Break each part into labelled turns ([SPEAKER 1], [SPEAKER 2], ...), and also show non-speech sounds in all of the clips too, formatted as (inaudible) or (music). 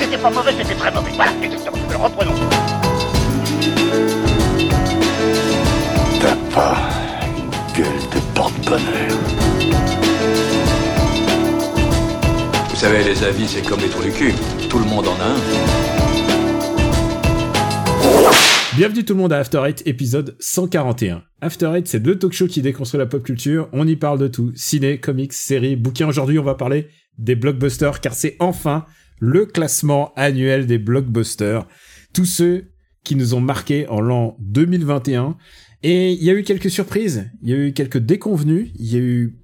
[SPEAKER 1] c'était très mauvais. Voilà, exactement. Alors reprenons.
[SPEAKER 2] T'as pas une gueule de porte-bonheur.
[SPEAKER 3] Vous savez, les avis, c'est comme les trous du cul. Tout le monde en a un.
[SPEAKER 4] Bienvenue tout le monde à After Eight, épisode 141. After Eight, c'est deux talk shows qui déconstruisent la pop culture. On y parle de tout. Ciné, comics, séries, bouquins. Aujourd'hui, on va parler des blockbusters, car c'est enfin le classement annuel des blockbusters. Tous ceux qui nous ont marqués en l'an 2021. Et il y a eu quelques surprises. Il y a eu quelques déconvenus. Il y a eu...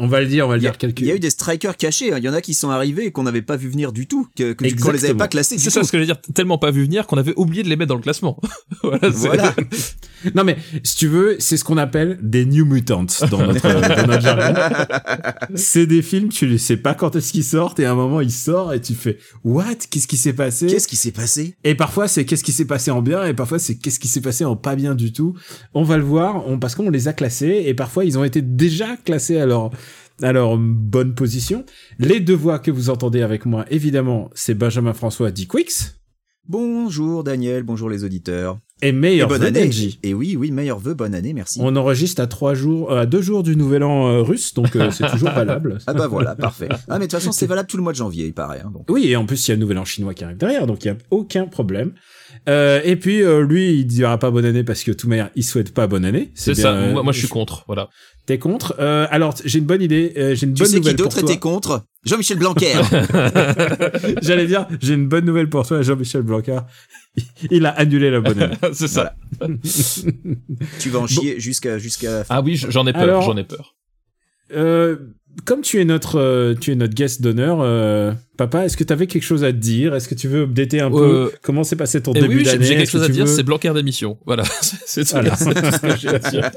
[SPEAKER 4] On va le dire, on va le
[SPEAKER 5] Il y, a,
[SPEAKER 4] dire quelques...
[SPEAKER 5] il y a eu des strikers cachés. hein. Il y en a qui sont arrivés et qu'on n'avait pas vu venir du tout, que, que- qu'on les avait
[SPEAKER 4] Exactement.
[SPEAKER 5] pas classés. du
[SPEAKER 6] C'est ça
[SPEAKER 5] tout.
[SPEAKER 6] ce que je veux dire, tellement pas vu venir qu'on avait oublié de les mettre dans le classement. (laughs) voilà, c'est-
[SPEAKER 5] Voilà.
[SPEAKER 4] Non mais si tu veux, c'est ce qu'on appelle des new mutants dans notre, euh, dans notre jargon. C'est des films, tu ne sais pas quand est-ce qu'ils sortent et à un moment ils sortent et tu fais what Qu'est-ce qui s'est passé
[SPEAKER 5] Qu'est-ce qui s'est passé
[SPEAKER 4] Et parfois c'est qu'est-ce qui s'est passé en bien et parfois c'est qu'est-ce qui s'est passé en pas bien du tout. On va le voir, on, parce qu'on les a classés et parfois ils ont été déjà classés à leur à leur bonne position. Les deux voix que vous entendez avec moi, évidemment, c'est Benjamin François Dickwix
[SPEAKER 5] Bonjour Daniel, bonjour les auditeurs.
[SPEAKER 4] et
[SPEAKER 5] Et
[SPEAKER 4] meilleur
[SPEAKER 5] bonne
[SPEAKER 4] vœu,
[SPEAKER 5] année.
[SPEAKER 4] Benji.
[SPEAKER 5] Et oui, oui, meilleur vœu, bonne année, merci.
[SPEAKER 4] On enregistre à trois jours, euh, à deux jours du nouvel an euh, russe, donc euh, c'est
[SPEAKER 5] (laughs)
[SPEAKER 4] toujours valable.
[SPEAKER 5] Ah bah
[SPEAKER 4] (laughs)
[SPEAKER 5] voilà, parfait. Ah mais de toute façon, c'est valable tout le mois de janvier, il paraît. hein, donc.
[SPEAKER 4] Oui, et en plus il y a le nouvel an chinois qui arrive derrière, donc il y a aucun problème. Euh, et puis euh, lui, il dira pas bonne année parce que de toute manière, il souhaite pas bonne année.
[SPEAKER 6] C'est
[SPEAKER 4] bien,
[SPEAKER 6] ça,
[SPEAKER 4] euh,
[SPEAKER 6] moi, moi, je suis contre, voilà.
[SPEAKER 4] T'es contre. Euh, alors t- j'ai une bonne idée, euh, j'ai une
[SPEAKER 5] Tu
[SPEAKER 4] bonne
[SPEAKER 5] sais qui
[SPEAKER 4] nouvelle pour
[SPEAKER 5] d'autre
[SPEAKER 4] toi.
[SPEAKER 5] était contre Jean-Michel
[SPEAKER 4] (laughs)
[SPEAKER 5] Blanquer.
[SPEAKER 4] J'allais dire, j'ai une bonne nouvelle pour toi, Jean-Michel Blanquer. Il a annulé la bonne année.
[SPEAKER 6] (laughs) c'est ça.
[SPEAKER 5] tu vas en chier jusqu'à jusqu'à.
[SPEAKER 6] Ah oui, j'en ai peur,
[SPEAKER 4] Alors-
[SPEAKER 6] j'en ai peur.
[SPEAKER 4] Euh, comme tu es notre, euh, tu es notre guest d'honneur, euh, papa, est-ce que t'avais quelque chose à te dire Est-ce que tu veux updater un
[SPEAKER 6] Euh,
[SPEAKER 4] peu comment s'est passé ton
[SPEAKER 6] Et
[SPEAKER 4] début
[SPEAKER 6] oui, j'ai-
[SPEAKER 4] d'année
[SPEAKER 6] j'ai quelque
[SPEAKER 4] Est-ce que
[SPEAKER 6] chose à
[SPEAKER 4] tu
[SPEAKER 6] dire,
[SPEAKER 4] veux-
[SPEAKER 6] c'est Blanquer d'émission. Voilà, (laughs) c'est c'est tout.
[SPEAKER 4] (laughs) Voilà.
[SPEAKER 6] C'est tout ce que j'ai à dire.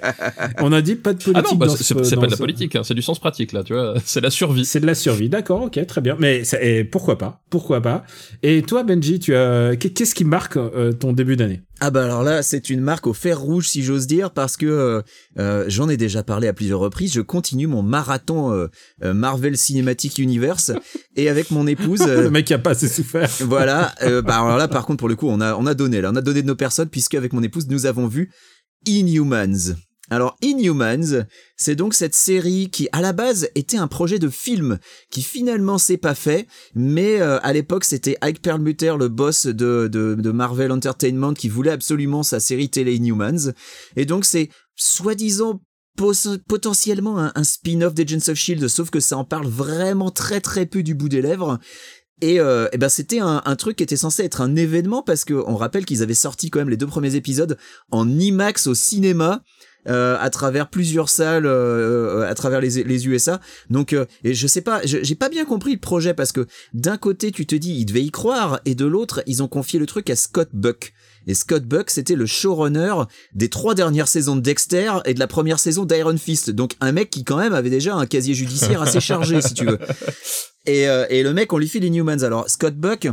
[SPEAKER 4] On a dit pas de
[SPEAKER 6] Ah
[SPEAKER 4] politique.
[SPEAKER 6] non, bah,
[SPEAKER 4] dans
[SPEAKER 6] c'est
[SPEAKER 4] ce-
[SPEAKER 6] c'est
[SPEAKER 4] dans
[SPEAKER 6] pas de la
[SPEAKER 4] ce-
[SPEAKER 6] politique, hein, c'est du sens pratique, là, tu vois. (laughs) C'est la survie.
[SPEAKER 4] C'est de la survie, d'accord, ok, très bien. Mais ça- et pourquoi pas Pourquoi pas Et toi, Benji, tu as qu'est- qu'est-ce qui marque euh, ton début d'année
[SPEAKER 5] Ah bah alors là, c'est une marque au fer rouge si j'ose dire parce que euh, euh, j'en ai déjà parlé à plusieurs reprises. Je continue mon marathon euh, euh, Marvel Cinematic Universe et avec mon épouse. euh,
[SPEAKER 4] Le mec qui a pas assez souffert.
[SPEAKER 5] (laughs) voilà. euh, bah alors là, par contre, pour le coup, on a on a donné là, on a donné de nos personnes puisque avec mon épouse, nous avons vu Inhumans. Alors Inhumans, c'est donc cette série qui à la base était un projet de film qui finalement s'est pas fait, mais euh, à l'époque c'était Ike Perlmutter, le boss de, de, de Marvel Entertainment, qui voulait absolument sa série télé Inhumans, et donc c'est soi-disant pos- potentiellement un, un spin-off d'Agents of Shield, E sauf que ça en parle vraiment très très peu du bout des lèvres. Et, euh, eh ben c'était un, un truc qui était censé être un événement parce que on rappelle qu'ils avaient sorti quand même les deux premiers épisodes en IMAX au cinéma euh, à travers plusieurs salles euh, euh, à travers les, les USA. Donc euh, et je sais pas, je- j'ai pas bien compris le projet parce que d'un côté tu te dis ils devaient y croire et de l'autre ils ont confié le truc à Scott Buck. Et Scott Buck, c'était le showrunner des trois dernières saisons de Dexter et de la première saison d'Iron Fist. Donc un mec qui quand même avait déjà un casier judiciaire assez chargé, si tu veux. Et, euh, et le mec, on lui file Inhumans. Alors, Scott Buck,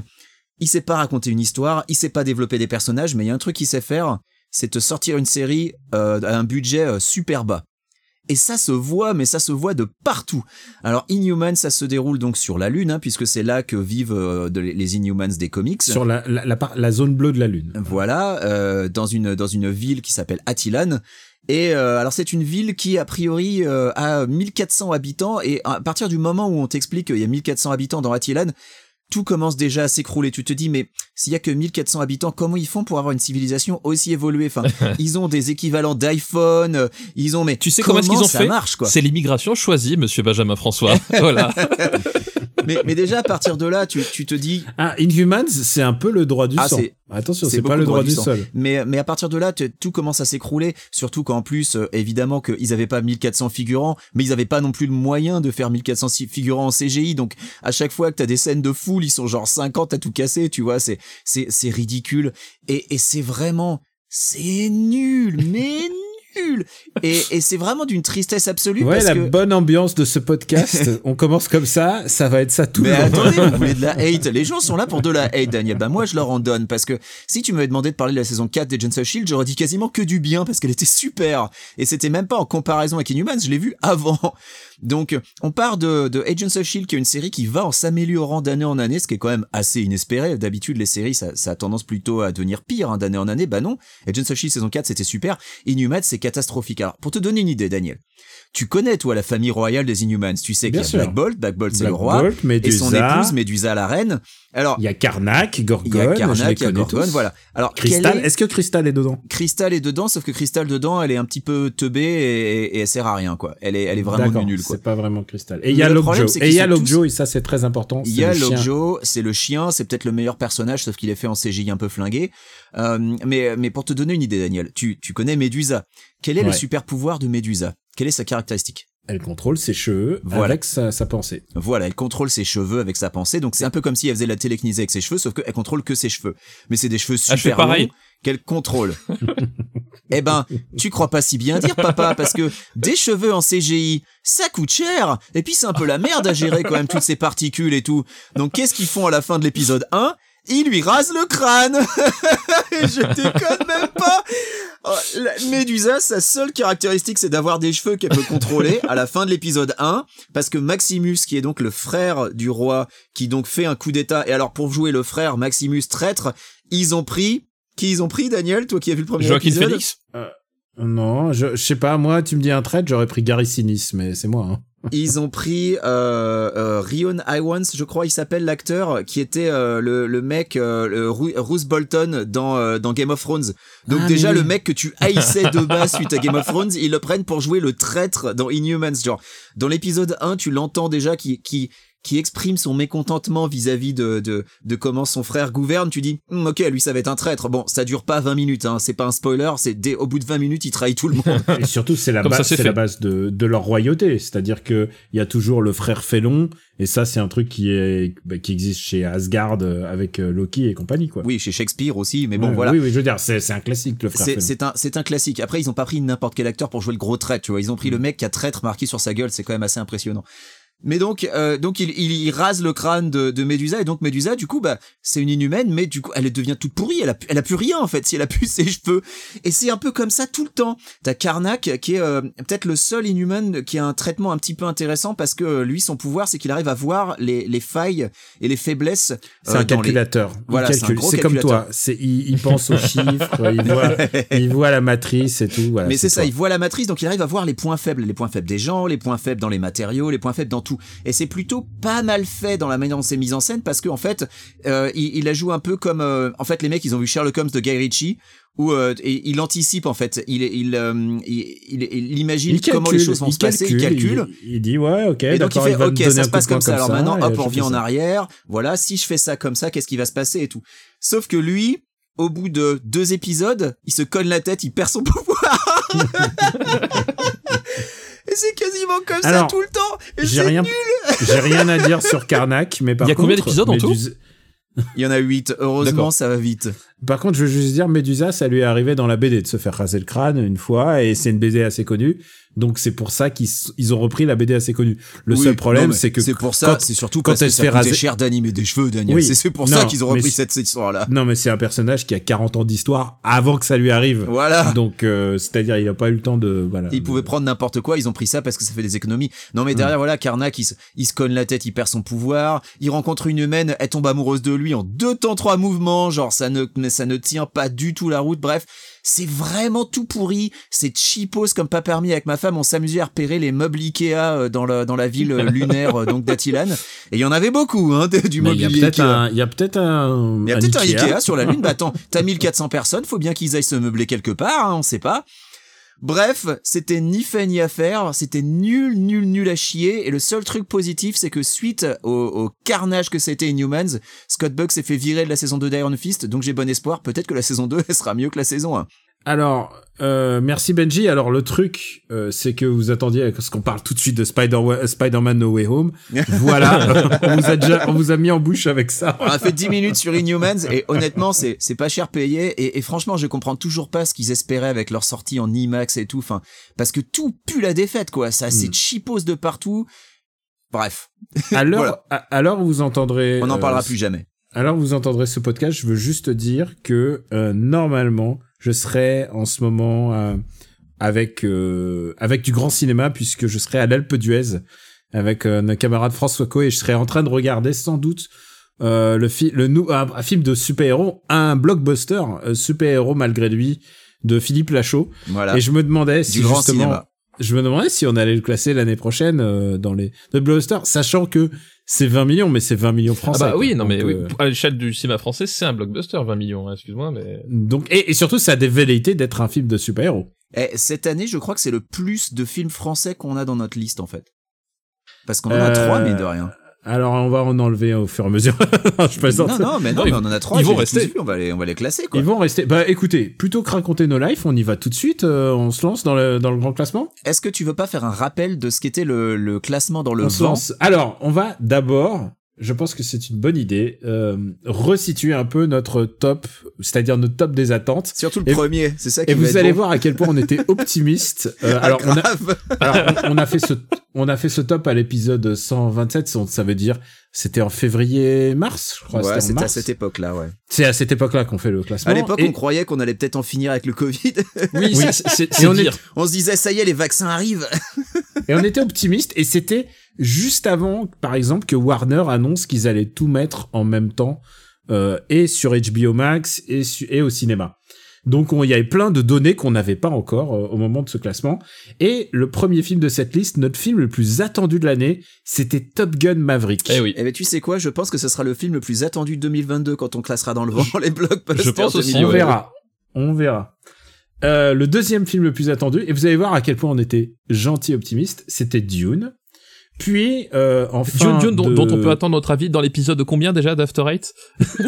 [SPEAKER 5] il sait pas raconter une histoire, il sait pas développer des personnages, mais il y a un truc qu'il sait faire, c'est te sortir une série euh, à un budget euh, super bas. Et ça se voit, mais ça se voit de partout. Alors, Inhumans, ça se déroule donc sur la Lune, hein, puisque c'est là que vivent euh, de- les Inhumans des comics.
[SPEAKER 4] Sur la, la, la par- la zone bleue de la lune.
[SPEAKER 5] Voilà, euh, dans une dans une ville qui s'appelle Attilan. Et euh, alors c'est une ville qui a priori euh, a 1400 habitants et à partir du moment où on t'explique qu'il y a 1400 habitants dans Attilan, tout commence déjà à s'écrouler. Tu te dis mais s'il y a que 1400 habitants, comment ils font pour avoir une civilisation aussi évoluée
[SPEAKER 6] (laughs)
[SPEAKER 5] Enfin, ils ont des équivalents d'iPhone, euh, ils ont mais
[SPEAKER 6] Tu sais comment est-ce qu'ils ont
[SPEAKER 5] ça
[SPEAKER 6] fait
[SPEAKER 5] marche quoi
[SPEAKER 6] C'est l'immigration choisie, monsieur Benjamin
[SPEAKER 4] (laughs)
[SPEAKER 6] François. (laughs) voilà.
[SPEAKER 5] mais, mais déjà à partir de là, tu tu te dis
[SPEAKER 4] Ah, Inhumans, c'est un peu le droit du
[SPEAKER 5] Ah,
[SPEAKER 4] sang.
[SPEAKER 5] c'est-
[SPEAKER 4] Attention,
[SPEAKER 5] c'est
[SPEAKER 4] c'est pas
[SPEAKER 5] beaucoup
[SPEAKER 4] le droit du, sol.
[SPEAKER 5] (laughs) Mais, mais à partir de là, tu- tout commence à s'écrouler. Surtout qu'en plus, euh, évidemment, qu'ils avaient pas 1400 figurants, mais ils avaient pas non plus le moyen de faire 1400 si- figurants en CGI. Donc, à chaque fois que t'as des scènes de foule, ils sont genre 50 à tout casser, tu vois. C'est, c'est, c'est ridicule. Et, et c'est vraiment, c'est nul, mais (laughs) nul. Et, et c'est vraiment d'une tristesse absolue
[SPEAKER 4] Ouais,
[SPEAKER 5] parce
[SPEAKER 4] la
[SPEAKER 5] que.
[SPEAKER 4] bonne ambiance de ce podcast. (laughs) on commence comme ça, ça va être ça tout
[SPEAKER 5] Mais
[SPEAKER 4] le long.
[SPEAKER 5] attendez, vous voulez de la hate Les gens sont là pour de la hate, Daniel. Bah moi, je leur en donne parce que si tu m'avais demandé de parler de la saison 4 des Agents of Shield, E j'aurais dit quasiment que du bien parce qu'elle était super. Et c'était même pas en comparaison avec Inhumans, je l'ai vu avant. Donc, on part de, de Agents of Shield, E qui est une série qui va en s'améliorant d'année en année, ce qui est quand même assez inespéré. D'habitude, les séries, ça, ça a tendance plutôt à devenir pire hein, d'année en année. Bah non, Agents of Shield saison 4, c'était super. Inhumans, c'est catastrophique. Alors, pour te donner une idée, Daniel, tu connais, toi, la famille royale des Inhumans. Tu sais qu'il
[SPEAKER 4] Bien
[SPEAKER 5] y a
[SPEAKER 4] sûr.
[SPEAKER 5] Black Bolt, Black Bolt, c'est
[SPEAKER 4] Black
[SPEAKER 5] le roi
[SPEAKER 4] Bolt,
[SPEAKER 5] et son
[SPEAKER 4] Medusa,
[SPEAKER 5] épouse Médusa la reine. Alors,
[SPEAKER 4] Il y a Karnak,
[SPEAKER 5] il y a
[SPEAKER 4] Gorgone, je les
[SPEAKER 5] Karnak, il y a
[SPEAKER 4] connais
[SPEAKER 5] Gorgon,
[SPEAKER 4] tous.
[SPEAKER 5] voilà. Alors,
[SPEAKER 4] Crystal,
[SPEAKER 5] quel est...
[SPEAKER 4] est-ce que Crystal est dedans
[SPEAKER 5] Crystal est dedans, sauf que Crystal dedans, elle est un petit peu teubée et, et- et elle sert à rien, quoi. Elle est, elle est vraiment
[SPEAKER 4] D'accord,
[SPEAKER 5] nulle, quoi.
[SPEAKER 4] C'est pas vraiment Crystal. Et
[SPEAKER 5] Mais
[SPEAKER 4] il y a
[SPEAKER 5] le problème,
[SPEAKER 4] Lockjaw.
[SPEAKER 5] c'est
[SPEAKER 4] Et
[SPEAKER 5] qu'ils
[SPEAKER 4] il y a
[SPEAKER 5] sont
[SPEAKER 4] Lockjaw, et ça c'est très important.
[SPEAKER 5] Il
[SPEAKER 4] c'est
[SPEAKER 5] y a
[SPEAKER 4] le chien.
[SPEAKER 5] Lockjaw, c'est le chien, c'est peut-être le meilleur personnage, sauf qu'il est fait en CGI un peu flingué. Euh, mais, mais pour te donner une idée, Daniel, tu, tu connais Médusa. Quel est le
[SPEAKER 4] Ouais.
[SPEAKER 5] super pouvoir de Médusa Quelle est sa caractéristique
[SPEAKER 4] Elle contrôle ses cheveux
[SPEAKER 5] Voilà.
[SPEAKER 4] avec sa, sa pensée.
[SPEAKER 5] Voilà, elle contrôle ses cheveux avec sa pensée, donc c'est un peu comme si elle faisait la télékinésie avec ses cheveux, sauf qu'elle contrôle que ses cheveux. Mais c'est des cheveux
[SPEAKER 6] Elle fait
[SPEAKER 5] super
[SPEAKER 6] pareil.
[SPEAKER 5] longs qu'elle contrôle. eh ben, tu crois pas si bien dire, papa, parce que des cheveux en CGI, ça coûte cher, et puis c'est un peu la merde à gérer quand même toutes ces particules et tout. Donc qu'est-ce qu'ils font à la fin de l'épisode 1 ils lui rasent le crâne (laughs) Je déconne même pas Oh, la Médusa, sa seule caractéristique, c'est d'avoir des cheveux qu'elle peut contrôler à la fin de l'épisode 1, parce que Maximus, qui est donc le frère du roi, qui donc fait un coup d'état, et alors pour jouer le frère Maximus traître, ils ont pris... Qui ils ont pris, Daniel Toi qui as vu le premier
[SPEAKER 6] Joaquin
[SPEAKER 5] épisode
[SPEAKER 6] Phoenix
[SPEAKER 4] Non, je, je sais pas, moi, tu me dis un trait, j'aurais pris Gary Sinise, mais c'est moi. hein.
[SPEAKER 5] Ils ont pris euh, euh, Rion Iwans, je crois il s'appelle l'acteur, qui était euh, le, le mec, euh, le Ru- Roose Bolton dans, euh, dans Game of Thrones. Donc
[SPEAKER 4] Ah,
[SPEAKER 5] déjà
[SPEAKER 4] mais oui.
[SPEAKER 5] le mec que tu haïssais de base suite à Game of Thrones, ils le prennent pour jouer le traître dans Inhumans. Genre, dans l'épisode 1, tu l'entends déjà qui... qui qui exprime son mécontentement vis-à-vis de, de, de comment son frère gouverne, tu dis, Hum, ok, lui ça va être un traître. Bon, ça dure pas 20 minutes, hein, c'est pas un spoiler, c'est dès au bout de 20 minutes, il trahit tout
[SPEAKER 4] (laughs)
[SPEAKER 5] le monde.
[SPEAKER 4] Et surtout, c'est la,
[SPEAKER 6] Comme ça,
[SPEAKER 4] base-
[SPEAKER 6] c'est
[SPEAKER 4] c'est la
[SPEAKER 6] fait.
[SPEAKER 4] base de, de leur royauté. C'est-à-dire que il y a toujours le frère félon, et ça, c'est un truc qui est, bah, qui existe chez Asgard euh, avec euh, Loki et compagnie, quoi.
[SPEAKER 5] oui, chez Shakespeare aussi, mais bon,
[SPEAKER 4] Ouais,
[SPEAKER 5] voilà.
[SPEAKER 4] Oui, oui, je veux dire, c'est c'est un classique, le frère
[SPEAKER 5] C'est-
[SPEAKER 4] félon.
[SPEAKER 5] C'est un, c'est un classique. Après, ils ont pas pris n'importe quel acteur pour jouer le gros traître, tu vois. Ils ont
[SPEAKER 4] Mm.
[SPEAKER 5] pris le mec qui a traître marqué sur sa gueule, c'est quand même assez impressionnant. Mais donc, euh, donc il, il, il rase le crâne de, de Médusa, et donc Médusa, du coup, bah, c'est une inhumaine, mais du coup, elle devient toute pourrie, elle a, pu- elle a plus rien, en fait, si elle a plus (laughs) ses cheveux. Et c'est un peu comme ça tout le temps. T'as Karnak, qui est euh, peut-être le seul inhumaine qui a un traitement un petit peu intéressant, parce que euh, lui, son pouvoir, c'est qu'il arrive à voir les, les failles et les faiblesses.
[SPEAKER 4] C'est
[SPEAKER 5] euh,
[SPEAKER 4] un
[SPEAKER 5] dans les-
[SPEAKER 4] calculateur. Il
[SPEAKER 5] Voilà, c'est un
[SPEAKER 4] calcule.
[SPEAKER 5] gros
[SPEAKER 4] C'est comme
[SPEAKER 5] calculateur.
[SPEAKER 4] toi. C'est- Il, il pense aux chiffres,
[SPEAKER 5] (laughs)
[SPEAKER 4] il voit, il voit la matrice et tout. voilà,
[SPEAKER 5] Mais c'est ça,
[SPEAKER 4] toi.
[SPEAKER 5] il voit la matrice, donc il arrive à voir les points faibles, les points faibles des gens, les points faibles dans les matériaux, les points faibles dans tout. Et c'est plutôt pas mal fait dans la manière dont c'est mis en scène, parce qu'en fait, euh, il, il la joue un peu comme... euh, en fait, les mecs, ils ont vu Sherlock Holmes de Guy Ritchie, où euh, et il anticipe, en fait. Il, il, euh, il, il- il imagine comment les choses vont
[SPEAKER 4] il
[SPEAKER 5] se passer, il calcule.
[SPEAKER 4] Il, il dit, ouais, ok,
[SPEAKER 5] Et donc il
[SPEAKER 4] d'accord,
[SPEAKER 5] fait
[SPEAKER 4] va me
[SPEAKER 5] ok
[SPEAKER 4] donner
[SPEAKER 5] ça
[SPEAKER 4] un
[SPEAKER 5] se
[SPEAKER 4] coup
[SPEAKER 5] passe
[SPEAKER 4] de poing
[SPEAKER 5] comme ça alors maintenant
[SPEAKER 4] et
[SPEAKER 5] hop
[SPEAKER 4] je
[SPEAKER 5] on
[SPEAKER 4] fais
[SPEAKER 5] revient en
[SPEAKER 4] ça.
[SPEAKER 5] arrière voilà si je fais ça comme ça qu'est-ce qui va se passer et tout sauf que lui au bout de deux épisodes il se cogne la tête il perd son (laughs) pouvoir
[SPEAKER 4] (laughs)
[SPEAKER 5] et c'est quasiment comme ça
[SPEAKER 4] Alors,
[SPEAKER 5] tout le temps Et
[SPEAKER 4] J'ai
[SPEAKER 5] c'est-
[SPEAKER 4] rien, j'ai rien à dire sur Karnak, mais par
[SPEAKER 6] Il y a combien
[SPEAKER 4] contre,
[SPEAKER 6] d'épisodes en tout
[SPEAKER 4] Méduse-
[SPEAKER 5] il y en a huit heureusement
[SPEAKER 6] D'accord.
[SPEAKER 5] ça va vite
[SPEAKER 4] Par contre, je veux juste dire, Médusa, ça lui est arrivé dans la BD de se faire raser le crâne une fois, et c'est une BD assez connue, donc c'est pour ça qu'ils s- ils ont repris la BD assez connue. Le
[SPEAKER 5] Oui,
[SPEAKER 4] seul
[SPEAKER 5] non,
[SPEAKER 4] problème,
[SPEAKER 5] mais
[SPEAKER 4] c'est que
[SPEAKER 5] c'est pour ça
[SPEAKER 4] quand-
[SPEAKER 5] c'est surtout
[SPEAKER 4] quand
[SPEAKER 5] parce
[SPEAKER 4] elle
[SPEAKER 5] que
[SPEAKER 4] se
[SPEAKER 5] ça
[SPEAKER 4] fait
[SPEAKER 5] coûtait
[SPEAKER 4] raser-
[SPEAKER 5] cher d'animer des cheveux Daniel
[SPEAKER 4] Oui,
[SPEAKER 5] c'est c'est pour
[SPEAKER 4] non,
[SPEAKER 5] ça qu'ils ont
[SPEAKER 4] mais
[SPEAKER 5] repris
[SPEAKER 4] c'est-
[SPEAKER 5] cette histoire là
[SPEAKER 4] non, mais c'est un personnage qui a 40 ans d'histoire avant que ça lui arrive.
[SPEAKER 5] voilà
[SPEAKER 4] Donc, euh, c'est-à-dire, il n'a pas eu le temps de. Voilà.
[SPEAKER 5] Ils pouvaient prendre n'importe quoi, ils ont pris ça parce que ça fait des économies. Non mais
[SPEAKER 4] Mm.
[SPEAKER 5] derrière, voilà, Karnak, il se, il se cogne la tête, il perd son pouvoir, il rencontre une humaine, elle tombe amoureuse de lui en deux temps, trois mouvements, genre ça ne, mais ça ne tient pas du tout la route, bref. C'est vraiment tout pourri, c'est cheapos comme pas permis avec ma femme, on s'amusait à repérer les meubles Ikea euh, dans la, dans la
[SPEAKER 4] (laughs)
[SPEAKER 5] ville euh, lunaire euh, donc d'Atilan. Et il y en avait beaucoup, hein, de- du
[SPEAKER 4] Mais il y
[SPEAKER 5] mobilier
[SPEAKER 4] a peut-être
[SPEAKER 5] Ikea.
[SPEAKER 4] un. Il y a peut-être un.
[SPEAKER 5] Il y a peut-être un
[SPEAKER 4] Ikea.
[SPEAKER 5] Ikea sur la Lune. Bah
[SPEAKER 4] (laughs)
[SPEAKER 5] attends, t'as 1400 personnes, faut bien qu'ils aillent se meubler quelque part, hein, on sait pas. Bref, c'était ni fait ni à faire, c'était nul, nul, nul à chier, et le seul truc positif, c'est que suite au, au carnage que c'était Inhumans, (laughs) Scott Buck s'est fait virer de la saison 2 d'Iron Fist, donc j'ai bon espoir, peut-être que la saison 2, elle sera mieux que la saison 1.
[SPEAKER 4] Alors, euh, merci Benji. Alors, le truc, euh, c'est que vous attendiez à ce qu'on parle tout de suite de Spider- euh, Spider-Man No Way
[SPEAKER 5] (laughs)
[SPEAKER 4] Home. Voilà, on, vous a déjà, on vous a mis en bouche avec ça.
[SPEAKER 5] On a fait 10 minutes sur Inhumans et honnêtement, c'est c'est pas cher payé et, et franchement, je comprends toujours pas ce qu'ils espéraient avec leur sortie en IMAX et tout. Enfin, parce que tout pue la défaite, quoi. Ça,
[SPEAKER 4] Hmm.
[SPEAKER 5] c'est chipos de partout. Bref,
[SPEAKER 4] À l'heure
[SPEAKER 5] Voilà.
[SPEAKER 4] à- à l'heure où vous entendrez...
[SPEAKER 5] on n'en
[SPEAKER 4] euh,
[SPEAKER 5] parlera plus jamais.
[SPEAKER 4] Alors vous entendrez ce podcast, je veux juste dire que euh, normalement, je serai en ce moment euh, avec euh, avec du grand cinéma puisque je serai à l'Alpe d'Huez avec euh, nos camarades François Co et je serai en train de regarder sans doute euh, le fi- le nou- un, un film de super-héros, un blockbuster euh, super-héros malgré lui de Philippe Lachaud
[SPEAKER 5] Voilà.
[SPEAKER 4] et je me demandais si
[SPEAKER 5] du grand
[SPEAKER 4] justement
[SPEAKER 5] cinéma.
[SPEAKER 4] je me demandais si on allait le classer l'année prochaine euh, dans les de blockbusters sachant que c'est 20 millions mais c'est 20 millions
[SPEAKER 6] Ah
[SPEAKER 4] français.
[SPEAKER 6] bah oui,
[SPEAKER 4] quoi.
[SPEAKER 6] non mais
[SPEAKER 4] Donc,
[SPEAKER 6] oui,
[SPEAKER 4] euh,
[SPEAKER 6] à l'échelle du cinéma français, c'est un blockbuster, 20 millions, hein, excuse-moi, mais...
[SPEAKER 4] Donc, et, et surtout, ça a des velléités d'être un film de super-héros.
[SPEAKER 5] Eh, cette année, je crois que c'est le plus de films français qu'on a dans notre liste, en fait. Parce qu'on en
[SPEAKER 4] Euh,
[SPEAKER 5] a trois, mais de rien.
[SPEAKER 4] Alors, on va en enlever au fur et à mesure. (laughs) je
[SPEAKER 5] Non,
[SPEAKER 4] plaisante.
[SPEAKER 5] non, mais non,
[SPEAKER 6] Non,
[SPEAKER 5] mais
[SPEAKER 6] ils-
[SPEAKER 5] on en a trois.
[SPEAKER 6] ils
[SPEAKER 5] j'ai
[SPEAKER 6] vont
[SPEAKER 5] les tous
[SPEAKER 6] rester.
[SPEAKER 5] vus, On va les, on va les classer, quoi.
[SPEAKER 4] Ils vont rester. Bah, écoutez, plutôt que raconter nos lives, on y va tout de suite. euh, on se lance dans le, dans le grand classement.
[SPEAKER 5] Est-ce que tu veux pas faire un rappel de ce qu'était le, le classement dans le
[SPEAKER 4] on se
[SPEAKER 5] vent
[SPEAKER 4] lance. Alors, on va d'abord. Je pense que c'est une bonne idée. euh, resituer un peu notre top, c'est-à-dire notre top des attentes.
[SPEAKER 5] Surtout le
[SPEAKER 4] Et-
[SPEAKER 5] premier, c'est ça qui
[SPEAKER 4] Et
[SPEAKER 5] va
[SPEAKER 4] vous
[SPEAKER 5] être
[SPEAKER 4] allez
[SPEAKER 5] bon.
[SPEAKER 4] voir à quel point on
[SPEAKER 5] (laughs)
[SPEAKER 4] était optimiste. Euh, alors, on a,
[SPEAKER 5] Grave.
[SPEAKER 4] Alors, on, on a fait ce, on a fait ce top à l'épisode 127, ça ça veut dire, c'était en février-mars, je crois.
[SPEAKER 5] Ouais,
[SPEAKER 4] c'était en
[SPEAKER 5] c'était à
[SPEAKER 4] mars.
[SPEAKER 5] cette époque-là, ouais.
[SPEAKER 4] C'est à cette époque-là qu'on fait le classement.
[SPEAKER 5] À l'époque,
[SPEAKER 4] Et-
[SPEAKER 5] on croyait qu'on allait peut-être en finir avec le Covid. (laughs)
[SPEAKER 6] Oui,
[SPEAKER 4] (laughs)
[SPEAKER 6] c'est- c'est
[SPEAKER 4] on
[SPEAKER 6] c'est
[SPEAKER 4] est-
[SPEAKER 6] dire.
[SPEAKER 5] On se disait, ça y est, les vaccins arrivent.
[SPEAKER 4] Et on était optimiste et c'était juste avant, par exemple, que Warner annonce qu'ils allaient tout mettre en même temps euh, et sur HBO Max et, su- et au cinéma. Donc on- il y avait plein de données qu'on n'avait pas encore euh, au moment de ce classement. Et le premier film de cette liste, notre film le plus attendu de l'année, c'était Top Gun Maverick.
[SPEAKER 6] Eh oui.
[SPEAKER 5] Et ben tu sais quoi, je pense que ce sera le film le plus attendu de 2022 quand on classera dans le (laughs) vent les blockbusters.
[SPEAKER 6] je pense aussi,
[SPEAKER 4] On
[SPEAKER 5] 2022.
[SPEAKER 6] ouais.
[SPEAKER 4] verra. On verra. Euh, le deuxième film le plus attendu, et vous allez voir à quel point on était gentil optimiste, c'était Dune. Puis, euh, enfin.
[SPEAKER 6] Dune, Dune, dont,
[SPEAKER 4] de-
[SPEAKER 6] dont on peut attendre notre avis dans l'épisode de combien déjà d'After Eight (laughs)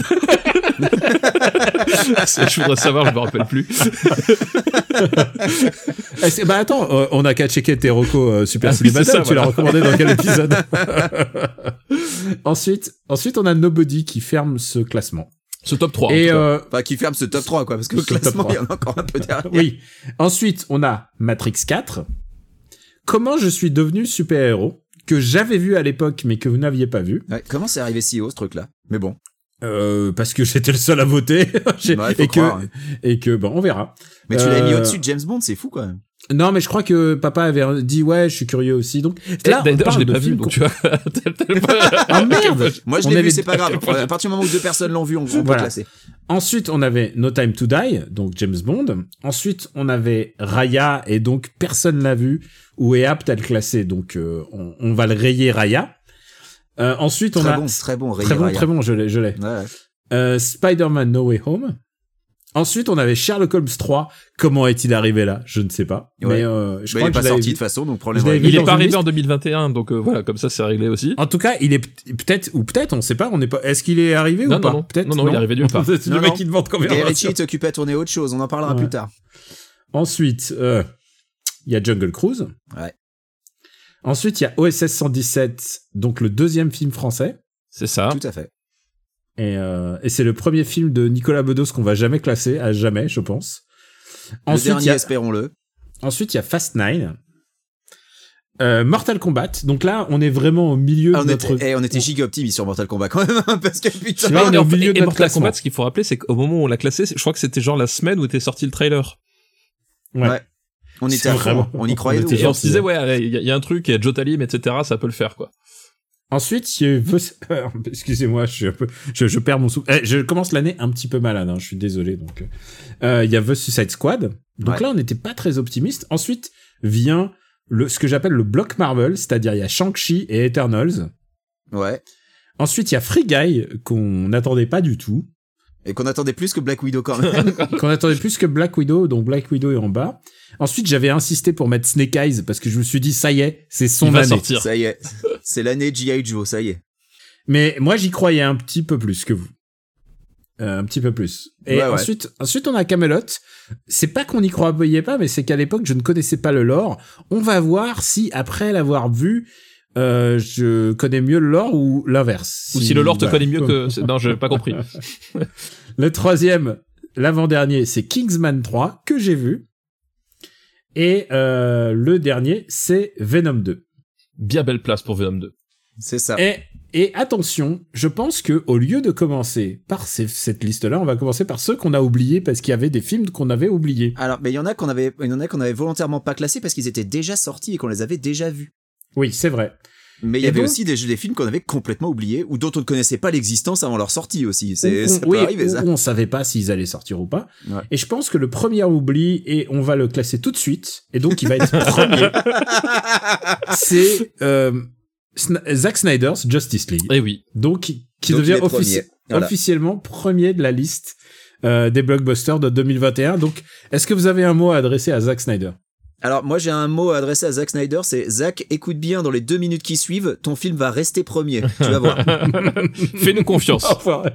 [SPEAKER 6] Ça, Je voudrais savoir, je me rappelle plus.
[SPEAKER 4] Eh, c'est- bah attends, euh, on a qu'à checker tes recos euh, Super
[SPEAKER 6] Ah oui,
[SPEAKER 4] Cinéma
[SPEAKER 6] c'est ça,
[SPEAKER 4] Club, tu l'as
[SPEAKER 6] voilà.
[SPEAKER 4] recommandé dans
[SPEAKER 6] (laughs)
[SPEAKER 4] quel épisode (laughs) Ensuite, ensuite, on a Nobody qui ferme ce classement.
[SPEAKER 6] Ce top 3.
[SPEAKER 4] Et
[SPEAKER 6] en tout cas.
[SPEAKER 4] euh,
[SPEAKER 5] Enfin, qui ferme (laughs) ce top 3, quoi, parce que
[SPEAKER 4] Ce
[SPEAKER 5] le classement,
[SPEAKER 4] top
[SPEAKER 5] il y en a encore un peu (laughs) derrière.
[SPEAKER 4] oui. Ensuite, on a Matrix 4. Comment je suis devenu super-héros que j'avais vu à l'époque mais que vous n'aviez pas vu.
[SPEAKER 5] Ouais, comment c'est arrivé si haut, ce truc-là Mais bon,
[SPEAKER 4] Euh, parce que j'étais le seul à voter (laughs) J'ai-
[SPEAKER 5] bah, faut
[SPEAKER 4] et que
[SPEAKER 5] croire, hein.
[SPEAKER 4] et que bon on verra.
[SPEAKER 5] Mais tu l'avais mis
[SPEAKER 4] Euh,
[SPEAKER 5] au-dessus de James Bond, c'est fou, quoi.
[SPEAKER 4] Non mais je crois que papa avait dit ouais je suis curieux aussi donc là on
[SPEAKER 6] Eh, D'ailleurs,
[SPEAKER 4] parle
[SPEAKER 6] je l'ai
[SPEAKER 4] de
[SPEAKER 6] pas vu,
[SPEAKER 4] films
[SPEAKER 6] donc
[SPEAKER 4] qu'on-
[SPEAKER 6] tu vois. (laughs) t'as- t'as pas-
[SPEAKER 4] (laughs) ah
[SPEAKER 6] (laughs)
[SPEAKER 4] merde
[SPEAKER 5] Moi, je
[SPEAKER 4] on
[SPEAKER 5] l'ai
[SPEAKER 4] avait-
[SPEAKER 5] vu, c'est pas grave. (laughs) À partir du moment où deux personnes l'ont vu, on, on peut
[SPEAKER 4] Voilà.
[SPEAKER 5] classer.
[SPEAKER 4] (laughs) Ensuite on avait No Time to Die donc James Bond. Ensuite on avait Raya et donc personne l'a vu ou est apte à le classer donc euh, on, on va le rayer Raya. Euh, ensuite on
[SPEAKER 5] Très
[SPEAKER 4] a
[SPEAKER 5] bon, très bon, Ray
[SPEAKER 4] très bon
[SPEAKER 5] Ryan.
[SPEAKER 4] très bon je l'ai je l'ai.
[SPEAKER 5] Ouais. Bah,
[SPEAKER 4] Euh, Spider-Man No Way Home. Ensuite, on avait Sherlock Holmes 3. Comment est-il arrivé là Je ne sais pas.
[SPEAKER 5] Ouais.
[SPEAKER 4] Mais euh, je crois
[SPEAKER 5] Bah, il est
[SPEAKER 4] que
[SPEAKER 5] pas
[SPEAKER 4] je l'avais
[SPEAKER 5] sorti de
[SPEAKER 4] vu.
[SPEAKER 5] toute façon, donc
[SPEAKER 4] Je
[SPEAKER 5] probablement.
[SPEAKER 4] l'avais
[SPEAKER 5] il-
[SPEAKER 4] vu
[SPEAKER 6] Il
[SPEAKER 4] dans
[SPEAKER 6] est pas
[SPEAKER 4] une
[SPEAKER 6] arrivé
[SPEAKER 4] liste.
[SPEAKER 6] en 2021, donc euh, voilà, comme ça c'est réglé aussi.
[SPEAKER 4] En tout cas, il est p- peut-être ou peut-être, on ne sait pas. On n'est pas. Est-ce qu'il est arrivé
[SPEAKER 6] Non,
[SPEAKER 4] ou
[SPEAKER 6] non,
[SPEAKER 4] pas
[SPEAKER 6] non.
[SPEAKER 4] Peut-être.
[SPEAKER 6] Non, non, il est arrivé nulle part.
[SPEAKER 4] (laughs) C'est le
[SPEAKER 5] Non,
[SPEAKER 4] mec
[SPEAKER 5] non.
[SPEAKER 4] qui demande combien.
[SPEAKER 5] Et Richie est occupé à tourner autre chose, on en parlera
[SPEAKER 4] Ouais.
[SPEAKER 5] plus tard.
[SPEAKER 4] Ensuite, euh, il y a Jungle Cruise.
[SPEAKER 5] Ouais.
[SPEAKER 4] Ensuite, il y a OSS 117, donc le deuxième film français.
[SPEAKER 6] C'est ça.
[SPEAKER 5] Tout à fait.
[SPEAKER 4] Et, euh, et c'est le premier film de Nicolas Bedos qu'on va jamais classer, à jamais, je pense.
[SPEAKER 5] le
[SPEAKER 4] Ensuite, il y
[SPEAKER 5] dernier,
[SPEAKER 4] a
[SPEAKER 5] espérons-le.
[SPEAKER 4] Ensuite, il y a Fast 9. Euh, Mortal Kombat. Donc là, on est vraiment au milieu
[SPEAKER 5] Ah,
[SPEAKER 4] de
[SPEAKER 5] on,
[SPEAKER 4] notre.
[SPEAKER 5] était, eh, on était giga optimiste sur Mortal Kombat quand même, (laughs) hein, parce que putain.
[SPEAKER 4] Tu vois, on est au
[SPEAKER 6] Et-
[SPEAKER 4] milieu
[SPEAKER 6] et
[SPEAKER 4] de notre
[SPEAKER 6] Mortal
[SPEAKER 4] classement.
[SPEAKER 6] Kombat, ce qu'il faut rappeler, c'est qu'au moment où on l'a classé, c'est- je crois que c'était genre la semaine où était sorti le trailer.
[SPEAKER 4] Ouais.
[SPEAKER 5] eh, Ouais. On
[SPEAKER 4] C'est
[SPEAKER 5] était à fond,
[SPEAKER 4] vraiment-
[SPEAKER 5] on y croyait.
[SPEAKER 4] on
[SPEAKER 5] de
[SPEAKER 4] était
[SPEAKER 5] ouf.
[SPEAKER 6] Et on
[SPEAKER 4] gentil,
[SPEAKER 6] se disait, ouais, allez, il y, a- il y a un truc, il y a Joe Talim, etc., ça peut le faire, quoi.
[SPEAKER 4] Ensuite, il y a... (laughs) euh, excusez-moi, je, suis un peu... je, je perds mon souffle. Eh, je commence l'année un petit peu malade. hein, je suis désolé. Donc, euh, il y a The Suicide Squad. Donc
[SPEAKER 5] Ouais.
[SPEAKER 4] là, on n'était pas très optimiste. Ensuite vient le ce que j'appelle le bloc Marvel, c'est-à-dire il y a Shang-Chi et Eternals.
[SPEAKER 5] Ouais.
[SPEAKER 4] Ensuite, il y a Free Guy qu'on n'attendait pas du tout.
[SPEAKER 5] Et qu'on attendait plus que Black Widow quand
[SPEAKER 4] (laughs)
[SPEAKER 5] même.
[SPEAKER 4] qu'on attendait plus que Black Widow, donc Black Widow est en bas. Ensuite, j'avais insisté pour mettre Snake Eyes parce que je me suis dit, ça y est, c'est son
[SPEAKER 6] il va
[SPEAKER 4] année.
[SPEAKER 6] sortir.
[SPEAKER 5] ça y est. C'est l'année G.I. Joe, ça y est.
[SPEAKER 4] Mais moi, j'y croyais un petit peu plus que vous. euh, un petit peu plus. Et
[SPEAKER 5] Ouais, ouais.
[SPEAKER 4] ensuite, ensuite on a Camelot. C'est pas qu'on n'y croyait pas, mais c'est qu'à l'époque je ne connaissais pas le lore. On va voir si après l'avoir vu, euh, je connais mieux le lore ou l'inverse.
[SPEAKER 6] Ou si le lore te
[SPEAKER 4] voilà.
[SPEAKER 6] connaît
[SPEAKER 4] (laughs)
[SPEAKER 6] mieux que... c'est- Non, j'ai pas compris.
[SPEAKER 4] Le troisième, l'avant-dernier, c'est Kingsman 3 que j'ai vu. Et euh, le dernier, c'est Venom 2.
[SPEAKER 6] Bien belle place pour Venom 2.
[SPEAKER 5] C'est ça.
[SPEAKER 4] Et, et attention, je pense que au lieu de commencer par ces- cette liste-là, on va commencer par ceux qu'on a oubliés parce qu'il y avait des films qu'on avait oubliés.
[SPEAKER 5] Alors, mais il y en a qu'on avait, il y en a qu'on avait volontairement pas classés parce qu'ils étaient déjà sortis et qu'on les avait déjà vus.
[SPEAKER 4] Oui, c'est vrai.
[SPEAKER 5] Mais il y
[SPEAKER 4] Et
[SPEAKER 5] avait
[SPEAKER 4] donc-
[SPEAKER 5] aussi des, des films qu'on avait complètement oubliés ou dont on ne connaissait pas l'existence avant leur sortie aussi. C'est,
[SPEAKER 4] Ou-
[SPEAKER 5] ça peut
[SPEAKER 4] oui,
[SPEAKER 5] arriver, ça.
[SPEAKER 4] ou on savait pas s'ils allaient sortir ou pas.
[SPEAKER 5] Ouais.
[SPEAKER 4] Et je pense que le premier oubli, et on va le classer tout de suite, et donc il va être
[SPEAKER 5] (laughs)
[SPEAKER 4] premier, c'est euh, Sn- Zack Snyder's Justice League. (laughs)
[SPEAKER 6] Eh oui.
[SPEAKER 4] Donc, qui qui
[SPEAKER 5] Donc, il
[SPEAKER 4] devient
[SPEAKER 5] est premier.
[SPEAKER 4] offici-
[SPEAKER 5] Voilà.
[SPEAKER 4] officiellement premier de la liste euh, des blockbusters de 2021. Donc, est-ce que vous avez un mot à adresser à Zack
[SPEAKER 6] (laughs)
[SPEAKER 4] Snyder
[SPEAKER 5] Alors, moi, j'ai un mot à adresser à Zack Snyder, c'est Zack, écoute bien, dans les deux minutes qui suivent, ton film va rester premier. Tu vas voir.
[SPEAKER 6] Fais-nous confiance.
[SPEAKER 4] Enfoiré.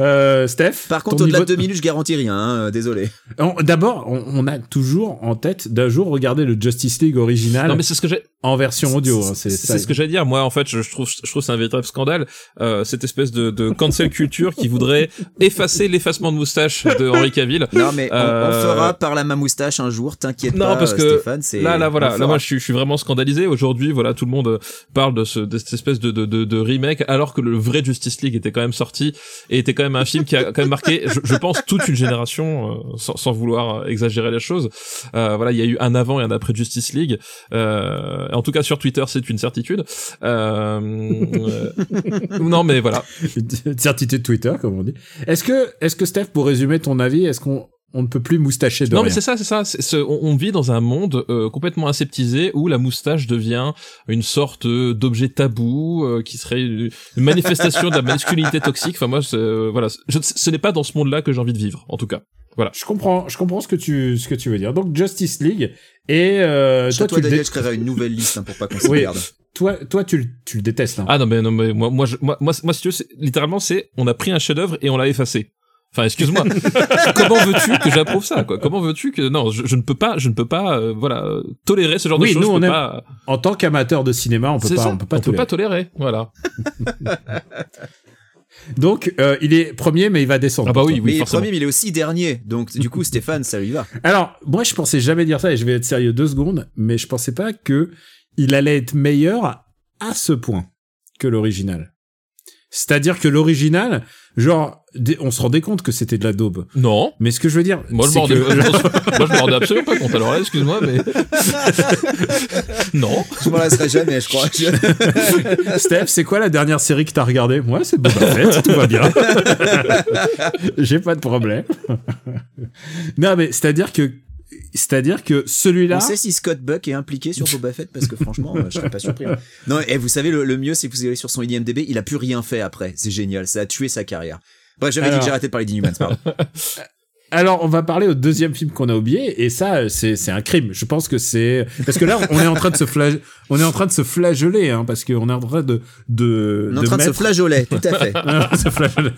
[SPEAKER 4] euh, Steph
[SPEAKER 5] Par
[SPEAKER 4] ton
[SPEAKER 5] contre, au-delà
[SPEAKER 4] niveau-
[SPEAKER 5] de deux minutes, je garantis rien, hein, euh,
[SPEAKER 6] (laughs)
[SPEAKER 5] désolé.
[SPEAKER 4] On- D'abord, on, on a toujours en tête d'un jour regarder le Justice League original
[SPEAKER 6] Ah Non mais c'est ce que j'ai
[SPEAKER 4] en version audio. hein,
[SPEAKER 6] c'est
[SPEAKER 4] c'est
[SPEAKER 6] c'est ce que j'allais dire. Moi, en fait, je, je trouve, je trouve que c'est un véritable scandale euh, cette espèce de, de cancel culture qui voudrait (laughs) effacer l'effacement de moustache de Henri Cavill.
[SPEAKER 5] Non, mais on- on,
[SPEAKER 6] Euh,
[SPEAKER 5] fera par la ma moustache un jour, t'inquiète
[SPEAKER 6] Non,
[SPEAKER 5] pas,
[SPEAKER 6] parce
[SPEAKER 5] euh,
[SPEAKER 6] que
[SPEAKER 5] Stéphane. c'est-
[SPEAKER 6] Là, là,
[SPEAKER 5] on
[SPEAKER 6] voilà.
[SPEAKER 5] le
[SPEAKER 6] Là,
[SPEAKER 5] fera.
[SPEAKER 6] moi, je suis, je suis vraiment scandalisé. Aujourd'hui, voilà, tout le monde euh, parle de, ce, de cette espèce de, de, de, de remake, alors que le vrai Justice League était quand même sorti et était quand même un film qui a quand même marqué, je, je pense, toute une génération, euh, sans, sans vouloir exagérer la chose. Euh, voilà, il y a eu un avant et un après Justice League. Euh, en tout cas, sur Twitter, c'est une certitude. Euh, (laughs) euh, non, mais voilà.
[SPEAKER 4] Une (laughs) certitude Twitter, comme on dit. Est-ce que, est-ce que Steph, pour résumer ton avis, est-ce qu'on on ne peut plus moustacher de
[SPEAKER 6] Non,
[SPEAKER 4] rien
[SPEAKER 6] mais c'est ça, c'est ça. C'est- c'est- on, on vit dans un monde euh, complètement aseptisé où la moustache devient une sorte euh, d'objet tabou euh, qui serait une une manifestation de la masculinité toxique. Enfin, moi, c'est- euh, voilà, c'est- je- ce n'est pas dans ce monde-là que j'ai envie de vivre, en tout cas.
[SPEAKER 4] Je comprends, je comprends ce que tu, ce que tu veux dire. Donc Justice League et euh, toi,
[SPEAKER 5] Toi,
[SPEAKER 4] tu le
[SPEAKER 5] Daniel,
[SPEAKER 4] dé-
[SPEAKER 5] je créerai une nouvelle liste hein, pour pas qu'on se
[SPEAKER 4] Oui.
[SPEAKER 5] perde.
[SPEAKER 4] toi, toi, tu, le- tu le détestes. Hein.
[SPEAKER 6] Ah non, mais non, mais moi, moi, je- moi, moi, moi, si tu veux, c'est- littéralement, c'est on a pris un chef-d'œuvre et on l'a effacé.
[SPEAKER 4] (laughs)
[SPEAKER 6] Enfin, excuse-moi. Comment veux-tu que j'approuve ça, quoi Comment veux-tu que non, je, je ne peux pas, je ne peux pas, euh, voilà, euh, tolérer ce genre
[SPEAKER 4] Oui,
[SPEAKER 6] de choses.
[SPEAKER 4] nous,
[SPEAKER 6] je
[SPEAKER 4] on
[SPEAKER 6] peux
[SPEAKER 4] aime-
[SPEAKER 6] pas.
[SPEAKER 4] En tant qu'amateur de cinéma, on peut
[SPEAKER 6] C'est
[SPEAKER 4] pas,
[SPEAKER 6] ça,
[SPEAKER 4] on peut pas
[SPEAKER 6] on peut
[SPEAKER 4] tolérer.
[SPEAKER 6] pas tolérer. Voilà.
[SPEAKER 4] Donc euh, il est premier, mais il va descendre.
[SPEAKER 6] Ah bah oui, oui,
[SPEAKER 5] mais
[SPEAKER 6] forcément.
[SPEAKER 5] premier, mais il est aussi dernier. Donc, du
[SPEAKER 6] (laughs)
[SPEAKER 5] coup, Stéphane, ça lui va.
[SPEAKER 4] Alors moi, je pensais jamais dire ça et je vais être sérieux deux secondes, mais je pensais pas que il allait être meilleur à ce point que l'original. C'est-à-dire que l'original, genre, dé- on se rendait compte que c'était de la daube.
[SPEAKER 6] Non.
[SPEAKER 4] Mais ce que je veux dire,
[SPEAKER 6] Moi je,
[SPEAKER 4] c'est
[SPEAKER 6] m'en
[SPEAKER 4] que
[SPEAKER 6] rendais- moi, je m'en rendais absolument pas compte, alors là, excuse-moi,
[SPEAKER 4] (laughs)
[SPEAKER 6] mais. non.
[SPEAKER 5] Je m'en lasserai jamais, je crois. Je-
[SPEAKER 4] euh,
[SPEAKER 5] (laughs)
[SPEAKER 4] Steph, c'est quoi la dernière série que t'as regardée Moi, c'est Boba Fett, tout
[SPEAKER 5] (laughs)
[SPEAKER 4] va bien. J'ai pas de problème. non, mais c'est-à-dire que, c'est-à-dire que celui-là,
[SPEAKER 5] On sait si Scott Buck est impliqué sur Boba Fett parce que franchement, euh, je serais pas surpris. hein. Non, et vous savez, le, le mieux, c'est que vous allez sur son IMDb, il a plus rien fait après. C'est génial, ça a tué sa carrière. Bref, j'avais dit
[SPEAKER 4] Alors-
[SPEAKER 5] que j'ai arrêté de parler d'Inhumans, pardon.
[SPEAKER 4] alors on va parler au deuxième film qu'on a oublié, et ça, c'est, c'est un crime. Je pense que c'est, parce que là, on est en train de se flag... on est en train de se flageller, hein, parce qu'on est en train de, de,
[SPEAKER 6] Euh,
[SPEAKER 5] On est en train de se
[SPEAKER 4] mettre- (laughs)
[SPEAKER 5] flageoler, tout à fait.
[SPEAKER 4] On est en train de se flageller.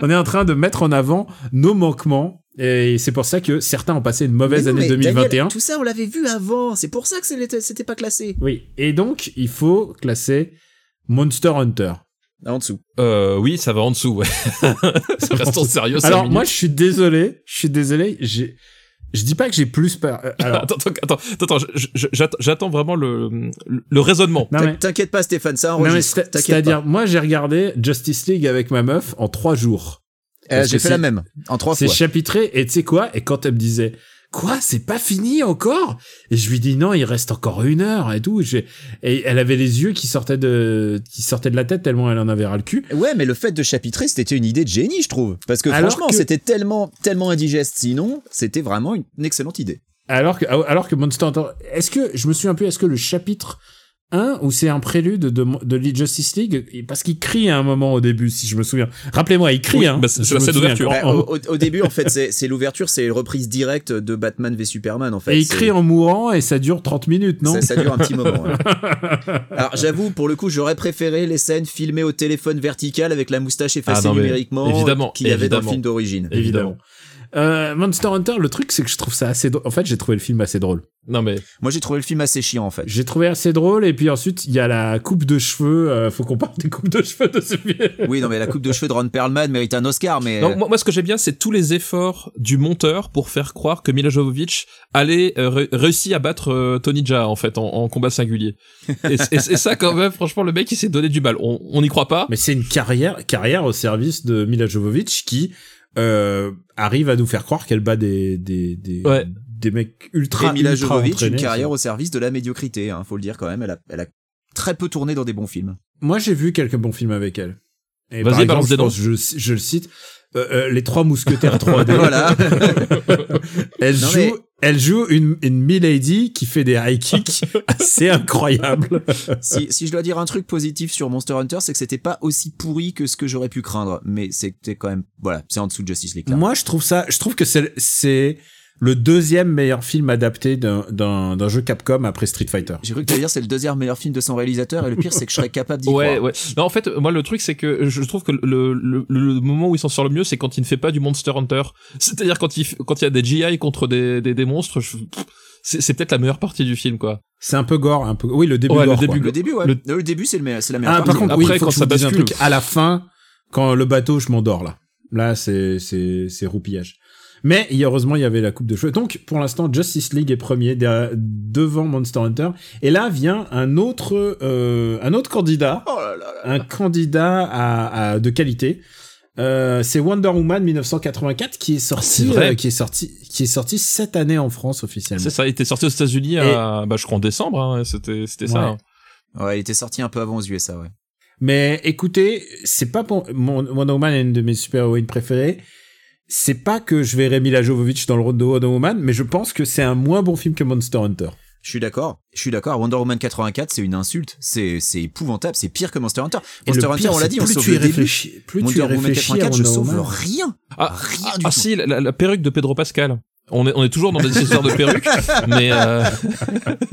[SPEAKER 4] On est en train de mettre en avant nos manquements, et c'est pour ça que certains ont passé une mauvaise
[SPEAKER 5] Mais non,
[SPEAKER 4] année
[SPEAKER 5] mais Daniel,
[SPEAKER 4] 2021.
[SPEAKER 5] tout ça, on l'avait vu avant. C'est pour ça que c'était c'était pas classé.
[SPEAKER 4] Oui, et donc il faut classer Monster Hunter.
[SPEAKER 5] En dessous.
[SPEAKER 6] Euh, oui, ça va en
[SPEAKER 4] (laughs)
[SPEAKER 6] dessous, ouais. Restons sérieux, cinq
[SPEAKER 4] Alors
[SPEAKER 6] minutes.
[SPEAKER 4] moi je suis désolé, je suis désolé, j'ai je dis pas que j'ai plus peur.
[SPEAKER 5] (laughs)
[SPEAKER 4] euh, Alors
[SPEAKER 6] Attends, attends, attends, attends, je- je- j'att- j'attends vraiment le, le, le raisonnement.
[SPEAKER 4] non mais,
[SPEAKER 5] T'inquiète pas, Stéphane, ça
[SPEAKER 4] non, mais
[SPEAKER 5] enregistre.
[SPEAKER 4] c'est-
[SPEAKER 5] T'inquiète pas.
[SPEAKER 4] c'est-à-dire moi j'ai regardé Justice League avec ma meuf en trois jours.
[SPEAKER 5] Euh,
[SPEAKER 4] parce
[SPEAKER 5] j'ai
[SPEAKER 4] que
[SPEAKER 5] fait
[SPEAKER 4] c'est-
[SPEAKER 5] la même en trois
[SPEAKER 4] C'est
[SPEAKER 5] fois.
[SPEAKER 4] chapitré et tu sais quoi Et quand elle me disait Quoi, c'est pas fini encore Et je lui dis non, il reste encore une heure et tout. J'ai- Et elle avait les yeux qui sortaient de qui sortaient de la tête tellement elle en avait ras le cul.
[SPEAKER 5] Ouais, mais le fait de chapitrer, c'était une idée de génie, je trouve. Parce que
[SPEAKER 4] Alors
[SPEAKER 5] franchement,
[SPEAKER 4] que-
[SPEAKER 5] c'était tellement, tellement indigeste. Sinon, c'était vraiment une, une excellente idée.
[SPEAKER 4] Alors que, alors que Monster Hunter, est-ce que, je me souviens plus, est-ce que le chapitre 1 où c'est un prélude de, de Lee Justice League et- parce qu'il crie hein, à un moment au début, si je me souviens. Rappelez-moi, il crie.
[SPEAKER 6] Oui,
[SPEAKER 4] hein.
[SPEAKER 6] bah, c'est
[SPEAKER 4] Je
[SPEAKER 6] la
[SPEAKER 4] me
[SPEAKER 6] scène
[SPEAKER 4] souviens
[SPEAKER 6] d'ouverture.
[SPEAKER 4] encore.
[SPEAKER 5] Bah, au, au- au début, en fait, c'est c'est l'ouverture, c'est une reprise directe de Batman v Superman, en fait.
[SPEAKER 4] Et il
[SPEAKER 5] C'est-
[SPEAKER 4] crie en mourant et ça dure 30 minutes, non
[SPEAKER 5] ça, ça dure un petit moment.
[SPEAKER 6] (laughs)
[SPEAKER 5] ouais. Alors j'avoue, pour le coup, j'aurais préféré les scènes filmées au téléphone vertical avec la moustache effacée
[SPEAKER 6] Ah, non, mais
[SPEAKER 5] numériquement
[SPEAKER 6] évidemment,
[SPEAKER 5] qu'il y avait dans le
[SPEAKER 6] évidemment.
[SPEAKER 5] film d'origine.
[SPEAKER 6] Évidemment.
[SPEAKER 4] Euh, Monster Hunter, le truc, c'est que je trouve ça assez drôle. En fait, j'ai trouvé le film assez drôle.
[SPEAKER 6] Non mais
[SPEAKER 5] Moi, j'ai trouvé le film assez chiant, en fait.
[SPEAKER 4] J'ai trouvé assez drôle, et puis ensuite, il y a la coupe de cheveux. euh, faut qu'on parle des coupes de cheveux de ce film.
[SPEAKER 5] Oui, non, mais la coupe de cheveux de Ron Perlman mérite un Oscar, mais euh,
[SPEAKER 6] Non, moi, moi, ce que j'aime bien, c'est tous les efforts du monteur pour faire croire que Mila Jovovich allait euh, ré- réussir à battre euh, Tony Jaa en fait en, en combat singulier. Et, c- et c- et ça quand même, franchement, le mec il s'est donné du mal. On on n'y croit pas.
[SPEAKER 4] Mais c'est une carrière, carrière au service de Mila Jovovich qui euh, arrive à nous faire croire qu'elle bat des des des,
[SPEAKER 6] Ouais.
[SPEAKER 4] des mecs ultra
[SPEAKER 5] et Mila
[SPEAKER 4] ultra
[SPEAKER 5] Jovovich, une
[SPEAKER 4] entraînés.
[SPEAKER 5] carrière au service de la médiocrité, hein, faut le dire quand même. Elle a, elle a très peu tourné dans des bons films.
[SPEAKER 4] Moi, j'ai vu quelques bons films avec elle. Et
[SPEAKER 6] Vas-y,
[SPEAKER 4] par exemple,
[SPEAKER 6] balance
[SPEAKER 4] je,
[SPEAKER 6] des noms.
[SPEAKER 4] pense- je, je le cite. euh, euh, les trois mousquetaires 3D.
[SPEAKER 5] (laughs) voilà.
[SPEAKER 6] (laughs)
[SPEAKER 4] (laughs) Elle
[SPEAKER 5] Non,
[SPEAKER 4] joue,
[SPEAKER 5] mais-
[SPEAKER 4] elle joue une, une milady qui fait des high
[SPEAKER 6] (laughs)
[SPEAKER 4] kicks assez incroyables.
[SPEAKER 5] si, si je dois dire un truc positif sur Monster Hunter, c'est que c'était pas aussi pourri que ce que j'aurais pu craindre, mais c'était quand même, voilà, c'est en dessous de Justice League. là.
[SPEAKER 4] Moi, je trouve ça, je trouve que c'est, c'est le deuxième meilleur film adapté d'un, d'un, d'un jeu Capcom après Street Fighter.
[SPEAKER 5] J'ai cru que tu dire c'est le deuxième meilleur film de son réalisateur, et le pire c'est que je serais capable d'y
[SPEAKER 6] Ouais,
[SPEAKER 5] croire.
[SPEAKER 6] ouais. Non, en fait, moi, le truc, c'est que je trouve que le, le, le moment où il s'en sort le mieux, c'est quand il ne fait pas du Monster Hunter. C'est-à-dire quand il, f- quand il y a des GI contre des, des, des monstres, je- pff, c'est c'est peut-être la meilleure partie du film, quoi.
[SPEAKER 4] C'est un peu gore, un peu, oui, le début
[SPEAKER 6] Ouais, le
[SPEAKER 4] gore, quoi.
[SPEAKER 6] début
[SPEAKER 5] Le début, ouais.
[SPEAKER 6] Le-
[SPEAKER 5] Le, début, c'est le meilleur- c'est la meilleure
[SPEAKER 4] Ah, par
[SPEAKER 5] partie.
[SPEAKER 4] contre,
[SPEAKER 6] Après,
[SPEAKER 4] oui, il faut
[SPEAKER 6] quand
[SPEAKER 4] que je
[SPEAKER 6] ça
[SPEAKER 4] vous dise un
[SPEAKER 6] bascule.
[SPEAKER 4] truc. À la fin, quand le bateau, je m'endors, là. Là, c'est, c'est, c'est roupillage. Mais, et heureusement, il y avait la coupe de cheveux. Donc, pour l'instant, Justice League est premier derrière- devant Monster Hunter. Et là vient un autre, euh, un autre candidat.
[SPEAKER 5] Oh là là là.
[SPEAKER 4] un candidat à, à- de qualité. Euh, c'est Wonder Woman 1984 qui est sorti,
[SPEAKER 6] C'est vrai.
[SPEAKER 4] euh, qui est sorti, qui est sorti cette année en France officiellement.
[SPEAKER 6] C'est ça, il était sorti aux États-Unis à, bah, je crois en décembre, hein, c'était, c'était
[SPEAKER 4] Ouais.
[SPEAKER 6] ça. hein.
[SPEAKER 5] Ouais, il était sorti un peu avant aux USA, ouais.
[SPEAKER 4] Mais écoutez, c'est pas pour mon Wonder Woman est une de mes super-héroïnes préférées. C'est pas que je verrai Mila Jovovich dans le rôle de Wonder Woman, mais je pense que c'est un moins bon film que Monster Hunter.
[SPEAKER 5] Je suis d'accord, je suis d'accord. Wonder Woman 84, c'est une insulte, c'est c'est épouvantable, c'est pire que Monster Hunter.
[SPEAKER 4] Et
[SPEAKER 5] Monster
[SPEAKER 4] le
[SPEAKER 5] Hunter,
[SPEAKER 4] pire,
[SPEAKER 5] on l'a
[SPEAKER 4] c'est
[SPEAKER 5] dit, on
[SPEAKER 4] plus
[SPEAKER 5] sauve
[SPEAKER 4] tu y
[SPEAKER 5] le début.
[SPEAKER 4] réfléchis, plus tu
[SPEAKER 5] Wonder
[SPEAKER 4] y
[SPEAKER 5] Woman
[SPEAKER 4] réfléchis à
[SPEAKER 5] 84, je
[SPEAKER 4] Wonder
[SPEAKER 5] sauve
[SPEAKER 4] Woman.
[SPEAKER 5] rien.
[SPEAKER 6] Ah,
[SPEAKER 5] Rien
[SPEAKER 6] ah,
[SPEAKER 5] du
[SPEAKER 6] ah,
[SPEAKER 5] tout.
[SPEAKER 6] si, la, la- la perruque de Pedro Pascal. On est, on est toujours dans des histoires de
[SPEAKER 5] (laughs)
[SPEAKER 6] perruques, mais euh, (laughs)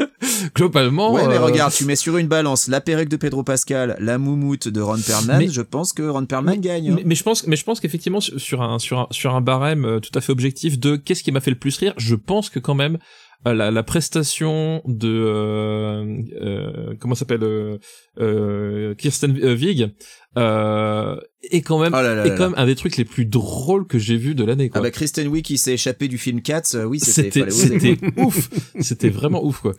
[SPEAKER 6] globalement.
[SPEAKER 5] ouais, mais
[SPEAKER 6] euh,
[SPEAKER 5] regarde, tu mets sur une balance la perruque de Pedro Pascal, la moumoute de Ron Perlman,
[SPEAKER 6] Mais-
[SPEAKER 5] je pense que Ron Perlman gagne. hein.
[SPEAKER 6] Mais, mais je pense, mais je pense qu'effectivement sur sur un sur un sur un barème euh, tout à fait objectif de qu'est-ce qui m'a fait le plus rire, je pense que quand même euh, la, la prestation de euh, euh, comment ça s'appelle euh, euh, Kirsten Wig euh, est quand même
[SPEAKER 5] Oh là là
[SPEAKER 6] est
[SPEAKER 5] là
[SPEAKER 6] quand
[SPEAKER 5] là.
[SPEAKER 6] même un des trucs les plus drôles que j'ai vu de l'année
[SPEAKER 5] Ah
[SPEAKER 6] quoi.
[SPEAKER 5] bah Kristen Wiig qui s'est échappée du film Cats, euh, oui c'était
[SPEAKER 6] c'était
[SPEAKER 5] fallait oser.
[SPEAKER 6] c'était ouf, c'était vraiment ouf quoi.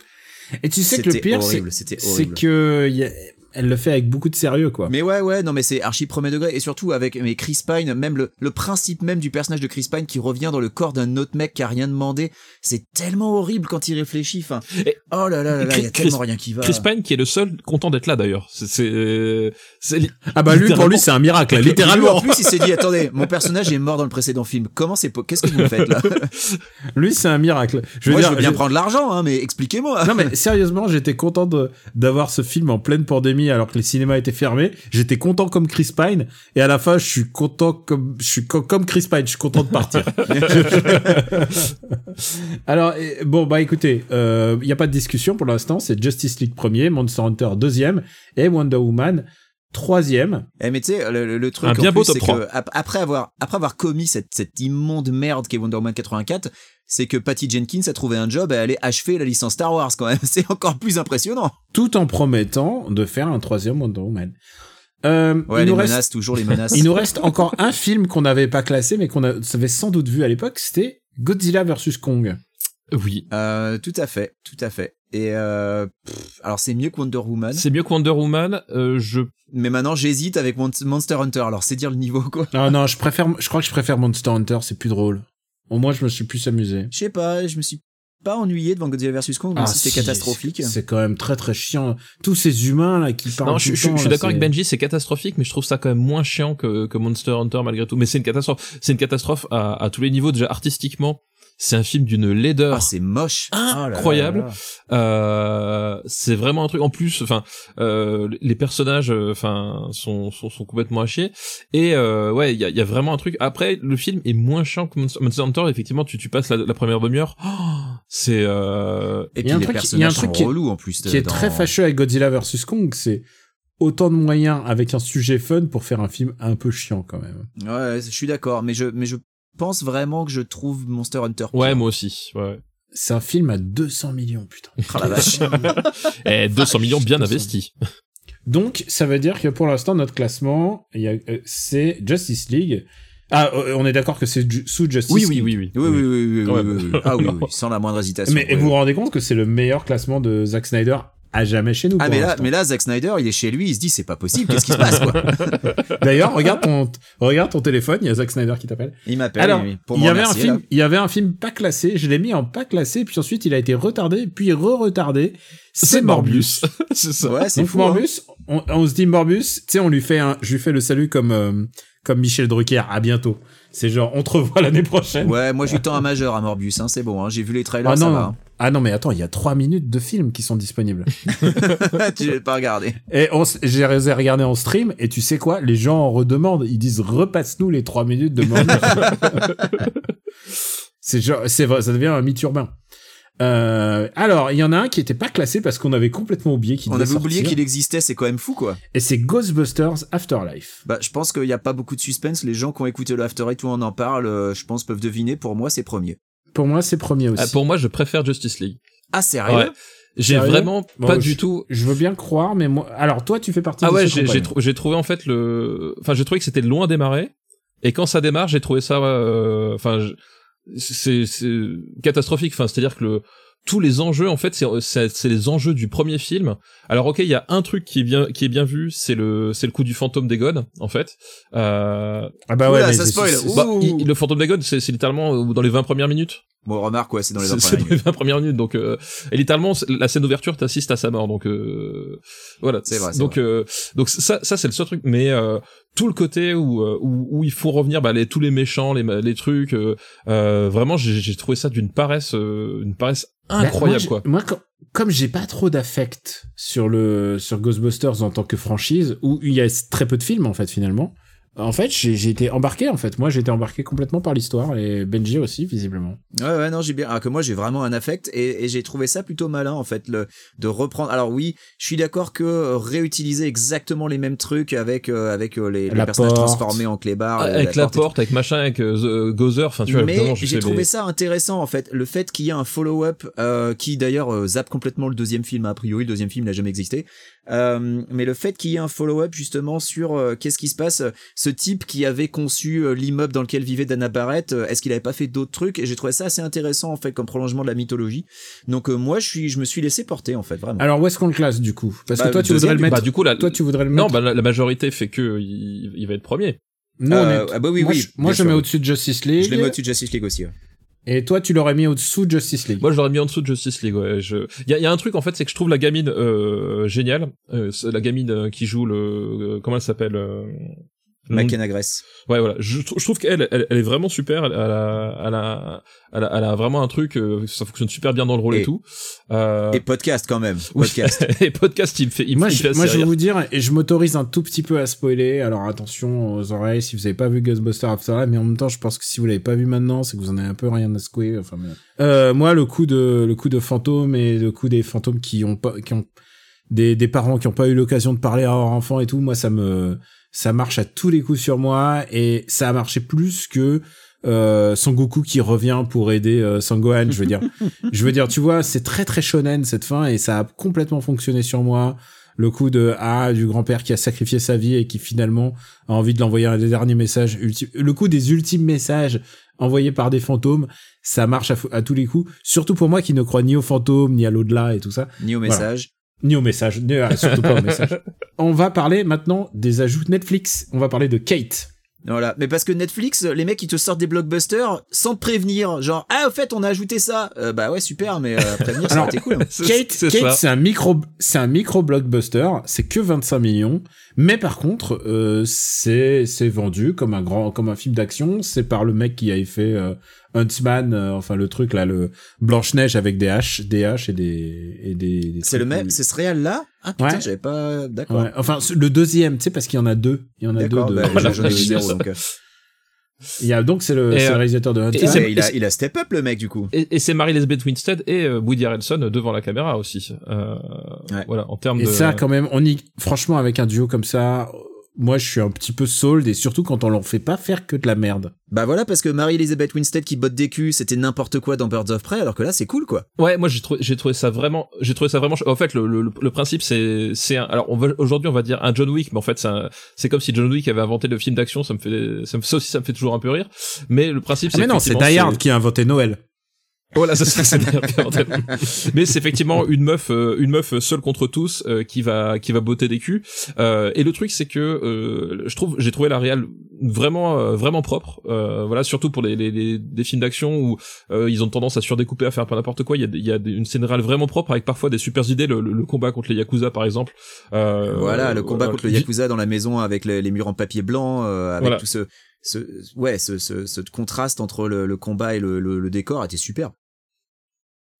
[SPEAKER 4] Et tu sais que le
[SPEAKER 5] C'était
[SPEAKER 4] pire, c'est,
[SPEAKER 5] horrible, c'était
[SPEAKER 4] c'est
[SPEAKER 5] horrible.
[SPEAKER 4] que y a- elle le fait avec beaucoup de sérieux, quoi.
[SPEAKER 5] Mais ouais, ouais, non, mais c'est archi premier degré. Et surtout avec mais Chris Pine, même le, le principe même du personnage de Chris Pine qui revient dans le corps d'un autre mec qui a rien demandé, c'est tellement horrible quand il réfléchit. Enfin,
[SPEAKER 6] Et-
[SPEAKER 5] oh là là là là, il y a
[SPEAKER 6] Chris-
[SPEAKER 5] tellement rien qui va.
[SPEAKER 6] Chris Pine qui est le seul content d'être là d'ailleurs. C'est c'est c'est li-
[SPEAKER 4] Ah bah lui, pour lui,
[SPEAKER 6] littéralement-
[SPEAKER 4] c'est un
[SPEAKER 5] (laughs)
[SPEAKER 4] miracle,
[SPEAKER 5] Et lui,
[SPEAKER 4] littéralement.
[SPEAKER 5] En plus, il s'est dit, attendez, mon personnage est mort dans le précédent film. Comment c'est po- Qu'est-ce que vous me faites là
[SPEAKER 4] Lui, c'est un miracle. Je veux
[SPEAKER 5] Moi,
[SPEAKER 4] dire,
[SPEAKER 5] je veux bien
[SPEAKER 4] je-
[SPEAKER 5] prendre l'argent, hein, mais expliquez-moi.
[SPEAKER 4] Non mais sérieusement, j'étais content de- d'avoir ce film en pleine pandémie alors que les cinémas étaient fermés. J'étais content comme Chris Pine et à la fin, je suis content comme je suis co- comme Chris Pine. Je suis content de partir. alors et- bon bah écoutez, il n'y a pas de discussion pour l'instant. C'est Justice League premier, Monster Hunter deuxième et Wonder Woman troisième.
[SPEAKER 5] Eh, mais tu sais, le, le- le truc
[SPEAKER 6] Un
[SPEAKER 5] en
[SPEAKER 6] bien
[SPEAKER 5] plus,
[SPEAKER 6] beau top
[SPEAKER 5] c'est que
[SPEAKER 6] 3.
[SPEAKER 5] ap- après avoir après avoir commis cette, cette immonde merde qu'est Wonder Woman 84, c'est que Patty Jenkins a trouvé un job et elle est achever la licence Star Wars quand même. (laughs) C'est encore plus impressionnant.
[SPEAKER 4] tout en promettant de faire un troisième Wonder Woman. Euh,
[SPEAKER 5] Ouais,
[SPEAKER 4] il
[SPEAKER 5] les
[SPEAKER 4] nous reste
[SPEAKER 5] menaces toujours les menaces.
[SPEAKER 4] (laughs) Il nous reste encore un film qu'on n'avait pas classé, mais qu'on a- avait sans doute vu à l'époque, c'était Godzilla vs Kong.
[SPEAKER 6] oui.
[SPEAKER 5] Euh, tout à fait, tout à fait. Et euh, pff, alors c'est mieux que Wonder Woman,
[SPEAKER 6] C'est mieux que Wonder Woman. euh, je
[SPEAKER 5] mais maintenant j'hésite avec Mon- Monster Hunter. Alors c'est dire le niveau quoi.
[SPEAKER 4] Non, Ah, non, je préfère, je crois que je préfère Monster Hunter, c'est plus drôle. Au moins, je me suis plus amusé.
[SPEAKER 5] Je sais pas, je me suis pas ennuyé devant Godzilla vs Kong,
[SPEAKER 6] Ah,
[SPEAKER 5] même si Ah, c'est
[SPEAKER 4] Ah, si,
[SPEAKER 5] catastrophique.
[SPEAKER 4] c'est- C'est quand même très très chiant. Tous ces humains là qui parlent.
[SPEAKER 6] Non,
[SPEAKER 4] tout
[SPEAKER 6] je,
[SPEAKER 4] le
[SPEAKER 6] je- je
[SPEAKER 4] temps,
[SPEAKER 6] suis
[SPEAKER 4] là,
[SPEAKER 6] d'accord avec Ben.
[SPEAKER 4] c'est-
[SPEAKER 6] Benji, c'est catastrophique, mais je trouve ça quand même moins chiant que, que Monster Hunter malgré tout. Mais c'est une catastrophe. C'est une catastrophe à, à tous les niveaux, déjà artistiquement. C'est un film d'une
[SPEAKER 5] Ah,
[SPEAKER 6] laideur.
[SPEAKER 5] c'est moche.
[SPEAKER 6] Incroyable.
[SPEAKER 5] Oh là là là.
[SPEAKER 6] Euh, c'est vraiment un truc en plus enfin euh, les personnages euh, enfin sont, sont sont complètement à chier et euh, ouais il y a, il y a vraiment un truc après le film est moins chiant que Monster Monster Hunter effectivement tu tu passes la, la première demi-heure oh, c'est euh,
[SPEAKER 5] Et
[SPEAKER 4] Il y a
[SPEAKER 5] puis
[SPEAKER 4] un
[SPEAKER 5] les
[SPEAKER 4] truc- il y a un
[SPEAKER 5] personnages sont
[SPEAKER 4] truc qui est-
[SPEAKER 5] relous en plus.
[SPEAKER 4] qui est
[SPEAKER 5] dans-
[SPEAKER 4] très fâcheux avec Godzilla vs Kong, c'est autant de moyens avec un sujet fun pour faire un film un peu chiant quand même.
[SPEAKER 5] Ouais, je suis d'accord, mais je, mais je pense vraiment que je trouve Monster Hunter. pire.
[SPEAKER 6] ouais moi aussi ouais
[SPEAKER 4] C'est un film à 200 millions, putain.
[SPEAKER 5] Ah la
[SPEAKER 6] (laughs)
[SPEAKER 5] vache.
[SPEAKER 6] et 200 Eh, millions bien
[SPEAKER 4] 200.
[SPEAKER 6] investis
[SPEAKER 4] Donc, ça veut dire que pour l'instant, notre classement, il y a, euh, c'est Justice League. Ah, euh, on est d'accord que c'est ju- sous Justice League.
[SPEAKER 6] oui
[SPEAKER 5] Oui, oui, oui, oui,
[SPEAKER 6] Quand
[SPEAKER 5] oui,
[SPEAKER 6] même.
[SPEAKER 5] oui, oui. Ah oui,
[SPEAKER 4] (laughs)
[SPEAKER 5] oui, sans la moindre hésitation.
[SPEAKER 4] Mais
[SPEAKER 5] oui.
[SPEAKER 4] vous vous rendez compte que c'est le meilleur classement de Zack Snyder à jamais chez nous.
[SPEAKER 5] Ah
[SPEAKER 4] pour
[SPEAKER 5] mais là,
[SPEAKER 4] l'instant.
[SPEAKER 5] mais là, Zack Snyder, il est chez lui, il se dit c'est pas possible, qu'est-ce qui se passe quoi
[SPEAKER 4] (laughs) D'ailleurs,
[SPEAKER 5] (laughs)
[SPEAKER 4] regarde ton, regarde ton téléphone, il y a Zack Snyder qui t'appelle.
[SPEAKER 5] Il m'appelle.
[SPEAKER 4] Alors,
[SPEAKER 5] Eh oui, pour
[SPEAKER 4] il y
[SPEAKER 5] me
[SPEAKER 4] avait un
[SPEAKER 5] remercier,
[SPEAKER 4] film, il y avait un film pas classé. Je l'ai mis en pas classé, puis ensuite il a été retardé, puis re-retardé. C'est Morbius.
[SPEAKER 6] (laughs) c'est ça
[SPEAKER 5] là. Ouais, c'est
[SPEAKER 4] Donc
[SPEAKER 5] fou. hein.
[SPEAKER 4] Morbius, on, on se dit Morbius. Tu sais, on lui fait un, je lui fais le salut comme euh, comme Michel Drucker. À bientôt. C'est genre, on te revoit l'année prochaine.
[SPEAKER 5] hein. Ouais, moi je suis temps à majeur à Morbius, hein, c'est bon. Hein, J'ai vu les trailers,
[SPEAKER 4] ah
[SPEAKER 5] ça
[SPEAKER 4] non,
[SPEAKER 5] va.
[SPEAKER 4] ah non, mais attends, il y a trois minutes de films qui sont disponibles.
[SPEAKER 5] hein. (laughs) tu l'as pas regardé.
[SPEAKER 4] (laughs) Et on, s- j'ai j'ai regardé en stream, et tu sais quoi Les gens en redemandent. Ils disent repasse-nous les trois minutes de Morbius. (laughs) c'est genre, c'est vrai, ça devient un mythe urbain. Euh, alors, il y en a un qui était pas classé parce qu'on avait complètement oublié qu'il
[SPEAKER 5] On
[SPEAKER 4] devait
[SPEAKER 5] avait oublié
[SPEAKER 4] sortir.
[SPEAKER 5] qu'il existait, c'est quand même fou quoi.
[SPEAKER 4] Et c'est Ghostbusters Afterlife.
[SPEAKER 5] Bah, je pense qu'il n'y a pas beaucoup de suspense. Les gens qui ont écouté le After Eight où on en parle, euh, je pense peuvent deviner. Pour moi, c'est premier.
[SPEAKER 4] Pour moi, c'est premier aussi.
[SPEAKER 6] Ah, pour moi je préfère Justice League
[SPEAKER 5] Ah sérieux
[SPEAKER 6] Ouais. j'ai
[SPEAKER 4] Sérieux
[SPEAKER 6] vraiment
[SPEAKER 4] Bon,
[SPEAKER 6] pas
[SPEAKER 4] je-
[SPEAKER 6] du tout
[SPEAKER 4] Je veux bien croire, mais moi. Alors, toi, tu fais partie
[SPEAKER 6] Ah
[SPEAKER 4] de
[SPEAKER 6] ouais,
[SPEAKER 4] ceux
[SPEAKER 6] j'ai
[SPEAKER 4] qu'on
[SPEAKER 6] j'ai
[SPEAKER 4] connaît.
[SPEAKER 6] trou- j'ai trouvé en fait le. Enfin, j'ai trouvé que c'était loin démarré. Et quand ça démarre, j'ai trouvé ça. euh, Enfin, je- c'est c'est catastrophique. Enfin, c'est-à-dire que le. Tous les enjeux, en fait, c'est- c'est c'est les enjeux du premier film. Alors, ok, il y a un truc qui est bien, qui est bien vu, c'est le, c'est le coup du fantôme des godes, en fait. Euh,
[SPEAKER 4] Ah bah ouais,
[SPEAKER 5] Oula,
[SPEAKER 4] mais
[SPEAKER 5] ça
[SPEAKER 4] c'est-
[SPEAKER 5] spoil.
[SPEAKER 4] c'est-
[SPEAKER 5] Ouh.
[SPEAKER 6] bah, il- le fantôme des godes, c'est c'est littéralement euh, dans les 20 premières minutes.
[SPEAKER 5] Bon, remarque, ouais, c'est dans les
[SPEAKER 6] C'est-
[SPEAKER 5] vingt
[SPEAKER 6] c'est
[SPEAKER 5] premières
[SPEAKER 6] dans
[SPEAKER 5] minutes.
[SPEAKER 6] les 20 premières minutes. Donc, euh, et littéralement, c'est- la scène d'ouverture, t'assistes à sa mort. Donc, euh, voilà.
[SPEAKER 5] C'est vrai, c'est
[SPEAKER 6] Donc, euh, donc ça, ça c'est le seul truc. Mais euh, tout le côté où, euh, où, où ils font revenir bah, les, tous les méchants, les, ma- les trucs. euh, euh, vraiment, j'ai j'ai trouvé ça d'une paresse, euh, une paresse
[SPEAKER 4] Bah,
[SPEAKER 6] incroyable,
[SPEAKER 4] moi,
[SPEAKER 6] quoi.
[SPEAKER 4] j'ai- Moi, com- comme j'ai pas trop d'affect sur le sur Ghostbusters en tant que franchise, où il y a très peu de films en fait finalement. En fait, j'ai j'ai été embarqué en fait. Moi, j'ai été embarqué complètement par l'histoire et Benji aussi visiblement.
[SPEAKER 5] Ouais, ouais, non, j'ai bien. Alors que moi, j'ai vraiment un affect et, et j'ai trouvé ça plutôt malin, en fait, le, de reprendre. Alors, oui, je suis d'accord que euh, réutiliser exactement les mêmes trucs avec, euh, avec euh, les, les
[SPEAKER 4] La
[SPEAKER 5] personnages
[SPEAKER 4] porte.
[SPEAKER 5] transformés en clébards. euh,
[SPEAKER 6] avec la
[SPEAKER 5] et tout.
[SPEAKER 6] porte, avec machin, avec euh, The Gozer. Enfin, tu vois,
[SPEAKER 5] mais
[SPEAKER 6] évidemment, je
[SPEAKER 5] j'ai
[SPEAKER 6] sais,
[SPEAKER 5] trouvé
[SPEAKER 6] mais-
[SPEAKER 5] ça intéressant en fait le fait qu'il y ait un follow-up euh, qui d'ailleurs euh, zappe complètement le deuxième film a priori le deuxième film n'a jamais existé Euh, mais le fait qu'il y ait un follow-up justement sur euh, qu'est-ce qui se passe euh, ce type qui avait conçu euh, l'immeuble dans lequel vivait Dana Barrett euh, est-ce qu'il avait pas fait d'autres trucs et j'ai trouvé ça assez intéressant en fait comme prolongement de la mythologie donc euh, moi je suis je me suis laissé porter en fait vraiment
[SPEAKER 4] Alors où est-ce qu'on le classe du coup Parce
[SPEAKER 5] Bah,
[SPEAKER 4] que toi, tu
[SPEAKER 5] deuxième,
[SPEAKER 4] voudrais le mettre.
[SPEAKER 6] Bah, du coup, la,
[SPEAKER 4] Toi, tu voudrais le
[SPEAKER 6] non,
[SPEAKER 4] mettre.
[SPEAKER 6] bah, la, la majorité fait que il, il va être premier.
[SPEAKER 4] Nous, on
[SPEAKER 5] Euh,
[SPEAKER 4] est-
[SPEAKER 5] ah bah oui
[SPEAKER 4] moi,
[SPEAKER 5] oui
[SPEAKER 4] je, moi,
[SPEAKER 5] bien
[SPEAKER 4] je
[SPEAKER 5] sûr.
[SPEAKER 4] mets au-dessus de Justice League.
[SPEAKER 5] je l'ai mis au-dessus de Justice League aussi ouais.
[SPEAKER 4] Et toi, tu l'aurais mis au-dessous de Justice League.
[SPEAKER 6] Moi, je l'aurais mis en dessous de Justice League. Ouais. Je... Il y a, y a un truc en fait, c'est que je trouve la gamine euh, géniale. Euh, c'est la gamine euh, qui joue le euh, comment elle s'appelle euh,
[SPEAKER 4] Mm.
[SPEAKER 6] le nom-
[SPEAKER 5] McKenna Grace
[SPEAKER 6] Ouais, voilà. Je, trou- je trouve qu'elle, elle, elle est vraiment super. Elle, elle a, elle a, elle a, elle a vraiment un truc. euh, ça fonctionne super bien dans le rôle et,
[SPEAKER 5] Et-
[SPEAKER 6] tout. Euh,
[SPEAKER 5] et podcast quand même
[SPEAKER 6] oui.
[SPEAKER 5] podcast
[SPEAKER 6] (laughs) et podcast, il me fait, il me
[SPEAKER 4] moi,
[SPEAKER 6] fait- il
[SPEAKER 4] je,
[SPEAKER 6] me fait
[SPEAKER 4] moi,
[SPEAKER 6] assez
[SPEAKER 4] je vais
[SPEAKER 6] rire.
[SPEAKER 4] vous dire, et je m'autorise un tout petit peu à spoiler, alors attention aux oreilles si vous n'avez pas vu Ghostbusters Afterlife, mais en même temps, je pense que si vous l'avez pas vu maintenant, c'est que vous en avez un peu rien à secouer. Enfin, mais- Euh, moi, le coup de le coup de fantôme et le coup des fantômes qui ont pas qui ont des, des parents qui n'ont pas eu l'occasion de parler à leur enfant et tout, moi, ça me ça marche à tous les coups sur moi et ça a marché plus que euh, Son Goku qui revient pour aider euh, Sangohan. Je veux dire, je veux dire, tu vois, c'est très très shonen cette fin et ça a complètement fonctionné sur moi. Le coup de ah du grand père qui a sacrifié sa vie et qui finalement a envie de l'envoyer un des derniers messages ultimes. Le coup des ultimes messages envoyés par des fantômes, ça marche à, fo- à tous les coups. Surtout pour moi qui ne crois ni aux fantômes ni à l'au-delà et tout ça,
[SPEAKER 5] ni
[SPEAKER 4] (laughs)
[SPEAKER 5] au
[SPEAKER 4] Voilà.
[SPEAKER 5] message
[SPEAKER 4] ni aux messages, ni- ah, surtout pas aux messages. On va parler maintenant des ajouts Netflix. On va parler de Kate.
[SPEAKER 5] Voilà, mais parce que Netflix, les mecs, ils te sortent des blockbusters sans te prévenir. Genre, ah, au fait, on a ajouté ça. Euh, bah ouais, super, mais euh, prévenir, ça
[SPEAKER 4] Alors-
[SPEAKER 5] aurait été cool.
[SPEAKER 6] (laughs) C'est-
[SPEAKER 4] Kate,
[SPEAKER 6] c'est
[SPEAKER 4] Kate,
[SPEAKER 6] ça.
[SPEAKER 4] c'est un micro, c'est un micro blockbuster. C'est que 25 millions, mais par contre, euh, c'est c'est vendu comme un grand, comme un film d'action. C'est par le mec qui avait fait euh, Huntsman, euh, enfin le truc là, le Blanche-Neige avec des haches, des haches et des... Et des, des
[SPEAKER 5] C'est
[SPEAKER 4] trucs
[SPEAKER 5] le même,
[SPEAKER 4] où-
[SPEAKER 5] c'est ce réel là Ah putain,
[SPEAKER 4] Ouais.
[SPEAKER 5] j'avais pas. D'accord.
[SPEAKER 4] Ouais, enfin ce- le deuxième, tu sais, parce qu'il y en a deux. Il y en a deux.
[SPEAKER 5] D'accord,
[SPEAKER 4] De...
[SPEAKER 5] bah,
[SPEAKER 6] Voilà,
[SPEAKER 4] (laughs)
[SPEAKER 5] j'en ai eu
[SPEAKER 6] je-
[SPEAKER 5] zéro, donc, euh.
[SPEAKER 4] Il y a donc c'est le,
[SPEAKER 6] Et,
[SPEAKER 4] c'est le
[SPEAKER 6] euh,
[SPEAKER 4] réalisateur de
[SPEAKER 6] et
[SPEAKER 5] Ah,
[SPEAKER 4] Huntsman.
[SPEAKER 6] c'est-
[SPEAKER 5] mais il, a, il a step up le mec du coup.
[SPEAKER 6] Et, et c'est Marie-Lisbeth Winstead et euh, Woody Harrelson devant la caméra aussi. Euh,
[SPEAKER 5] Ouais.
[SPEAKER 6] Voilà, en termes
[SPEAKER 4] Et
[SPEAKER 6] de...
[SPEAKER 4] ça, quand même, on y, franchement, avec un duo comme ça, moi, je suis un petit peu sold et surtout quand on leur fait pas faire que de la merde.
[SPEAKER 5] Bah voilà, parce que Marie-Elisabeth Winstead qui botte des culs, c'était n'importe quoi dans Birds of Prey, alors que là c'est cool quoi.
[SPEAKER 6] Ouais, moi j'ai trouvé, j'ai trouvé ça vraiment, j'ai trouvé ça vraiment. ch- En fait, le, le, le principe c'est, c'est un, alors on va, aujourd'hui on va dire un John Wick, mais en fait c'est, un- c'est comme si John Wick avait inventé le film d'action. Ça me fait, ça, me, ça aussi ça me fait toujours un peu rire. Mais le principe
[SPEAKER 4] Ah,
[SPEAKER 6] c'est.
[SPEAKER 4] mais non, c'est
[SPEAKER 6] effectivement,
[SPEAKER 4] Die Hard qui a inventé Noël.
[SPEAKER 6] Voilà, ça, ça, (laughs) c'est bien, bien entendu. Mais c'est effectivement une meuf, euh, une meuf seule contre tous euh, qui va qui va botter des culs. Euh, et le truc, c'est que euh, je trouve, j'ai trouvé la réal vraiment euh, vraiment propre. Euh, voilà, surtout pour les, les, les- des films d'action où euh, ils ont tendance à surdécouper, à faire un peu n'importe quoi. Il y a, des- il y a des- une scène réelle vraiment propre avec parfois des supers idées. Le, le- le combat contre les yakuza, par exemple. Euh,
[SPEAKER 5] voilà, le
[SPEAKER 6] euh,
[SPEAKER 5] combat
[SPEAKER 6] voilà,
[SPEAKER 5] contre le
[SPEAKER 6] vi-
[SPEAKER 5] Yakuza dans la maison avec les, les murs en papier blanc, euh, avec
[SPEAKER 6] Voilà.
[SPEAKER 5] tout ce, ce, ouais, ce, ce, ce contraste entre le, le combat et le, le, le décor était super.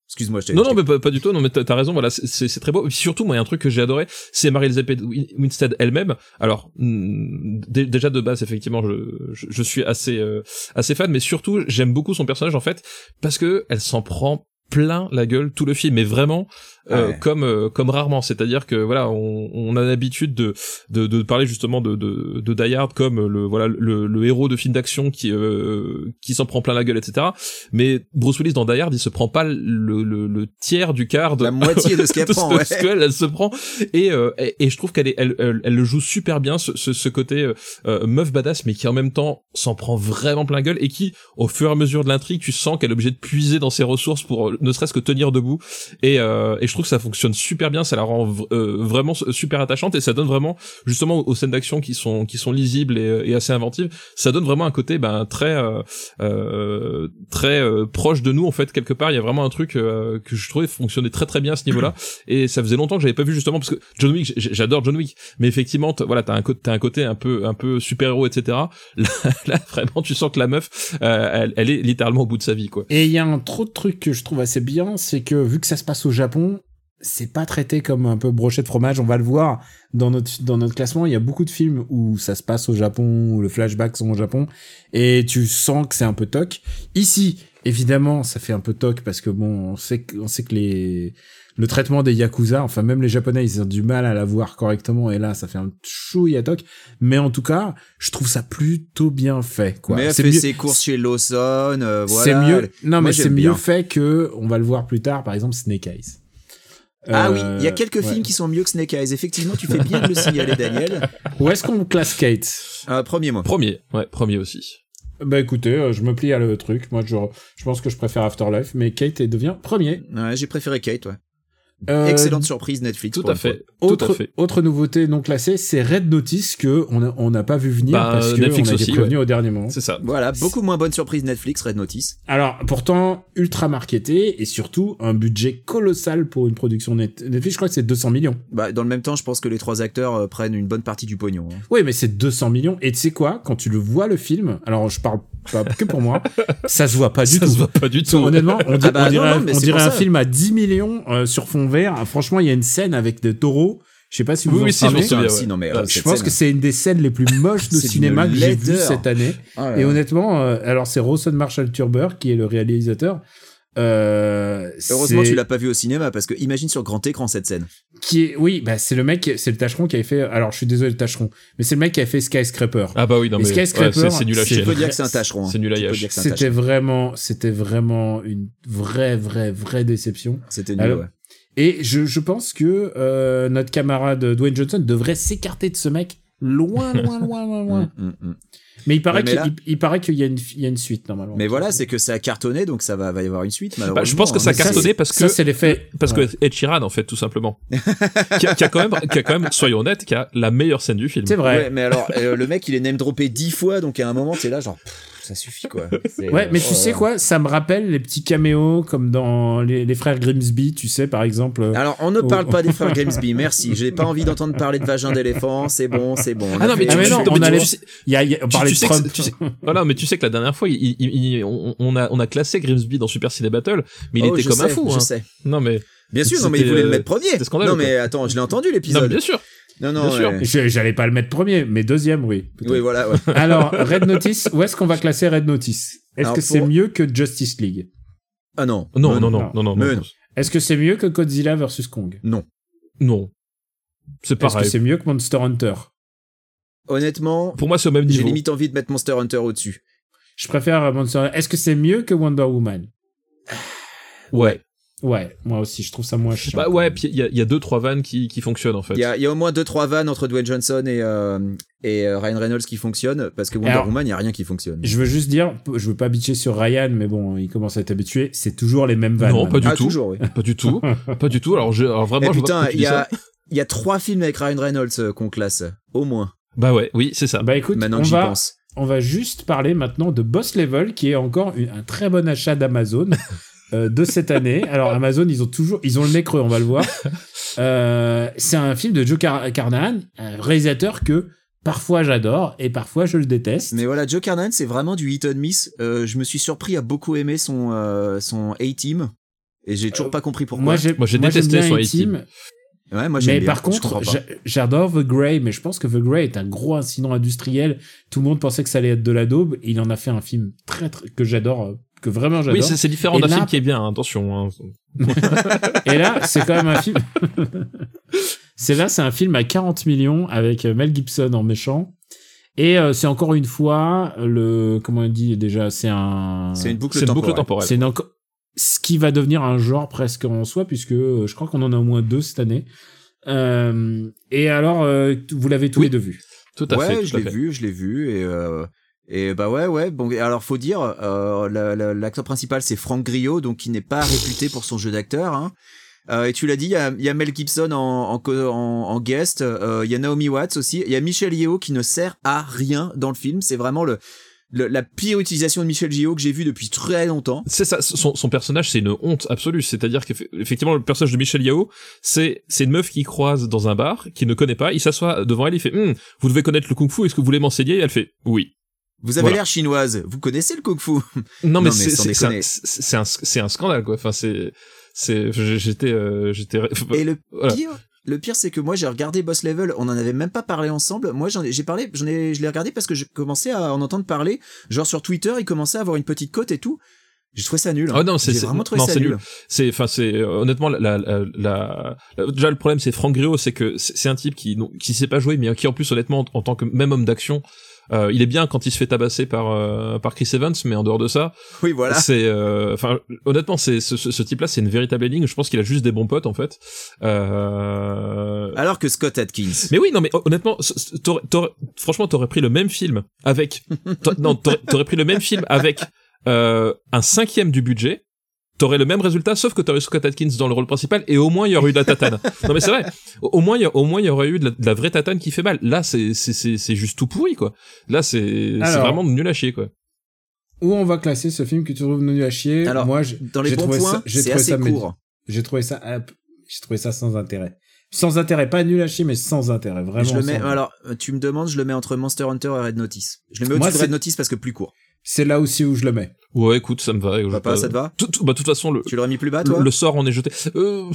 [SPEAKER 5] Excuse-moi, je t'ai.
[SPEAKER 6] Non,
[SPEAKER 5] je
[SPEAKER 6] non,
[SPEAKER 5] t'ai-
[SPEAKER 6] mais pas, pas du tout. Non, mais t'as t'as raison. Voilà, c'est- c'est c'est très beau. Et puis surtout, moi, il y a un truc que j'ai adoré, c'est Marie-Elizabeth Win- Winstead elle-même. Alors, hmm, dé- déjà de base, effectivement, je, je, je suis assez euh, assez fan, mais surtout, j'aime beaucoup son personnage en fait parce que elle s'en prend plein la gueule tout le film, mais vraiment euh,
[SPEAKER 5] Ah Ouais.
[SPEAKER 6] comme euh, comme rarement. C'est-à-dire que voilà, on, on a l'habitude de, de de parler justement de de, de Die Hard comme le voilà le, le héros de film d'action qui euh, qui s'en prend plein la gueule, etc. Mais Bruce Willis dans Die Hard, il se prend pas le, le, le tiers du quart de
[SPEAKER 5] La moitié de ce qu'elle
[SPEAKER 6] (laughs) de
[SPEAKER 5] prend,
[SPEAKER 6] ce-
[SPEAKER 5] ouais.
[SPEAKER 6] ce qu'elle elle se prend et, euh, et, et je trouve qu'elle est- elle, elle, elle le joue super bien ce, ce, ce côté euh, euh, meuf badass mais qui en même temps s'en prend vraiment plein gueule et qui au fur et à mesure de l'intrigue tu sens qu'elle est obligée de puiser dans ses ressources pour euh, ne serait-ce que tenir debout et, euh, et je trouve que ça fonctionne super bien ça la rend v- euh, vraiment s- super attachante et ça donne vraiment justement aux, aux scènes d'action qui sont qui sont lisibles et, euh, et assez inventives ça donne vraiment un côté ben très euh, euh, très euh, proche de nous en fait quelque part il y a vraiment un truc euh, que je trouvais fonctionnait très très bien à ce niveau là et ça faisait longtemps que j'avais pas vu justement parce que John Wick j- j'adore John Wick mais effectivement t'as- voilà t'as un côté t'as un côté un peu un peu super héros etc (laughs) là, là, vraiment tu sens que la meuf euh, elle, elle est littéralement au bout de sa vie quoi
[SPEAKER 4] Et il y a un trop de trucs que je trouve assez bien, c'est que vu que ça se passe au Japon, c'est pas traité comme un peu brochet de fromage. On va le voir dans notre dans notre classement. Il y a beaucoup de films où ça se passe au Japon, où le flashback sont au Japon, et tu sens que c'est un peu toc. Ici, évidemment, ça fait un peu toc parce que bon, on sait que, on sait que les le traitement des yakuza, enfin même les japonais, ils ont du mal à la voir correctement. Et là, ça fait un chouïa toc. Mais en tout cas, je trouve ça plutôt bien fait. Quoi.
[SPEAKER 5] mais elle
[SPEAKER 4] C'est
[SPEAKER 5] fait
[SPEAKER 4] mieux-
[SPEAKER 5] ses courses chez Lawson, euh, voilà.
[SPEAKER 4] c'est mieux. Non,
[SPEAKER 5] Moi,
[SPEAKER 4] mais c'est
[SPEAKER 5] j'aime
[SPEAKER 4] mieux
[SPEAKER 5] bien.
[SPEAKER 4] fait que, on va le voir plus tard, par exemple, Snake Eyes.
[SPEAKER 5] Ah
[SPEAKER 4] Euh,
[SPEAKER 5] oui, il y a quelques
[SPEAKER 4] ouais.
[SPEAKER 5] films qui sont mieux que Snake Eyes. Effectivement, tu fais bien de le signaler, Daniel.
[SPEAKER 6] (laughs)
[SPEAKER 4] Où est-ce qu'on classe Kate
[SPEAKER 5] Euh, premier moi.
[SPEAKER 6] premier ouais premier aussi
[SPEAKER 4] Bah écoutez, euh, je me plie à le truc. Moi, je, je pense que je préfère Afterlife, mais Kate elle devient premier.
[SPEAKER 5] Ouais, J'ai préféré Kate, ouais.
[SPEAKER 4] Euh,
[SPEAKER 5] Excellente surprise Netflix.
[SPEAKER 6] tout
[SPEAKER 5] pour
[SPEAKER 6] à
[SPEAKER 5] une fois.
[SPEAKER 6] fait
[SPEAKER 4] Autre,
[SPEAKER 6] tout à fait
[SPEAKER 4] autre nouveauté non classée, c'est Red Notice que on a- on n'a pas vu venir
[SPEAKER 6] Bah,
[SPEAKER 4] parce que
[SPEAKER 6] Netflix
[SPEAKER 4] on a été
[SPEAKER 6] aussi,
[SPEAKER 4] prévenu au dernier moment.
[SPEAKER 6] c'est ça
[SPEAKER 5] Voilà, beaucoup moins bonne surprise Netflix, Red Notice.
[SPEAKER 4] Alors, pourtant, ultra marketé et surtout un budget colossal pour une production Net- Netflix. Je crois que c'est 200 millions.
[SPEAKER 5] Bah, dans le même temps, je pense que les trois acteurs euh, prennent une bonne partie du pognon. hein.
[SPEAKER 4] Oui, mais c'est 200 millions. Et tu sais quoi, quand tu le vois le film, alors je parle pas que pour
[SPEAKER 5] (laughs)
[SPEAKER 4] moi, ça se voit pas du
[SPEAKER 6] ça
[SPEAKER 4] tout.
[SPEAKER 6] se voit pas du tout
[SPEAKER 4] Honnêtement, on, di-
[SPEAKER 5] Ah bah
[SPEAKER 4] on dirait,
[SPEAKER 5] non, non,
[SPEAKER 4] un- on
[SPEAKER 5] mais c'est
[SPEAKER 4] dirait
[SPEAKER 5] pour
[SPEAKER 4] un
[SPEAKER 5] ça.
[SPEAKER 4] film à 10 millions euh, sur fond vert. Ah, franchement, il y a une scène avec des taureaux. Je sais pas si vous
[SPEAKER 6] Oui,
[SPEAKER 4] vous en
[SPEAKER 6] oui, si, je m'en
[SPEAKER 4] souvenez.
[SPEAKER 6] souviens.
[SPEAKER 5] Ah,
[SPEAKER 6] ouais.
[SPEAKER 5] si, non, mais, euh,
[SPEAKER 4] Je
[SPEAKER 5] cette
[SPEAKER 4] pense
[SPEAKER 5] scène.
[SPEAKER 4] que c'est une des scènes les plus moches de
[SPEAKER 5] C'est d'une
[SPEAKER 4] cinéma que j'ai vu
[SPEAKER 5] laideur.
[SPEAKER 4] cette année.
[SPEAKER 5] Ah,
[SPEAKER 4] Et
[SPEAKER 5] ouais.
[SPEAKER 4] honnêtement, euh, alors c'est Rawson Marshall Turber qui est le réalisateur. Euh,
[SPEAKER 5] Heureusement,
[SPEAKER 4] c'est-
[SPEAKER 5] tu l'as pas vu au cinéma parce que imagine sur grand écran cette scène.
[SPEAKER 4] qui est oui bah c'est le mec qui- c'est le Tacheron qui avait fait alors je suis désolé le Tacheron mais c'est le mec qui a fait Skyscraper
[SPEAKER 6] ah bah oui non
[SPEAKER 4] Mais
[SPEAKER 6] mais ouais,
[SPEAKER 4] Skyscraper,
[SPEAKER 6] c'est c'est nul à
[SPEAKER 4] c'est
[SPEAKER 6] chier
[SPEAKER 5] Tu peux dire que c'est un tâcheron. hein.
[SPEAKER 6] c'est nul à
[SPEAKER 5] Tu peux
[SPEAKER 6] yach.
[SPEAKER 5] dire que c'est un
[SPEAKER 4] C'était
[SPEAKER 5] tâcheron.
[SPEAKER 4] vraiment, c'était vraiment une vraie, vraie, vraie déception.
[SPEAKER 5] C'était nul,
[SPEAKER 4] Alors-
[SPEAKER 5] ouais.
[SPEAKER 4] Et je, je pense que euh, notre camarade Dwayne Johnson devrait s'écarter de ce mec loin, loin, loin, loin,
[SPEAKER 5] (laughs)
[SPEAKER 4] loin.
[SPEAKER 5] Mm, mm, mm.
[SPEAKER 4] Mais il paraît
[SPEAKER 5] Ouais, mais
[SPEAKER 4] qu'il
[SPEAKER 5] là-
[SPEAKER 4] il, il paraît qu'il y a une, il y a une suite normalement.
[SPEAKER 5] Mais voilà, c'est que ça a cartonné, donc ça va, va y avoir une suite.
[SPEAKER 6] Bah,
[SPEAKER 5] Malheureusement,
[SPEAKER 6] je pense que
[SPEAKER 5] hein.
[SPEAKER 6] ça a
[SPEAKER 5] Mais
[SPEAKER 6] cartonné parce
[SPEAKER 4] ça
[SPEAKER 6] que
[SPEAKER 4] c'est l'effet.
[SPEAKER 6] parce
[SPEAKER 4] Ouais.
[SPEAKER 6] que Ed Sheeran en fait tout simplement (laughs) qui, a, qui a quand même qui a quand même soyons honnêtes qui a la meilleure scène du film
[SPEAKER 4] c'est
[SPEAKER 5] c'est-
[SPEAKER 4] vrai.
[SPEAKER 5] Ouais, mais alors euh, le mec il est name droppé dix fois, donc à un moment t'es là genre. pff, ça suffit quoi. C'est-
[SPEAKER 4] Ouais, mais tu
[SPEAKER 5] oh
[SPEAKER 4] sais
[SPEAKER 5] là
[SPEAKER 4] quoi Ça me rappelle les petits caméos comme dans les, les frères Grimsby, tu sais, par exemple.
[SPEAKER 5] là. Alors, on ne
[SPEAKER 4] Oh.
[SPEAKER 5] parle pas des frères Grimsby, merci. J'ai pas envie d'entendre parler de vagin d'éléphant, c'est bon, c'est bon. on a
[SPEAKER 6] Ah non, mais
[SPEAKER 5] fait-
[SPEAKER 4] Ah,
[SPEAKER 6] tu,
[SPEAKER 4] mais
[SPEAKER 6] tu-
[SPEAKER 4] non,
[SPEAKER 6] mais
[SPEAKER 4] on
[SPEAKER 6] tu-
[SPEAKER 4] allait-
[SPEAKER 6] tu sais-
[SPEAKER 4] Il y a- il y a- on
[SPEAKER 6] tu-
[SPEAKER 4] parlait
[SPEAKER 6] tu
[SPEAKER 4] de
[SPEAKER 6] sais que
[SPEAKER 4] Trump.
[SPEAKER 6] c'est- tu sais-
[SPEAKER 5] hein.
[SPEAKER 6] voilà, mais tu sais que la dernière fois, il- il- il- on, on a, on a classé Grimsby dans Super Ciné Battle, mais il
[SPEAKER 5] Oh,
[SPEAKER 6] était
[SPEAKER 5] je
[SPEAKER 6] comme un
[SPEAKER 5] sais,
[SPEAKER 6] fou.
[SPEAKER 5] Je
[SPEAKER 6] hein.
[SPEAKER 5] sais.
[SPEAKER 6] Non, mais,
[SPEAKER 5] Bien sûr, non, mais il
[SPEAKER 6] C'était,
[SPEAKER 5] voulait le
[SPEAKER 6] euh,
[SPEAKER 5] mettre premier.
[SPEAKER 6] c'était scandaleux,
[SPEAKER 5] Non, mais attends, je l'ai entendu
[SPEAKER 6] non, mais
[SPEAKER 5] l'épisode.
[SPEAKER 6] bien sûr.
[SPEAKER 5] Non, non,
[SPEAKER 6] bien sûr.
[SPEAKER 5] ouais.
[SPEAKER 4] Je- J'allais pas le mettre premier, mais deuxième, oui.
[SPEAKER 5] Oui, voilà, ouais.
[SPEAKER 4] Alors, Red Notice, où est-ce qu'on va classer Red Notice Est-ce
[SPEAKER 5] Alors,
[SPEAKER 4] que c'est
[SPEAKER 5] pour-
[SPEAKER 4] mieux que Justice League
[SPEAKER 5] Ah non.
[SPEAKER 6] (laughs) Non, non, non, non, non,
[SPEAKER 5] Mais
[SPEAKER 6] non.
[SPEAKER 5] non.
[SPEAKER 4] Est-ce que c'est mieux que Godzilla vs Kong
[SPEAKER 6] Non. C'est
[SPEAKER 4] Est-ce que
[SPEAKER 6] pareil.
[SPEAKER 4] c'est mieux que Monster Hunter
[SPEAKER 5] Honnêtement,
[SPEAKER 6] Pour moi, c'est au même
[SPEAKER 5] j'ai
[SPEAKER 6] niveau.
[SPEAKER 5] limite envie de mettre Monster Hunter au-dessus.
[SPEAKER 4] Je préfère Monster Est-ce que c'est mieux que Wonder Woman
[SPEAKER 6] Ouais.
[SPEAKER 4] Ouais, moi aussi, je trouve ça moins chiant.
[SPEAKER 6] Bah ouais, puis il y a, il y a deux, trois vannes qui, qui fonctionnent, en fait.
[SPEAKER 5] Il y, a, il y a au moins 2-3 vannes entre Dwayne Johnson et, euh, et euh, Ryan Reynolds qui fonctionnent, parce que Wonder
[SPEAKER 4] Alors-
[SPEAKER 5] Woman, il n'y a rien qui fonctionne.
[SPEAKER 4] Je veux juste dire, je veux pas bitcher sur Ryan, mais bon, il commence à être habitué. C'est toujours les mêmes vannes.
[SPEAKER 6] Non, pas du
[SPEAKER 5] ah,
[SPEAKER 6] tout.
[SPEAKER 5] toujours, oui.
[SPEAKER 6] Pas
[SPEAKER 5] (laughs)
[SPEAKER 6] du tout. pas du tout. Alors, je, alors
[SPEAKER 5] Eh,
[SPEAKER 6] vraiment, je vois pas
[SPEAKER 5] putain,
[SPEAKER 6] pourquoi tu
[SPEAKER 5] il y,
[SPEAKER 6] dis ça.
[SPEAKER 5] a, il y a trois films avec Ryan Reynolds euh, qu'on classe, au moins,
[SPEAKER 6] Bah ouais, oui, c'est ça.
[SPEAKER 4] Bah écoute,
[SPEAKER 5] maintenant
[SPEAKER 4] on
[SPEAKER 5] que j'y
[SPEAKER 4] va,
[SPEAKER 5] pense.
[SPEAKER 4] on va juste parler maintenant de Boss Level, qui est encore une- un très bon achat
[SPEAKER 5] (laughs)
[SPEAKER 4] d'Amazon euh, de cette année. Alors Amazon, ils ont toujours, ils ont le nez creux, on va le voir. Euh, c'est un film de Joe Car- Carnahan, un réalisateur que parfois j'adore et parfois je le déteste.
[SPEAKER 5] Mais voilà, Joe Carnahan, c'est vraiment du hit and miss. Euh, je me suis surpris à beaucoup aimer son, euh, son A-Team, et j'ai toujours pas compris pourquoi.
[SPEAKER 4] moi, j'ai
[SPEAKER 6] Euh, Moi, j'ai
[SPEAKER 4] moi, j'aime
[SPEAKER 6] détesté
[SPEAKER 4] bien
[SPEAKER 6] son
[SPEAKER 4] A-Team,
[SPEAKER 5] ouais, moi j'aime
[SPEAKER 4] Mais
[SPEAKER 5] bien,
[SPEAKER 4] par
[SPEAKER 5] je
[SPEAKER 4] contre,
[SPEAKER 5] comprends pas.
[SPEAKER 4] j'a- j'adore The Grey, mais je pense que The Grey est un gros incident industriel. Tout le monde pensait que ça allait être de la daube. et il en a fait un film très, très que j'adore, euh, que vraiment j'adore.
[SPEAKER 6] Oui, c'est c'est différent
[SPEAKER 4] Et
[SPEAKER 6] d'un
[SPEAKER 4] là-
[SPEAKER 6] film qui est bien, hein, attention. hein.
[SPEAKER 4] et là, c'est quand même un film. c'est là, c'est un film à 40 millions avec euh, Mel Gibson en méchant. Et euh, c'est encore une fois le comment on dit déjà, c'est un.
[SPEAKER 5] c'est une boucle
[SPEAKER 6] C'est une boucle
[SPEAKER 5] temporelle.
[SPEAKER 6] temporelle.
[SPEAKER 4] C'est une enco- ce qui va devenir un genre presque en soi, puisque euh, je crois qu'on en a au moins deux cette année. Euh, et alors, euh, t- vous l'avez tous
[SPEAKER 6] Oui.
[SPEAKER 4] les deux vu.
[SPEAKER 6] Tout à
[SPEAKER 5] ouais,
[SPEAKER 6] fait. tout
[SPEAKER 5] je
[SPEAKER 6] à
[SPEAKER 5] l'ai
[SPEAKER 6] fait.
[SPEAKER 5] vu, je l'ai vu et euh, et bah ouais ouais bon et alors faut dire euh, la- la- l'acteur principal c'est Franck Griot donc il n'est pas réputé pour son jeu d'acteur hein. Euh, et tu l'as dit, il y, a- il y a Mel Gibson en, en, co- en, en guest, euh, il y a Naomi Watts aussi, il y a Michel Yeo qui ne sert à rien dans le film, c'est vraiment le, le- la pire utilisation de Michel Yeo que j'ai vue depuis très longtemps.
[SPEAKER 6] C'est ça, son, son personnage, c'est une honte absolue. C'est-à-dire qu'effectivement, le personnage de Michel Yao, c'est c'est une meuf qui croise dans un bar, qui ne connaît pas, il s'assoit devant elle, il fait Hum, Vous devez connaître le kung-fu, est-ce que vous voulez m'enseigner ?» Et elle fait « Oui
[SPEAKER 5] Vous avez
[SPEAKER 6] Voilà. ».
[SPEAKER 5] l'air chinoise, vous connaissez le kung-fu ».
[SPEAKER 6] Non, mais,
[SPEAKER 5] Non, mais
[SPEAKER 6] c'est-
[SPEAKER 5] sans
[SPEAKER 6] c'est c'est un,
[SPEAKER 5] déconner.
[SPEAKER 6] c'est- c'est un, c'est un scandale, quoi. Enfin, c'est... c'est J'étais... euh, j'étais
[SPEAKER 5] Et le
[SPEAKER 6] voilà.
[SPEAKER 5] pire, le pire, c'est que moi j'ai regardé Boss Level, on en avait même pas parlé ensemble. Moi j'en ai, j'ai parlé, j'en ai, je l'ai regardé parce que je commençais à en entendre parler. Genre sur Twitter, il commençait à avoir une petite cote et tout. J'ai trouvé ça nul. hein.
[SPEAKER 6] Ah non, c'est-
[SPEAKER 5] j'ai
[SPEAKER 6] c'est-
[SPEAKER 5] vraiment trouvé
[SPEAKER 6] non,
[SPEAKER 5] ça
[SPEAKER 6] c'est
[SPEAKER 5] nul.
[SPEAKER 6] nul. c'est enfin c'est euh, honnêtement la, la, la- la- la- déjà le problème c'est Franck Griot c'est que c'est c'est un type qui non, qui sait pas jouer mais qui en plus honnêtement en, en tant que même homme d'action euh, il est bien quand il se fait tabasser par euh, par Chris Evans mais en dehors de ça
[SPEAKER 5] Oui, voilà.
[SPEAKER 6] c'est euh, enfin honnêtement c'est ce, type là c'est une véritable énigme je pense qu'il a juste des bons potes en fait euh...
[SPEAKER 5] Alors que Scott Atkins.
[SPEAKER 6] Mais oui, non, mais hon- honnêtement, c- c- t'aurais- t'aurais- franchement, t'aurais pris le même film avec, t'a- non, t'aurais t'aurais pris le même film avec euh, un cinquième du budget, t'aurais le même résultat, sauf que t'aurais eu Scott Atkins dans le rôle principal, et au moins il y aurait eu de
[SPEAKER 5] (laughs)
[SPEAKER 6] la tatane. non, mais c'est vrai. Au- Au moins, il y a- au moins il y aurait eu de la, de la vraie tatane qui fait mal. Là, c'est, c'est, c'est, c'est juste tout pourri, quoi. Là, c'est, c'est
[SPEAKER 4] Alors.
[SPEAKER 6] vraiment nul à chier, quoi.
[SPEAKER 4] Où on va classer ce film que tu trouves nul à chier
[SPEAKER 5] Alors,
[SPEAKER 4] Moi, j'ai
[SPEAKER 5] Dans les
[SPEAKER 4] j'ai
[SPEAKER 5] bons
[SPEAKER 4] trouvé
[SPEAKER 5] points,
[SPEAKER 4] ça- j'ai
[SPEAKER 5] c'est
[SPEAKER 4] trouvé
[SPEAKER 5] assez
[SPEAKER 4] ça médi-
[SPEAKER 5] court.
[SPEAKER 4] j'ai trouvé ça, ah, p- j'ai trouvé ça sans intérêt. Sans intérêt, pas nul à chier, mais sans intérêt, vraiment.
[SPEAKER 5] Je le
[SPEAKER 4] sans
[SPEAKER 5] mets,
[SPEAKER 4] intérêt.
[SPEAKER 5] alors, euh, tu me demandes, je le mets entre Monster Hunter et Red Notice. Je le mets
[SPEAKER 4] Moi,
[SPEAKER 5] au-dessus de
[SPEAKER 4] c'est-
[SPEAKER 5] Red Notice parce que plus court.
[SPEAKER 4] C'est là aussi où je le mets.
[SPEAKER 6] Ouais, écoute, ça me va. je-
[SPEAKER 5] Papa, ça te va
[SPEAKER 6] Tout- tout- bah, de toute façon, le,
[SPEAKER 5] Tu l'aurais mis plus bas, toi
[SPEAKER 6] le, le sort en est jeté. Euh,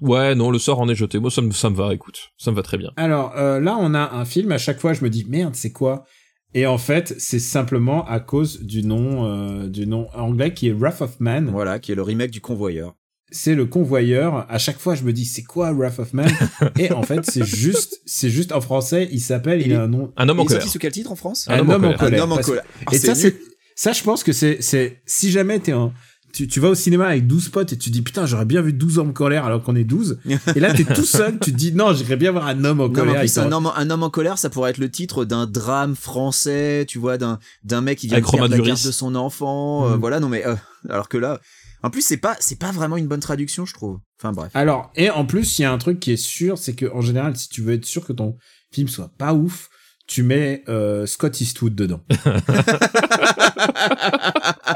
[SPEAKER 6] ouais, non, le sort en est jeté. Moi, ça me, ça me va, écoute. Ça me va très bien.
[SPEAKER 4] Alors euh, là, on a un film. À chaque fois, je me dis merde, c'est quoi Et en fait, c'est simplement à cause du nom, euh, du nom anglais qui est Wrath of Man.
[SPEAKER 5] Voilà, qui est le remake du Convoyeur.
[SPEAKER 4] c'est le convoyeur. À chaque fois, je me dis, c'est quoi Wrath of Man Et en fait,
[SPEAKER 6] (laughs)
[SPEAKER 4] c'est juste, c'est juste en français, il s'appelle, il,
[SPEAKER 5] Il-
[SPEAKER 4] a un nom.
[SPEAKER 6] Un homme en
[SPEAKER 5] Il est
[SPEAKER 6] colère. Ah,
[SPEAKER 5] sorti sous quel titre en France
[SPEAKER 6] Un homme en colère.
[SPEAKER 5] Un homme en
[SPEAKER 4] Parce-
[SPEAKER 5] colère. Ah,
[SPEAKER 4] Et ça,
[SPEAKER 5] nul.
[SPEAKER 4] c'est, ça, je pense que c'est, c'est, si jamais t'es un, tu, tu vas au cinéma avec 12 potes et tu dis, putain, j'aurais bien vu 12 hommes en colère alors qu'on est
[SPEAKER 5] (laughs)
[SPEAKER 4] 12. Et là, t'es tout seul, tu te dis, non, j'aimerais bien voir un homme en
[SPEAKER 5] Non, mais en
[SPEAKER 4] colère.
[SPEAKER 5] plus,
[SPEAKER 4] il
[SPEAKER 5] un
[SPEAKER 4] s'en-
[SPEAKER 5] homme, un homme en colère, ça pourrait être le titre d'un drame français, tu vois, d'un d'un mec qui vient
[SPEAKER 6] Avec
[SPEAKER 5] de perdre
[SPEAKER 6] Romain
[SPEAKER 5] la
[SPEAKER 6] Duris.
[SPEAKER 5] carte de son enfant, euh,
[SPEAKER 4] Mm.
[SPEAKER 5] voilà. Non mais euh, alors que là, en plus c'est pas c'est pas vraiment une bonne traduction, je trouve. Enfin bref.
[SPEAKER 4] Alors, et en plus, il y a un truc qui est sûr, c'est que en général, si tu veux être sûr que ton film soit pas ouf, tu mets euh, Scott Eastwood dedans.
[SPEAKER 5] (laughs)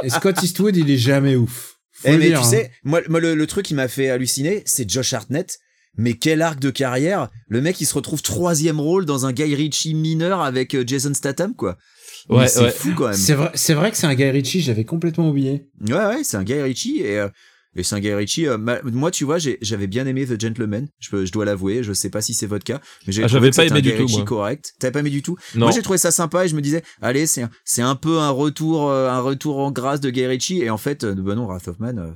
[SPEAKER 4] Et Scott Eastwood, il est jamais ouf. Faut
[SPEAKER 5] Eh,
[SPEAKER 4] le
[SPEAKER 5] mais
[SPEAKER 4] dire,
[SPEAKER 5] tu
[SPEAKER 4] hein.
[SPEAKER 5] sais, moi, moi, le, le truc qui m'a fait halluciner, c'est Josh Hartnett. Mais quel arc de carrière Le mec, il se retrouve troisième rôle dans un Guy Ritchie mineur avec euh, Jason Statham, quoi. Mais
[SPEAKER 6] Ouais,
[SPEAKER 5] c'est
[SPEAKER 6] ouais.
[SPEAKER 5] fou quand même.
[SPEAKER 4] hein. C'est vrai, c'est vrai que c'est un Guy Ritchie, j'avais complètement oublié.
[SPEAKER 5] Ouais, ouais, c'est un Guy Ritchie et, euh, et c'est un Guy Ritchie. euh, ma- moi, tu vois, j'ai- j'avais bien aimé The Gentleman. Je, peux- je dois l'avouer. Je sais pas si c'est votre cas, mais j'ai
[SPEAKER 6] Ah,
[SPEAKER 5] trouvé
[SPEAKER 6] j'avais
[SPEAKER 5] que
[SPEAKER 6] pas
[SPEAKER 5] c'était
[SPEAKER 6] aimé
[SPEAKER 5] un
[SPEAKER 6] du
[SPEAKER 5] Guy
[SPEAKER 6] tout,
[SPEAKER 5] Ritchie
[SPEAKER 6] moi.
[SPEAKER 5] correct. T'avais pas aimé du tout.
[SPEAKER 6] Non.
[SPEAKER 5] Moi, j'ai trouvé ça sympa et je me disais, allez, c'est un, c'est un peu un retour, euh, un retour en grâce de Guy Ritchie. Et en fait, euh, bah non, Wrath of Man. euh,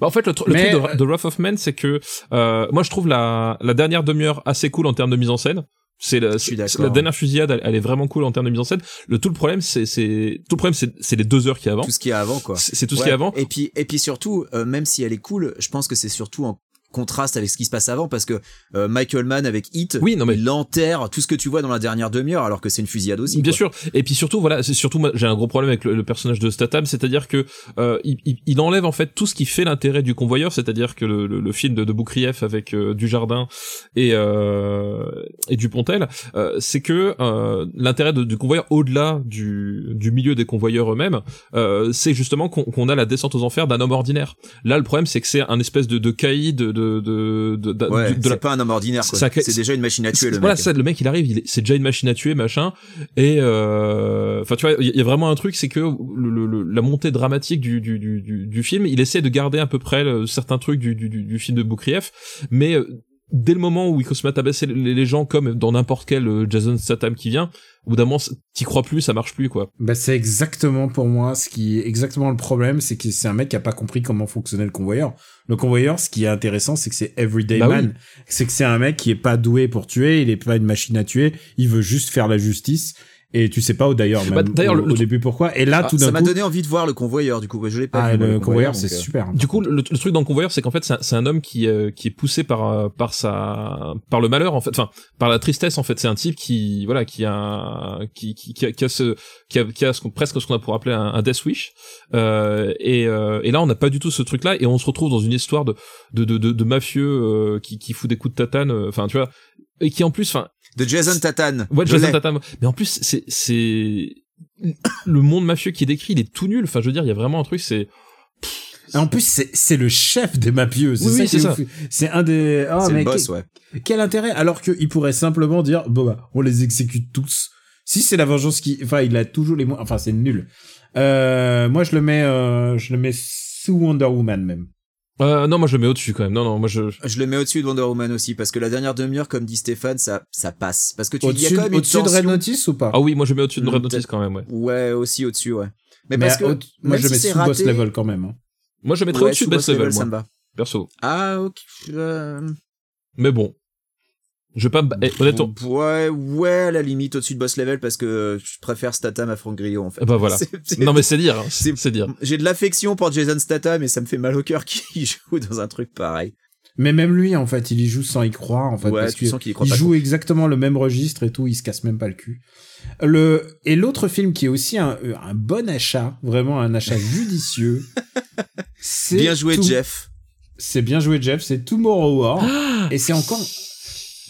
[SPEAKER 6] Bah, en fait, le, tr- le
[SPEAKER 4] Mais,
[SPEAKER 6] truc
[SPEAKER 4] euh,
[SPEAKER 6] de, de Wrath of Man, c'est que euh, moi, je trouve la, la dernière demi-heure assez cool en termes de mise en scène. C'est la,
[SPEAKER 5] suis
[SPEAKER 6] c'est-
[SPEAKER 5] d'accord.
[SPEAKER 6] la dernière fusillade, elle, elle est vraiment cool en termes de mise en scène. Le tout le problème, c'est c'est tout le problème, c'est c'est les deux heures qui avant.
[SPEAKER 5] tout ce qu'il y a avant, quoi.
[SPEAKER 6] C'est c'est tout ce
[SPEAKER 5] Ouais,
[SPEAKER 6] qui est avant.
[SPEAKER 5] Et puis, et puis surtout, euh, même si elle est cool, je pense que c'est surtout en contraste avec ce qui se passe avant parce que euh, Michael Mann avec Hit,
[SPEAKER 6] Oui, non mais
[SPEAKER 5] il enterre tout ce que tu vois dans la dernière demi-heure alors que c'est une fusillade aussi.
[SPEAKER 6] Bien
[SPEAKER 5] quoi.
[SPEAKER 6] sûr. Et puis surtout, voilà, c'est surtout moi, j'ai un gros problème avec le, le personnage de Statham, c'est-à-dire que euh, il, il- il enlève en fait tout ce qui fait l'intérêt du convoyeur, c'est-à-dire que le, le- le film de, de Boukrieff avec euh, Dujardin et euh, et Dupontel, euh, c'est que euh, l'intérêt de- du convoyeur au-delà du, du milieu des convoyeurs eux-mêmes, euh, c'est justement qu'on qu'on a la descente aux enfers d'un homme ordinaire. Là, le problème, c'est que c'est un espèce de, de caïd de de de, de, de-
[SPEAKER 5] Ouais,
[SPEAKER 6] Euh, de
[SPEAKER 5] c'est
[SPEAKER 6] la-
[SPEAKER 5] pas un homme ordinaire. quoi.
[SPEAKER 6] Ça crée-
[SPEAKER 5] C'est déjà une machine à tuer le
[SPEAKER 6] voilà,
[SPEAKER 5] mec.
[SPEAKER 6] ça, le mec, il arrive, il est- c'est déjà une machine à tuer, machin. Et euh, enfin, tu vois, il y- y a vraiment un truc, c'est que le- le- le- la montée dramatique du, du, du, du, du film, il essaie de garder à peu près le- certains trucs du, du, du, du film de Boukrieff, mais euh, dès le moment où il se met à tabasser les, les gens comme dans n'importe quel euh, Jason Statham qui vient, au bout d'un moment, c- t'y crois plus, ça marche plus, quoi.
[SPEAKER 4] Bah, c'est exactement pour moi ce qui est exactement le problème, c'est que c'est un mec qui a pas compris comment fonctionnait le convoyeur. Le convoyeur, ce qui est intéressant, c'est que c'est everyday
[SPEAKER 6] Bah
[SPEAKER 4] man. C'est que c'est un mec qui est pas doué pour tuer, il est pas une machine à tuer, il veut juste faire la justice. Et tu sais pas, d'ailleurs, même
[SPEAKER 6] Bah, d'ailleurs,
[SPEAKER 4] au,
[SPEAKER 6] le-
[SPEAKER 4] au début pourquoi. Et là,
[SPEAKER 5] Ah,
[SPEAKER 4] tout
[SPEAKER 5] ça
[SPEAKER 4] d'un
[SPEAKER 5] m'a
[SPEAKER 4] coup.
[SPEAKER 5] donné envie de voir le convoyeur du coup. Ouais, Je l'ai pas
[SPEAKER 4] Ah,
[SPEAKER 5] vu, moi,
[SPEAKER 4] le convoyeur, c'est
[SPEAKER 5] donc, euh,
[SPEAKER 4] super.
[SPEAKER 6] Du coup, le, le truc dans le convoyeur, c'est qu'en fait, c'est un, c'est un homme qui, euh, qui est poussé par, euh, par sa, par le malheur, en fait, enfin, par la tristesse, en fait. C'est un type qui, voilà, qui a, un- qui, qui, qui a, qui a ce, qui a, qui a ce qu'on- presque ce qu'on a pour appeler un, un death wish. Euh, et, euh, et là, on n'a pas du tout ce truc-là, et on se retrouve dans une histoire de, de, de, de, de mafieux euh, qui, qui fout des coups de tatane, euh, enfin, tu vois, et qui en plus, enfin,
[SPEAKER 5] De Jason Tatan.
[SPEAKER 6] Ouais, Jason Tatum. Mais en plus, c'est, c'est, le monde mafieux qui est décrit, il est tout nul. Enfin, je veux dire, il y a vraiment un truc, c'est,
[SPEAKER 4] Et En plus, c'est c'est le chef des mafieux.
[SPEAKER 6] Oui, oui,
[SPEAKER 4] qui est
[SPEAKER 6] c'est ça.
[SPEAKER 4] ouf. C'est un des. ah,
[SPEAKER 5] C'est
[SPEAKER 4] mais
[SPEAKER 5] le boss,
[SPEAKER 4] que-
[SPEAKER 5] ouais.
[SPEAKER 4] Quel intérêt Alors qu'il pourrait simplement dire bon bah on les exécute tous. Si c'est la vengeance qui, enfin il a toujours les moyens. Enfin c'est nul. Euh, moi je le mets, euh, je le mets sous Wonder Woman même.
[SPEAKER 6] euh, non, moi, je le mets au-dessus quand même. Non, non, moi, je,
[SPEAKER 5] Je le mets au-dessus de Wonder Woman aussi parce que la dernière demi-heure, comme dit Stéphane, ça, ça passe. Parce que tu il y a
[SPEAKER 4] Au-dessus
[SPEAKER 5] quand même une
[SPEAKER 4] au de Red
[SPEAKER 5] tension.
[SPEAKER 4] Notice ou pas
[SPEAKER 6] Ah oui, moi je mets au-dessus de
[SPEAKER 5] Hmm,
[SPEAKER 6] Red Notice
[SPEAKER 5] peut-être.
[SPEAKER 6] quand même, ouais.
[SPEAKER 5] Ouais, aussi au-dessus, ouais. Mais,
[SPEAKER 4] Mais
[SPEAKER 5] parce que
[SPEAKER 4] au- moi
[SPEAKER 5] même
[SPEAKER 4] je le
[SPEAKER 5] si
[SPEAKER 4] mets
[SPEAKER 5] c'est
[SPEAKER 4] sous
[SPEAKER 5] raté,
[SPEAKER 4] Boss Level quand même. hein.
[SPEAKER 6] Moi je mettrais
[SPEAKER 5] ouais,
[SPEAKER 6] au-dessus
[SPEAKER 5] sous
[SPEAKER 6] de Best
[SPEAKER 5] boss level,
[SPEAKER 6] Level,
[SPEAKER 5] ça
[SPEAKER 6] moi,
[SPEAKER 5] me va.
[SPEAKER 6] perso.
[SPEAKER 5] Ah, ok. euh,
[SPEAKER 6] Mais bon. Je vais pas me... ba- eh, honnêtement.
[SPEAKER 5] Ouais, ouais, à la limite au-dessus de boss level parce que je préfère Statham à Franck Grillo en fait.
[SPEAKER 6] eh ben voilà.
[SPEAKER 5] C'est- (laughs) c'est-
[SPEAKER 6] Non mais c'est dire, hein, c'est
[SPEAKER 5] c'est-
[SPEAKER 6] c'est dire.
[SPEAKER 5] J'ai de l'affection pour Jason Statham mais ça me fait mal au cœur (laughs) qu'il joue dans un truc pareil.
[SPEAKER 4] Mais même lui en fait il y joue sans y croire en fait
[SPEAKER 5] ouais,
[SPEAKER 4] parce
[SPEAKER 5] tu
[SPEAKER 4] que
[SPEAKER 5] sens qu'il y croit
[SPEAKER 4] il
[SPEAKER 5] pas.
[SPEAKER 4] joue exactement le même registre et tout, il se casse même pas le cul. Le et l'autre film qui est aussi un, un bon achat, vraiment un achat
[SPEAKER 5] (laughs)
[SPEAKER 4] judicieux. c'est
[SPEAKER 5] Bien joué,
[SPEAKER 4] Two-
[SPEAKER 5] Jeff.
[SPEAKER 4] C'est bien joué, Jeff. C'est Tomorrow War. et c'est encore.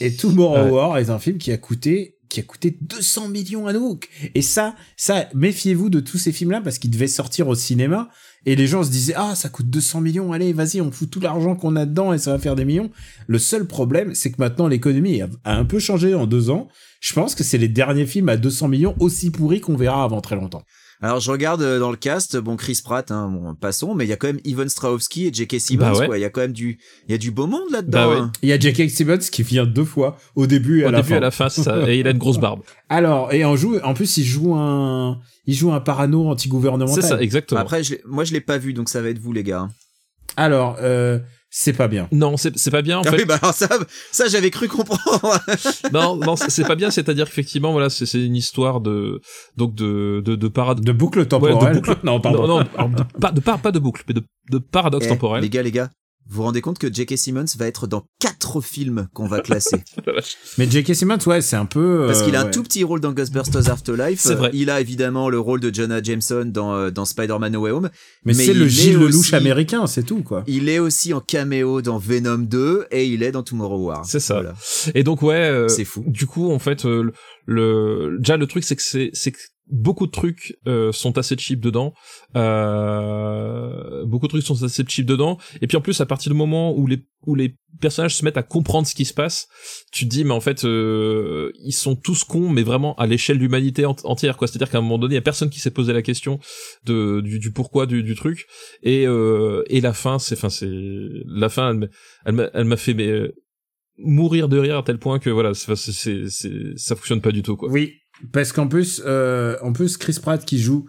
[SPEAKER 4] Et Tomorrow
[SPEAKER 6] Ah Ouais.
[SPEAKER 4] War est un film qui a coûté qui a coûté 200 millions à Nook. Et ça, ça, méfiez-vous de tous ces films-là parce qu'ils devaient sortir au cinéma et les gens se disaient ah ça coûte 200 millions, allez vas-y on fout tout l'argent qu'on a dedans et ça va faire des millions. Le seul problème, c'est que maintenant l'économie a, a un peu changé en deux ans. Je pense que c'est les derniers films à 200 millions aussi pourris qu'on verra avant très longtemps.
[SPEAKER 5] Alors je regarde euh, dans le cast, bon Chris Pratt, hein, bon, passons, mais il y a quand même Ivan Strahovski et J.K. Simmons,
[SPEAKER 6] Bah ouais.
[SPEAKER 5] quoi. Il y a quand même du, il y a du beau monde là-dedans.
[SPEAKER 6] Bah ouais.
[SPEAKER 5] hein.
[SPEAKER 4] Il y a J.K. Simmons qui vient deux fois au début et à
[SPEAKER 6] Au
[SPEAKER 4] la
[SPEAKER 6] début
[SPEAKER 4] fin.
[SPEAKER 6] à la fin, c'est ça. Et il a une grosse barbe.
[SPEAKER 4] Alors, et en, joue, en plus, il joue un, il joue un parano
[SPEAKER 6] C'est
[SPEAKER 4] anti-gouvernemental.
[SPEAKER 6] ça, exactement.
[SPEAKER 5] Après, je l'ai- moi je l'ai pas vu, donc ça va être vous les gars. hein.
[SPEAKER 4] Alors, euh, c'est pas bien.
[SPEAKER 6] Non, c'est c'est pas bien en
[SPEAKER 5] ah (laughs) oui,
[SPEAKER 6] fait.
[SPEAKER 5] bah alors ça, ça j'avais cru
[SPEAKER 6] (laughs)
[SPEAKER 5] comprendre.
[SPEAKER 6] Non, non, c'est c'est pas bien. C'est-à-dire qu'effectivement, voilà, c'est c'est une histoire de donc de de, de parade.
[SPEAKER 4] De boucle
[SPEAKER 6] Ouais,
[SPEAKER 4] temporelle.
[SPEAKER 6] de boucle.
[SPEAKER 4] (laughs) non, pardon.
[SPEAKER 6] Non, non, alors, de, pas de par- pas de boucle, mais de, de paradoxe
[SPEAKER 5] Eh,
[SPEAKER 6] temporel.
[SPEAKER 5] Les gars, les gars, Vous vous rendez compte que J.K. Simmons va être dans quatre films qu'on va
[SPEAKER 6] (laughs)
[SPEAKER 5] classer.
[SPEAKER 4] Mais J.K. Simmons, ouais, c'est un peu.
[SPEAKER 5] Parce
[SPEAKER 4] euh,
[SPEAKER 5] qu'il a un
[SPEAKER 4] ouais.
[SPEAKER 5] tout petit rôle dans Ghostbusters Afterlife.
[SPEAKER 6] C'est vrai.
[SPEAKER 5] Il a évidemment le rôle de Jonah Jameson dans, euh, dans Spider-Man No Way Home.
[SPEAKER 4] Mais,
[SPEAKER 5] mais
[SPEAKER 4] c'est
[SPEAKER 5] il
[SPEAKER 4] le
[SPEAKER 5] est
[SPEAKER 4] Gilles Lelouch
[SPEAKER 5] aussi-
[SPEAKER 4] américain, c'est tout, quoi.
[SPEAKER 5] Il est aussi en caméo dans Venom 2 et il est dans Tomorrow War.
[SPEAKER 6] C'est ça.
[SPEAKER 5] Voilà.
[SPEAKER 6] Et donc ouais, euh,
[SPEAKER 5] C'est fou.
[SPEAKER 6] du coup en fait euh, le, le- déjà le truc c'est que c'est c'est que beaucoup de trucs euh, sont assez cheap dedans euh, beaucoup de trucs sont assez cheap dedans et puis en plus à partir du moment où les où les personnages se mettent à comprendre ce qui se passe tu te dis mais en fait euh, ils sont tous cons mais vraiment à l'échelle de l'humanité ent- entière quoi c'est à dire qu'à un moment donné il y a personne qui s'est posé la question de du, du pourquoi du, du truc et euh, et la fin c'est enfin c'est la fin elle m'a- elle m'a elle m'a fait mais euh, mourir de rire à tel point que voilà c'est c'est- c'est c'est- ça fonctionne pas du tout quoi
[SPEAKER 4] Oui, parce qu'en plus, euh, en plus, Chris Pratt qui joue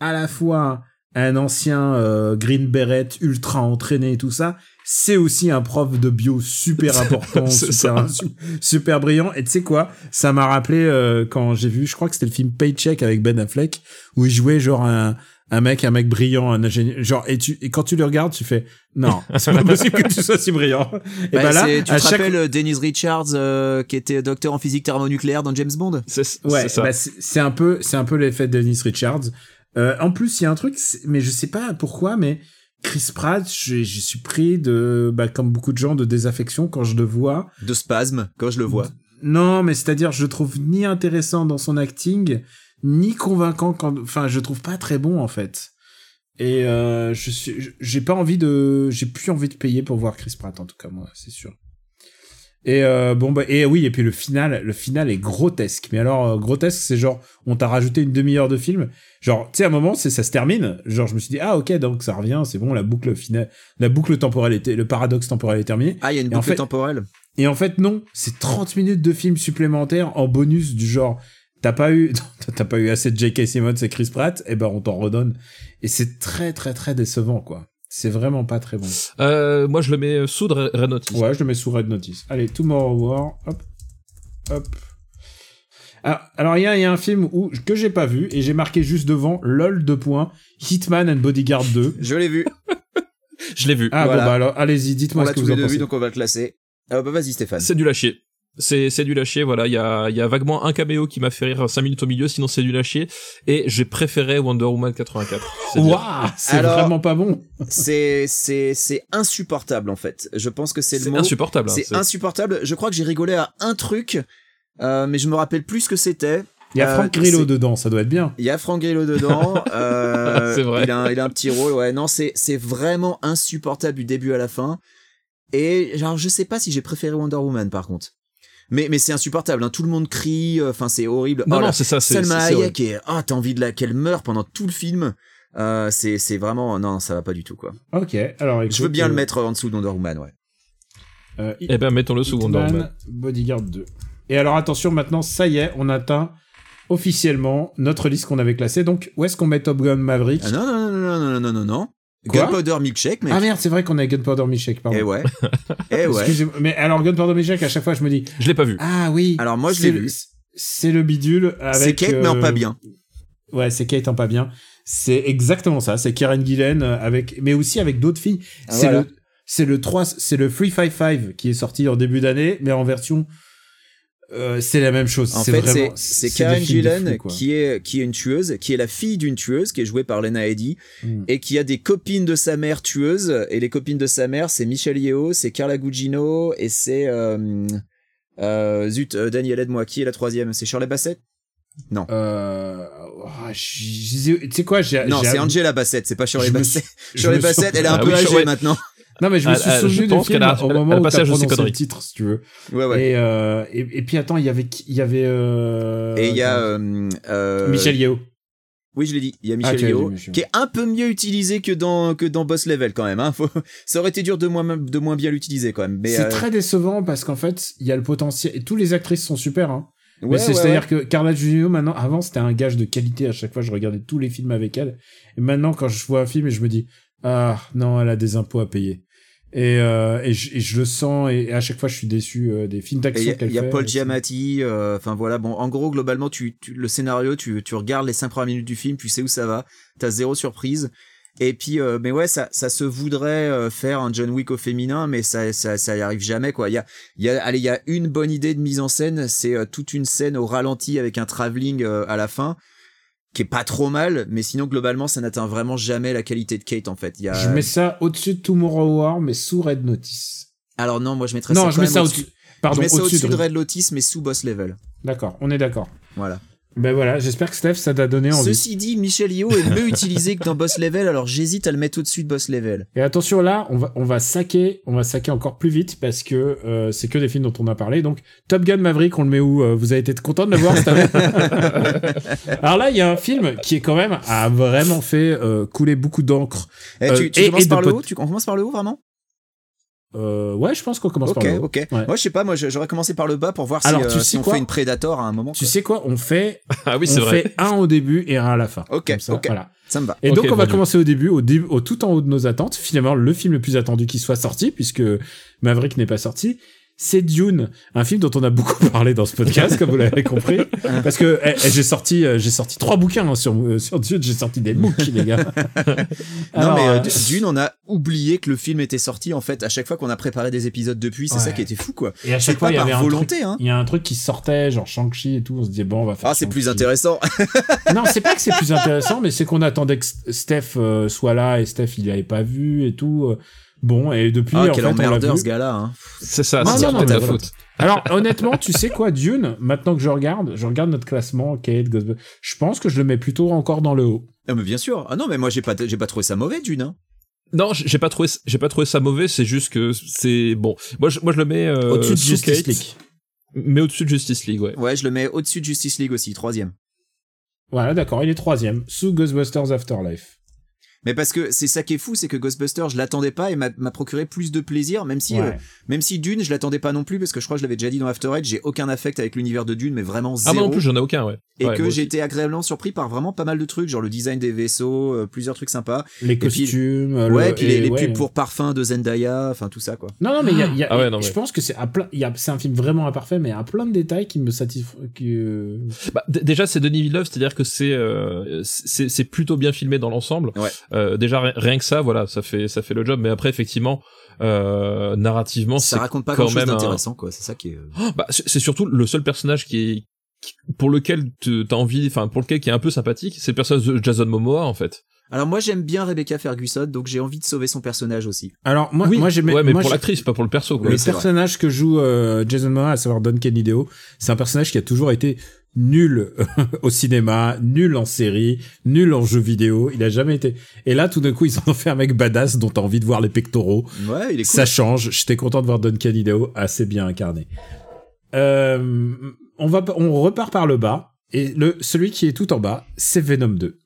[SPEAKER 4] à la fois un ancien euh, Green Beret ultra entraîné et tout ça, c'est aussi un prof de bio
[SPEAKER 5] (laughs)
[SPEAKER 4] super important,
[SPEAKER 6] C'est
[SPEAKER 4] super,
[SPEAKER 6] ça.
[SPEAKER 4] su- super brillant. Et tu sais quoi Ça m'a rappelé euh, quand j'ai vu, je crois que c'était le film Paycheck avec Ben Affleck, où il jouait genre un un mec, un mec brillant, un ingénieur, genre et tu et quand tu le regardes, tu fais non, c'est pas possible que tu sois si brillant. Et
[SPEAKER 5] Bah,
[SPEAKER 4] ben là,
[SPEAKER 5] c'est- tu te
[SPEAKER 4] à chaque
[SPEAKER 5] rappelles euh, Dennis Richards euh, qui était docteur en physique thermonucléaire dans James Bond
[SPEAKER 6] c'est c'est
[SPEAKER 4] Ouais,
[SPEAKER 6] ça
[SPEAKER 4] bah, c'est c'est un peu, c'est un peu l'effet de Dennis Richards. Euh, en plus, il y a un truc, c'est- mais je sais pas pourquoi, mais Chris Pratt, je, je suis pris de, bah, comme beaucoup de gens, de désaffection quand je le vois.
[SPEAKER 5] De spasme, quand je le vois.
[SPEAKER 4] Non, mais c'est-à-dire, je le trouve ni intéressant dans son acting, ni convaincant quand, enfin, je le trouve pas très bon en fait. Et euh, je suis, je- j'ai pas envie de, j'ai plus envie de payer pour voir Chris Pratt en tout cas moi, c'est sûr. Et euh, bon bah et oui et puis le final, le final est grotesque. Mais alors euh, grotesque, c'est genre on t'a rajouté une demi-heure de film. Genre tu sais à un moment c'est ça se termine. Genre je me suis dit ah ok donc ça revient, c'est bon la boucle finale, la boucle temporelle était, le paradoxe temporel est terminé.
[SPEAKER 5] Ah, il y a une
[SPEAKER 4] Et en
[SPEAKER 5] boucle
[SPEAKER 4] fait-
[SPEAKER 5] temporelle.
[SPEAKER 4] Et en fait, non, c'est 30 minutes de film supplémentaire en bonus du genre. T'as pas eu, (laughs) t'as pas eu assez de J.K. Simmons et Chris Pratt, eh ben on t'en redonne. Et c'est très très très décevant quoi. C'est vraiment pas très bon.
[SPEAKER 6] Euh, moi je le mets euh, sous de Re- Renotis
[SPEAKER 4] Ouais, je le mets sous Red Notice. Allez, Tomorrow War, hop, hop. Ah, alors il y a, il y a un film où que j'ai pas vu et j'ai marqué juste devant lol de points Hitman and Bodyguard 2.
[SPEAKER 5] Je l'ai vu.
[SPEAKER 6] je l'ai vu
[SPEAKER 4] Ah
[SPEAKER 5] Voilà.
[SPEAKER 4] bon bah alors allez-y,
[SPEAKER 5] on
[SPEAKER 4] dites-moi
[SPEAKER 5] l'a
[SPEAKER 4] ce que
[SPEAKER 5] tous
[SPEAKER 4] vous
[SPEAKER 5] les
[SPEAKER 4] en
[SPEAKER 5] deux vu,
[SPEAKER 4] pensez.
[SPEAKER 5] donc on va le classer. Ah bah vas-y Stéphane.
[SPEAKER 6] c'est du lâcher c'est c'est du lâcher voilà il y a il y a vaguement un caméo qui m'a fait rire 5 minutes au milieu sinon c'est du lâcher et j'ai préféré Wonder Woman 84 C'est dire.
[SPEAKER 4] Waouh, c'est
[SPEAKER 5] Alors-
[SPEAKER 4] vraiment pas bon.
[SPEAKER 5] C'est c'est c'est insupportable en fait. Je pense que c'est le
[SPEAKER 6] c'est
[SPEAKER 5] mot.
[SPEAKER 6] insupportable hein,
[SPEAKER 5] C'est insupportable. Je crois que j'ai rigolé à un truc, euh, mais je me rappelle plus ce que c'était.
[SPEAKER 4] Il y a
[SPEAKER 5] Euh,
[SPEAKER 4] Franck Grillo
[SPEAKER 5] c'est-
[SPEAKER 4] dedans, ça doit être bien.
[SPEAKER 5] Il y a Franck Grillo
[SPEAKER 6] (laughs)
[SPEAKER 5] dedans. euh,
[SPEAKER 6] C'est vrai.
[SPEAKER 5] Il a, un, il a un petit rôle. Ouais, non, c'est c'est vraiment insupportable du début à la fin. Et genre, je sais pas si j'ai préféré Wonder Woman par contre. Mais mais c'est insupportable. hein. Tout le monde crie. Enfin, c'est horrible.
[SPEAKER 6] non
[SPEAKER 5] Oh, la
[SPEAKER 6] non c'est ça c'est
[SPEAKER 5] Salma
[SPEAKER 6] c'est- c'est horrible.
[SPEAKER 5] Hayek et ah t'as envie de la qu'elle meure pendant tout le film. Euh, c'est c'est vraiment non ça va pas du tout quoi.
[SPEAKER 4] Ok, alors
[SPEAKER 5] Je veux bien le
[SPEAKER 4] mettre
[SPEAKER 5] mettre en dessous de Wonder Woman ouais.
[SPEAKER 4] Euh, Hit-
[SPEAKER 6] eh ben mettons le sous Wonder
[SPEAKER 4] Hitman,
[SPEAKER 6] Woman
[SPEAKER 4] Bodyguard 2. Et alors attention, maintenant, ça y est, on atteint officiellement notre liste qu'on avait classée. Donc, où est-ce qu'on met Top Gun Maverick
[SPEAKER 5] Ah, non non non non non non non non.
[SPEAKER 4] Quoi
[SPEAKER 5] Gunpowder milkshake mec.
[SPEAKER 4] Ah merde, c'est vrai qu'on a Gunpowder Milkshake, pardon.
[SPEAKER 5] Eh ouais.
[SPEAKER 6] (laughs)
[SPEAKER 5] eh ouais.
[SPEAKER 4] Excusez-moi, mais alors Gunpowder Milkshake, à chaque fois, je me dis,
[SPEAKER 6] je l'ai pas vu
[SPEAKER 4] ah oui.
[SPEAKER 5] Alors, moi, je
[SPEAKER 4] c'est
[SPEAKER 5] l'ai
[SPEAKER 4] le-
[SPEAKER 5] vu.
[SPEAKER 4] C'est le bidule avec...
[SPEAKER 5] C'est Kate mais en
[SPEAKER 4] euh,
[SPEAKER 5] pas bien.
[SPEAKER 4] Ouais, c'est Kate en pas bien. C'est exactement ça. C'est Karen Gillen euh, avec, mais aussi avec d'autres filles.
[SPEAKER 5] Ah,
[SPEAKER 4] c'est
[SPEAKER 5] voilà.
[SPEAKER 4] le, c'est le 3, c'est le 355 qui est sorti en début d'année, mais en version, euh, c'est la même chose.
[SPEAKER 5] En fait c'est
[SPEAKER 4] vraiment-
[SPEAKER 5] c'est
[SPEAKER 4] des
[SPEAKER 5] Karen
[SPEAKER 4] films de
[SPEAKER 5] Gillan
[SPEAKER 4] fous, quoi.
[SPEAKER 5] qui est qui est une tueuse qui est la fille d'une tueuse qui est jouée par Lena Headey
[SPEAKER 4] Mm.
[SPEAKER 5] et qui a des copines de sa mère tueuses et les copines de sa mère c'est Michelle Yeoh c'est Carla Gugino et c'est euh, euh, zut euh, Daniel aide-moi qui est la troisième c'est Shirley Bassett
[SPEAKER 4] Euh, oh, j- j- tu sais quoi, j'ai,
[SPEAKER 5] Non,
[SPEAKER 4] j'ai-
[SPEAKER 5] c'est Angela Bassett, c'est pas Shirley
[SPEAKER 4] Euh, Je me
[SPEAKER 5] (laughs) Bassett.
[SPEAKER 4] je
[SPEAKER 5] Shirley
[SPEAKER 4] me sens-
[SPEAKER 5] Bassett, elle est un
[SPEAKER 6] Ah
[SPEAKER 5] peu
[SPEAKER 6] oui,
[SPEAKER 5] âgée
[SPEAKER 6] Shirley-
[SPEAKER 5] maintenant.
[SPEAKER 4] Non, mais je me
[SPEAKER 6] Elle-
[SPEAKER 4] suis
[SPEAKER 6] elle- Ah, je
[SPEAKER 4] souvenu du
[SPEAKER 6] pense
[SPEAKER 4] film
[SPEAKER 6] qu'elle a-
[SPEAKER 4] au
[SPEAKER 6] elle-
[SPEAKER 4] moment
[SPEAKER 6] elle
[SPEAKER 4] où
[SPEAKER 6] passe
[SPEAKER 4] t'as
[SPEAKER 6] à José
[SPEAKER 4] prononcé le
[SPEAKER 6] Connery.
[SPEAKER 4] titre, si tu veux.
[SPEAKER 5] Ouais, ouais.
[SPEAKER 4] Et, euh, et, et puis attends, il y avait, qui- il y avait, euh,
[SPEAKER 5] Et il y a. euh, euh,
[SPEAKER 4] Michel Yeo.
[SPEAKER 5] Oui, je l'ai dit. Il y a
[SPEAKER 4] Ah,
[SPEAKER 5] Michel
[SPEAKER 4] tu l'as
[SPEAKER 5] Yeoh,
[SPEAKER 4] dit, Michel.
[SPEAKER 5] qui est un peu mieux utilisé que dans, que dans Boss Level quand même. Hein. (laughs) Faut- Ça aurait été dur de moins, de moins bien l'utiliser quand même. Mais,
[SPEAKER 4] C'est
[SPEAKER 5] euh,
[SPEAKER 4] très décevant parce qu'en fait, il y a le potentiel. Et tous les actrices sont super, hein.
[SPEAKER 5] ouais,
[SPEAKER 4] Mais c'est-
[SPEAKER 5] ouais,
[SPEAKER 4] c'est-à-dire que Carla Gugino, maintenant, avant, c'était un gage de qualité. À chaque fois, je regardais tous les films avec elle. Et maintenant, quand je vois un film, et je me dis, ah, non, elle a des impôts à payer. Et, euh, et, je, et je le sens, et, et à chaque fois, je suis déçu euh, des films
[SPEAKER 5] Et Il y
[SPEAKER 4] d'action
[SPEAKER 5] a,
[SPEAKER 4] qu'elle
[SPEAKER 5] il y a
[SPEAKER 4] fait.
[SPEAKER 5] Paul
[SPEAKER 4] Et c'est-
[SPEAKER 5] Giamatti, euh, enfin voilà, bon, en gros, globalement, tu, tu- le scénario, tu, tu regardes les cinq premières minutes du film, tu sais où ça va, t'as zéro surprise. Et puis, euh, mais ouais, ça, ça se voudrait euh, faire un John Wick au féminin, mais ça, ça, ça y arrive jamais, quoi. Il y a, il y a, allez, il y a une bonne idée de mise en scène, c'est euh, toute une scène au ralenti avec un travelling euh, à la fin, qui est pas trop mal, mais sinon, globalement, ça n'atteint vraiment jamais la qualité de Kate, en fait. Il Y a...
[SPEAKER 4] Je mets ça au-dessus de Tomorrow War, mais sous Red Notice.
[SPEAKER 5] Alors non, moi, je mettrais ça
[SPEAKER 4] non, je
[SPEAKER 5] quand
[SPEAKER 4] mets
[SPEAKER 5] même
[SPEAKER 4] ça
[SPEAKER 5] au-dessus.
[SPEAKER 4] au-dessus. Pardon,
[SPEAKER 5] je mets ça
[SPEAKER 4] au-dessus de
[SPEAKER 5] de
[SPEAKER 4] Red-
[SPEAKER 5] Red Lotus, mais sous boss level.
[SPEAKER 4] D'accord, on est d'accord.
[SPEAKER 5] Voilà.
[SPEAKER 4] Ben voilà, j'espère que Steph, ça t'a donné envie.
[SPEAKER 5] Ceci dit, Michel Io est mieux utilisé que dans boss level, alors j'hésite à le mettre au-dessus de boss level.
[SPEAKER 4] Et attention là, on va on va saquer, on va saquer encore plus vite parce que euh, c'est que des films dont on a parlé. Donc Top Gun Maverick, on le met où Euh, Vous avez été content de le voir cette
[SPEAKER 6] (laughs)
[SPEAKER 4] année Alors là, il y a un film qui est quand même a vraiment fait euh, couler beaucoup d'encre.
[SPEAKER 5] Eh,
[SPEAKER 4] Euh,
[SPEAKER 5] tu tu
[SPEAKER 4] et-
[SPEAKER 5] commences
[SPEAKER 4] et de
[SPEAKER 5] par le
[SPEAKER 4] pot-
[SPEAKER 5] haut Tu on commence par le haut vraiment
[SPEAKER 4] Euh, ouais, je pense qu'on commence
[SPEAKER 5] Ok,
[SPEAKER 4] par le haut.
[SPEAKER 5] ok.
[SPEAKER 4] Ouais.
[SPEAKER 5] Moi, je sais pas, moi, je- j'aurais commencé par le bas pour voir si,
[SPEAKER 4] Alors,
[SPEAKER 5] euh,
[SPEAKER 4] tu
[SPEAKER 5] si
[SPEAKER 4] sais
[SPEAKER 5] on
[SPEAKER 4] quoi
[SPEAKER 5] fait une Predator à un moment.
[SPEAKER 4] Tu
[SPEAKER 5] quoi.
[SPEAKER 4] sais quoi On fait
[SPEAKER 6] Ah oui,
[SPEAKER 4] on
[SPEAKER 6] c'est vrai.
[SPEAKER 4] fait un au début et un à la fin.
[SPEAKER 5] Ok,
[SPEAKER 4] Comme ça,
[SPEAKER 5] ok.
[SPEAKER 4] Voilà.
[SPEAKER 5] Ça me va.
[SPEAKER 4] Et
[SPEAKER 6] Ok,
[SPEAKER 4] donc on va
[SPEAKER 6] vendu.
[SPEAKER 4] commencer au début, au début, au tout en haut de nos attentes. Finalement, le film le plus attendu qui soit sorti, puisque Maverick n'est pas sorti, c'est Dune, un film dont on a beaucoup (laughs) parlé dans ce podcast, comme vous l'avez
[SPEAKER 5] (laughs)
[SPEAKER 4] compris, parce que eh, eh, j'ai sorti, euh, j'ai sorti trois bouquins hein, sur euh, sur Dune, j'ai sorti des MOOC, les gars.
[SPEAKER 5] non,
[SPEAKER 4] Alors,
[SPEAKER 5] mais euh,
[SPEAKER 4] euh,
[SPEAKER 5] d'une, on a oublié que le film était sorti en fait à chaque fois qu'on a préparé des épisodes depuis. C'est
[SPEAKER 4] Ouais.
[SPEAKER 5] ça qui était fou, quoi.
[SPEAKER 4] (laughs) et à
[SPEAKER 5] C'est
[SPEAKER 4] chaque fois
[SPEAKER 5] pas
[SPEAKER 4] il y
[SPEAKER 5] par
[SPEAKER 4] avait un truc,
[SPEAKER 5] volonté, hein.
[SPEAKER 4] il y a un truc qui sortait, genre Shang-Chi et tout, on se disait bon, on va faire.
[SPEAKER 5] Ah, c'est plus
[SPEAKER 4] Shang-Chi.
[SPEAKER 5] intéressant.
[SPEAKER 4] Non, c'est pas que c'est
[SPEAKER 5] (laughs)
[SPEAKER 4] plus intéressant, mais c'est qu'on attendait que S- Steph euh, soit là et Steph il l'avait pas vu et tout. euh. Bon, et depuis
[SPEAKER 5] Ah,
[SPEAKER 4] en fait
[SPEAKER 5] quel
[SPEAKER 4] on l'a vu.
[SPEAKER 5] emmerdeur ce gars-là. hein.
[SPEAKER 6] C'est ça,
[SPEAKER 4] Non,
[SPEAKER 6] c'est
[SPEAKER 4] non, non,
[SPEAKER 6] peut-être
[SPEAKER 4] mais
[SPEAKER 6] la
[SPEAKER 4] voilà.
[SPEAKER 6] faute.
[SPEAKER 4] Alors honnêtement, tu sais quoi, Dune, maintenant que je regarde, je regarde notre classement, Kate, Ghostbusters, je pense que je le mets plutôt encore dans le haut.
[SPEAKER 5] Ah, mais bien sûr. Ah non, mais moi, j'ai pas, j'ai pas trouvé ça mauvais, d'une. hein.
[SPEAKER 6] Non, j'ai j'ai pas trouvé, j'ai pas trouvé ça mauvais. C'est juste que c'est bon. Moi, je, moi, je le mets euh,
[SPEAKER 4] Au-dessus de
[SPEAKER 6] sous
[SPEAKER 4] Justice
[SPEAKER 6] Kate,
[SPEAKER 4] League.
[SPEAKER 6] mais au-dessus de Justice League, ouais.
[SPEAKER 5] Ouais, je le mets au-dessus de Justice League aussi, troisième.
[SPEAKER 4] Voilà, d'accord, il est troisième, sous Ghostbusters Afterlife.
[SPEAKER 5] Mais parce que c'est ça qui est fou, c'est que Ghostbusters, je l'attendais pas et m'a m'a procuré plus de plaisir, même si,
[SPEAKER 4] Ouais.
[SPEAKER 5] euh, même si Dune, je l'attendais pas non plus, parce que je crois que je l'avais déjà dit dans After Eight, j'ai aucun affect avec l'univers de Dune, mais vraiment
[SPEAKER 6] Ah
[SPEAKER 5] zéro.
[SPEAKER 6] moi non plus, j'en ai aucun, ouais.
[SPEAKER 5] et
[SPEAKER 6] Ouais,
[SPEAKER 5] que
[SPEAKER 6] moi
[SPEAKER 5] j'ai
[SPEAKER 6] aussi.
[SPEAKER 5] été agréablement surpris par vraiment pas mal de trucs, genre le design des vaisseaux, euh, plusieurs trucs sympas.
[SPEAKER 4] Les
[SPEAKER 5] puis-
[SPEAKER 4] costumes,
[SPEAKER 6] Ah,
[SPEAKER 4] euh,
[SPEAKER 5] ouais,
[SPEAKER 4] le-
[SPEAKER 5] puis les,
[SPEAKER 4] et-
[SPEAKER 5] les
[SPEAKER 4] ouais.
[SPEAKER 5] pubs pour parfum de Zendaya, enfin tout ça quoi.
[SPEAKER 4] Non, non, mais il y a, il y a-
[SPEAKER 6] Ah ouais, non,
[SPEAKER 4] je
[SPEAKER 6] mais-
[SPEAKER 4] pense que c'est à plein, il y a- c'est un film vraiment imparfait, mais à plein de détails qui me satisfont. Qui... euh,
[SPEAKER 6] Bah, d- déjà, c'est Denis Villeneuve, c'est-à-dire que c'est euh, c'est c'est plutôt bien filmé dans l'ensemble.
[SPEAKER 5] Ouais.
[SPEAKER 6] Euh, déjà ri- rien que ça, voilà, ça fait ça fait le job. Mais après, effectivement, euh, narrativement, c'est
[SPEAKER 5] ça raconte pas
[SPEAKER 6] quand
[SPEAKER 5] grand chose
[SPEAKER 6] même un-
[SPEAKER 5] d'intéressant quoi, c'est ça qui est. euh,
[SPEAKER 6] bah, c'est c'est surtout le seul personnage qui est qui- pour lequel te- t'as envie, enfin pour lequel qui est un peu sympathique, c'est le personnage de Jason Momoa en fait.
[SPEAKER 5] Alors moi j'aime bien Rebecca Ferguson, donc j'ai envie de sauver son personnage aussi.
[SPEAKER 4] Alors Ah, moi, moi j'aimais.
[SPEAKER 6] ouais, mais
[SPEAKER 4] moi,
[SPEAKER 6] pour
[SPEAKER 4] j'ai-
[SPEAKER 6] l'actrice, pas pour le perso. Quoi. (laughs)
[SPEAKER 4] Le
[SPEAKER 5] c'est vrai.
[SPEAKER 4] personnage que joue euh, Jason Momoa, à savoir Don Kennedeo, c'est un personnage qui a toujours été nul (laughs) au cinéma, nul en série, nul en jeu vidéo. Il a jamais été. Et là, tout d'un coup, ils en ont (laughs) fait un mec badass dont t'as envie de voir les pectoraux.
[SPEAKER 5] Ouais, il est cool.
[SPEAKER 4] Ça change. J'étais content de voir Don Canideo assez bien incarné. Euh, on va, on repart par le bas. Et le, celui qui est tout en bas, c'est Venom 2.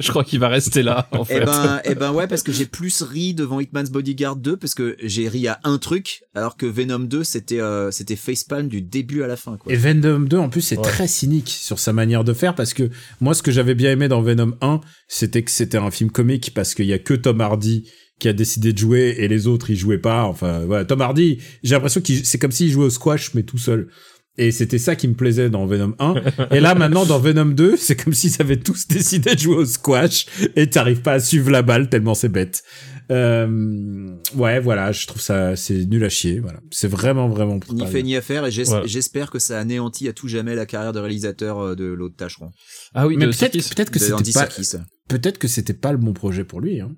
[SPEAKER 6] je crois qu'il va rester là en
[SPEAKER 5] Eh
[SPEAKER 6] fait.
[SPEAKER 5] ben, eh ben ouais, parce que j'ai plus ri devant Hitman's Bodyguard 2 parce que j'ai ri à un truc, alors que Venom 2 c'était euh, c'était facepalm du début à la fin quoi.
[SPEAKER 4] Et Venom 2, en plus, c'est
[SPEAKER 6] Ouais.
[SPEAKER 4] très cynique sur sa manière de faire parce que moi, ce que j'avais bien aimé dans Venom 1, c'était que c'était un film comique parce qu'il y a que Tom Hardy qui a décidé de jouer et les autres, ils jouaient pas. Enfin, voilà. Tom Hardy, j'ai l'impression que c'est comme s'il jouait au squash, mais tout seul. Et c'était ça qui me plaisait dans Venom 1. Et là, maintenant, dans Venom 2, (laughs) c'est comme s'ils avaient tous décidé de jouer au squash et t'arrives pas à suivre la balle tellement c'est bête. Euh, ouais, voilà, je trouve ça, c'est nul à chier. Voilà. C'est vraiment, vraiment
[SPEAKER 5] Ni
[SPEAKER 4] pas
[SPEAKER 5] fait ni à faire et j'es-
[SPEAKER 6] Voilà.
[SPEAKER 5] j'espère que ça anéantit à tout jamais la carrière de réalisateur euh, de l'autre tâcheron.
[SPEAKER 6] Ah oui,
[SPEAKER 4] mais
[SPEAKER 6] de
[SPEAKER 4] peut-être
[SPEAKER 6] Serkis.
[SPEAKER 4] peut-être que
[SPEAKER 5] de Andy
[SPEAKER 4] c'était pas
[SPEAKER 5] Serkis.
[SPEAKER 4] peut-être que c'était pas le bon projet pour lui. hein.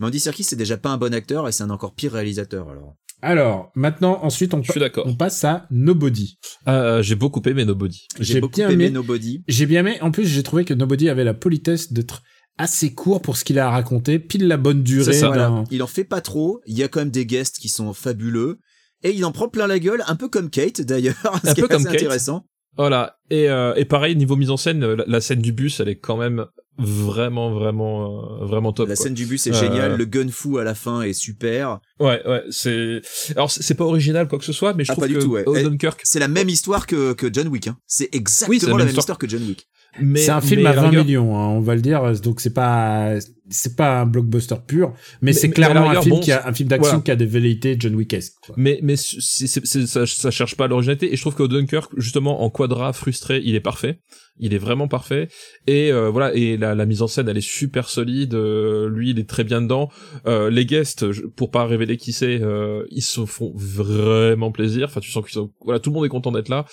[SPEAKER 5] Mais Andy Serkis c'est déjà pas un bon acteur et c'est un encore pire réalisateur alors.
[SPEAKER 4] Alors maintenant, ensuite, on,
[SPEAKER 6] Je suis
[SPEAKER 4] pa-
[SPEAKER 6] d'accord.
[SPEAKER 4] on passe à Nobody.
[SPEAKER 6] Euh, j'ai beaucoup aimé Nobody.
[SPEAKER 4] J'ai
[SPEAKER 5] J'ai beaucoup
[SPEAKER 4] bien
[SPEAKER 5] aimé
[SPEAKER 4] aimé.
[SPEAKER 5] Nobody.
[SPEAKER 4] J'ai bien aimé. En plus, j'ai trouvé que Nobody avait la politesse d'être assez court pour ce qu'il a à raconter, pile la bonne durée.
[SPEAKER 6] C'est ça.
[SPEAKER 4] voilà.
[SPEAKER 5] Il en fait pas trop, il y a quand même des guests qui sont fabuleux et il en prend plein la gueule, un peu comme Kate d'ailleurs, (laughs) ce
[SPEAKER 6] Un
[SPEAKER 5] qui
[SPEAKER 6] peu
[SPEAKER 5] est assez
[SPEAKER 6] comme Kate.
[SPEAKER 5] intéressant.
[SPEAKER 6] Voilà. Et, euh, et pareil, niveau mise en scène, euh, la, la scène du bus, elle est quand même vraiment, vraiment, euh, vraiment top.
[SPEAKER 5] La
[SPEAKER 6] quoi.
[SPEAKER 5] scène du bus est
[SPEAKER 6] Euh,
[SPEAKER 5] géniale, le gun fou à la fin est super.
[SPEAKER 6] Ouais, ouais. C'est. Alors, c'est c'est pas original quoi que ce soit, mais je
[SPEAKER 5] Ah,
[SPEAKER 6] trouve
[SPEAKER 5] pas
[SPEAKER 6] que
[SPEAKER 5] du tout, ouais.
[SPEAKER 6] oh,
[SPEAKER 5] Et-
[SPEAKER 6] Dunkirk.
[SPEAKER 5] C'est la même histoire que, que John Wick. Hein. C'est exactement
[SPEAKER 6] Oui, c'est
[SPEAKER 5] la même histoire que John Wick.
[SPEAKER 6] mais-
[SPEAKER 4] C'est un film
[SPEAKER 6] mais
[SPEAKER 4] à
[SPEAKER 6] la
[SPEAKER 4] 20
[SPEAKER 6] rigueur-
[SPEAKER 4] millions, hein, on va le dire. Donc c'est pas c'est pas un blockbuster pur, mais,
[SPEAKER 6] Mais-
[SPEAKER 4] c'est
[SPEAKER 6] mais à
[SPEAKER 4] clairement
[SPEAKER 6] la
[SPEAKER 4] un
[SPEAKER 6] rigueur,
[SPEAKER 4] film
[SPEAKER 6] bon,
[SPEAKER 4] qui a un film d'action
[SPEAKER 6] voilà.
[SPEAKER 4] qui a des velléités John Wickesque. quoi.
[SPEAKER 6] Mais mais c'est- c'est- c'est- ça, ça cherche pas l'originalité et je trouve que Dunkirk justement en quadra frustré il est parfait il est vraiment parfait et euh, voilà et la, la mise en scène elle est super solide euh, lui il est très bien dedans Euh, les guests je- pour pas révéler qui c'est euh, ils se font vraiment plaisir enfin tu sens qu'ils sont voilà tout le monde est content d'être là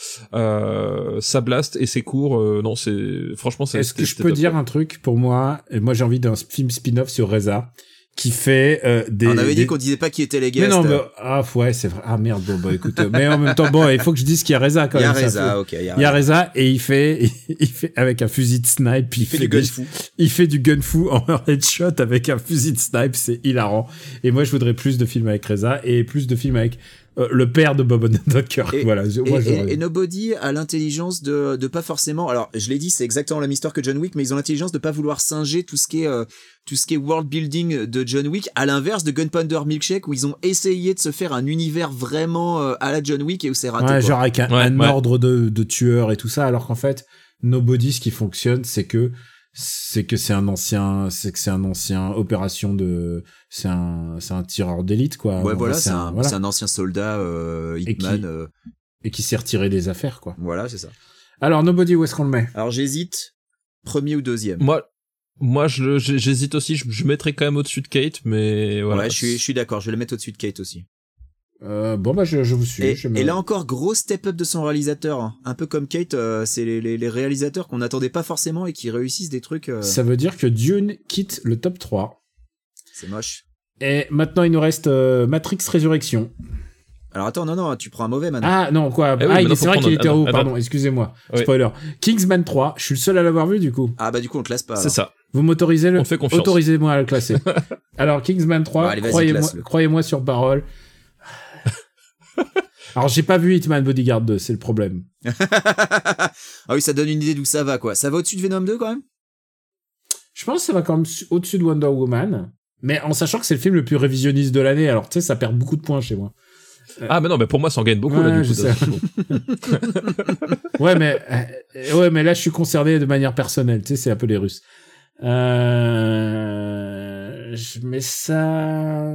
[SPEAKER 6] euh, ça blast et c'est court euh, non c'est franchement c'est
[SPEAKER 4] Est-ce que
[SPEAKER 6] c'est-
[SPEAKER 4] je
[SPEAKER 6] c'est
[SPEAKER 4] peux
[SPEAKER 6] top.
[SPEAKER 4] dire un truc pour moi et Moi, j'ai envie d'un film spin-off sur Reza qui fait euh, des.
[SPEAKER 5] on avait
[SPEAKER 4] des-
[SPEAKER 5] dit qu'on disait pas qui étaient les
[SPEAKER 4] Mais
[SPEAKER 5] guests.
[SPEAKER 4] non, mais- ah ouais, c'est vrai. Ah merde, bon bah écoute, euh, mais en même temps, bon, il faut que je dise qu'il y a Reza quand
[SPEAKER 5] Il y a
[SPEAKER 4] même. ça fait-
[SPEAKER 5] Reza, ok. Il y a
[SPEAKER 4] Il y a
[SPEAKER 5] Reza.
[SPEAKER 4] Reza et il fait, (laughs) il fait avec un fusil de snipe, il,
[SPEAKER 5] Il fait du
[SPEAKER 4] des-
[SPEAKER 5] gunfou.
[SPEAKER 4] il fait du gunfou en (laughs) headshot avec un fusil de snipe, c'est hilarant. Et moi, je voudrais plus de films avec Reza et plus de films avec euh, le père de Bob Odenkirk.
[SPEAKER 5] Et-
[SPEAKER 4] Voilà, je-
[SPEAKER 5] Et,
[SPEAKER 4] moi,
[SPEAKER 5] et-
[SPEAKER 4] j'aurais-
[SPEAKER 5] et Nobody a l'intelligence de, de pas forcément. Alors, je l'ai dit, c'est exactement la même histoire que John Wick, mais ils ont l'intelligence de pas vouloir singer tout ce qui est euh, tout ce qui est world building de John Wick, à l'inverse de Gunpowder Milkshake où ils ont essayé de se faire un univers vraiment euh, à la John Wick et où c'est raté.
[SPEAKER 4] Ouais,
[SPEAKER 5] quoi.
[SPEAKER 4] genre avec un,
[SPEAKER 6] Ouais,
[SPEAKER 4] un
[SPEAKER 6] ouais.
[SPEAKER 4] ordre de, de tueur et tout ça, alors qu'en fait, Nobody, ce qui fonctionne, c'est que c'est que c'est un ancien, c'est que c'est un ancien opération de, c'est un, c'est un tireur d'élite quoi.
[SPEAKER 5] ouais,
[SPEAKER 4] Enfin,
[SPEAKER 5] voilà, c'est un,
[SPEAKER 4] euh, voilà.
[SPEAKER 5] c'est un ancien soldat euh,
[SPEAKER 4] Et qui-
[SPEAKER 5] Hitman. euh,
[SPEAKER 4] et qui s'est retiré des affaires quoi.
[SPEAKER 5] voilà, c'est ça.
[SPEAKER 4] Alors Nobody, où est-ce qu'on le met
[SPEAKER 5] Alors, j'hésite, premier ou deuxième.
[SPEAKER 6] moi moi je le- j'ai- j'hésite aussi je, je mettrais quand même au-dessus de Kate mais voilà
[SPEAKER 5] ouais, je suis, je suis d'accord, je vais le mettre au-dessus de Kate aussi.
[SPEAKER 4] Euh, Bon bah je, je vous suis.
[SPEAKER 5] Et,
[SPEAKER 4] je me-
[SPEAKER 5] et là encore, gros step-up de son réalisateur. hein. Un peu comme Kate, euh, c'est les, les- les réalisateurs qu'on n'attendait pas forcément et qui réussissent des trucs. euh,
[SPEAKER 4] ça veut dire que Dune quitte le top 3.
[SPEAKER 5] c'est moche.
[SPEAKER 4] Et maintenant il nous reste euh, Matrix Résurrection.
[SPEAKER 5] Alors attends, non, non, tu prends un mauvais maintenant.
[SPEAKER 4] Ah non quoi
[SPEAKER 6] Eh oui,
[SPEAKER 4] Ah il
[SPEAKER 6] maintenant,
[SPEAKER 4] est- c'est
[SPEAKER 6] faut
[SPEAKER 4] vrai qu'il
[SPEAKER 6] prendre-
[SPEAKER 4] était en haut.
[SPEAKER 6] attends,
[SPEAKER 4] Pardon, excusez-moi.
[SPEAKER 6] Oui.
[SPEAKER 4] Spoiler. Kingsman 3. Je suis le seul à l'avoir vu du coup.
[SPEAKER 5] Ah, bah du coup, on te laisse pas.
[SPEAKER 6] c'est
[SPEAKER 5] alors.
[SPEAKER 6] ça
[SPEAKER 4] Vous m'autorisez le
[SPEAKER 6] On te fait confiance.
[SPEAKER 4] Autorisez-moi à le
[SPEAKER 6] (laughs)
[SPEAKER 4] classer. Alors Kingsman 3,
[SPEAKER 5] Bon, allez, vas-y,
[SPEAKER 4] croyez-moi
[SPEAKER 5] classe-le.
[SPEAKER 4] croyez-moi sur
[SPEAKER 6] (laughs)
[SPEAKER 4] parole. Alors j'ai pas vu Hitman Bodyguard 2, c'est le problème.
[SPEAKER 5] (laughs) ah oui, ça donne une idée d'où ça va, quoi. Ça va au-dessus de Venom 2 quand même
[SPEAKER 4] Je pense que ça va quand même su- au-dessus de Wonder Woman, mais en sachant que c'est le film le plus révisionniste de l'année, alors tu sais ça perd beaucoup de points chez moi.
[SPEAKER 6] ah mais non mais pour moi ça en gagne beaucoup là,
[SPEAKER 4] Ouais,
[SPEAKER 6] du coup,
[SPEAKER 4] je
[SPEAKER 6] de-
[SPEAKER 4] sais. Ouais mais euh, ouais mais là je suis concerné de manière personnelle, tu sais c'est un peu les Russes. Euh, je mets ça.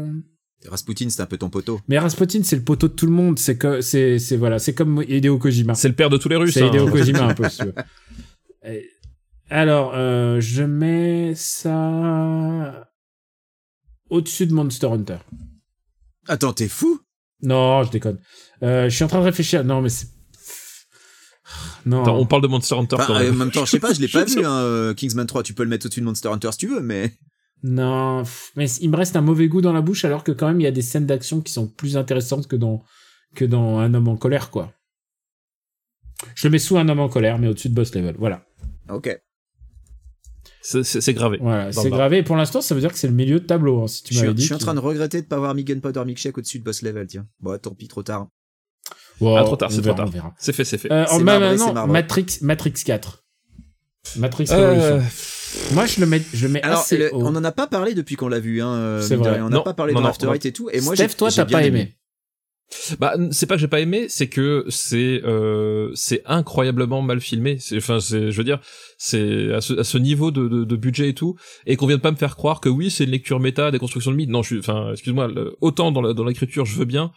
[SPEAKER 5] Rasputin, c'est un peu ton poteau.
[SPEAKER 4] Mais Rasputin, c'est le poteau de tout le monde. C'est que, c'est, c'est voilà, c'est comme Hideo Kojima.
[SPEAKER 6] C'est le père de tous les Russes.
[SPEAKER 4] C'est
[SPEAKER 6] hein.
[SPEAKER 4] Hideo Kojima un peu. si tu veux. (laughs) Et- Alors, euh, je mets ça au-dessus de Monster Hunter.
[SPEAKER 5] Attends, t'es fou
[SPEAKER 4] Non, je déconne. Euh, je suis en train de réfléchir. Non, mais c'est non.
[SPEAKER 6] Attends, on parle de Monster Hunter
[SPEAKER 5] Enfin,
[SPEAKER 6] quand
[SPEAKER 5] euh, En
[SPEAKER 6] même.
[SPEAKER 5] même temps, je sais pas, je l'ai pas vu, hein, euh, Kingsman 3. Tu peux le mettre au-dessus de Monster Hunter si tu veux, mais.
[SPEAKER 4] Non, pff, mais il me reste un mauvais goût dans la bouche alors que quand même il y a des scènes d'action qui sont plus intéressantes que dans que dans Un homme en colère quoi. Je le mets sous Un homme en colère mais au-dessus de Boss Level. Voilà.
[SPEAKER 5] ah, Ok.
[SPEAKER 6] C'est- C'est c'est gravé.
[SPEAKER 4] Voilà,
[SPEAKER 6] Dans
[SPEAKER 4] c'est
[SPEAKER 6] le bar.
[SPEAKER 4] gravé. Et pour l'instant, ça veut dire que c'est le milieu de tableau. hein, si tu
[SPEAKER 5] Je suis,
[SPEAKER 4] m'avais dit.
[SPEAKER 5] je suis en train de regretter de pas avoir mis Gunpowder Milkshake au-dessus de Boss Level, tiens. Bon, tant pis, trop tard. hein.
[SPEAKER 4] Wow,
[SPEAKER 6] Ah, trop tard,
[SPEAKER 4] on
[SPEAKER 6] c'est
[SPEAKER 4] verra,
[SPEAKER 6] trop tard.
[SPEAKER 4] on verra.
[SPEAKER 6] C'est fait, c'est fait.
[SPEAKER 4] Euh, en
[SPEAKER 5] C'est
[SPEAKER 4] même
[SPEAKER 5] marbré, c'est
[SPEAKER 4] non,
[SPEAKER 5] marbré.
[SPEAKER 4] Matrix, Matrix 4. Matrix
[SPEAKER 6] Euh,
[SPEAKER 4] Revolution. Moi, je le mets, je le
[SPEAKER 6] Ah,
[SPEAKER 4] mets
[SPEAKER 5] Alors,
[SPEAKER 4] assez
[SPEAKER 5] le-
[SPEAKER 4] haut.
[SPEAKER 5] on en a pas parlé depuis qu'on l'a vu, hein. euh,
[SPEAKER 4] C'est
[SPEAKER 5] mine de
[SPEAKER 4] vrai.
[SPEAKER 5] rien. On n'a
[SPEAKER 6] Non,
[SPEAKER 5] pas parlé
[SPEAKER 6] non,
[SPEAKER 5] de
[SPEAKER 6] non,
[SPEAKER 5] After
[SPEAKER 6] non.
[SPEAKER 5] Eight et tout. Et moi,
[SPEAKER 4] Steph,
[SPEAKER 5] j'ai-
[SPEAKER 4] toi,
[SPEAKER 5] j'ai
[SPEAKER 4] t'as
[SPEAKER 5] bien
[SPEAKER 4] pas aimé.
[SPEAKER 6] bah, n- c'est pas que j'ai pas aimé, c'est que c'est euh, c'est incroyablement mal filmé. C'est- Enfin, c'est, je veux dire, c'est à ce, à ce niveau de, de, de budget et tout, et qu'on vient de pas me faire croire que oui, c'est une lecture méta, des constructions de mythes. Non, je suis, enfin, excuse-moi, le- autant dans la- dans l'écriture, je veux bien.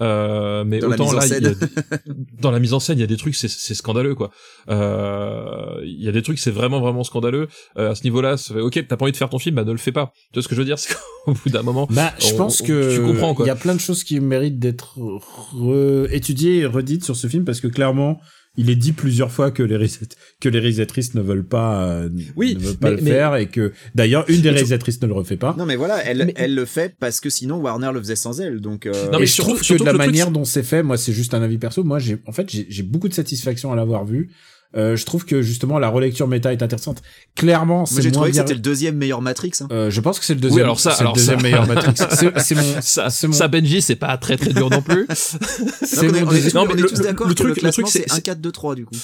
[SPEAKER 6] Euh, mais
[SPEAKER 5] Dans la
[SPEAKER 6] autant
[SPEAKER 5] mise en
[SPEAKER 6] là, il y a
[SPEAKER 5] scène. (laughs)
[SPEAKER 6] des- dans la mise en scène, il y a des trucs, c'est- c'est scandaleux quoi. Euh, Il y a des trucs, c'est vraiment vraiment scandaleux. Euh, à ce niveau-là, ça fait, ok, t'as pas envie de faire ton film, bah ne le fais pas. Tu vois ce que je veux dire, c'est qu'au bout d'un moment,
[SPEAKER 4] Bah, je
[SPEAKER 5] Oh,
[SPEAKER 6] On-
[SPEAKER 4] pense
[SPEAKER 6] on-
[SPEAKER 4] que
[SPEAKER 6] tu comprends, quoi.
[SPEAKER 4] il y a plein de choses qui méritent d'être re- étudiées et redites sur ce film parce que clairement, il est dit plusieurs fois que les, réalisat- que les réalisatrices ne veulent pas, euh,
[SPEAKER 6] Oui,
[SPEAKER 4] ne veulent pas
[SPEAKER 6] mais-
[SPEAKER 4] le
[SPEAKER 6] mais-
[SPEAKER 4] faire et que d'ailleurs, une des
[SPEAKER 6] tu-
[SPEAKER 4] réalisatrices ne le refait pas.
[SPEAKER 5] Non mais voilà, elle,
[SPEAKER 6] Mais-
[SPEAKER 5] elle le fait parce que sinon Warner le faisait sans elle. Donc euh,
[SPEAKER 6] Non,
[SPEAKER 4] et
[SPEAKER 6] mais
[SPEAKER 4] je
[SPEAKER 6] surtout-
[SPEAKER 4] trouve que
[SPEAKER 6] surtout
[SPEAKER 4] de la
[SPEAKER 6] que le truc,
[SPEAKER 4] manière
[SPEAKER 6] c'est-
[SPEAKER 4] dont c'est fait, moi, c'est juste un avis perso. Moi, j'ai, en fait, j'ai j'ai beaucoup de satisfaction à l'avoir vu. Euh, je trouve que justement la relecture méta est intéressante. Clairement,
[SPEAKER 5] moi
[SPEAKER 4] c'est
[SPEAKER 5] j'ai
[SPEAKER 4] moins
[SPEAKER 5] trouvé que
[SPEAKER 4] bien.
[SPEAKER 5] c'était le deuxième meilleur Matrix. hein.
[SPEAKER 4] Euh, je pense que c'est le deuxième.
[SPEAKER 6] Oui, alors ça,
[SPEAKER 4] c'est
[SPEAKER 6] alors
[SPEAKER 4] le deuxième
[SPEAKER 6] ça.
[SPEAKER 4] meilleur
[SPEAKER 6] (laughs)
[SPEAKER 4] Matrix. C'est c'est mon,
[SPEAKER 6] ça,
[SPEAKER 4] c'est mon,
[SPEAKER 6] ça Benji, c'est pas très très dur non (laughs) plus.
[SPEAKER 4] c'est
[SPEAKER 5] Donc, on est,
[SPEAKER 4] mon
[SPEAKER 5] on est
[SPEAKER 4] deuxième-
[SPEAKER 5] tous,
[SPEAKER 6] Non,
[SPEAKER 5] on
[SPEAKER 6] mais
[SPEAKER 5] est
[SPEAKER 6] le-
[SPEAKER 5] tous
[SPEAKER 6] le-
[SPEAKER 5] d'accord que le
[SPEAKER 6] le truc- le truc,
[SPEAKER 5] classement
[SPEAKER 6] c'est-
[SPEAKER 5] c'est 1 4 2 3 du coup.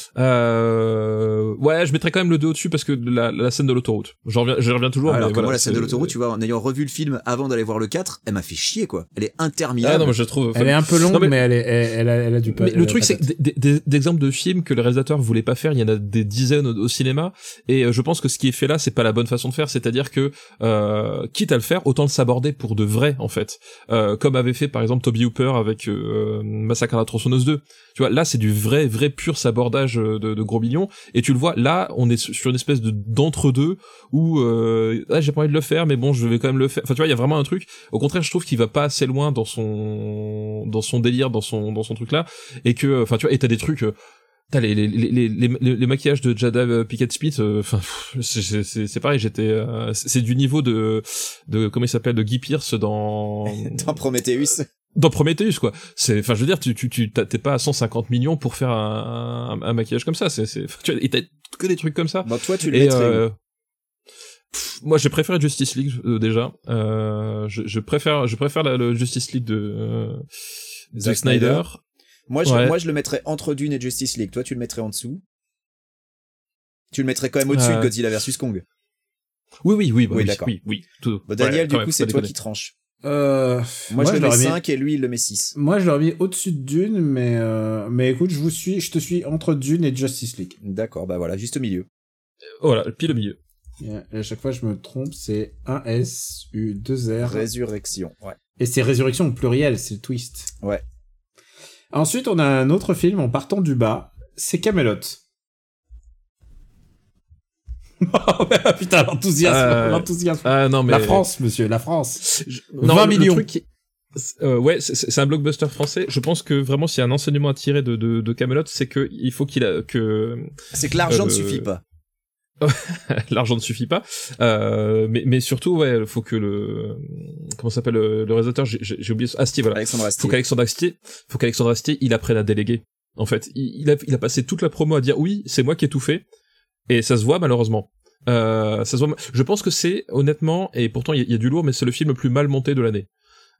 [SPEAKER 6] Euh... Ouais, je mettrais quand même le 2 au-dessus parce que la, la scène de l'autoroute. J'en reviens, je reviens toujours.
[SPEAKER 5] Ah, Alors
[SPEAKER 6] mais
[SPEAKER 5] que
[SPEAKER 6] voilà,
[SPEAKER 5] moi la scène
[SPEAKER 6] c'est- Ah,
[SPEAKER 5] de l'autoroute, tu vois, en ayant revu le film avant d'aller voir le 4, elle m'a fait chier quoi. Elle est interminable. (laughs)
[SPEAKER 6] Ah non, mais je trouve.
[SPEAKER 4] Elle est un peu longue,
[SPEAKER 6] Non,
[SPEAKER 4] mais,
[SPEAKER 6] mais-
[SPEAKER 4] elle, est, elle, elle a, elle a du pa-
[SPEAKER 6] Mais
[SPEAKER 4] elle a
[SPEAKER 6] le truc,
[SPEAKER 4] la
[SPEAKER 6] c'est
[SPEAKER 4] patate.
[SPEAKER 6] que des, des- des exemples de films que le réalisateur voulait pas faire. Il y en a des dizaines au, au cinéma. Et euh, je pense que ce qui est fait là, c'est pas la bonne façon de faire. C'est-à-dire que, euh, quitte à le faire, autant le s'aborder pour de vrai, en fait. Euh, comme avait fait, par exemple, Toby Hooper avec euh, Massacre à la tronçonneuse 2. Tu vois, là, c'est du vrai, vrai pur sabordage euh, de, de gros millions. Et tu le vois, là, on est su- sur une espèce de d'entre-deux où, euh, ah, j'ai pas envie de le faire, mais bon, je vais quand même le faire. Enfin, tu vois, il y a vraiment un truc. Au contraire, je trouve qu'il va pas assez loin dans son, dans son délire, dans son, dans son truc là. Et que, enfin, tu vois, et t'as des trucs, euh, T'as les, les, les, les, les- les maquillages de Jada euh, Pickett Smith, euh, enfin pff, c'est- c'est c'est- c'est pareil, j'étais euh, c'est c'est du niveau de de comment il s'appelle de Guy Pierce dans
[SPEAKER 5] Dans Oh,
[SPEAKER 6] (laughs)
[SPEAKER 5] Prometheus.
[SPEAKER 6] dans Prometheus quoi. C'est enfin je veux dire tu tu tu t'as- t'es pas à 150 millions pour faire un, un, un maquillage comme ça, c'est c'est enfin, tu vois, et t'as que des trucs comme ça.
[SPEAKER 5] Bon, toi, tu le
[SPEAKER 6] Et
[SPEAKER 5] mettrais où
[SPEAKER 6] euh, pff, moi j'ai préféré Justice League euh, déjà. Euh, je, je préfère je préfère la, le Justice League de euh,
[SPEAKER 5] Zack
[SPEAKER 6] Zack Snyder.
[SPEAKER 5] Moi, je,
[SPEAKER 6] Ouais.
[SPEAKER 5] moi, je le mettrais entre Dune et Justice League. Toi, tu le mettrais en dessous. Tu le mettrais quand même au-dessus
[SPEAKER 6] Euh.
[SPEAKER 5] de Godzilla versus Kong.
[SPEAKER 6] Oui oui oui bah,
[SPEAKER 5] Oui,
[SPEAKER 6] oui
[SPEAKER 5] d'accord.
[SPEAKER 6] oui, oui, tout.
[SPEAKER 5] Bon, Bah, Daniel,
[SPEAKER 6] Ouais, quand
[SPEAKER 5] du coup,
[SPEAKER 6] même,
[SPEAKER 5] c'est
[SPEAKER 6] pas
[SPEAKER 5] toi
[SPEAKER 6] déconner.
[SPEAKER 5] qui tranches.
[SPEAKER 4] Euh,
[SPEAKER 5] Moi, je le mets
[SPEAKER 4] l'aurais mis-
[SPEAKER 5] 5 et lui, il le met 6.
[SPEAKER 4] Moi, je l'aurais mis au-dessus de Dune, mais, euh, mais écoute, je vous suis, je te suis entre Dune et Justice League.
[SPEAKER 5] D'accord, bah voilà, juste au milieu.
[SPEAKER 6] Voilà, Oh pile au milieu.
[SPEAKER 4] Et à chaque fois, je me trompe, c'est 1S, U2R.
[SPEAKER 5] Résurrection. Ouais.
[SPEAKER 4] Et c'est Résurrection au pluriel, c'est le twist.
[SPEAKER 5] Ouais.
[SPEAKER 4] Ensuite, on a un autre film en partant du bas, c'est Camelot. (laughs) Oh, Putain, l'enthousiasme,
[SPEAKER 6] Euh,
[SPEAKER 4] l'enthousiasme.
[SPEAKER 6] Ah non mais
[SPEAKER 4] La France, monsieur, la France.
[SPEAKER 6] Je-
[SPEAKER 4] 20
[SPEAKER 6] le- le
[SPEAKER 4] millions.
[SPEAKER 6] truc qui- c'est- euh, ouais, c'est- c'est c'est un blockbuster français. Je pense que vraiment s'il y a un enseignement à tirer de de, de Camelot, c'est que il faut qu'il a que (laughs)
[SPEAKER 5] C'est que l'argent ne
[SPEAKER 6] Euh,
[SPEAKER 5] suffit pas.
[SPEAKER 6] l'argent ne suffit pas. Euh, mais mais surtout ouais, faut que le comment s'appelle le, le réalisateur, j'ai- j'ai j'ai oublié son- Astier voilà.
[SPEAKER 5] Alexandre
[SPEAKER 6] Faut
[SPEAKER 5] Astier.
[SPEAKER 6] qu'Alexandre Astier, faut qu'Alexandre Astier, il apprenne à déléguer. En fait, il, il a il a passé toute la promo à dire oui, c'est moi qui ai tout fait. Et ça se voit malheureusement. Euh, ça se voit. ma- Je pense que c'est honnêtement, et pourtant il y, a- il y a du lourd, mais c'est le film le plus mal monté de l'année.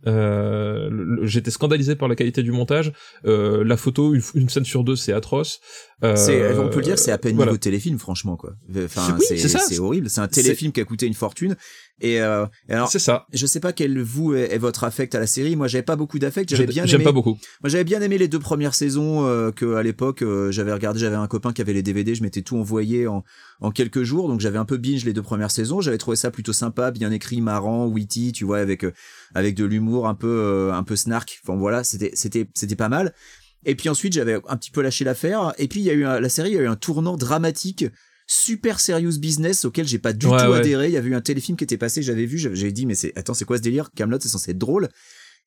[SPEAKER 6] Euh, le- le- J'étais scandalisé par la qualité du montage. Euh, la photo, une, f- une scène sur deux, c'est atroce. Euh,
[SPEAKER 5] C'est- on peut le dire, c'est à peine
[SPEAKER 6] voilà.
[SPEAKER 5] niveau téléfilm, franchement, quoi. Enfin,
[SPEAKER 6] Oui,
[SPEAKER 5] c'est
[SPEAKER 6] c'est ça.
[SPEAKER 5] c'est horrible. C'est un
[SPEAKER 6] C'est-
[SPEAKER 5] téléfilm qui a coûté une fortune. Et euh, alors,
[SPEAKER 6] C'est ça.
[SPEAKER 5] je sais pas quel vous est, est votre affect à la série. Moi, j'avais pas beaucoup d'affect. J'avais
[SPEAKER 6] Je-
[SPEAKER 5] bien
[SPEAKER 6] J'aime
[SPEAKER 5] aimé.
[SPEAKER 6] pas beaucoup.
[SPEAKER 5] Moi, j'avais bien aimé les deux premières saisons euh, que à l'époque euh, j'avais regardé. J'avais un copain qui avait les DVD. Je m'étais tout envoyé en, en quelques jours, donc j'avais un peu binge les deux premières saisons. J'avais trouvé ça plutôt sympa, bien écrit, marrant, witty, tu vois, avec euh, avec de l'humour un peu euh, un peu snark. Enfin voilà, c'était c'était c'était pas mal. Et puis ensuite, j'avais un petit peu lâché l'affaire. Et puis il y a eu un- la série, il y a eu un tournant dramatique. Super serious business auquel j'ai pas du
[SPEAKER 6] Ouais,
[SPEAKER 5] tout
[SPEAKER 6] ouais.
[SPEAKER 5] adhéré. Il y avait eu un téléfilm qui était passé, j'avais vu, j'avais j'avais dit mais c'est attends c'est quoi ce délire Camelot c'est censé être drôle.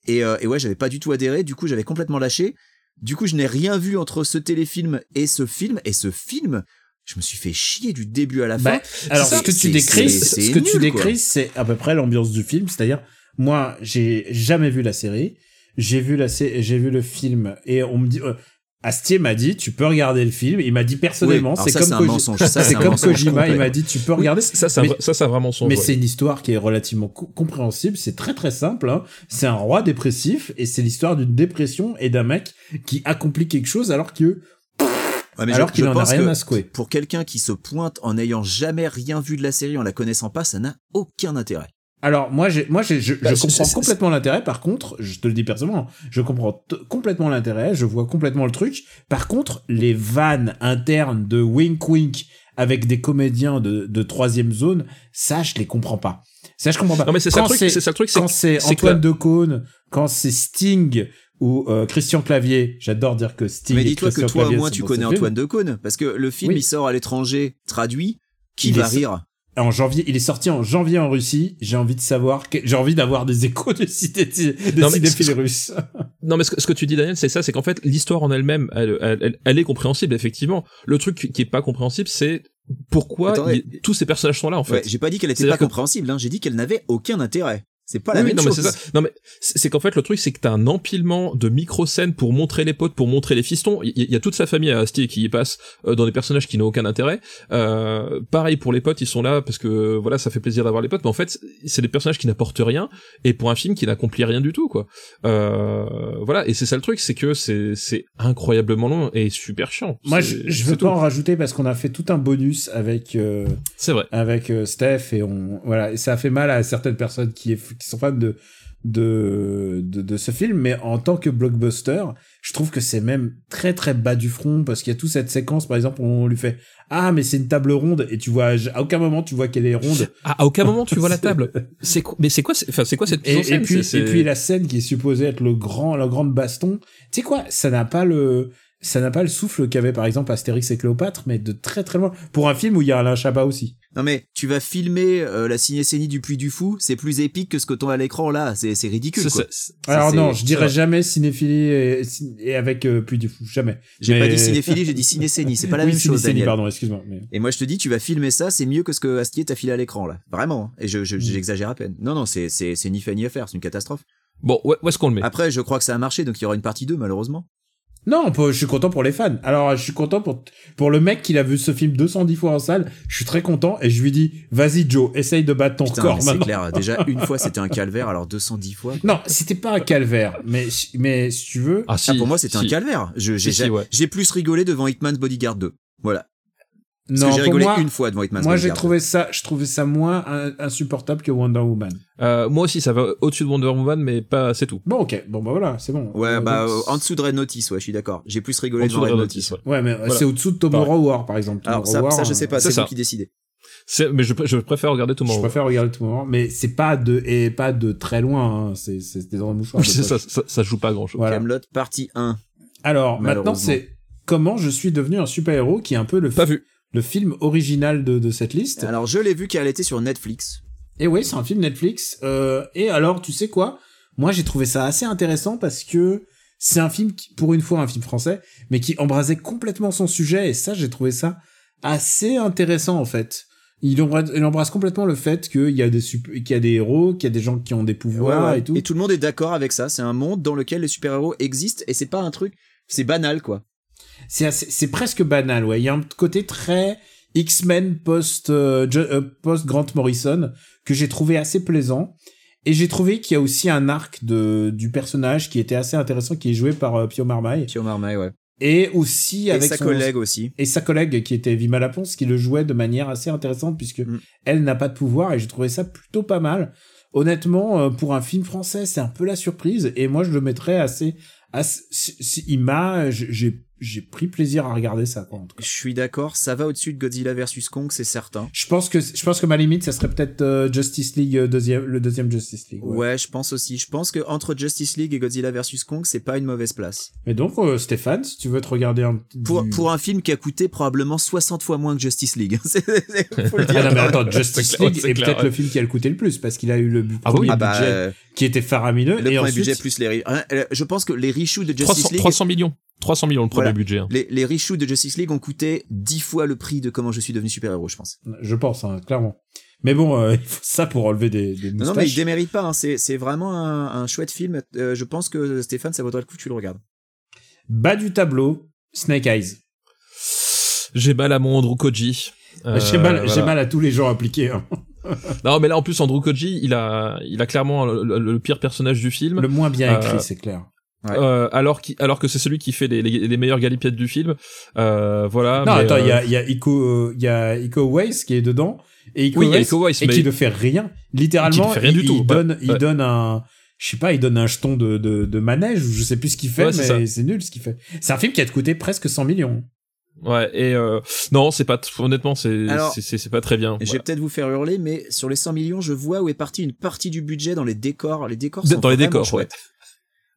[SPEAKER 5] Et, euh, et ouais, j'avais pas du tout adhéré, du coup j'avais complètement lâché. Du coup, je n'ai rien vu entre ce téléfilm et ce film. Et ce film, je me suis fait chier du début à la fin.
[SPEAKER 4] Bah, alors,
[SPEAKER 5] ça,
[SPEAKER 4] ce que
[SPEAKER 5] c'est-
[SPEAKER 4] tu décris,
[SPEAKER 5] c'est-
[SPEAKER 4] ce
[SPEAKER 5] c'est
[SPEAKER 4] que tu
[SPEAKER 5] nul, quoi.
[SPEAKER 4] décris, c'est à peu près l'ambiance du film. C'est-à-dire, moi, j'ai jamais vu la série. J'ai vu la, sé- j'ai vu le film et on me dit, euh, Astier m'a dit, tu peux regarder le film. Il m'a dit personnellement,
[SPEAKER 5] Oui, alors
[SPEAKER 4] c'est
[SPEAKER 5] ça,
[SPEAKER 4] comme
[SPEAKER 5] c'est un
[SPEAKER 4] Koji- (laughs)
[SPEAKER 5] mensonge. Ça, c'est
[SPEAKER 4] c'est
[SPEAKER 5] un
[SPEAKER 4] comme
[SPEAKER 5] mensonge
[SPEAKER 4] Kojima. Il
[SPEAKER 5] complet.
[SPEAKER 4] m'a dit, tu peux regarder.
[SPEAKER 6] Ça, ça,
[SPEAKER 4] Mais-
[SPEAKER 6] ça, c'est vraiment son.
[SPEAKER 4] Mais c'est une histoire qui est relativement co- compréhensible, c'est très très simple. hein. C'est un roi dépressif et c'est l'histoire d'une dépression et d'un mec qui accomplit quelque chose alors que
[SPEAKER 5] Ouais, mais je-
[SPEAKER 4] alors
[SPEAKER 5] je
[SPEAKER 4] qu'il en a
[SPEAKER 5] pense
[SPEAKER 4] rien
[SPEAKER 5] que
[SPEAKER 4] à secouer.
[SPEAKER 5] Pour quelqu'un qui se pointe en n'ayant jamais rien vu de la série, en la connaissant pas, ça n'a aucun intérêt.
[SPEAKER 4] Alors moi, j'ai- moi j'ai- je,
[SPEAKER 5] Bah,
[SPEAKER 4] je
[SPEAKER 5] c'est-
[SPEAKER 4] comprends
[SPEAKER 5] c'est-
[SPEAKER 4] complètement l'intérêt. Par contre, je te le dis personnellement, je comprends t- complètement l'intérêt, je vois complètement le truc. Par contre, les vannes internes de Wink Wink avec des comédiens de, de troisième zone, ça je les comprends pas. Ça je comprends pas.
[SPEAKER 6] Non mais c'est ça le
[SPEAKER 4] Quand
[SPEAKER 6] truc, c'est ça le truc, c'est
[SPEAKER 4] quand c'est
[SPEAKER 6] c'est
[SPEAKER 4] Antoine
[SPEAKER 6] que-
[SPEAKER 4] Decaune, quand c'est Sting ou euh, Christian Clavier, j'adore dire que Sting.
[SPEAKER 5] mais
[SPEAKER 4] et
[SPEAKER 5] dis-toi que
[SPEAKER 4] Christian
[SPEAKER 5] toi, au
[SPEAKER 4] Clavier
[SPEAKER 5] moins,
[SPEAKER 4] sont
[SPEAKER 5] tu
[SPEAKER 4] dans
[SPEAKER 5] connais
[SPEAKER 4] ce film.
[SPEAKER 5] Antoine Decaune, parce que le film,
[SPEAKER 4] Oui.
[SPEAKER 5] il sort à l'étranger, traduit, qui
[SPEAKER 4] Il
[SPEAKER 5] va
[SPEAKER 4] est-
[SPEAKER 5] rire
[SPEAKER 4] En janvier, il est sorti en janvier en Russie. J'ai envie de savoir, que- j'ai envie d'avoir des échos de cités
[SPEAKER 6] Non,
[SPEAKER 4] de
[SPEAKER 6] mais-
[SPEAKER 4] cinéphiles russes.
[SPEAKER 6] Non, mais ce que, ce que tu dis, Daniel, c'est ça, c'est qu'en fait, l'histoire en elle-même, elle, elle- elle- elle est compréhensible, effectivement. Le truc qui- qui est pas compréhensible, c'est pourquoi
[SPEAKER 5] Attendez.
[SPEAKER 6] il- tous ces personnages sont là, en fait.
[SPEAKER 5] Ouais, J'ai pas dit qu'elle était
[SPEAKER 6] C'est-à-dire
[SPEAKER 5] pas
[SPEAKER 6] que-
[SPEAKER 5] compréhensible, hein, j'ai dit qu'elle n'avait aucun intérêt. C'est pas la
[SPEAKER 6] Oui,
[SPEAKER 5] même
[SPEAKER 6] oui, non,
[SPEAKER 5] chose.
[SPEAKER 6] Mais c'est ça. Non, mais c'est c'est qu'en fait, le truc, c'est que t'as un empilement de micro-scènes pour montrer les potes, pour montrer les fistons. Il y, il y a toute sa famille à Astier qui y passe euh, dans des personnages qui n'ont aucun intérêt. Euh, pareil pour les potes, ils sont là parce que euh, voilà, ça fait plaisir d'avoir les potes, mais en fait, c'est- c'est des personnages qui n'apportent rien et pour un film qui n'accomplit rien du tout, quoi. Euh, voilà, et c'est ça le truc, c'est que c'est c'est incroyablement long et super chiant.
[SPEAKER 4] Moi,
[SPEAKER 6] C'est-
[SPEAKER 4] je, je
[SPEAKER 6] c'est
[SPEAKER 4] veux
[SPEAKER 6] tout.
[SPEAKER 4] pas en rajouter parce qu'on a fait tout un bonus avec euh,
[SPEAKER 6] C'est vrai.
[SPEAKER 4] avec euh, Steph et on voilà, et ça a fait mal à certaines personnes qui, est- qui sont fans de de, de, de ce film, mais en tant que blockbuster, je trouve que c'est même très très bas du front parce qu'il y a toute cette séquence, par exemple, où on lui fait Ah, mais c'est une table ronde et tu vois, à aucun moment tu vois qu'elle est ronde.
[SPEAKER 6] Ah, à aucun moment tu vois
[SPEAKER 4] (laughs)
[SPEAKER 6] la table. C'est quoi, mais c'est quoi, c'est- enfin, c'est quoi cette mise
[SPEAKER 4] Et,
[SPEAKER 6] en
[SPEAKER 4] et
[SPEAKER 6] scène
[SPEAKER 4] puis,
[SPEAKER 6] C'est-
[SPEAKER 4] et
[SPEAKER 6] c'est-
[SPEAKER 4] puis la scène qui est supposée être le grand, la grande baston. Tu sais quoi, ça n'a pas le, ça n'a pas le souffle qu'avait par exemple Astérix et Cléopâtre, mais de très très loin. Pour un film où il y a Alain Chabat aussi.
[SPEAKER 5] Non mais tu vas filmer euh, la cinécénie du Puy du Fou, c'est plus épique que ce que t'as à l'écran là, c'est c'est ridicule
[SPEAKER 6] c'est-
[SPEAKER 5] quoi.
[SPEAKER 6] c'est-
[SPEAKER 5] Ça,
[SPEAKER 4] Alors
[SPEAKER 5] c'est-
[SPEAKER 4] non, je dirais
[SPEAKER 5] ça.
[SPEAKER 4] jamais cinéphilie et, et avec euh, Puy du Fou, jamais.
[SPEAKER 5] J'ai
[SPEAKER 4] Mais-
[SPEAKER 5] pas dit cinéphilie, j'ai dit cinécénie, c'est pas la
[SPEAKER 4] Oui,
[SPEAKER 5] même chose
[SPEAKER 4] cinéphilie,
[SPEAKER 5] Daniel.
[SPEAKER 4] pardon, excuse-moi. mais-
[SPEAKER 5] Et moi je te dis tu vas filmer ça, c'est mieux que ce que Astier t'a filé à l'écran là, vraiment. hein. Et je
[SPEAKER 4] Mm.
[SPEAKER 5] je- j'exagère à peine. Non non, c'est c'est c'est ni fait ni à faire, c'est une catastrophe.
[SPEAKER 6] Bon, où où est-ce qu'on le met
[SPEAKER 5] Après je crois que ça a marché donc il y aura une partie 2 malheureusement.
[SPEAKER 4] Non, on peut- je suis content pour les fans. Alors, je suis content pour, pour le mec qui a vu ce film 210 fois en salle. Je suis très content et je lui dis, vas-y Joe, essaye de battre ton
[SPEAKER 5] Putain, mais
[SPEAKER 4] record
[SPEAKER 5] c'est
[SPEAKER 4] maintenant.
[SPEAKER 5] clair, déjà une fois c'était un calvaire alors 210 fois.
[SPEAKER 4] Non, c'était pas un calvaire, mais, si- mais si tu veux,
[SPEAKER 6] Ah, si,
[SPEAKER 5] Ah, pour moi c'était
[SPEAKER 6] si.
[SPEAKER 5] un calvaire. Je- J'ai
[SPEAKER 6] Si, si,
[SPEAKER 5] j'ai-
[SPEAKER 6] ouais.
[SPEAKER 5] j'ai plus rigolé devant Hitman's Bodyguard 2. Voilà. Parce
[SPEAKER 4] non,
[SPEAKER 5] que j'ai
[SPEAKER 4] pour
[SPEAKER 5] rigolé
[SPEAKER 4] moi,
[SPEAKER 5] une fois devant Hitman's
[SPEAKER 4] moi j'ai
[SPEAKER 5] Bodyguard.
[SPEAKER 4] trouvé ça, je trouvais ça moins in- insupportable que Wonder Woman.
[SPEAKER 6] Euh, moi aussi, ça va au-dessus de Wonder Woman, mais pas, c'est tout.
[SPEAKER 4] Bon, ok, bon, bah voilà, c'est bon.
[SPEAKER 5] Ouais,
[SPEAKER 4] Euh,
[SPEAKER 5] bah,
[SPEAKER 4] donc,
[SPEAKER 5] euh, en dessous de Red Notice, ouais, je suis d'accord. J'ai plus rigolé
[SPEAKER 6] En
[SPEAKER 5] devant
[SPEAKER 6] dessous de
[SPEAKER 5] Red
[SPEAKER 6] Red
[SPEAKER 5] Notice.
[SPEAKER 6] Notice, ouais.
[SPEAKER 4] Ouais, mais euh,
[SPEAKER 6] Voilà.
[SPEAKER 4] c'est au-dessous de Tomorrow War, par exemple.
[SPEAKER 5] Alors, ça,
[SPEAKER 4] Tomorrow
[SPEAKER 5] ça,
[SPEAKER 4] War, euh,
[SPEAKER 5] je sais pas,
[SPEAKER 6] c'est
[SPEAKER 5] c'est
[SPEAKER 6] ça.
[SPEAKER 5] vous qui décidez.
[SPEAKER 6] C'est- Mais je, pr- je préfère regarder tout
[SPEAKER 4] Je
[SPEAKER 6] mon (laughs)
[SPEAKER 4] préfère regarder Tomorrow, mais c'est pas de, et pas de très loin, hein. c'est, c'est c'était dans le mouchoir.
[SPEAKER 6] Oui,
[SPEAKER 4] de
[SPEAKER 6] c'est ça,
[SPEAKER 4] poche.
[SPEAKER 6] ça, ça joue pas grand chose.
[SPEAKER 4] Voilà.
[SPEAKER 5] Camelot, partie 1.
[SPEAKER 4] Alors maintenant,
[SPEAKER 5] Malheureusement.
[SPEAKER 4] c'est comment je suis devenu un super-héros qui est un peu le,
[SPEAKER 6] Pas vu.
[SPEAKER 4] le film original de, de cette liste.
[SPEAKER 5] Alors, je l'ai vu qu'elle était sur Netflix.
[SPEAKER 4] Et oui, c'est un film Netflix. Euh, et alors, tu sais quoi Moi, j'ai trouvé ça assez intéressant parce que c'est un film, qui, pour une fois, un film français, mais qui embrasait complètement son sujet. Et ça, j'ai trouvé ça assez intéressant en fait. Il embrasse, il embrasse complètement le fait qu'il y a des sup- qu'il y a des héros, qu'il y a des gens qui ont des pouvoirs et tout.
[SPEAKER 5] Et tout le monde est d'accord avec ça. C'est un monde dans lequel les super-héros existent et c'est pas un truc. C'est banal, quoi.
[SPEAKER 4] c'est assez- c'est presque banal ouais il y a un côté très X-Men post euh, Jo- euh, post Grant Morrison que j'ai trouvé assez plaisant et j'ai trouvé qu'il y a aussi un arc de du personnage qui était assez intéressant qui est joué par euh, Pio Marmaille
[SPEAKER 5] Pio Marmaille, ouais.
[SPEAKER 4] et aussi
[SPEAKER 5] Et
[SPEAKER 4] avec
[SPEAKER 5] sa
[SPEAKER 4] son-
[SPEAKER 5] collègue aussi.
[SPEAKER 4] et sa collègue qui était Vima Laponce qui le jouait de manière assez intéressante puisque
[SPEAKER 5] Mm.
[SPEAKER 4] elle n'a pas de pouvoir et j'ai trouvé ça plutôt pas mal. Honnêtement, euh, pour un film français, c'est un peu la surprise et moi je le mettrais assez. assez si- si- il m'a, j- j'ai j'ai pris plaisir à regarder ça. quoi, en tout cas.
[SPEAKER 5] Je suis d'accord, ça va au-dessus de Godzilla versus Kong, c'est certain.
[SPEAKER 4] Je pense que je pense que ma limite, ça serait peut-être euh, Justice League euh, deuxième, le deuxième Justice League. ouais.
[SPEAKER 5] Ouais. je pense aussi. Je pense que entre Justice League et Godzilla versus Kong, c'est pas une mauvaise place.
[SPEAKER 4] Mais donc euh, Stéphane, si tu veux te regarder un petit-
[SPEAKER 5] Pour,
[SPEAKER 4] du-
[SPEAKER 5] pour un film qui a coûté probablement 60 fois moins que Justice League. (laughs) C'est- (laughs) c'est- faut le
[SPEAKER 4] Ah
[SPEAKER 5] dire.
[SPEAKER 4] non mais attends, Justice
[SPEAKER 6] C'est clair,
[SPEAKER 4] League
[SPEAKER 6] c'est
[SPEAKER 4] est
[SPEAKER 6] clair,
[SPEAKER 4] peut-être
[SPEAKER 6] ouais.
[SPEAKER 4] le film qui a le coûté le plus parce qu'il a eu le bu-
[SPEAKER 6] Ah bah oui.
[SPEAKER 4] premier
[SPEAKER 5] Ah bah,
[SPEAKER 4] budget
[SPEAKER 5] euh,
[SPEAKER 4] qui était faramineux
[SPEAKER 5] Le
[SPEAKER 4] et
[SPEAKER 5] premier
[SPEAKER 4] ensuite
[SPEAKER 5] budget plus les re- hein, euh, Je pense que les reshoots de Justice
[SPEAKER 6] 300,
[SPEAKER 5] League.
[SPEAKER 6] 300 millions. 300 millions le premier
[SPEAKER 5] Voilà.
[SPEAKER 6] budget. hein.
[SPEAKER 5] Les, les reshoots de Justice League ont coûté 10 fois le prix de comment je suis devenu super-héros, je pense.
[SPEAKER 4] Je pense, hein, clairement. Mais bon, euh, (laughs) il faut ça pour enlever des, des
[SPEAKER 5] Non, non, mais il
[SPEAKER 4] moustaches.
[SPEAKER 5] démérite pas. hein, C'est c'est vraiment un, un chouette film. Euh, je pense que Stéphane, ça vaudrait le coup que tu le regardes.
[SPEAKER 4] Bas du tableau, Snake Eyes.
[SPEAKER 6] J'ai mal à mon Andrew Koji. Euh,
[SPEAKER 4] Bah, j'ai mal,
[SPEAKER 6] voilà.
[SPEAKER 4] j'ai mal à tous les gens impliqués.
[SPEAKER 6] (laughs)
[SPEAKER 4] hein.
[SPEAKER 6] Non, mais là, en plus, Andrew Koji, il a, il a clairement le, le- le pire personnage du film.
[SPEAKER 4] Le moins bien écrit,
[SPEAKER 6] Euh,
[SPEAKER 4] c'est clair.
[SPEAKER 5] Ouais.
[SPEAKER 6] Euh, alors, qui, alors que c'est celui qui fait les, les, les meilleures galipettes du film. Euh, voilà.
[SPEAKER 4] non,
[SPEAKER 6] mais,
[SPEAKER 4] attends, il
[SPEAKER 6] euh,
[SPEAKER 4] y a, il y a Iko, euh, il y a Iko Weiss qui est dedans et Iko
[SPEAKER 6] Oui, il y a
[SPEAKER 4] Weiss-
[SPEAKER 6] Iko Weiss,
[SPEAKER 4] et
[SPEAKER 6] mais-
[SPEAKER 4] qui ne fait rien. Littéralement,
[SPEAKER 6] Qui ne fait rien
[SPEAKER 4] il,
[SPEAKER 6] du tout,
[SPEAKER 4] il
[SPEAKER 6] bah,
[SPEAKER 4] donne, il
[SPEAKER 6] ouais.
[SPEAKER 4] donne un, je sais pas, il donne un jeton de, de, de manège. ou Je sais plus ce qu'il fait,
[SPEAKER 6] Ouais, c'est
[SPEAKER 4] mais c'est nul ce qu'il fait. C'est un film qui a coûté presque 100 millions.
[SPEAKER 6] Ouais, et euh, non, c'est pas, tr- honnêtement, c'est,
[SPEAKER 5] Alors,
[SPEAKER 6] c'est, c'est, c'est pas très bien.
[SPEAKER 5] Je vais
[SPEAKER 6] Voilà.
[SPEAKER 5] peut-être vous faire hurler, mais sur les 100 millions, je vois où est partie une partie du budget dans les décors. Les décors sont
[SPEAKER 6] Dans les
[SPEAKER 5] vraiment
[SPEAKER 6] décors,
[SPEAKER 5] chouettes.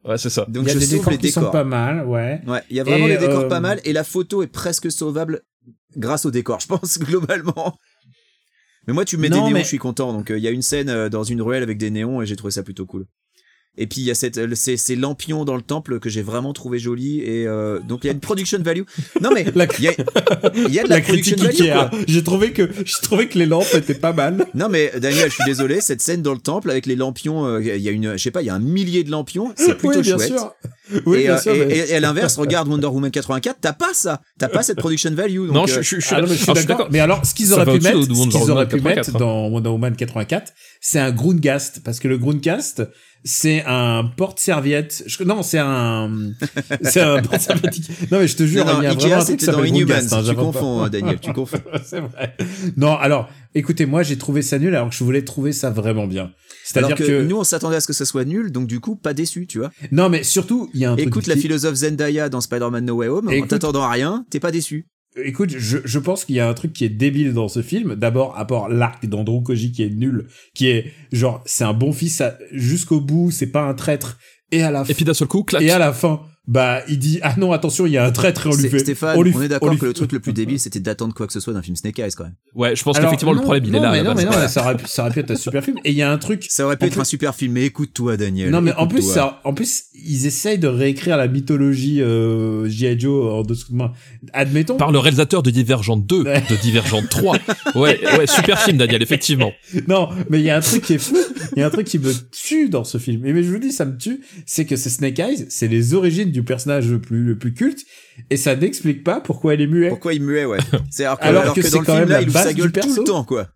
[SPEAKER 6] Ouais, c'est ça.
[SPEAKER 5] Donc
[SPEAKER 4] il y a
[SPEAKER 5] je
[SPEAKER 4] des
[SPEAKER 5] sauve
[SPEAKER 4] décors
[SPEAKER 5] les
[SPEAKER 4] qui sont
[SPEAKER 5] décors.
[SPEAKER 4] pas mal, ouais.
[SPEAKER 5] Ouais, il y a vraiment
[SPEAKER 4] Et,
[SPEAKER 5] les décors
[SPEAKER 4] euh,
[SPEAKER 5] pas mal et la photo est presque sauvable grâce aux décors, je pense, (laughs) globalement. Mais moi, tu mets
[SPEAKER 4] Non,
[SPEAKER 5] des néons,
[SPEAKER 4] mais-
[SPEAKER 5] je suis content. Donc, euh, il y a une scène euh, dans une ruelle avec des néons et j'ai trouvé ça plutôt cool. Et puis, il y a cette, euh, ces, ces lampions dans le temple que j'ai vraiment trouvé joli. Et euh, donc, il y a une production value. Non, mais
[SPEAKER 4] (laughs) La-
[SPEAKER 5] il y a, il y a de la,
[SPEAKER 4] (laughs) La
[SPEAKER 5] production
[SPEAKER 4] critique
[SPEAKER 5] value.
[SPEAKER 4] Ikea.
[SPEAKER 5] quoi.
[SPEAKER 4] J'ai trouvé que, je trouvais que les lampes étaient pas mal.
[SPEAKER 5] Non, mais Daniel, je suis désolé. Cette scène dans le temple avec les lampions, euh, il y a une, je sais pas, il y a un millier de lampions. C'est
[SPEAKER 4] (laughs)
[SPEAKER 5] plutôt
[SPEAKER 4] oui, bien
[SPEAKER 5] chouette.
[SPEAKER 4] sûr. Oui,
[SPEAKER 5] et,
[SPEAKER 4] bien
[SPEAKER 5] euh,
[SPEAKER 4] sûr,
[SPEAKER 5] et-
[SPEAKER 4] mais-
[SPEAKER 5] et- et à l'inverse, regarde Wonder Woman 84, t'as pas ça. T'as pas cette production value. donc,
[SPEAKER 6] non,
[SPEAKER 5] euh,
[SPEAKER 6] je, je- je-
[SPEAKER 4] Ah non, mais je suis
[SPEAKER 6] alors, je suis
[SPEAKER 4] d'accord.
[SPEAKER 6] d'accord.
[SPEAKER 4] Mais alors, ce qu'ils
[SPEAKER 6] Ça
[SPEAKER 4] auraient
[SPEAKER 6] va
[SPEAKER 4] pu
[SPEAKER 6] au-dessus
[SPEAKER 4] mettre,
[SPEAKER 6] de
[SPEAKER 4] ce
[SPEAKER 6] Wonder
[SPEAKER 4] qu'ils
[SPEAKER 6] Woman
[SPEAKER 4] auraient pu
[SPEAKER 6] 84,
[SPEAKER 4] mettre dans Wonder Woman 84, c'est un Grundgast. Parce que le Grundgast, c'est un porte-serviette. Je- Non, c'est un, (laughs) c'est un porte-serviette. Non, mais je te jure,
[SPEAKER 5] non, non,
[SPEAKER 4] il y a
[SPEAKER 5] Ikea,
[SPEAKER 4] vraiment un truc qui
[SPEAKER 5] c'était dans
[SPEAKER 4] s'appelle
[SPEAKER 5] Inhumans.
[SPEAKER 4] Grundgast, hein,
[SPEAKER 5] tu
[SPEAKER 4] j'avoue pas.
[SPEAKER 5] confonds, euh, Daniel, tu confonds.
[SPEAKER 4] (laughs) c'est vrai. Non, alors, écoutez, moi, j'ai trouvé ça nul alors que je voulais trouver ça vraiment bien.
[SPEAKER 5] Alors
[SPEAKER 4] C'est-à-dire
[SPEAKER 5] que,
[SPEAKER 4] que,
[SPEAKER 5] nous, on s'attendait à ce que ça soit nul, donc du coup, pas déçu, tu vois.
[SPEAKER 4] non, mais surtout, il y a un
[SPEAKER 5] Écoute
[SPEAKER 4] truc.
[SPEAKER 5] la
[SPEAKER 4] qui-
[SPEAKER 5] philosophe Zendaya dans Spider-Man No Way Home, en
[SPEAKER 4] Écoute-
[SPEAKER 5] t'attendant à rien, t'es pas déçu.
[SPEAKER 4] Écoute, je, je pense qu'il y a un truc qui est débile dans ce film. D'abord, à part l'arc d'Andrew Koji qui est nul, qui est genre, c'est un bon fils à- jusqu'au bout, c'est pas un traître. Et à la fin,
[SPEAKER 6] Et puis d'un seul coup, clac.
[SPEAKER 4] et à la fin, bah, il dit, ah non, attention, il y a un traître et on lui
[SPEAKER 5] C'est-
[SPEAKER 4] fait.
[SPEAKER 5] Stéphane, on,
[SPEAKER 4] lui-
[SPEAKER 5] est
[SPEAKER 4] on
[SPEAKER 5] d'accord
[SPEAKER 4] lui
[SPEAKER 5] que le
[SPEAKER 4] fait-
[SPEAKER 5] truc
[SPEAKER 4] (laughs)
[SPEAKER 5] le plus débile, c'était d'attendre quoi que ce soit d'un film Snake Eyes, quand même.
[SPEAKER 6] Ouais, je pense
[SPEAKER 4] Alors,
[SPEAKER 6] qu'effectivement, le
[SPEAKER 4] non,
[SPEAKER 6] problème, il est
[SPEAKER 4] Ah, non,
[SPEAKER 6] là.
[SPEAKER 4] Mais
[SPEAKER 6] à la
[SPEAKER 4] non, mais
[SPEAKER 6] base.
[SPEAKER 4] non, ça aurait pu, ça aurait pu être un super film. Et il y a un truc.
[SPEAKER 5] Ça aurait pu
[SPEAKER 4] En
[SPEAKER 5] être
[SPEAKER 4] plus-
[SPEAKER 5] un super film, mais écoute-toi, Daniel.
[SPEAKER 4] Non mais en plus
[SPEAKER 5] écoute-toi.
[SPEAKER 4] ça, en plus ils essayent de réécrire la mythologie euh, GI Joe en dessous de main. Admettons.
[SPEAKER 6] Par le réalisateur de Divergent 2,
[SPEAKER 4] Ouais.
[SPEAKER 6] de Divergent
[SPEAKER 4] (laughs)
[SPEAKER 6] 3. Ouais, ouais, super film, Daniel, effectivement.
[SPEAKER 4] Non, mais il y a un truc qui est fou. Il y a un truc qui me tue dans ce film. Et mais je vous dis, ça me tue. C'est que c'est Snake Eyes, c'est les origines du personnage le plus, le plus culte. Et ça n'explique pas pourquoi elle est muette.
[SPEAKER 5] Pourquoi il
[SPEAKER 4] (laughs)
[SPEAKER 5] muait, ouais. C'est alors que,
[SPEAKER 4] Alors
[SPEAKER 5] alors
[SPEAKER 4] que
[SPEAKER 5] que,
[SPEAKER 4] c'est
[SPEAKER 5] dans le
[SPEAKER 4] quand
[SPEAKER 5] film
[SPEAKER 4] même la
[SPEAKER 5] là, il ouvre
[SPEAKER 4] base
[SPEAKER 5] sa
[SPEAKER 4] du
[SPEAKER 5] gueule tout
[SPEAKER 4] perso.
[SPEAKER 5] le temps, quoi.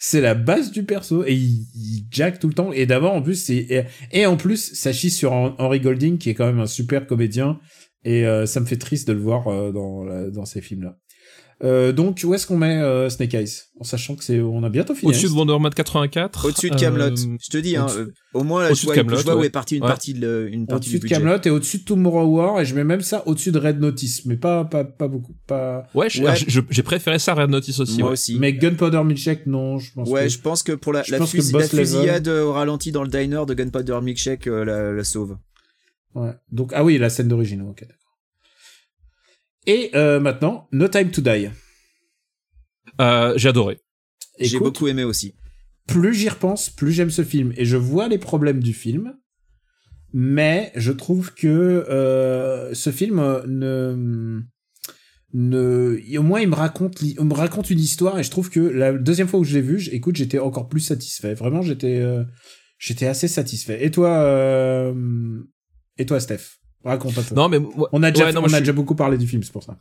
[SPEAKER 4] C'est la base du perso. Et il, il jack tout le temps. Et d'abord, en plus, c'est, et, et en plus, ça chie sur Hen- Henry Golding, qui est quand même un super comédien. Et euh, ça me fait triste de le voir euh, dans, la- dans ces films-là. Euh, donc, où est-ce qu'on met euh, Snake Eyes En sachant que c'est, on a bientôt fini. hein,
[SPEAKER 6] Au-dessus de Wonder Woman 84.
[SPEAKER 5] Au-dessus de Camelot.
[SPEAKER 6] euh,
[SPEAKER 5] je te dis, hein,
[SPEAKER 6] au-dessus-
[SPEAKER 5] euh, au moins là, je
[SPEAKER 6] au-dessus
[SPEAKER 5] vois,
[SPEAKER 6] de Kaamelott,
[SPEAKER 5] je vois où
[SPEAKER 6] ouais.
[SPEAKER 5] est partie une
[SPEAKER 6] Ouais.
[SPEAKER 5] partie, de, le- une partie
[SPEAKER 4] au-dessus
[SPEAKER 5] du
[SPEAKER 4] de
[SPEAKER 5] budget.
[SPEAKER 4] Camelot et au-dessus de Tomorrow War et je mets même ça au-dessus de Red Notice mais pas pas pas beaucoup pas
[SPEAKER 6] Ouais, je-
[SPEAKER 5] Ouais.
[SPEAKER 6] alors, je- j'ai préféré ça à Red Notice aussi.
[SPEAKER 5] Moi
[SPEAKER 6] ouais.
[SPEAKER 5] aussi.
[SPEAKER 4] mais Gunpowder Milkshake non je pense
[SPEAKER 5] ouais,
[SPEAKER 4] que-
[SPEAKER 5] je pense que pour la,
[SPEAKER 4] je
[SPEAKER 5] la,
[SPEAKER 4] pense que le
[SPEAKER 5] fusi- la
[SPEAKER 4] boss level-
[SPEAKER 5] fusillade euh, au ralenti dans le diner de Gunpowder Milkshake euh, la, la sauve.
[SPEAKER 4] ouais. donc ah oui la scène d'origine ok d'accord et euh, maintenant No Time to Die
[SPEAKER 6] Euh, j'ai adoré.
[SPEAKER 5] J'ai
[SPEAKER 4] Écoute,
[SPEAKER 5] beaucoup aimé aussi.
[SPEAKER 4] Euh, plus j'y repense plus j'aime ce film et je vois les problèmes du film mais je trouve que euh, ce film euh, ne ne au moins il me raconte l'hi- il me raconte une histoire et je trouve que la deuxième fois que je l'ai vu j'- écoute j'étais encore plus satisfait vraiment j'étais euh, j'étais assez satisfait et toi euh, et toi Steph raconte un peu
[SPEAKER 6] Non, mais moi-
[SPEAKER 4] on a déjà
[SPEAKER 6] ouais, non,
[SPEAKER 4] on
[SPEAKER 6] moi,
[SPEAKER 4] a
[SPEAKER 6] je suis-
[SPEAKER 4] déjà beaucoup parlé du film c'est pour ça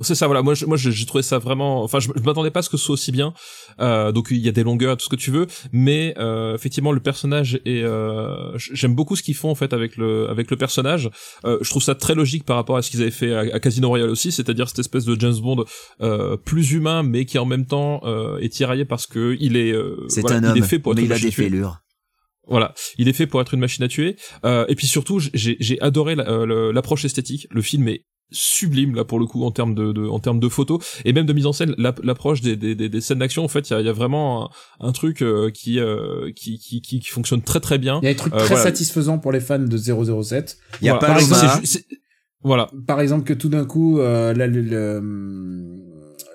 [SPEAKER 6] C'est ça, voilà. Moi, je- moi, je- j'ai trouvé ça vraiment. Enfin, je, je m'attendais pas à ce que ce soit aussi bien. Euh, donc, il y a des longueurs, tout ce que tu veux, mais euh, effectivement, le personnage est. euh, j- J'aime beaucoup ce qu'ils font en fait avec le avec le personnage. Euh, je trouve ça très logique par rapport à ce qu'ils avaient fait à, à Casino Royale aussi, c'est-à-dire cette espèce de James Bond euh, plus humain, mais qui en même temps euh, est tiraillé parce que il est. euh,
[SPEAKER 5] C'est
[SPEAKER 6] voilà,
[SPEAKER 5] un
[SPEAKER 6] il
[SPEAKER 5] homme,
[SPEAKER 6] est fait pour être
[SPEAKER 5] mais il a
[SPEAKER 6] lâché
[SPEAKER 5] des
[SPEAKER 6] dessus.
[SPEAKER 5] fêlures.
[SPEAKER 6] Voilà, il est fait pour être une machine à tuer. Euh, et puis surtout, j- j'ai j'ai adoré la- euh, le- l'approche esthétique. Le film est sublime là pour le coup en termes de, de- en termes de photos et même de mise en scène. l'app- L'approche des, des, des, des scènes d'action, en fait, il y a, il y a vraiment un, un truc euh, qui, euh, qui, qui qui qui fonctionne très très bien.
[SPEAKER 4] il y a des trucs
[SPEAKER 6] Euh,
[SPEAKER 4] très
[SPEAKER 6] voilà.
[SPEAKER 4] satisfaisants pour les fans de 007
[SPEAKER 5] Il y a
[SPEAKER 6] Voilà.
[SPEAKER 5] pas
[SPEAKER 4] Par exemple,
[SPEAKER 5] Loma.
[SPEAKER 6] C'est ju- c'est- Voilà.
[SPEAKER 4] par exemple que tout d'un coup euh, là, le, le-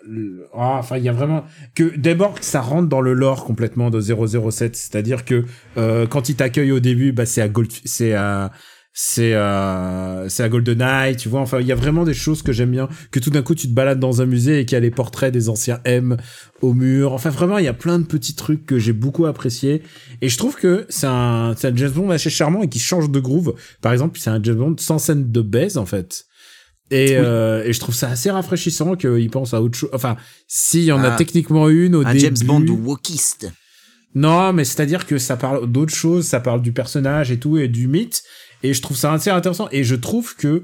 [SPEAKER 4] le- ah, enfin il y a vraiment que d'abord que ça rentre dans le lore complètement de 007 c'est-à-dire que euh, quand il t'accueille au début bah c'est à Gold c'est à c'est à c'est à GoldenEye tu vois enfin il y a vraiment des choses que j'aime bien que tout d'un coup tu te balades dans un musée et qu'il y a les portraits des anciens M au mur enfin vraiment il y a plein de petits trucs que j'ai beaucoup apprécié et je trouve que c'est un c'est un James Bond assez charmant et qui change de groove par exemple c'est un James Bond sans scène de baise en fait et, euh, et je trouve ça assez rafraîchissant qu'il pense à autre chose. Enfin, s'il y en a
[SPEAKER 5] Ah.
[SPEAKER 4] techniquement une au
[SPEAKER 5] Un
[SPEAKER 4] début.
[SPEAKER 5] James Bond wokiste.
[SPEAKER 4] Non, mais c'est-à-dire que ça parle d'autres choses, ça parle du personnage et tout, et du mythe, et je trouve ça assez intéressant, et je trouve que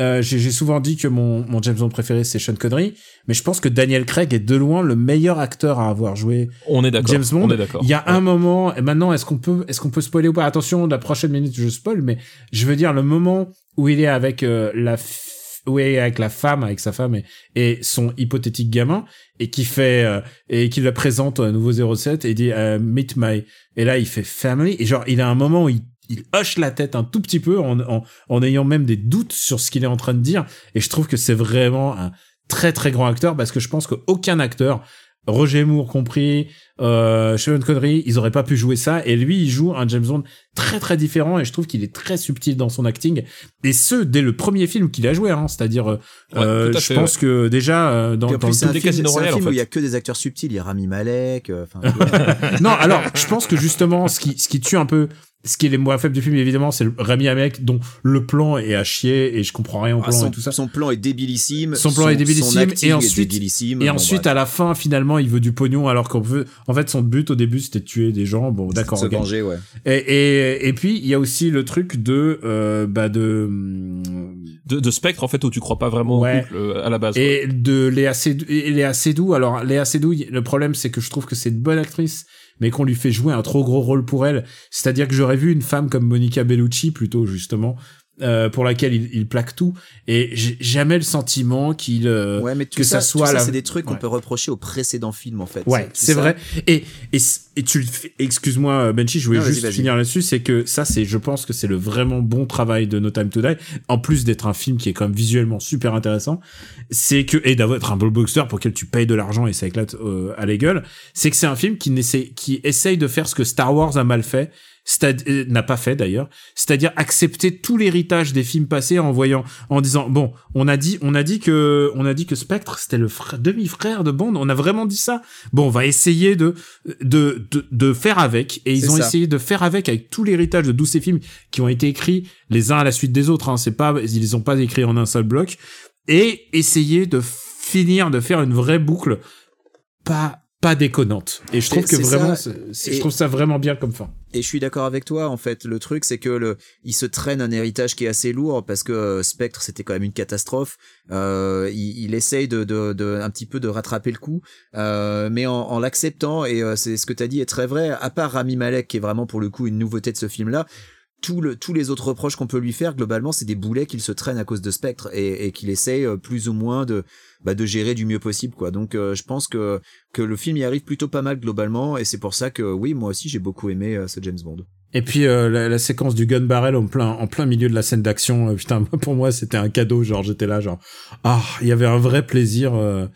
[SPEAKER 4] euh, j'ai j'ai souvent dit que mon, mon James Bond préféré c'est Sean Connery, mais je pense que Daniel Craig est de loin le meilleur acteur à avoir joué.
[SPEAKER 6] On est d'accord.
[SPEAKER 4] James Bond,
[SPEAKER 6] On est d'accord.
[SPEAKER 4] Il y a
[SPEAKER 6] Ouais.
[SPEAKER 4] un moment, et maintenant est-ce qu'on peut est-ce qu'on peut spoiler ou pas Attention, la prochaine minute je spoil, mais je veux dire le moment où il est avec euh, la f- où il est avec la femme, avec sa femme et, et son hypothétique gamin, et qui fait euh, et qui le présente à nouveau 07 et il dit euh, meet my et là il fait family et genre il a un moment où il il hoche la tête un tout petit peu en, en, en ayant même des doutes sur ce qu'il est en train de dire. Et je trouve que c'est vraiment un très très grand acteur parce que je pense qu'aucun acteur, Roger Moore compris, euh, Sean Connery, ils auraient pas pu jouer ça. Et lui, il joue un James Bond très très différent et je trouve qu'il est très subtil dans son acting. Et ce, dès le premier film qu'il a joué, hein, c'est-à-dire, euh,
[SPEAKER 6] Ouais,
[SPEAKER 4] euh,
[SPEAKER 6] tout à
[SPEAKER 4] je
[SPEAKER 6] fait,
[SPEAKER 4] pense que déjà euh, dans,
[SPEAKER 5] Puis en
[SPEAKER 4] dans le
[SPEAKER 5] plus, c'est un
[SPEAKER 6] des
[SPEAKER 5] film,
[SPEAKER 6] Casino
[SPEAKER 5] c'est un
[SPEAKER 6] Royale,
[SPEAKER 5] film
[SPEAKER 6] en
[SPEAKER 5] où il
[SPEAKER 6] fait.
[SPEAKER 5] y a que des
[SPEAKER 4] (laughs)
[SPEAKER 5] acteurs subtils. Il y a Rami Malek. euh, enfin, tu vois.
[SPEAKER 4] non, alors, je pense que justement, ce qui, ce qui tue un peu ce qui est les moins faibles du film, évidemment, c'est le Rami Malek dont le plan est à chier et je comprends rien au
[SPEAKER 5] Ah,
[SPEAKER 4] plan
[SPEAKER 5] son,
[SPEAKER 4] et tout ça.
[SPEAKER 5] son plan est débilissime.
[SPEAKER 4] Son plan est débilissime, et
[SPEAKER 5] acting est
[SPEAKER 4] ensuite-
[SPEAKER 5] débilissime.
[SPEAKER 4] Et
[SPEAKER 5] Bon, bah,
[SPEAKER 4] ensuite,
[SPEAKER 5] bref,
[SPEAKER 4] à la fin, finalement, il veut du pognon alors qu'on veut. En fait, son but au début, c'était de tuer des gens. Bon, ah, d'accord.
[SPEAKER 5] se
[SPEAKER 4] ok.
[SPEAKER 5] venger, ouais.
[SPEAKER 4] Et, et, et puis, il y a aussi le truc de. euh, bah de hum,
[SPEAKER 6] de, de spectre en fait où tu crois pas vraiment
[SPEAKER 4] Ouais.
[SPEAKER 6] au couple euh, à la base.
[SPEAKER 4] et de Léa Seydoux. et Léa Seydoux. Alors, Léa Seydoux, y- le problème, c'est que je trouve que c'est une bonne actrice, mais qu'on lui fait jouer un trop gros rôle pour elle. C'est-à-dire que j'aurais vu une femme comme Monica Bellucci, plutôt, justement, euh, pour laquelle il, il plaque tout. Et j'ai jamais le sentiment qu'il... euh,
[SPEAKER 5] Ouais, mais tout
[SPEAKER 4] que ça
[SPEAKER 5] ça,
[SPEAKER 4] soit
[SPEAKER 5] tout ça,
[SPEAKER 4] la-
[SPEAKER 5] c'est des trucs qu'on
[SPEAKER 4] Ouais.
[SPEAKER 5] peut reprocher au précédent film en fait.
[SPEAKER 4] Ouais,
[SPEAKER 5] Tout
[SPEAKER 4] c'est
[SPEAKER 5] ça-
[SPEAKER 4] vrai. Et, et, c- et tu le fais- excuse-moi, Benchi, je voulais
[SPEAKER 5] Non, vas-y,
[SPEAKER 4] juste
[SPEAKER 5] vas-y.
[SPEAKER 4] finir là-dessus. C'est que ça, c'est, je pense que c'est le vraiment bon travail de No Time to Die. En plus d'être un film qui est quand même visuellement super intéressant, c'est que, et d'avoir un blockbuster pour lequel tu payes de l'argent et ça éclate euh, à la gueule, c'est que c'est un film qui, n'essaie- qui essaye de faire ce que Star Wars a mal fait. c'est-à- euh, n'a pas fait d'ailleurs, c'est-à-dire accepter tout l'héritage des films passés en voyant, en disant bon, on a dit, on a dit que, on a dit que Spectre c'était le fr- demi-frère de Bond, on a vraiment dit ça. Bon, on va essayer de de de, de faire avec, et
[SPEAKER 5] C'est
[SPEAKER 4] ils ont
[SPEAKER 5] ça.
[SPEAKER 4] essayé de faire avec avec tout l'héritage de tous ces films qui ont été écrits les uns à la suite des autres. Hein, c'est pas, ils les ont pas écrits en un seul bloc, et essayer de finir de faire une vraie boucle, pas pas déconnante. Et je trouve
[SPEAKER 5] Et
[SPEAKER 4] que
[SPEAKER 5] c'est
[SPEAKER 4] vraiment,
[SPEAKER 5] ça.
[SPEAKER 4] c'est- c'est-
[SPEAKER 5] Et-
[SPEAKER 4] je trouve ça vraiment bien comme fin.
[SPEAKER 5] Et je suis d'accord avec toi en fait. Le truc c'est que le, il se traîne un héritage qui est assez lourd parce que euh, Spectre c'était quand même une catastrophe. Euh, il, il essaye de, de, de un petit peu de rattraper le coup, euh, mais en, en l'acceptant et euh, c'est ce que t'as dit est très vrai. À part Rami Malek qui est vraiment pour le coup une nouveauté de ce film là. Tout le, tous les autres reproches qu'on peut lui faire, globalement, c'est des boulets qu'il se traîne à cause de Spectre et, et qu'il essaye euh, plus ou moins de, bah, de gérer du mieux possible. quoi. Donc euh, je pense que que le film y arrive plutôt pas mal globalement et c'est pour ça que oui moi aussi j'ai beaucoup aimé euh, ce James Bond.
[SPEAKER 4] Et puis euh, la, la séquence du gun barrel en plein en plein milieu de la scène d'action, euh, putain (laughs) moi, pour moi c'était un cadeau, genre j'étais là genre ah il y avait un vrai plaisir. euh,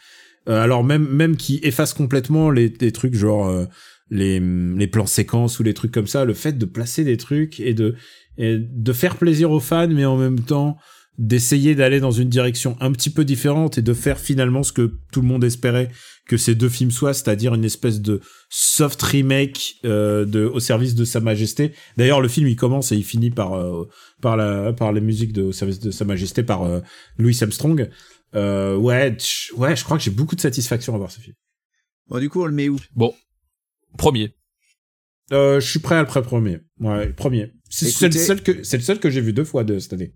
[SPEAKER 4] euh, alors même même qui efface complètement les, les trucs genre euh, les les plans séquences ou les trucs comme ça, le fait de placer des trucs et de et de faire plaisir aux fans mais en même temps d'essayer d'aller dans une direction un petit peu différente et de faire finalement ce que tout le monde espérait que ces deux films soient, c'est-à-dire une espèce de soft remake euh, de au service de Sa Majesté. D'ailleurs, le film il commence et il finit par euh, par la par les musiques de au service de Sa Majesté par euh, Louis Armstrong. Euh, ouais, tch- ouais, je crois que j'ai beaucoup de satisfaction à voir ce film.
[SPEAKER 5] Bon du coup on le met où
[SPEAKER 6] Premier.
[SPEAKER 4] Euh, je suis prêt à le pré-premier. Ouais, premier. C'est c'est le
[SPEAKER 5] Écoutez-
[SPEAKER 4] seul que c'est le seul que j'ai vu deux fois de cette année.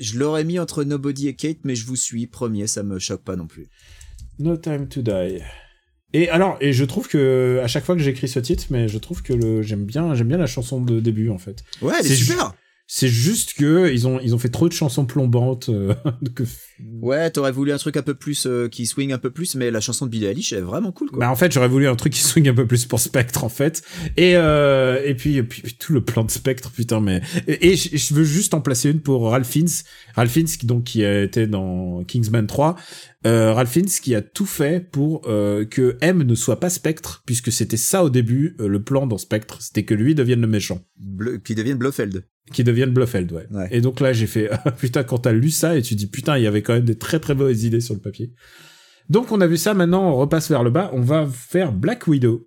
[SPEAKER 5] Je l'aurais mis entre Nobody et Kate mais je vous suis premier ça me choque pas non plus.
[SPEAKER 4] No Time to Die. Et alors, et je trouve que à chaque fois que j'écris ce titre, mais je trouve que le j'aime bien j'aime bien la chanson de début en fait.
[SPEAKER 5] Ouais elle est
[SPEAKER 4] C'est ju-
[SPEAKER 5] super.
[SPEAKER 4] C'est juste que ils ont ils ont fait trop de chansons plombantes euh, (laughs) que
[SPEAKER 5] Ouais t'aurais voulu un truc un peu plus euh, qui swing un peu plus mais la chanson de Billie Eilish elle est vraiment cool quoi.
[SPEAKER 4] Bah en fait j'aurais voulu un truc qui swing un peu plus pour Spectre en fait et euh, et puis, et puis tout le plan de Spectre putain mais et, et je je veux juste en placer une pour Ralph Fiennes Ralph Fiennes qui donc qui était dans Kingsman 3 euh, Ralph Fiennes qui a tout fait pour euh, que M ne soit pas Spectre puisque c'était ça au début euh, le plan dans Spectre c'était que lui devienne le méchant
[SPEAKER 5] Bleu- qui deviennent Blofeld.
[SPEAKER 4] qui devienne Blofeld ouais.
[SPEAKER 5] Ouais.
[SPEAKER 4] et donc là j'ai fait (laughs) ah, putain quand t'as lu ça et tu dis putain il y avait quand même des très très bonnes idées sur le papier donc on a vu ça maintenant on repasse vers le bas on va faire Black Widow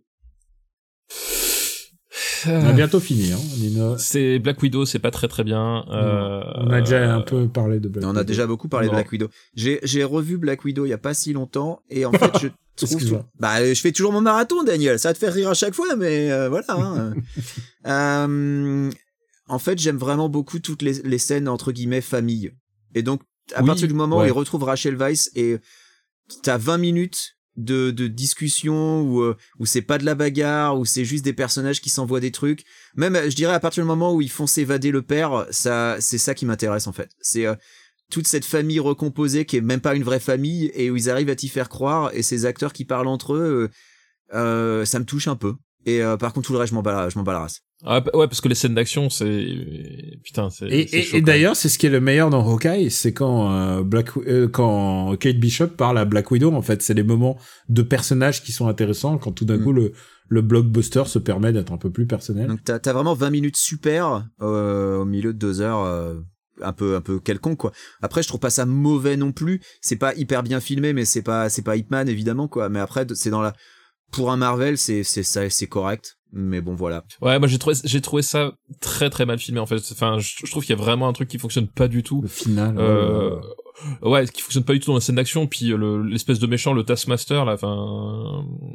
[SPEAKER 4] On a bientôt fini, hein. on est no-
[SPEAKER 6] C'est Black Widow, c'est pas très très bien. Euh,
[SPEAKER 4] on a déjà un peu parlé de Black
[SPEAKER 5] On a
[SPEAKER 4] Widow.
[SPEAKER 5] déjà beaucoup parlé
[SPEAKER 6] Non.
[SPEAKER 5] de Black Widow. J'ai j'ai revu Black Widow il y a pas si longtemps et en fait je trouve
[SPEAKER 4] (laughs) Excuse-moi.
[SPEAKER 5] bah je fais toujours mon marathon Daniel, ça va te faire rire à chaque fois mais euh, voilà.
[SPEAKER 4] (laughs)
[SPEAKER 5] hein. Euh, en fait, j'aime vraiment beaucoup toutes les, les scènes entre guillemets famille. Et donc à
[SPEAKER 6] Oui,
[SPEAKER 5] partir du moment où
[SPEAKER 6] ouais.
[SPEAKER 5] il retrouve Rachel Weiss et t'as 20 minutes de, de discussion où, euh, où c'est pas de la bagarre, où c'est juste des personnages qui s'envoient des trucs. Même, euh, je dirais, à partir du moment où ils font s'évader le père, ça, c'est ça qui m'intéresse en fait. C'est euh, toute cette famille recomposée qui est même pas une vraie famille et où ils arrivent à t'y faire croire et ces acteurs qui parlent entre eux, euh, euh, ça me touche un peu. Et euh, par contre, tout le reste, je m'en bats, la- je m'en bats la race.
[SPEAKER 6] Ah, bah, ouais, parce que les scènes d'action, c'est putain, c'est.
[SPEAKER 4] Et,
[SPEAKER 6] c'est
[SPEAKER 4] et-
[SPEAKER 6] chaud,
[SPEAKER 4] et
[SPEAKER 6] quand
[SPEAKER 4] d'ailleurs, c'est ce qui est le meilleur dans Hawkeye, c'est quand euh, Black, Wi- euh, quand Kate Bishop parle à Black Widow. En fait, c'est les moments de personnages qui sont intéressants quand tout d'un
[SPEAKER 5] Mm.
[SPEAKER 4] coup le le blockbuster se permet d'être un peu plus personnel.
[SPEAKER 5] Donc t'as t'as vraiment 20 minutes super euh, au milieu de deux heures euh, un peu un peu quelconque quoi. Après je trouve pas ça mauvais non plus. C'est pas hyper bien filmé mais c'est pas c'est pas Hitman évidemment quoi. Mais après de- c'est dans la pour un Marvel, c'est c'est ça, c'est correct. Mais bon, voilà.
[SPEAKER 6] Ouais, moi j'ai trouvé j'ai trouvé ça très très mal filmé en fait. Enfin, je, je trouve qu'il y a vraiment un truc qui fonctionne pas du tout.
[SPEAKER 4] Le final.
[SPEAKER 6] Euh,
[SPEAKER 4] ouais.
[SPEAKER 6] ouais, qui fonctionne pas du tout dans la scène d'action. Puis euh, le- l'espèce de méchant, le Taskmaster, là, enfin,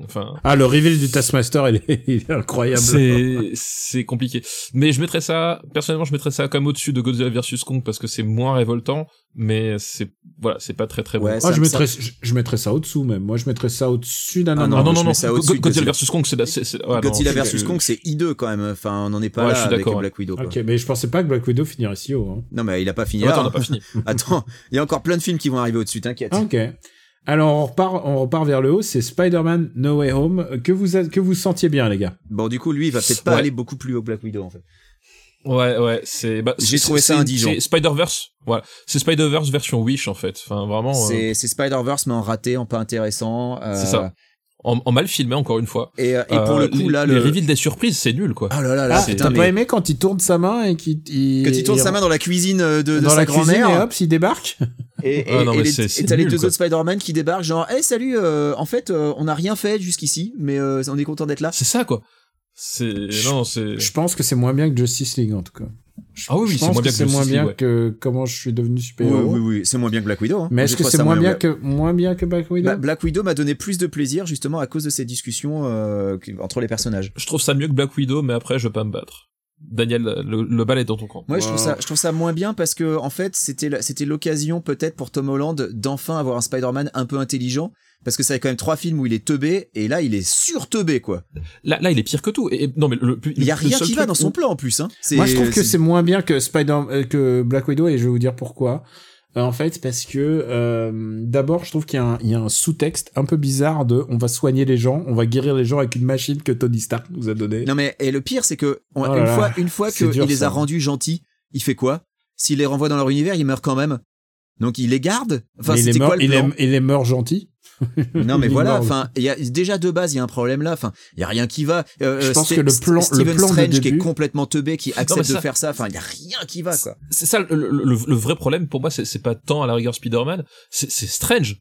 [SPEAKER 6] enfin,
[SPEAKER 4] Ah, le reveal du Taskmaster, il est, (laughs) il est incroyable.
[SPEAKER 6] c'est c'est compliqué. Mais je mettrais ça, personnellement, je mettrais ça comme au-dessus de Godzilla versus Kong parce que c'est moins révoltant, mais c'est voilà, c'est pas très très bon.
[SPEAKER 5] Ouais,
[SPEAKER 4] Ah,
[SPEAKER 5] ça-
[SPEAKER 4] je
[SPEAKER 5] ça-
[SPEAKER 4] mettrais, je, je mettrais ça au-dessous même. Moi, je mettrais ça au-dessus d'un.
[SPEAKER 5] Ah
[SPEAKER 6] Non, non,
[SPEAKER 5] je
[SPEAKER 6] non,
[SPEAKER 5] mets
[SPEAKER 6] non.
[SPEAKER 5] ça au-dessus de
[SPEAKER 6] Go- Godzilla
[SPEAKER 5] Godzilla.
[SPEAKER 6] versus Kong, c'est la- c'est c'est- ouais, non,
[SPEAKER 5] Godzilla
[SPEAKER 6] je-
[SPEAKER 5] versus Kong, c'est hideux quand même. Enfin, on n'en est pas
[SPEAKER 6] Ouais, je
[SPEAKER 5] là
[SPEAKER 6] suis
[SPEAKER 5] avec
[SPEAKER 6] d'accord,
[SPEAKER 5] Black Widow. quoi.
[SPEAKER 4] Ok, mais je pensais pas que Black Widow finirait si haut. hein.
[SPEAKER 5] Non, mais il a pas fini.
[SPEAKER 6] Ouais,
[SPEAKER 5] là,
[SPEAKER 6] attends, on
[SPEAKER 5] hein.
[SPEAKER 6] a pas fini.
[SPEAKER 5] Attends, il y a encore plein de films qui vont arriver au-dessus, t'inquiète.
[SPEAKER 4] Ah, Ok. Alors on repart, on repart vers le haut. C'est Spider-Man No Way Home euh, que vous êtes- que vous sentiez bien les gars.
[SPEAKER 5] Bon, du coup, lui, il va peut-être pas
[SPEAKER 6] Ouais.
[SPEAKER 5] aller beaucoup plus haut que Black Widow, en fait.
[SPEAKER 6] Ouais, ouais, c'est. Bah,
[SPEAKER 5] J'ai
[SPEAKER 6] c'est-
[SPEAKER 5] trouvé ça
[SPEAKER 6] c'est-
[SPEAKER 5] indigent.
[SPEAKER 6] C'est Spider-Verse, voilà. C'est Spider-Verse version Wish, en fait. Enfin, vraiment. euh,
[SPEAKER 5] C'est c'est Spider-Verse, mais en raté, en pas intéressant. euh,
[SPEAKER 6] C'est ça. en, en mal filmé, encore une fois.
[SPEAKER 5] Et, euh, et pour
[SPEAKER 6] Euh,
[SPEAKER 5] le coup,
[SPEAKER 6] les-
[SPEAKER 5] là,
[SPEAKER 6] Les
[SPEAKER 5] le.
[SPEAKER 6] reveals des surprises, c'est nul, quoi.
[SPEAKER 5] Oh là là là,
[SPEAKER 6] Ah,
[SPEAKER 5] putain,
[SPEAKER 4] t'as
[SPEAKER 5] mais-
[SPEAKER 4] pas aimé quand il tourne sa main et qu'il il,
[SPEAKER 5] Quand il tourne sa main dans la cuisine euh, de, de
[SPEAKER 4] dans
[SPEAKER 5] sa
[SPEAKER 4] la cuisine hein. et
[SPEAKER 5] grand-mère,
[SPEAKER 4] hop, il débarque.
[SPEAKER 5] et et-
[SPEAKER 6] Ah non,
[SPEAKER 5] et
[SPEAKER 6] mais
[SPEAKER 5] les-
[SPEAKER 6] c'est-
[SPEAKER 5] et
[SPEAKER 6] c'est
[SPEAKER 5] t'as les
[SPEAKER 6] nul,
[SPEAKER 5] deux
[SPEAKER 6] quoi.
[SPEAKER 5] autres Spider-Man qui débarquent, genre, hey, salut, euh, en fait, euh, on n'a rien fait jusqu'ici, mais euh, on est content d'être là.
[SPEAKER 6] C'est ça, quoi. C'est. Non,
[SPEAKER 4] (laughs)
[SPEAKER 6] c'est.
[SPEAKER 4] Je pense que c'est moins bien que Justice League en tout cas. Je,
[SPEAKER 6] Ah oui,
[SPEAKER 4] je
[SPEAKER 6] oui, c'est
[SPEAKER 4] pense
[SPEAKER 6] moins
[SPEAKER 4] que
[SPEAKER 6] bien que
[SPEAKER 4] c'est moins
[SPEAKER 6] Justice
[SPEAKER 4] bien
[SPEAKER 6] League, ouais.
[SPEAKER 4] que comment je suis devenu super héros.
[SPEAKER 5] oui, c'est moins bien que Black Widow. hein.
[SPEAKER 4] Mais
[SPEAKER 5] Je
[SPEAKER 4] est-ce que
[SPEAKER 5] crois
[SPEAKER 4] c'est
[SPEAKER 5] ça
[SPEAKER 4] moins bien que moins bien que Black Widow
[SPEAKER 5] Bah, Black Widow m'a donné plus de plaisir justement à cause de ces discussions euh, qui- entre les personnages.
[SPEAKER 6] Je trouve ça mieux que Black Widow, mais après, je veux pas me battre. Daniel, le, le bal est dans ton camp.
[SPEAKER 5] Moi, je trouve ça, je trouve ça moins bien parce que en fait, c'était la- c'était l'occasion peut-être pour Tom Holland d'enfin avoir un Spider-Man un peu intelligent parce que ça fait quand même trois films où il est teubé et là, il est sur teubé quoi.
[SPEAKER 6] Là, là, il est pire que tout. Et, et- non, mais le,
[SPEAKER 5] Il y a
[SPEAKER 6] le
[SPEAKER 5] rien
[SPEAKER 6] seul
[SPEAKER 5] qui va
[SPEAKER 6] truc
[SPEAKER 5] dans
[SPEAKER 6] où-
[SPEAKER 5] son plan en plus. Hein. C'est-
[SPEAKER 4] Moi, je trouve que c'est moins bien que Spider euh, que Black Widow et je vais vous dire pourquoi. Euh, en fait, parce que euh, d'abord, je trouve qu'il y a un, il y a un sous-texte un peu bizarre de on va soigner les gens, on va guérir les gens avec une machine que Tony Stark nous a donnée.
[SPEAKER 5] Non mais et le pire, c'est que on-
[SPEAKER 4] Oh là
[SPEAKER 5] une
[SPEAKER 4] là,
[SPEAKER 5] fois, une fois
[SPEAKER 4] c'est
[SPEAKER 5] qu'il
[SPEAKER 4] dur,
[SPEAKER 5] les
[SPEAKER 4] ça.
[SPEAKER 5] a rendus gentils, il fait quoi S'il les renvoie dans leur univers, il meurt quand même. Donc il les garde. Enfin,
[SPEAKER 4] Mais il,
[SPEAKER 5] c'était
[SPEAKER 4] est mort,
[SPEAKER 5] quoi le
[SPEAKER 4] il,
[SPEAKER 5] plan
[SPEAKER 4] est, il est mort gentil.
[SPEAKER 5] Non mais
[SPEAKER 4] Il est
[SPEAKER 5] voilà,
[SPEAKER 4] mort.
[SPEAKER 5] enfin, il y a déjà de base, il y a un problème là, enfin, il y a rien qui va. Euh,
[SPEAKER 4] Je
[SPEAKER 5] euh,
[SPEAKER 4] pense
[SPEAKER 5] Ste-
[SPEAKER 4] que le plan- le
[SPEAKER 5] Stephen
[SPEAKER 4] plan de
[SPEAKER 5] Strange qui est
[SPEAKER 4] début-
[SPEAKER 5] complètement teubé qui accepte
[SPEAKER 6] ça-
[SPEAKER 5] de faire ça, enfin, il y a rien qui va quoi.
[SPEAKER 6] C'est ça le, le- le- le vrai problème pour moi, c'est c'est pas tant à la rigueur Spider-Man, c'est c'est Strange.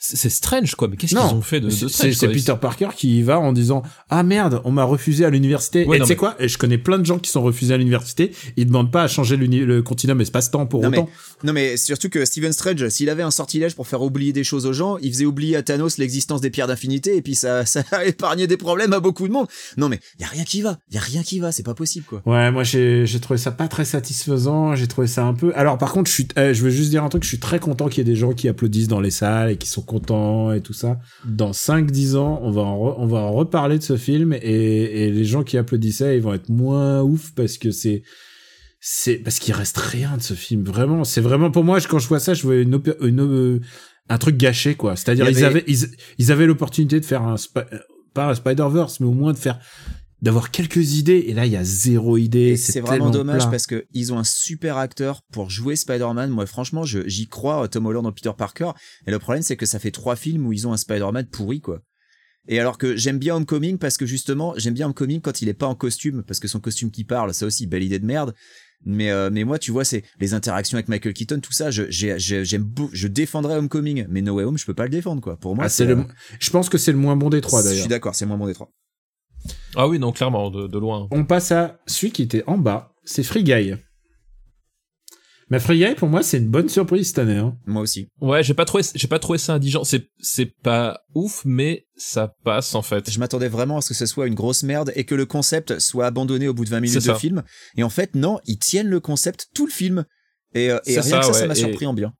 [SPEAKER 6] C'est c'est Strange quoi, mais qu'est-ce qu'ils
[SPEAKER 4] Non,
[SPEAKER 6] ont fait de, de
[SPEAKER 4] C'est- C'est
[SPEAKER 6] Strange
[SPEAKER 4] c'est
[SPEAKER 6] quoi
[SPEAKER 4] Peter Parker qui y va en disant ah merde, on m'a refusé à l'université.
[SPEAKER 6] Ouais,
[SPEAKER 4] et
[SPEAKER 6] non,
[SPEAKER 4] tu sais
[SPEAKER 6] mais-
[SPEAKER 4] quoi Et Je connais plein de gens qui sont refusés à l'université. Ils demandent pas à changer l'uni- le continuum espace-temps pour
[SPEAKER 5] Non, mais-
[SPEAKER 4] autant.
[SPEAKER 5] Non mais surtout que Stephen Strange, s'il avait un sortilège pour faire oublier des choses aux gens, il faisait oublier à Thanos l'existence des pierres d'infinité et puis ça, (laughs) ça a épargné des problèmes à beaucoup de monde. Non mais il y a rien qui va, il y a rien qui va, c'est pas possible quoi.
[SPEAKER 4] Ouais, moi j'ai j'ai trouvé ça pas très satisfaisant, j'ai trouvé ça un peu. Alors par contre, je suis euh, je veux juste dire un truc, je suis très content qu'il y ait des gens qui applaudissent dans les salles et qui sont contents et tout ça. Dans 5 10 ans, on va en re- on va en reparler de ce film et et les gens qui applaudissaient, ils vont être moins ouf parce que c'est c'est parce qu'il reste rien de ce film vraiment, c'est vraiment pour moi je- quand je vois ça, je vois une opé- une euh, un truc gâché quoi. C'est-à-dire
[SPEAKER 5] Il y
[SPEAKER 4] ils
[SPEAKER 5] avait-
[SPEAKER 4] avaient ils, ils avaient l'opportunité de faire un spa- euh, pas un Spider-Verse, mais au moins de faire d'avoir quelques idées et là il y a zéro idée
[SPEAKER 5] Et c'est vraiment
[SPEAKER 4] tellement
[SPEAKER 5] dommage
[SPEAKER 4] plat.
[SPEAKER 5] parce que ils ont un super acteur pour jouer Spider-Man. Moi, franchement, je- j'y crois, euh, Tom Holland en Peter Parker. Et le problème, c'est que ça fait trois films où ils ont un Spider-Man pourri, quoi. Et alors que j'aime bien Homecoming parce que justement, j'aime bien Homecoming quand il est pas en costume, parce que son costume qui parle, ça aussi, belle idée de merde. Mais, euh, mais moi, tu vois, c'est les interactions avec Michael Keaton, tout ça, je, j'ai- j'ai- j'aime beau- je défendrais Homecoming. Mais No Way Home, je peux pas le défendre, quoi. Pour moi,
[SPEAKER 4] Ah, c'est le-
[SPEAKER 5] euh,
[SPEAKER 4] je pense que c'est le moins bon des trois
[SPEAKER 5] Je suis
[SPEAKER 4] d'ailleurs
[SPEAKER 5] d'accord, c'est le moins bon des trois.
[SPEAKER 6] Ah oui, non, clairement, de, de loin.
[SPEAKER 4] on passe à celui qui était en bas c'est Free Guy mais Free Guy pour moi c'est une bonne surprise cette année hein.
[SPEAKER 5] Moi aussi.
[SPEAKER 6] Ouais, j'ai pas trouvé, j'ai pas trouvé ça indigent. C'est c'est pas ouf, mais ça passe en fait.
[SPEAKER 5] Je m'attendais vraiment à ce que ce soit une grosse merde et que le concept soit abandonné au bout de 20 minutes
[SPEAKER 6] C'est
[SPEAKER 5] de
[SPEAKER 6] ça.
[SPEAKER 5] film. Et en fait, non, ils tiennent le concept tout le film. Et, euh, et
[SPEAKER 6] C'est
[SPEAKER 5] rien
[SPEAKER 6] ça,
[SPEAKER 5] que ça, ça
[SPEAKER 6] ouais,
[SPEAKER 5] m'a
[SPEAKER 6] et-
[SPEAKER 5] surpris en bien.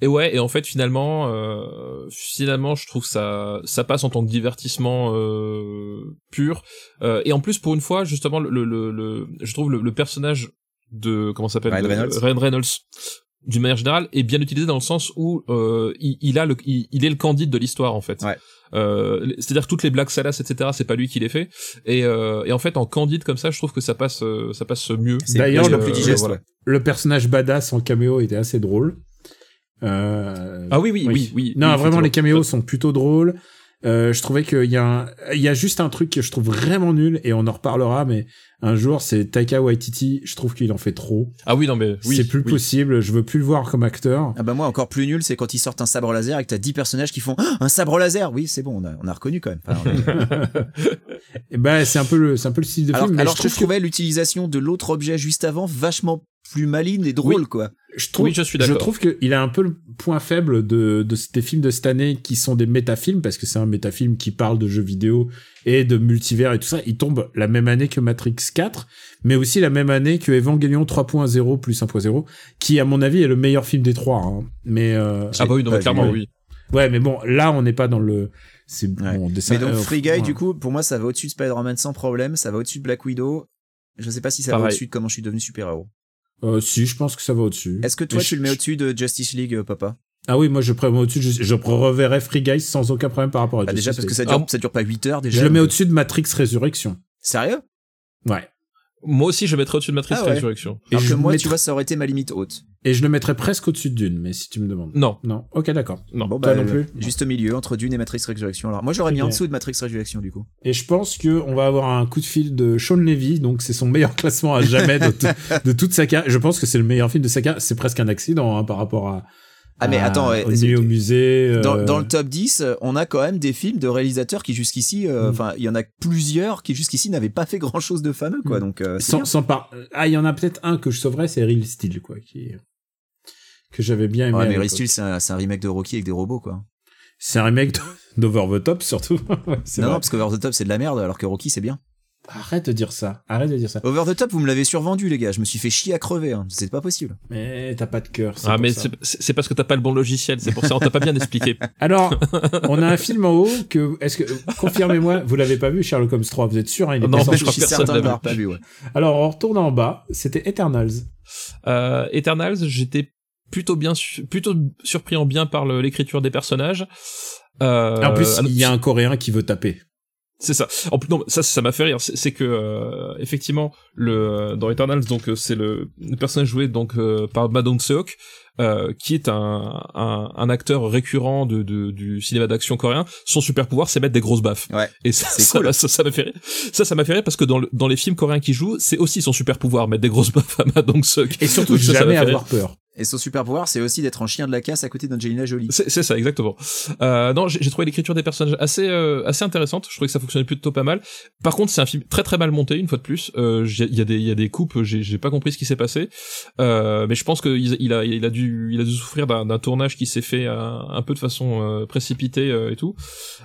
[SPEAKER 6] Et ouais, et en fait finalement, euh, finalement, je trouve ça ça passe en tant que divertissement euh, pur. Euh, et en plus pour une fois, justement, le le, le- le- je trouve le, le personnage de comment ça s'appelle
[SPEAKER 5] Ryan
[SPEAKER 6] de-
[SPEAKER 5] Reynolds.
[SPEAKER 6] Ryan Reynolds d'une manière générale est bien utilisé dans le sens où euh, il, il a le il, il est le candide de l'histoire en fait.
[SPEAKER 5] Ouais.
[SPEAKER 6] Euh, c'est-à-dire toutes les blagues salaces etc c'est pas lui qui les fait et, euh, et en fait en candide comme ça je trouve que ça passe euh, ça passe mieux
[SPEAKER 5] C'est
[SPEAKER 4] D'ailleurs,
[SPEAKER 5] vachement
[SPEAKER 4] le-
[SPEAKER 5] plus digeste.
[SPEAKER 6] euh, voilà.
[SPEAKER 5] ouais.
[SPEAKER 4] le personnage badass en caméo était assez drôle Euh,
[SPEAKER 6] ah oui oui oui oui,
[SPEAKER 4] non vraiment les
[SPEAKER 6] oui, effectivement. Bah
[SPEAKER 4] caméos sont plutôt drôles Euh, je trouvais qu'il y a un- il y a juste un truc que je trouve vraiment nul et on en reparlera, mais un jour c'est Taika Waititi. Je trouve qu'il en fait trop.
[SPEAKER 6] Ah oui, non, mais oui.
[SPEAKER 4] c'est plus
[SPEAKER 6] oui.
[SPEAKER 4] possible. Je veux plus le voir comme acteur.
[SPEAKER 5] Ah bah moi encore plus nul c'est quand ils sortent un sabre laser et que t'as 10 personnages qui font Ah, un sabre laser oui c'est bon on a, on a reconnu quand même Enfin, on est-
[SPEAKER 4] Et ben c'est un peu le c'est un peu le style de
[SPEAKER 5] alors,
[SPEAKER 4] film. mais
[SPEAKER 5] alors
[SPEAKER 4] je
[SPEAKER 5] que
[SPEAKER 4] trouve
[SPEAKER 5] je trouvais l'utilisation de l'autre objet juste avant vachement plus maligne et drôle quoi
[SPEAKER 4] que- je trouve
[SPEAKER 6] Oui, je suis d'accord.
[SPEAKER 4] Je trouve qu'il a un peu le point faible de, de c- des films de cette année qui sont des métafilms parce que c'est un métafilm qui parle de jeux vidéo et de multivers et tout ça. Il tombe la même année que Matrix 4, mais aussi la même année que Evangelion 3.0 plus 1.0, qui à mon avis est le meilleur film des trois. hein. Mais euh,
[SPEAKER 6] Ah bah oui, non, mais
[SPEAKER 5] Ouais,
[SPEAKER 6] clairement,
[SPEAKER 4] ouais.
[SPEAKER 6] oui.
[SPEAKER 4] ouais, mais bon, là on n'est pas dans le. C'est
[SPEAKER 5] Ouais.
[SPEAKER 4] bon, dessin-
[SPEAKER 5] mais donc
[SPEAKER 4] euh,
[SPEAKER 5] Free Guy
[SPEAKER 4] ouais.
[SPEAKER 5] du coup pour moi ça va au-dessus de Spider-Man sans problème ça va au-dessus de Black Widow je sais pas si ça va
[SPEAKER 6] Pareil.
[SPEAKER 5] au-dessus de comment je suis devenu super-héros
[SPEAKER 4] Euh, si, je pense que ça va au-dessus.
[SPEAKER 5] est-ce que toi
[SPEAKER 4] Mais
[SPEAKER 5] tu
[SPEAKER 4] je-
[SPEAKER 5] le mets au-dessus de Justice League euh, papa
[SPEAKER 4] Ah oui, moi je prends au-dessus, je, je reverrai Free Guys sans aucun problème par rapport à
[SPEAKER 5] Bah,
[SPEAKER 4] Justice
[SPEAKER 5] déjà parce que ça
[SPEAKER 4] League.
[SPEAKER 5] dure,
[SPEAKER 6] Ah,
[SPEAKER 5] ça dure pas 8 heures déjà
[SPEAKER 4] Je le mets
[SPEAKER 5] donc-
[SPEAKER 4] au-dessus de Matrix Résurrection.
[SPEAKER 5] sérieux
[SPEAKER 4] Ouais.
[SPEAKER 6] Moi aussi, je mettrais au-dessus de Matrix
[SPEAKER 5] Ah ouais.
[SPEAKER 6] Résurrection.
[SPEAKER 4] Et
[SPEAKER 5] alors
[SPEAKER 4] je
[SPEAKER 5] que moi
[SPEAKER 4] mettrai-
[SPEAKER 5] tu vois ça aurait été ma limite haute
[SPEAKER 4] Et je le mettrais presque au-dessus de Dune, mais si tu me demandes.
[SPEAKER 6] Non,
[SPEAKER 5] Mm.
[SPEAKER 4] Non, ok, d'accord.
[SPEAKER 6] non.
[SPEAKER 5] Bon,
[SPEAKER 4] Toi
[SPEAKER 5] bah,
[SPEAKER 4] non plus
[SPEAKER 5] juste au milieu, entre Dune et Matrix Résurrection. Alors, moi, j'aurais mis
[SPEAKER 4] Ok.
[SPEAKER 5] en dessous de Matrix Résurrection, du coup. Ah,
[SPEAKER 4] Et je pense que on va avoir un coup de fil de Sean Levy, donc c'est son meilleur (laughs) classement à jamais de, tout- de toute sa carrière. Je pense que c'est le meilleur film de sa carrière. C'est presque un accident hein, par rapport à.
[SPEAKER 5] Ah, mais
[SPEAKER 4] à-
[SPEAKER 5] attends, ouais,
[SPEAKER 4] au,
[SPEAKER 5] c'est-
[SPEAKER 4] nu- au musée. euh,
[SPEAKER 5] Dans, dans le top 10, euh, on a quand même des films de réalisateurs qui, jusqu'ici, euh,
[SPEAKER 4] Mm.
[SPEAKER 5] enfin, il y en a plusieurs qui, jusqu'ici, n'avaient pas fait grand chose de fameux, quoi.
[SPEAKER 4] Mm.
[SPEAKER 5] Donc, euh, c'est
[SPEAKER 4] sans,
[SPEAKER 5] bien.
[SPEAKER 4] sans par- Ah, il y en a peut-être un que je sauverais, c'est Real Steel, quoi, qui que j'avais bien aimé.
[SPEAKER 5] Ouais,
[SPEAKER 4] à
[SPEAKER 5] mais
[SPEAKER 4] l'époque.
[SPEAKER 5] Restul, c'est un, c'est un remake de Rocky avec des robots, quoi.
[SPEAKER 4] C'est un remake de- d'Over the Top, surtout. (laughs) Ouais, c'est
[SPEAKER 5] Non, non,
[SPEAKER 4] vrai.
[SPEAKER 5] parce qu'Over the Top, c'est de la merde, alors que Rocky, c'est bien.
[SPEAKER 4] Arrête de dire ça. Arrête de dire ça.
[SPEAKER 5] Over the Top, vous me l'avez survendu, les gars. Je me suis fait chier à crever, hein. C'est pas possible.
[SPEAKER 4] Mais t'as pas de cœur. c'est
[SPEAKER 6] Ah,
[SPEAKER 4] pour
[SPEAKER 6] mais
[SPEAKER 4] ça.
[SPEAKER 6] c'est c'est parce que t'as pas le bon logiciel, c'est pour ça, on t'a pas bien
[SPEAKER 5] (laughs)
[SPEAKER 6] expliqué. (laughs)
[SPEAKER 4] Alors, on a un film en haut que, est-ce que, confirmez-moi, vous l'avez pas vu, Sherlock Holmes 3, vous êtes sûr, hein, il est pas
[SPEAKER 6] Non, en fait,
[SPEAKER 4] sorti.
[SPEAKER 6] je crois que
[SPEAKER 5] suis
[SPEAKER 6] personne
[SPEAKER 5] certain
[SPEAKER 6] l'a
[SPEAKER 5] de
[SPEAKER 6] vu.
[SPEAKER 5] l'avoir pas vu, ouais.
[SPEAKER 4] Alors, on retourne en bas, c'était Eternals.
[SPEAKER 6] Euh, Eternals, j'étais plutôt bien, su- plutôt surpris en bien par le- l'écriture des personnages. Euh,
[SPEAKER 4] en plus,
[SPEAKER 6] ah non,
[SPEAKER 4] il y a un Coréen qui veut taper.
[SPEAKER 6] C'est ça. En plus, non, ça, ça m'a fait rire. C'est c'est que euh, effectivement, le dans Eternals, donc euh, c'est le, le personnage joué donc euh, par Madong Seok, euh, qui est un, un, un acteur récurrent de, de- du cinéma d'action coréen. Son super pouvoir, c'est mettre des grosses baffes.
[SPEAKER 5] Ouais.
[SPEAKER 6] Et ça,
[SPEAKER 5] C'est
[SPEAKER 6] ça,
[SPEAKER 5] cool.
[SPEAKER 6] ça, ça m'a fait rire. Ça, ça m'a fait rire parce que dans, le- dans les films coréens qu'il joue, c'est aussi son super pouvoir mettre des grosses baffes à Madong Seok. (laughs)
[SPEAKER 4] Et surtout,
[SPEAKER 6] Donc ça, ça
[SPEAKER 4] jamais
[SPEAKER 6] m'a fait rire.
[SPEAKER 4] avoir peur.
[SPEAKER 5] Et son super pouvoir, c'est aussi d'être en chien de la casse à côté d'Angelina Jolie.
[SPEAKER 6] C'est c'est ça, exactement. Euh, non, j'ai j'ai trouvé l'écriture des personnages assez euh, assez intéressante. Je trouvais que ça fonctionnait plutôt pas mal. Par contre, c'est un film très très mal monté une fois de plus. Euh, j'ai- Il y a des il y a des coupes. J'ai j'ai pas compris ce qui s'est passé. Euh, mais je pense que il, il a il a dû il a dû souffrir d'un d'un tournage qui s'est fait un, un peu de façon euh, précipitée euh, et tout.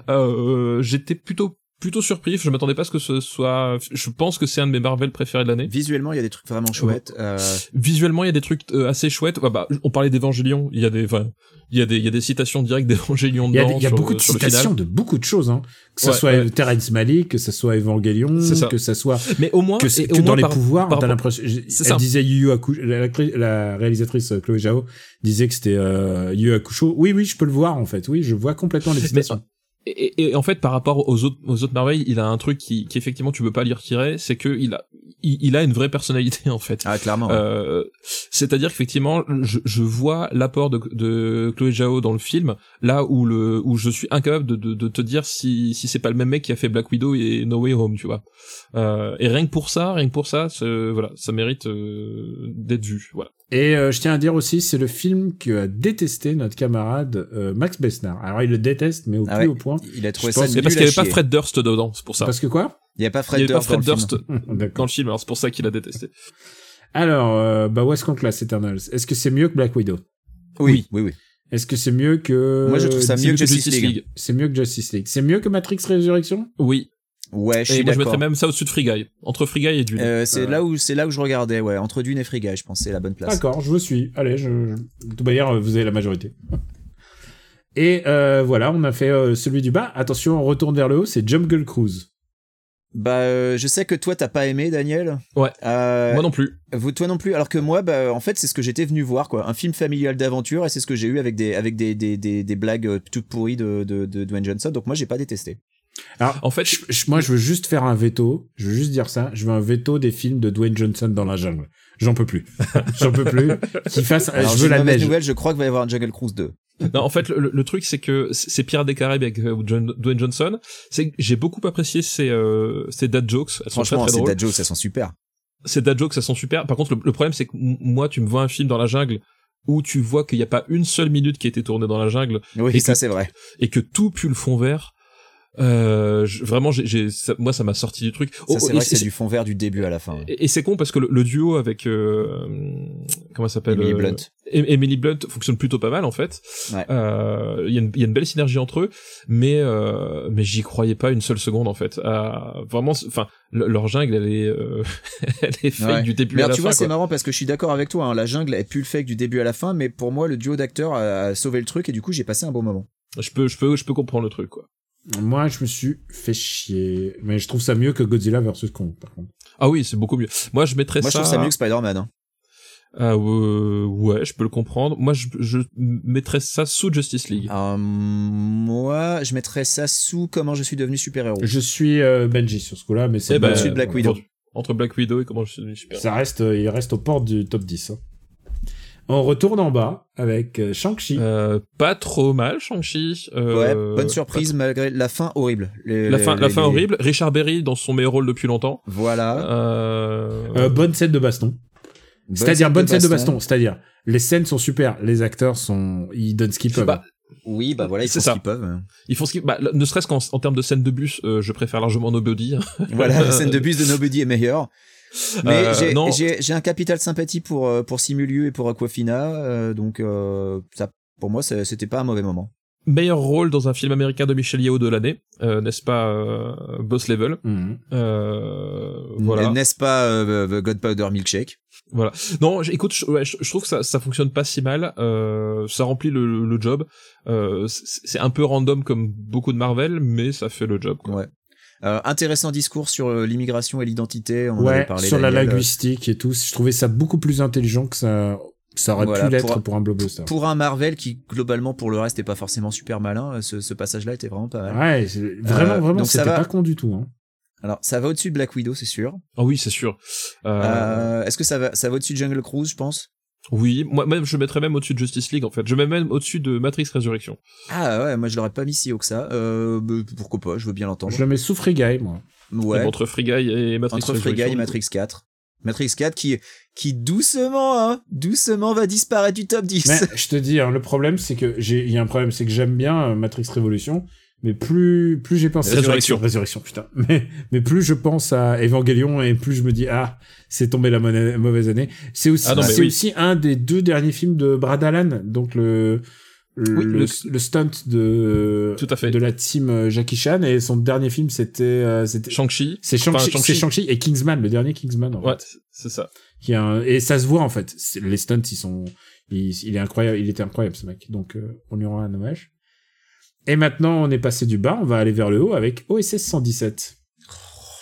[SPEAKER 6] Euh, J'étais plutôt plutôt surpris. Je m'attendais pas à ce que ce soit. Je pense que c'est un de mes Marvel préférés de l'année.
[SPEAKER 5] Visuellement, il y a des trucs vraiment chouettes. Euh,
[SPEAKER 6] Visuellement, il y a des trucs euh, assez chouettes. Ouais, bah, on parlait d'Evangélion. Il y a des, enfin, il y a des, il y a des citations directes d'Evangélion
[SPEAKER 4] Il y a,
[SPEAKER 6] dedans.
[SPEAKER 4] des- il y a
[SPEAKER 6] sur- euh,
[SPEAKER 4] beaucoup de
[SPEAKER 6] sur le final.
[SPEAKER 4] citations de beaucoup de choses, hein. Que ça
[SPEAKER 6] Ouais,
[SPEAKER 4] soit
[SPEAKER 6] ouais.
[SPEAKER 4] Terrence Malick, que ça soit Evangelion,
[SPEAKER 6] C'est ça.
[SPEAKER 4] que ça soit,
[SPEAKER 6] Mais au moins,
[SPEAKER 4] que, c'est-
[SPEAKER 6] Oh, et
[SPEAKER 4] que
[SPEAKER 6] au
[SPEAKER 4] dans
[SPEAKER 6] moins
[SPEAKER 4] les
[SPEAKER 6] par-
[SPEAKER 4] pouvoirs,
[SPEAKER 6] par
[SPEAKER 4] t'as
[SPEAKER 6] rapport-
[SPEAKER 4] l'impression, j'ai-
[SPEAKER 6] C'est
[SPEAKER 4] elle
[SPEAKER 6] ça.
[SPEAKER 4] disait Yu Yu Hakusho, la, la- la réalisatrice euh, Chloé Zhao disait que c'était, euh, Yu Yu Hakusho. Oui, oui, je peux le voir, en fait. Oui, je vois complètement les citations.
[SPEAKER 6] Et, et- et en fait, par rapport aux autres, aux autres merveilles, il a un truc qui, qui effectivement, tu peux pas lui retirer, c'est que il a, il, il a une vraie personnalité (laughs) en fait.
[SPEAKER 5] Ah, clairement. ouais.
[SPEAKER 6] Euh, C'est-à-dire qu'effectivement, je, je vois l'apport de, de Chloé Zhao dans le film, là où le où je suis incapable de, de, de te dire si, si c'est pas le même mec qui a fait Black Widow et No Way Home, tu vois. Euh, et rien que pour ça, rien que pour ça, ce- voilà, ça mérite euh, d'être vu. Voilà.
[SPEAKER 4] Et euh, je tiens à dire aussi, c'est le film que a détesté notre camarade euh, Max Besnard. Alors il le déteste, mais au
[SPEAKER 5] Ah
[SPEAKER 4] plus
[SPEAKER 5] ouais.
[SPEAKER 4] haut point.
[SPEAKER 5] Il a trouvé
[SPEAKER 4] je
[SPEAKER 5] ça
[SPEAKER 4] pense-
[SPEAKER 5] nul
[SPEAKER 6] Mais parce
[SPEAKER 5] à
[SPEAKER 6] qu'il y avait pas
[SPEAKER 5] chier.
[SPEAKER 6] Fred Durst dedans, c'est pour ça.
[SPEAKER 4] Parce que quoi (laughs)
[SPEAKER 5] Il n'y a pas
[SPEAKER 6] Il y
[SPEAKER 5] Fred
[SPEAKER 6] avait pas
[SPEAKER 5] Durst. dans
[SPEAKER 6] Fred
[SPEAKER 5] le film.
[SPEAKER 6] Durst dans
[SPEAKER 4] D'accord.
[SPEAKER 6] le film, alors c'est pour ça qu'il a détesté.
[SPEAKER 4] Alors, euh, bah où est-ce qu'on classe Eternals Est-ce que c'est mieux que Black Widow
[SPEAKER 5] Oui, oui, oui.
[SPEAKER 4] Est-ce que c'est mieux que
[SPEAKER 5] Moi, je trouve ça
[SPEAKER 4] c'est
[SPEAKER 5] mieux que Justice League.
[SPEAKER 4] C'est mieux que Justice League. C'est mieux que Matrix Resurrection
[SPEAKER 6] Oui.
[SPEAKER 5] Ouais, je
[SPEAKER 6] Et
[SPEAKER 5] suis
[SPEAKER 6] moi, je mettrais
[SPEAKER 5] d'accord.
[SPEAKER 6] même ça au-dessus de Free Guy. Entre Free Guy et Dune.
[SPEAKER 5] Euh, c'est là où c'est là où je regardais, ouais, entre Dune et Free Guy, je pense, c'est la bonne place.
[SPEAKER 4] D'accord, je vous suis. Allez, je... je- de toute manière, euh, vous avez la majorité. Et euh, voilà, on a fait euh, celui du bas. Attention, on retourne vers le haut, c'est Jungle Cruise.
[SPEAKER 5] Bah, euh, je sais que toi t'as pas aimé, Daniel.
[SPEAKER 6] Ouais.
[SPEAKER 5] Euh,
[SPEAKER 6] Moi non plus.
[SPEAKER 5] vous, toi non plus. Alors que moi, bah, en fait, c'est ce que j'étais venu voir, quoi, un film familial d'aventure, et c'est ce que j'ai eu avec des avec des des, des, des blagues euh, toutes pourries de, de de Dwayne Johnson. Donc moi, j'ai pas détesté.
[SPEAKER 4] Alors,
[SPEAKER 6] En fait,
[SPEAKER 4] Je- je- moi, je veux juste faire un veto. Je veux juste dire ça. Je veux un veto des films de Dwayne Johnson dans la jungle. J'en peux plus. (laughs) J'en peux plus. Qu'il fasse. euh,
[SPEAKER 5] Alors,
[SPEAKER 4] je veux
[SPEAKER 5] j'ai une
[SPEAKER 4] la
[SPEAKER 5] mauvaise
[SPEAKER 4] neige.
[SPEAKER 5] nouvelle, je crois qu'il va y avoir un Jungle Cruise 2.
[SPEAKER 6] Non, en fait, le, le truc, c'est que c'est Pirates des Caraïbes avec euh, John- Dwayne Johnson. C'est que j'ai beaucoup apprécié ces, euh, ces dad jokes. Elles sont
[SPEAKER 5] Franchement,
[SPEAKER 6] très, très
[SPEAKER 5] ces
[SPEAKER 6] drôles.
[SPEAKER 5] dad jokes, elles sont super.
[SPEAKER 6] Ces dad jokes, elles sont super. Par contre, le, le problème, c'est que m- moi, tu me vois un film dans la jungle où tu vois qu'il n'y a pas une seule minute qui a été tournée dans la jungle
[SPEAKER 5] Oui,
[SPEAKER 6] Et
[SPEAKER 5] ça
[SPEAKER 6] que-
[SPEAKER 5] c'est vrai.
[SPEAKER 6] et que tout pue le fond vert. Euh, je- vraiment, j'ai, j'ai- ça- moi, ça m'a sorti du truc. Oh,
[SPEAKER 5] Ça, c'est
[SPEAKER 6] oh,
[SPEAKER 5] vrai
[SPEAKER 6] et
[SPEAKER 5] que c'est du fond vert du début à la fin. hein.
[SPEAKER 6] et- et c'est con parce que le, le duo avec euh, comment ça s'appelle
[SPEAKER 5] Emily
[SPEAKER 6] euh,
[SPEAKER 5] Blunt.
[SPEAKER 6] Em- Emily Blunt fonctionne plutôt pas mal en fait.
[SPEAKER 5] Ouais.
[SPEAKER 6] Euh, Il y, a une- il y a une belle synergie entre eux, mais euh, mais j'y croyais pas une seule seconde en fait. À- vraiment, c'est- enfin le- leur jungle elle est euh, (laughs) elle est fake
[SPEAKER 5] Ouais.
[SPEAKER 6] du début
[SPEAKER 5] Mais
[SPEAKER 6] à
[SPEAKER 5] alors,
[SPEAKER 6] la
[SPEAKER 5] tu
[SPEAKER 6] fin.
[SPEAKER 5] vois, c'est
[SPEAKER 6] quoi.
[SPEAKER 5] marrant parce que je suis d'accord avec toi. hein, la jungle est plus le fake du début à la fin, mais pour moi, le duo d'acteurs a, a sauvé le truc et du coup, j'ai passé un bon moment.
[SPEAKER 6] Je peux je peux je peux comprendre le truc quoi.
[SPEAKER 4] Moi, je me suis fait chier. Mais je trouve ça mieux que Godzilla vs. Kong, par contre.
[SPEAKER 6] Ah oui, c'est beaucoup mieux. Moi je mettrais
[SPEAKER 5] Moi, je
[SPEAKER 6] ça.
[SPEAKER 5] trouve ça mieux que Spider-Man. hein.
[SPEAKER 6] Ah ouais, ouais, je peux le comprendre. Moi, je, je mettrais ça sous Justice League.
[SPEAKER 5] Euh, moi, je mettrais ça sous comment je suis devenu super-héros.
[SPEAKER 4] Je suis euh, Benji sur ce coup-là, mais c'est
[SPEAKER 6] Eh ben,
[SPEAKER 5] au-dessus de Black Widow.
[SPEAKER 6] Entre, entre Black Widow et comment je suis devenu super.
[SPEAKER 4] Ça reste, euh, il reste aux portes du top 10. hein. On retourne en bas avec euh, Shang-Chi.
[SPEAKER 6] Euh, pas trop mal, Shang-Chi.
[SPEAKER 5] Ouais,
[SPEAKER 6] Euh,
[SPEAKER 5] bonne surprise malgré la fin horrible.
[SPEAKER 6] pas-
[SPEAKER 5] Les-
[SPEAKER 6] La fin, la
[SPEAKER 5] les-
[SPEAKER 6] fin
[SPEAKER 5] les- Ah.
[SPEAKER 6] horrible. Richard Berry dans son meilleur rôle depuis longtemps.
[SPEAKER 5] Voilà.
[SPEAKER 6] Euh,
[SPEAKER 4] Euh, bonne scène de baston. C'est-à-dire bonne scène de baston. C'est-à-dire les scènes sont super, les acteurs sont, ils donnent ce qu'ils peuvent.
[SPEAKER 6] bah,
[SPEAKER 5] Oui, bah voilà, ils
[SPEAKER 6] C'est
[SPEAKER 5] font ce
[SPEAKER 6] ça.
[SPEAKER 5] qu'ils peuvent. hein.
[SPEAKER 6] ils font ce qu'ils, bah, le- ne serait-ce qu'en en termes de scène de bus, euh, je préfère largement Nobody. (laughs) Euh,
[SPEAKER 5] voilà, la scène de bus de Nobody est meilleure. Mais
[SPEAKER 6] Euh,
[SPEAKER 5] j'ai-
[SPEAKER 6] non.
[SPEAKER 5] j'ai j'ai un capital sympathie pour, euh, pour Simulieu et pour Aquafina, euh, donc euh, ça, pour moi, c'est- c'était pas un mauvais moment.
[SPEAKER 6] Meilleur rôle dans un film américain de Michel Yeo de l'année, euh, n'est-ce pas, euh, Boss Level.
[SPEAKER 4] Mhm.
[SPEAKER 6] Euh, voilà.
[SPEAKER 5] N'est-ce pas euh, The Godpowder Milkshake
[SPEAKER 6] Non, j- écoute, je, ouais, je- je trouve que ça, ça fonctionne pas si mal. euh, ça remplit le, le job. Euh, c- c'est un peu random comme beaucoup de Marvel, mais ça fait le job. Quoi.
[SPEAKER 5] Ouais. Euh, intéressant discours sur euh, l'immigration et l'identité. On en avait
[SPEAKER 4] ouais,
[SPEAKER 5] parlé euh,
[SPEAKER 4] sur la
[SPEAKER 5] Daniel.
[SPEAKER 4] linguistique et tout. Je trouvais ça beaucoup plus intelligent que ça, ça aurait
[SPEAKER 5] Voilà,
[SPEAKER 4] pu l'être
[SPEAKER 5] pour-
[SPEAKER 4] pour, un blockbuster.
[SPEAKER 5] Pour un Marvel qui, globalement, pour le reste, est pas forcément super malin, euh, ce, ce passage-là était vraiment pas mal.
[SPEAKER 4] Ouais, c'est- vraiment,
[SPEAKER 5] Euh,
[SPEAKER 4] vraiment,
[SPEAKER 5] donc ça
[SPEAKER 4] c'était
[SPEAKER 5] va.
[SPEAKER 4] pas con du tout. Hein.
[SPEAKER 5] Alors, ça va au-dessus de Black Widow, c'est sûr.
[SPEAKER 6] Ah oui, c'est sûr. Euh,
[SPEAKER 5] Euh, Est-ce que ça va, ça va au-dessus de Jungle Cruise, je pense
[SPEAKER 6] Oui, moi même je mettrais même au-dessus de Justice League en fait. Je mets même au-dessus de Matrix Résurrection.
[SPEAKER 5] Ah ouais, moi je l'aurais pas mis si haut que ça. Euh, bah, pourquoi pas, je veux bien l'entendre.
[SPEAKER 4] Je le mets sous Free Guy, moi.
[SPEAKER 5] Ouais,
[SPEAKER 6] Entre Free Guy et Matrix
[SPEAKER 5] entre Free
[SPEAKER 6] Résurrection.
[SPEAKER 5] Guy et Matrix 4. Matrix 4 qui, qui doucement, hein, doucement va disparaître du top 10.
[SPEAKER 4] Mais je te dis, hein, le problème, c'est que j'ai, il y a un problème, c'est que j'aime bien euh, Matrix Révolution, mais plus, plus j'ai pensé
[SPEAKER 6] Résurrection.
[SPEAKER 4] Résurrection, putain. (laughs) Mais, mais plus je pense à Evangelion et plus je me dis, ah, c'est tombé la mona- mauvaise année. C'est aussi,
[SPEAKER 6] Ah non, mais
[SPEAKER 4] c'est
[SPEAKER 6] oui.
[SPEAKER 4] aussi un des deux derniers films de Brad Allen, donc le, le,
[SPEAKER 6] Oui,
[SPEAKER 4] le,
[SPEAKER 6] le-
[SPEAKER 4] le stunt de,
[SPEAKER 6] Tout à fait.
[SPEAKER 4] de la team euh, Jackie Chan et son dernier film, c'était, euh, c'était,
[SPEAKER 6] Shang-Chi.
[SPEAKER 4] c'est Shang-Chi,
[SPEAKER 6] Enfin,
[SPEAKER 4] c'est Shang-Chi et Kingsman, le dernier Kingsman, en
[SPEAKER 6] Ouais,
[SPEAKER 4] fait.
[SPEAKER 6] c'est ça.
[SPEAKER 4] Qui est un- et ça se voit en fait. C'est- Les stunts, ils sont, il, il est incroyable, il était incroyable ce mec. Donc euh, on lui rend un hommage. Et maintenant, on est passé du bas, on va aller vers le haut avec OSS 117.
[SPEAKER 5] (laughs)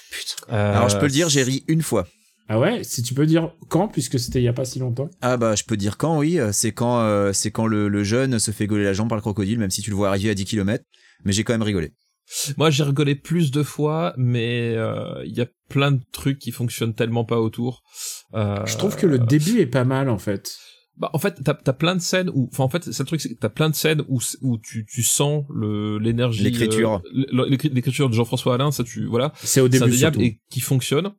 [SPEAKER 5] Euh, Alors je peux
[SPEAKER 6] euh,
[SPEAKER 5] le dire, j'ai ri une fois.
[SPEAKER 4] Ah ouais, si tu peux dire quand, puisque c'était il y a pas si longtemps.
[SPEAKER 5] Ah bah je peux dire quand oui, euh, c'est quand euh, c'est quand le, le jeune se fait gauler la jambe par le crocodile, même si tu le vois arriver à 10 km, mais j'ai quand même rigolé.
[SPEAKER 6] Moi, j'ai rigolé plus de fois, mais euh, il y a plein de trucs qui fonctionnent tellement pas autour. Euh,
[SPEAKER 4] Je trouve que le début est pas mal en fait.
[SPEAKER 6] Bah, en fait, t'as as plein de scènes où, enfin, en fait, c'est le truc, c'est que t'as plein de scènes où où tu tu sens le l'énergie,
[SPEAKER 5] L'écriture.
[SPEAKER 6] euh, l- l'écri- l'écriture de Jean-François Alain, ça tu voilà,
[SPEAKER 4] C'est au
[SPEAKER 6] c'est
[SPEAKER 4] début
[SPEAKER 6] indéniable
[SPEAKER 4] surtout.
[SPEAKER 6] et qui fonctionne.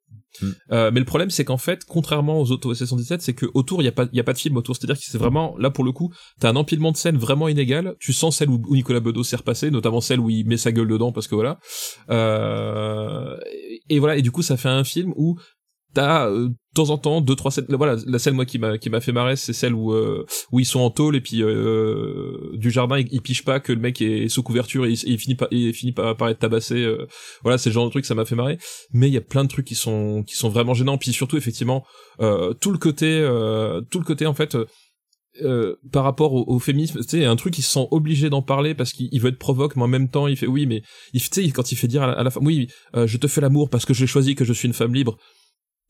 [SPEAKER 5] Mm.
[SPEAKER 6] Euh, mais le problème, c'est qu'en fait, contrairement aux autres OSS 117, c'est que autour, il y a pas, il y a pas de film autour. C'est-à-dire que c'est vraiment là pour le coup, t'as un empilement de scènes vraiment inégal. Tu sens celle où, où Nicolas Bedos s'est repassé, notamment celle où il met sa gueule dedans parce que voilà. Euh, et, et voilà. Et du coup, ça fait un film où t'as euh, de temps en temps deux trois scènes. Voilà, la scène moi qui m'a qui m'a fait marrer, c'est celle où euh, où ils sont en tôle et puis euh, du jardin, ils, ils pigent pas que le mec est sous couverture et il, il finit par il finit par, par être tabassé. euh. voilà, c'est le genre de truc ça m'a fait marrer mais il y a plein de trucs qui sont qui sont vraiment gênants puis surtout effectivement euh, tout le côté euh, tout le côté en fait euh, euh, par rapport au, au féminisme, tu sais, un truc ils se sent obligés d'en parler parce qu'il il veut être provoque, mais en même temps il fait oui, mais il, tu sais, quand il fait dire à la, à la femme oui, euh, je te fais l'amour parce que j'ai choisi que je suis une femme libre,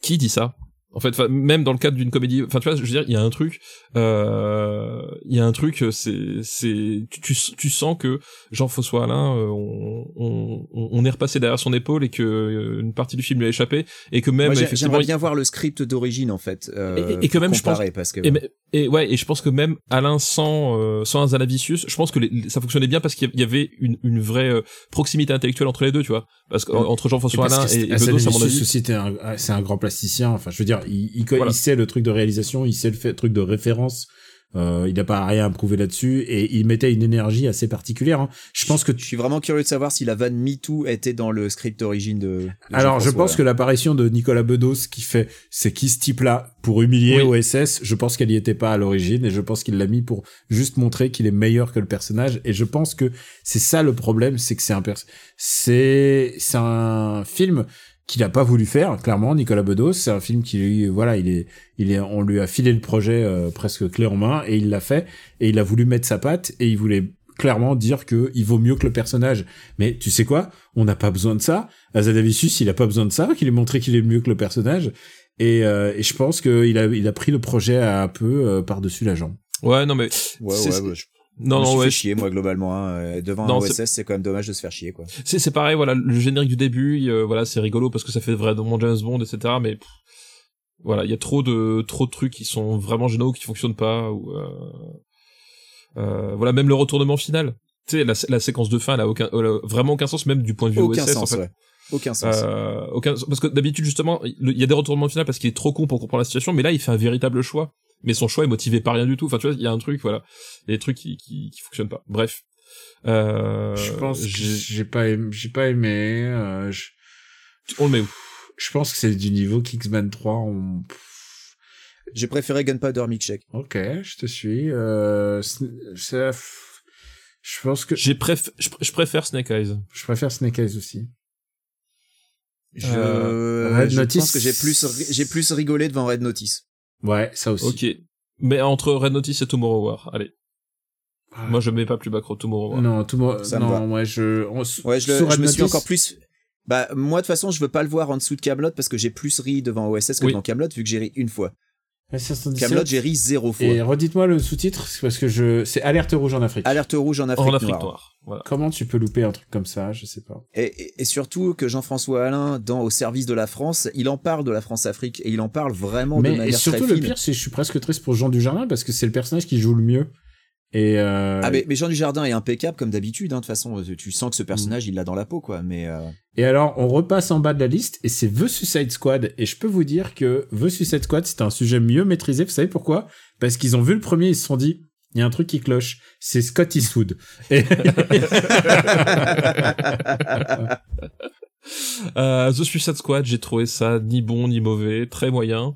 [SPEAKER 6] qui dit ça En fait, 'fin, même dans le cadre d'une comédie, enfin tu vois, je veux dire, il y a un truc, euh, il y a un truc, c'est, c'est, tu, tu, tu sens que Jean-François Alain, euh, on, on, on est repassé derrière son épaule et que euh, une partie du film lui a échappé et que même
[SPEAKER 5] Moi, j'ai-
[SPEAKER 6] effectivement,
[SPEAKER 5] J'aimerais bien voir le script d'origine en fait. euh,
[SPEAKER 6] Et- et- et que
[SPEAKER 5] pour
[SPEAKER 6] même, je pense-
[SPEAKER 5] comparer, parce que
[SPEAKER 6] et, mais- et ouais, et je pense que même Alain sans euh, sans un Zanavicius, je pense que les- les- ça fonctionnait bien parce qu'il y avait une, une vraie euh, proximité intellectuelle entre les deux, tu vois. Parce que,
[SPEAKER 4] Ouais.
[SPEAKER 6] entre Jean-François Alain et, et Bedos, à mon avis.
[SPEAKER 4] Ceci, c'est un, ah, c'est un grand plasticien. Enfin, je veux dire, il, il, co-
[SPEAKER 6] Voilà.
[SPEAKER 4] il sait le truc de réalisation, il sait le fait- truc de référence. Euh, il n'a pas rien à prouver là-dessus et il mettait une énergie assez particulière. hein. Je pense que
[SPEAKER 5] je suis vraiment curieux de savoir si la vanne MeToo était dans le script d'origine de. de
[SPEAKER 4] Alors, je
[SPEAKER 5] Jean-François
[SPEAKER 4] pense que l'apparition de Nicolas Bedos qui fait c'est qui ce type-là pour humilier OSS, je pense qu'elle y était pas à l'origine et je pense qu'il l'a mis pour juste montrer qu'il est meilleur que le personnage et je pense que c'est ça le problème, c'est que c'est un pers- c'est c'est un film qu'il a pas voulu faire clairement Nicolas Bedos, c'est un film qui voilà, il est il est on lui a filé le projet euh, presque clé en main et il l'a fait et il a voulu mettre sa patte et il voulait clairement dire que il vaut mieux que le personnage. Mais tu sais quoi On n'a pas besoin de ça. Azadavicius, il a pas besoin de ça, qu'il ait montré qu'il est mieux que le personnage. Et, euh, et je pense qu'il a, il a pris le projet à un peu euh, par-dessus la jambe.
[SPEAKER 6] Ouais, non mais
[SPEAKER 5] Ouais,
[SPEAKER 6] c'est-
[SPEAKER 5] ouais, ouais, je
[SPEAKER 6] non
[SPEAKER 5] me suis
[SPEAKER 6] non
[SPEAKER 5] fait
[SPEAKER 6] ouais,
[SPEAKER 5] chier moi globalement. hein. Euh, Devant
[SPEAKER 6] Non,
[SPEAKER 5] un OSS, c'est quand même dommage de se faire chier quoi.
[SPEAKER 6] c'est c'est pareil voilà le générique du début euh, voilà c'est rigolo parce que ça fait vraiment James Bond etc mais pff, voilà il y a trop de trop de trucs qui sont vraiment géniaux qui fonctionnent pas ou euh, euh, voilà même le retournement final tu sais la, sé- la séquence de fin elle a aucun elle a vraiment aucun sens même du point de vue
[SPEAKER 5] Aucun
[SPEAKER 6] OSS en
[SPEAKER 5] sens,
[SPEAKER 6] fait
[SPEAKER 5] ouais. Aucun sens.
[SPEAKER 6] Euh, aucun parce que d'habitude justement il y a des retournements de finale parce qu'il est trop con pour comprendre la situation mais là il fait un véritable choix mais son choix est motivé par rien du tout enfin tu vois il y a un truc voilà il y a des trucs qui qui, qui fonctionnent pas bref euh, j'ai-
[SPEAKER 4] pas aimé. J'ai pas aimé euh, je,
[SPEAKER 6] on le met où
[SPEAKER 4] pense que c'est du niveau Kingsman 3.
[SPEAKER 5] J'ai préféré Gunpowder Milkshake.
[SPEAKER 4] Ok, je te suis. euh, je pense que
[SPEAKER 6] J'ai préf... je, pr- je préfère Snake Eyes.
[SPEAKER 4] je préfère Snake Eyes aussi.
[SPEAKER 5] Je,
[SPEAKER 4] Euh, Red
[SPEAKER 5] je
[SPEAKER 4] Notice.
[SPEAKER 5] pense que j'ai plus ri- j'ai plus rigolé devant Red Notice.
[SPEAKER 4] Ouais, ça aussi.
[SPEAKER 6] Ok. Mais entre Red Notice et Tomorrow War, allez. Moi, je mets pas plus bas que Tomorrow War.
[SPEAKER 4] Ah, non, tout le monde-
[SPEAKER 5] Ça me va.
[SPEAKER 4] non, ouais, je, on, s-
[SPEAKER 5] Ouais, je, le-
[SPEAKER 4] sur
[SPEAKER 5] je
[SPEAKER 4] Red
[SPEAKER 5] me suis
[SPEAKER 4] Notice-
[SPEAKER 5] encore plus. Bah moi de toute façon, je veux pas le voir en dessous de Camelot parce que j'ai plus ri devant OSS que
[SPEAKER 6] Oui.
[SPEAKER 5] devant Camelot vu que j'ai ri une fois.
[SPEAKER 4] Ouais, 517.
[SPEAKER 5] Camelot, j'ai ri zéro fois.
[SPEAKER 4] Et redites-moi le sous-titre, c'est parce que je, c'est Alerte rouge en Afrique.
[SPEAKER 5] Alerte rouge en Afrique,
[SPEAKER 6] en Afrique
[SPEAKER 5] noire.
[SPEAKER 6] noire. Voilà.
[SPEAKER 4] Comment tu peux louper un truc comme ça Je sais pas.
[SPEAKER 5] Et, et- et surtout que Jean-François Alain, dans Au service de la France, il en parle de la France-Afrique et il en parle vraiment de
[SPEAKER 4] Mais et
[SPEAKER 5] manière
[SPEAKER 4] surtout
[SPEAKER 5] très
[SPEAKER 4] le
[SPEAKER 5] fine.
[SPEAKER 4] pire, c'est que je suis presque triste pour Jean Dujardin parce que c'est le personnage qui joue le mieux. Et euh,
[SPEAKER 5] Ah mais, mais Jean Dujardin est impeccable comme d'habitude. hein. De toute façon, tu- tu sens que ce personnage, il l'a dans la peau, quoi. Mais euh,
[SPEAKER 4] et alors on repasse en bas de la liste et c'est The Suicide Squad et je peux vous dire que The Suicide Squad c'est un sujet mieux maîtrisé. Vous savez pourquoi Parce qu'ils ont vu le premier, ils se sont dit il y a un truc qui cloche, c'est Scott Eastwood. (laughs) Et
[SPEAKER 6] Euh, The Suicide Squad, j'ai trouvé ça ni bon ni mauvais, très moyen.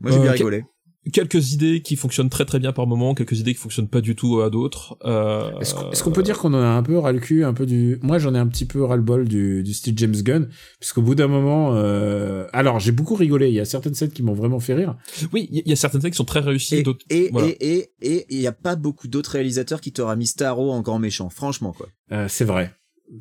[SPEAKER 5] moi, j'ai
[SPEAKER 6] Euh,
[SPEAKER 5] bien
[SPEAKER 6] ok.
[SPEAKER 5] rigolé.
[SPEAKER 6] Quelques idées qui fonctionnent très très bien par moment, quelques idées qui fonctionnent pas du tout à d'autres. Euh,
[SPEAKER 4] Est-ce qu'on- est-ce qu'on peut dire qu'on en a un peu ras le cul, un peu du. Moi, j'en ai un petit peu ras le bol du, du style James Gunn, puisqu'au bout d'un moment. euh, Alors, j'ai beaucoup rigolé. Il y a certaines scènes qui m'ont vraiment fait rire.
[SPEAKER 6] Oui, il y, y a certaines scènes qui sont très réussies,
[SPEAKER 5] Et
[SPEAKER 6] d'autres.
[SPEAKER 5] et-
[SPEAKER 6] voilà.
[SPEAKER 5] et- et- et il n'y a pas beaucoup d'autres réalisateurs qui t'aura mis Starro en grand méchant, franchement, quoi.
[SPEAKER 4] Euh, c'est vrai.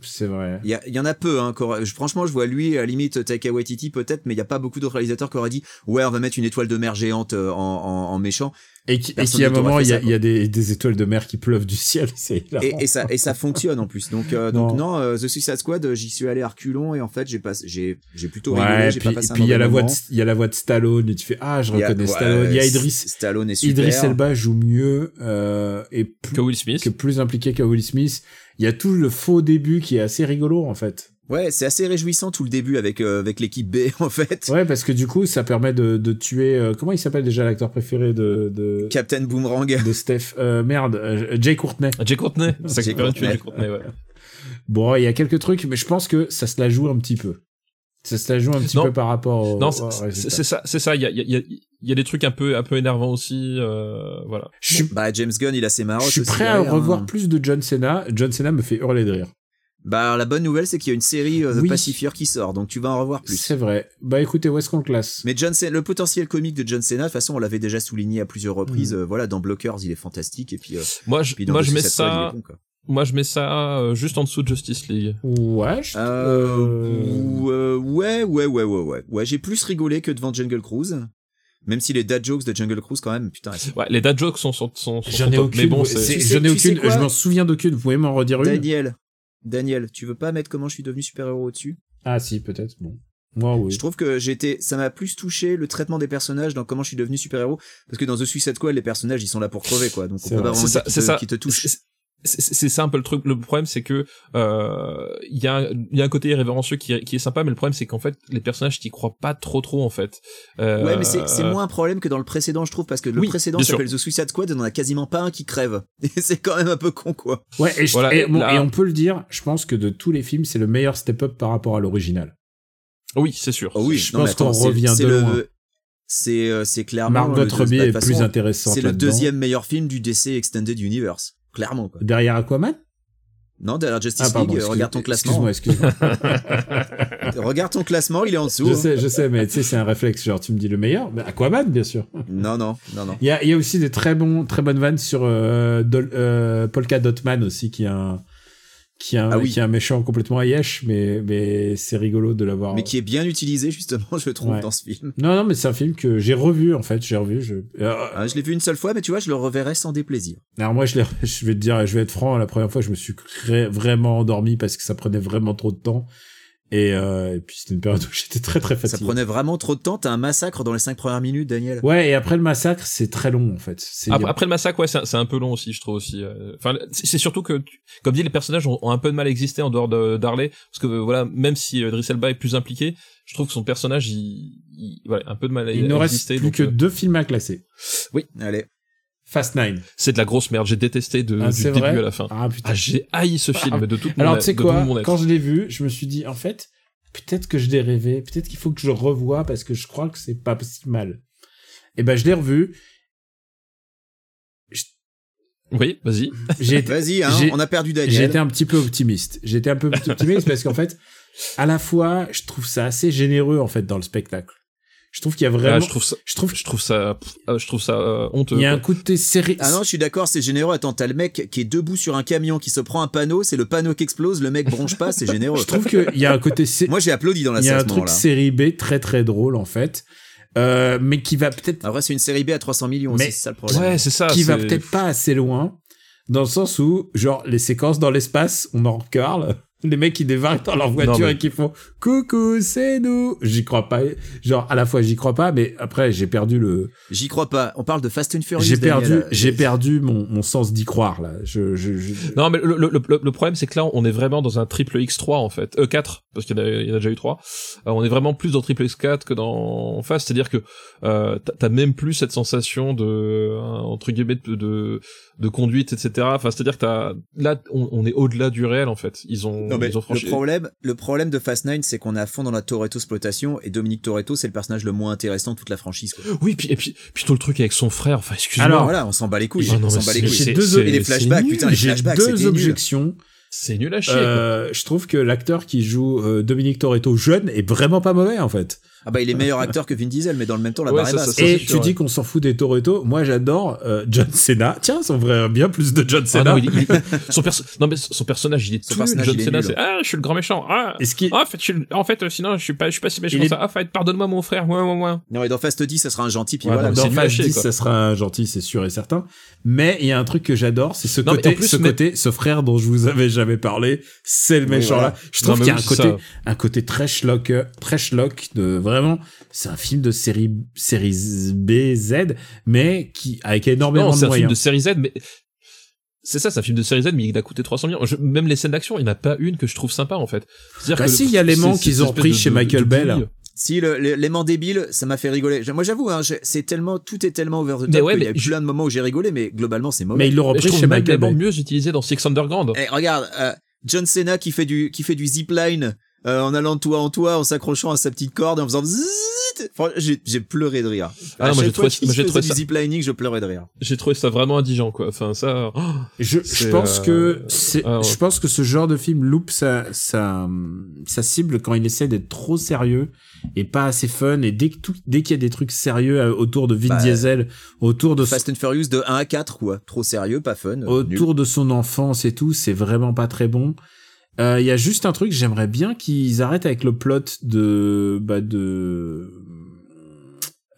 [SPEAKER 4] C'est vrai.
[SPEAKER 5] Il y, a- il y en a peu, hein. qu'aura- je- Franchement, je vois lui, à la limite, Taika Waititi peut-être, mais il n'y a pas beaucoup d'autres réalisateurs qui auraient dit « Ouais, on va mettre une étoile de mer géante euh, en, en- en méchant.
[SPEAKER 4] Et qui, et
[SPEAKER 5] Personne
[SPEAKER 4] qui à un
[SPEAKER 5] d'autre aurait
[SPEAKER 4] moment,
[SPEAKER 5] fait
[SPEAKER 4] il y a,
[SPEAKER 5] ça,
[SPEAKER 4] il y a des, des étoiles de mer qui pleuvent du ciel. (laughs) C'est hilarant.
[SPEAKER 5] et, et ça et ça fonctionne en plus. Donc
[SPEAKER 4] (laughs)
[SPEAKER 5] euh, donc
[SPEAKER 4] Non.
[SPEAKER 5] non, euh, The Suicide Squad, euh, j'y suis allé à reculons et en fait j'ai pas j'ai j'ai plutôt rigolé,
[SPEAKER 4] Ouais,
[SPEAKER 5] j'ai
[SPEAKER 4] puis
[SPEAKER 5] pas passé
[SPEAKER 4] et
[SPEAKER 5] un
[SPEAKER 4] puis il y, a
[SPEAKER 5] mauvais
[SPEAKER 4] la voix de-
[SPEAKER 5] moment.
[SPEAKER 4] il y a la voix de Stallone, et tu fais Ah, je
[SPEAKER 5] Il y a-
[SPEAKER 4] reconnais
[SPEAKER 5] ouais,
[SPEAKER 4] Stallone. Il y a
[SPEAKER 5] euh,
[SPEAKER 4] Idris,
[SPEAKER 5] Stallone est super.
[SPEAKER 4] Idris Elba joue mieux euh, et plus,
[SPEAKER 6] Que Will Smith.
[SPEAKER 4] que plus impliqué que Will Smith. Il y a tout le faux début qui est assez rigolo, en fait.
[SPEAKER 5] Ouais, c'est assez réjouissant tout le début avec euh, avec l'équipe B (laughs) en fait.
[SPEAKER 4] Ouais, parce que du coup, ça permet de, de tuer. euh, comment il s'appelle déjà l'acteur préféré de de,
[SPEAKER 5] Captain Boomerang.
[SPEAKER 4] de Steph euh, Merde, euh, Jay Courtney.
[SPEAKER 5] (laughs)
[SPEAKER 6] Jay Courtney. Ça
[SPEAKER 5] Jay
[SPEAKER 6] permet de tuer
[SPEAKER 5] Courtney.
[SPEAKER 6] Jay Courtney, ouais.
[SPEAKER 4] Bon, il y a quelques trucs, mais je pense que ça se la joue un petit peu. Ça se la joue un petit
[SPEAKER 6] Non.
[SPEAKER 4] peu par rapport au.
[SPEAKER 6] Non,
[SPEAKER 4] au
[SPEAKER 6] c'est- c'est
[SPEAKER 4] résultat.
[SPEAKER 6] c'est ça, c'est ça. Il y a, il y, a- il y a, il y a des trucs un peu, un peu énervants aussi. euh, voilà.
[SPEAKER 4] Je suis,
[SPEAKER 5] Bah James Gunn, il a ses
[SPEAKER 4] je
[SPEAKER 5] marottes.
[SPEAKER 4] suis
[SPEAKER 5] aussi
[SPEAKER 4] prêt à
[SPEAKER 5] derrière,
[SPEAKER 4] revoir
[SPEAKER 5] hein.
[SPEAKER 4] plus de John Cena. John Cena me fait hurler de rire.
[SPEAKER 5] Bah la bonne nouvelle c'est qu'il y a une série euh, The
[SPEAKER 4] Oui.
[SPEAKER 5] Pacifier qui sort, donc tu vas en revoir plus.
[SPEAKER 4] C'est vrai. Bah écoutez, où est-ce qu'on le classe
[SPEAKER 5] Mais John Cena- le potentiel comique de John Cena, de toute façon, on l'avait
[SPEAKER 4] Mm.
[SPEAKER 5] déjà souligné à plusieurs reprises. euh, voilà, dans Blockers, il est fantastique. Et puis, euh,
[SPEAKER 6] Moi, je,
[SPEAKER 5] puis dans
[SPEAKER 6] moi,
[SPEAKER 5] The
[SPEAKER 6] je mets
[SPEAKER 5] Suicide Squad, il est
[SPEAKER 6] ça.
[SPEAKER 5] bon, quoi.
[SPEAKER 6] Moi, je mets ça euh, juste en dessous de Justice League.
[SPEAKER 4] Ouais, je-
[SPEAKER 5] Euh,
[SPEAKER 4] euh,
[SPEAKER 5] ou- euh, ouais, ouais, ouais, ouais, ouais. Ouais, j'ai plus rigolé que devant Jungle Cruise. Même si les dad jokes de Jungle Cruise, quand même, putain, elles sont-
[SPEAKER 6] Ouais, les dad jokes sont sont sont, sont-
[SPEAKER 4] J'en
[SPEAKER 6] sont
[SPEAKER 4] ai
[SPEAKER 6] top,
[SPEAKER 4] aucune.
[SPEAKER 6] mais bon,
[SPEAKER 4] ouais,
[SPEAKER 6] c'est
[SPEAKER 4] c'est-
[SPEAKER 5] Tu sais-
[SPEAKER 4] J'en ai
[SPEAKER 5] tu sais
[SPEAKER 4] aucune.
[SPEAKER 5] quoi
[SPEAKER 4] Je m'en souviens d'aucune. Vous pouvez m'en redire une
[SPEAKER 5] Daniel, Daniel, tu veux pas mettre comment je suis devenu super-héros au-dessus
[SPEAKER 4] Ah si, peut-être. Bon. Moi, oui.
[SPEAKER 5] Je trouve que j'étais, ça m'a plus touché le traitement des personnages dans comment je suis devenu super-héros, parce que dans The Suicide Squad, les personnages ils sont là pour crever quoi, donc on
[SPEAKER 4] C'est
[SPEAKER 5] peut
[SPEAKER 4] vrai.
[SPEAKER 5] pas
[SPEAKER 6] C'est
[SPEAKER 5] vraiment
[SPEAKER 6] ça,
[SPEAKER 5] dire qu'ils
[SPEAKER 6] c'est ça.
[SPEAKER 5] te, qu'ils te touchent.
[SPEAKER 6] C'est- C'est c'est ça un peu le truc. Le problème, c'est que euh, il y, a, un- il y a un côté irrévérencieux qui, qui est sympa, mais le problème, c'est qu'en fait, les personnages t'y croient pas trop, trop en fait. Euh,
[SPEAKER 5] Ouais, mais c'est c'est moins un problème que dans le précédent, je trouve, parce que le
[SPEAKER 6] Oui,
[SPEAKER 5] précédent
[SPEAKER 6] bien
[SPEAKER 5] s'appelle The Suicide Squad et on en a quasiment pas un qui crève. (laughs) Et c'est quand même un peu con quoi.
[SPEAKER 4] Ouais. Et, je-
[SPEAKER 6] Voilà,
[SPEAKER 4] et, bon,
[SPEAKER 6] là-
[SPEAKER 4] et on peut le dire. Je pense que de tous les films, c'est le meilleur step-up par rapport à l'original.
[SPEAKER 6] Oui, c'est sûr.
[SPEAKER 5] Oh oui,
[SPEAKER 4] Je
[SPEAKER 5] non, mais
[SPEAKER 4] pense qu'on
[SPEAKER 5] attends, c'est-
[SPEAKER 4] revient
[SPEAKER 5] c'est
[SPEAKER 4] de
[SPEAKER 5] le-
[SPEAKER 4] loin.
[SPEAKER 5] C'est euh, c'est clairement
[SPEAKER 4] Margot
[SPEAKER 5] le- de- bah,
[SPEAKER 4] Robbie
[SPEAKER 5] de toute
[SPEAKER 4] est
[SPEAKER 5] façon,
[SPEAKER 4] plus intéressante.
[SPEAKER 5] C'est le
[SPEAKER 4] là-dedans.
[SPEAKER 5] deuxième meilleur film du DC Extended Universe, clairement quoi.
[SPEAKER 4] Derrière Aquaman.
[SPEAKER 5] Non, derrière Justice League, euh,
[SPEAKER 4] excuse-
[SPEAKER 5] regarde ton classement.
[SPEAKER 4] Ah, Excuse-moi, excuse-moi.
[SPEAKER 5] (laughs) Regarde ton classement, il est en dessous.
[SPEAKER 4] je
[SPEAKER 5] hein.
[SPEAKER 4] sais, je sais, mais tu sais, c'est un réflexe. Genre, tu me dis le meilleur. Bah, Aquaman, bien sûr.
[SPEAKER 5] Non, non, non, non.
[SPEAKER 4] Il y a, il y a aussi des très bons, très bonnes vannes sur euh, Dol- euh, Polka Dotman aussi, qui est un, qui est un,
[SPEAKER 5] Ah oui.
[SPEAKER 4] qui est un méchant complètement ayesh, mais, mais c'est rigolo de l'avoir.
[SPEAKER 5] Mais qui est bien utilisé justement, (laughs) je trouve,
[SPEAKER 4] Oh. Ouais.
[SPEAKER 5] dans ce film.
[SPEAKER 4] Non, non, mais c'est un film que j'ai revu en fait. J'ai revu. Je... euh,
[SPEAKER 5] Ah, je l'ai vu une seule fois, mais tu vois, je le reverrai sans déplaisir.
[SPEAKER 4] Alors moi, je, l'ai- (laughs) je vais te dire, je vais être franc. La première fois, je me suis cré- vraiment endormi parce que ça prenait vraiment trop de temps. Et, euh, et puis c'était une période où (laughs) j'étais très très
[SPEAKER 5] Ça
[SPEAKER 4] fatigué.
[SPEAKER 5] prenait vraiment trop de temps. T'as un massacre dans les cinq premières minutes, Daniel.
[SPEAKER 4] Ouais, et après le massacre, c'est très long en fait. C'est-
[SPEAKER 5] Ah,
[SPEAKER 6] Après, après le massacre, ouais, c'est un- c'est un peu long aussi, je trouve aussi. euh. Enfin, c'est c'est surtout que, tu- comme dit, les personnages ont, ont un peu de mal à exister en dehors de- d'Harley, parce que euh, voilà, même si euh, Idris Elba est plus impliqué, je trouve que son personnage, il, il voilà, un peu de mal à
[SPEAKER 4] il ne reste
[SPEAKER 6] exister.
[SPEAKER 4] plus
[SPEAKER 6] donc,
[SPEAKER 4] que
[SPEAKER 6] euh,
[SPEAKER 4] deux films à classer. Oh.
[SPEAKER 5] Allez.
[SPEAKER 4] Fast Nine.
[SPEAKER 6] C'est de la grosse merde. J'ai détesté de,
[SPEAKER 4] Ah,
[SPEAKER 6] euh, du
[SPEAKER 4] c'est
[SPEAKER 6] début
[SPEAKER 4] vrai
[SPEAKER 6] à la fin.
[SPEAKER 4] Ah putain.
[SPEAKER 6] Ah, j'ai haï ce film de toute mon
[SPEAKER 4] Alors,
[SPEAKER 6] âme-
[SPEAKER 4] tu sais
[SPEAKER 6] de tout
[SPEAKER 4] quoi
[SPEAKER 6] mon être.
[SPEAKER 4] Quand je l'ai vu, je me suis dit, en fait, peut-être que je l'ai rêvé, peut-être qu'il faut que je le revoie parce que je crois que c'est pas si mal. Et ben, je l'ai revu.
[SPEAKER 6] Oui, vas-y. Ah,
[SPEAKER 5] (laughs)
[SPEAKER 4] J'ai été,
[SPEAKER 5] Vas-y, hein,
[SPEAKER 4] j'ai-
[SPEAKER 5] on a perdu
[SPEAKER 4] j'ai
[SPEAKER 5] Daniel.
[SPEAKER 4] été un petit peu optimiste. J'ai été un peu optimiste parce qu'en fait, à la fois, je trouve ça assez généreux, en fait, dans le spectacle. Je trouve qu'il y a vraiment.
[SPEAKER 6] Ah, je trouve ça,
[SPEAKER 4] je trouve
[SPEAKER 6] je trouve ça, pff, ah, je trouve ça euh, honteux.
[SPEAKER 4] qu'il y a un
[SPEAKER 6] quoi.
[SPEAKER 4] côté série.
[SPEAKER 5] Ah non, je suis d'accord, c'est généreux. Attends, t'as le mec qui est debout sur un camion, qui se prend un panneau, c'est le panneau qui explose, le mec bronche
[SPEAKER 4] (laughs)
[SPEAKER 5] pas, c'est généreux.
[SPEAKER 4] je trouve qu'il y a un côté sé-
[SPEAKER 5] Moi, j'ai applaudi dans la
[SPEAKER 4] Il y
[SPEAKER 5] salle
[SPEAKER 4] a
[SPEAKER 5] à
[SPEAKER 4] un
[SPEAKER 5] ce
[SPEAKER 4] truc
[SPEAKER 5] moment-là.
[SPEAKER 4] série B très très drôle, en fait. Euh, mais qui va peut-être
[SPEAKER 5] Après, c'est une série B à 300 millions
[SPEAKER 4] Mais-
[SPEAKER 5] aussi, c'est ça le problème.
[SPEAKER 6] Ouais, c'est ça.
[SPEAKER 4] qui va
[SPEAKER 6] c'est-
[SPEAKER 4] peut-être pas assez loin, dans le sens où, genre, les séquences dans l'espace, on en reparle. (laughs) Les mecs qui débarquent dans leur voiture
[SPEAKER 6] mais-
[SPEAKER 4] et qui font coucou, c'est nous. J'y crois pas. Genre, à la fois, j'y crois pas, mais après, j'ai perdu le,
[SPEAKER 5] J'y crois pas. On parle de Fast and Furious.
[SPEAKER 4] j'ai
[SPEAKER 5] Daniel. euh,
[SPEAKER 4] perdu, j'ai perdu mon, mon sens d'y croire, là. Je, je, je-
[SPEAKER 6] Non, mais le, le, le, le problème, c'est que là, on est vraiment dans un triple X3, en fait. Euh, 4, parce qu'il y, en a- il y en a déjà eu 3. on est vraiment plus dans triple X4 que dans Fast. C'est-à-dire que euh, t'as- t'as même plus cette sensation de, hein, entre guillemets, de, de, de conduite, etc. Enfin, c'est-à-dire que t'as, là, on, on est au-delà du réel, en fait. Ils ont,
[SPEAKER 5] Non, mais
[SPEAKER 6] ils ont franchi...
[SPEAKER 5] le problème, le problème de Fast 9, c'est qu'on est à fond dans la Toretto exploitation et Dominique Toretto, c'est le personnage le moins intéressant de toute la franchise. quoi.
[SPEAKER 6] Oui, puis, et puis, puis tout le truc avec son frère, enfin, excuse-moi.
[SPEAKER 4] Alors,
[SPEAKER 5] voilà, on s'en bat les couilles.
[SPEAKER 6] Ah non,
[SPEAKER 5] on s'en
[SPEAKER 6] mais
[SPEAKER 5] bat les
[SPEAKER 6] c'est-
[SPEAKER 5] couilles.
[SPEAKER 6] c'est-
[SPEAKER 4] deux-
[SPEAKER 6] c'est-
[SPEAKER 5] Et les
[SPEAKER 6] c'est
[SPEAKER 5] flashbacks,
[SPEAKER 6] nul.
[SPEAKER 5] putain, les
[SPEAKER 4] j'ai
[SPEAKER 5] flashbacks,
[SPEAKER 4] deux
[SPEAKER 5] c'était nul.
[SPEAKER 4] objections.
[SPEAKER 6] C'est nul à chier. quoi.
[SPEAKER 4] Euh, je trouve que l'acteur qui joue euh, Dominique Toretto jeune est vraiment pas mauvais, en fait.
[SPEAKER 5] Ah bah, il est meilleur acteur que Vin Diesel, mais dans le même temps, la
[SPEAKER 6] Ouais,
[SPEAKER 5] barre est
[SPEAKER 6] ça, ça,
[SPEAKER 5] basse.
[SPEAKER 6] ça,
[SPEAKER 5] quoi.
[SPEAKER 4] Et
[SPEAKER 6] c'est
[SPEAKER 4] tu
[SPEAKER 6] sûr,
[SPEAKER 4] dis
[SPEAKER 6] ouais.
[SPEAKER 4] qu'on s'en fout des Toretto. Moi, j'adore euh, John Cena. Tiens, ça vrai bien plus de John
[SPEAKER 6] Ah
[SPEAKER 4] Cena.
[SPEAKER 6] non, il- il- son, perso- non, mais son personnage, il est
[SPEAKER 5] Son
[SPEAKER 6] tout
[SPEAKER 5] personnage,
[SPEAKER 6] John
[SPEAKER 5] il est
[SPEAKER 6] Cena,
[SPEAKER 5] nul.
[SPEAKER 6] c'est ah, je suis le grand méchant. Ah,
[SPEAKER 4] Et ce qui-
[SPEAKER 6] ah, en fait, je suis le- en fait, euh, sinon, je suis pas, je suis pas si méchant
[SPEAKER 4] Il
[SPEAKER 6] que
[SPEAKER 4] est-
[SPEAKER 6] ça. Ah, fait, pardonne-moi, mon frère. Moi, moi, moi.
[SPEAKER 5] Non, et dans Fast 10, ça sera un gentil, puis
[SPEAKER 6] Ouais,
[SPEAKER 5] voilà.
[SPEAKER 6] non,
[SPEAKER 5] quoi.
[SPEAKER 4] Dans
[SPEAKER 6] C'est nul à
[SPEAKER 4] Fast
[SPEAKER 6] chier,
[SPEAKER 4] 10,
[SPEAKER 6] quoi.
[SPEAKER 4] ça sera un gentil, c'est sûr et certain. Mais il y a un truc que j'adore, c'est ce
[SPEAKER 6] Non, mais
[SPEAKER 4] côté,
[SPEAKER 6] en plus,
[SPEAKER 4] ce
[SPEAKER 6] mais-
[SPEAKER 4] côté, ce frère dont je vous avais jamais parlé, c'est le méchant là. Je trouve
[SPEAKER 6] Non, mais
[SPEAKER 4] qu'il y a
[SPEAKER 6] oui,
[SPEAKER 4] un
[SPEAKER 6] c'est
[SPEAKER 4] côté, un côté très schlock, euh, très schlock de vraiment, c'est un film de série, série B, Z, mais qui, avec énormément
[SPEAKER 6] Non,
[SPEAKER 4] de
[SPEAKER 6] c'est un film de
[SPEAKER 4] moyens.
[SPEAKER 6] série Z, mais c'est ça, c'est un film de série Z, mais il a coûté 300 millions. Je- Même les scènes d'action, il n'y en a pas une que je trouve sympa, en fait. C'est-à-dire
[SPEAKER 4] Bah
[SPEAKER 6] que
[SPEAKER 4] si, il y a l'élément
[SPEAKER 6] c'est-
[SPEAKER 4] qu'ils
[SPEAKER 6] c'est
[SPEAKER 4] ont
[SPEAKER 6] cette
[SPEAKER 4] repris
[SPEAKER 6] espèce
[SPEAKER 4] chez
[SPEAKER 6] de-
[SPEAKER 4] Michael
[SPEAKER 6] de
[SPEAKER 4] Bell.
[SPEAKER 6] bouille.
[SPEAKER 5] Si le- le- l'aimant débile, ça m'a fait rigoler. Moi, j'avoue, hein, j'ai- c'est tellement tout est tellement over the
[SPEAKER 6] Mais
[SPEAKER 5] top
[SPEAKER 6] ouais,
[SPEAKER 5] qu'il y
[SPEAKER 6] mais
[SPEAKER 5] a
[SPEAKER 6] je-
[SPEAKER 5] plein de moments où j'ai rigolé, mais globalement, c'est mauvais.
[SPEAKER 4] Mais ils l'ont
[SPEAKER 6] Mais
[SPEAKER 4] repris
[SPEAKER 6] Je trouve
[SPEAKER 4] chez
[SPEAKER 6] même
[SPEAKER 4] Michael
[SPEAKER 6] l'élément
[SPEAKER 4] Bay.
[SPEAKER 6] mieux utilisé dans Six Underground.
[SPEAKER 5] Eh, regarde, euh, John Cena qui fait du qui fait du zipline euh, en allant de toit en toit, en s'accrochant à sa petite corde, en faisant zzzzt. Franchement, j'ai j'ai pleuré de rire.
[SPEAKER 6] Ah
[SPEAKER 5] à
[SPEAKER 6] non, moi,
[SPEAKER 5] chaque
[SPEAKER 6] j'ai
[SPEAKER 5] fois
[SPEAKER 6] trouvé-
[SPEAKER 5] qu'il
[SPEAKER 6] moi, j'ai
[SPEAKER 5] faisait
[SPEAKER 6] trouvé
[SPEAKER 5] du
[SPEAKER 6] ça-
[SPEAKER 5] ziplining, je pleurais de rire.
[SPEAKER 6] J'ai trouvé ça vraiment indigent, quoi. Enfin, ça. oh,
[SPEAKER 4] Je, je
[SPEAKER 6] C'est,
[SPEAKER 4] pense
[SPEAKER 6] euh,
[SPEAKER 4] que c'est,
[SPEAKER 6] ah ouais.
[SPEAKER 4] je pense que ce genre de film loupe sa, sa, sa cible quand il essaie d'être trop sérieux et pas assez fun. Et dès que tout, dès qu'il y a des trucs sérieux euh, autour de Vin
[SPEAKER 5] Bah,
[SPEAKER 4] Diesel, autour de,
[SPEAKER 5] Fast and Furious de 1 à 4, quoi. Trop sérieux, pas fun. euh, nul.
[SPEAKER 4] autour de son enfance et tout, c'est vraiment pas très bon. Euh, Il y a juste un truc, j'aimerais bien qu'ils arrêtent avec le plot de, bah, de,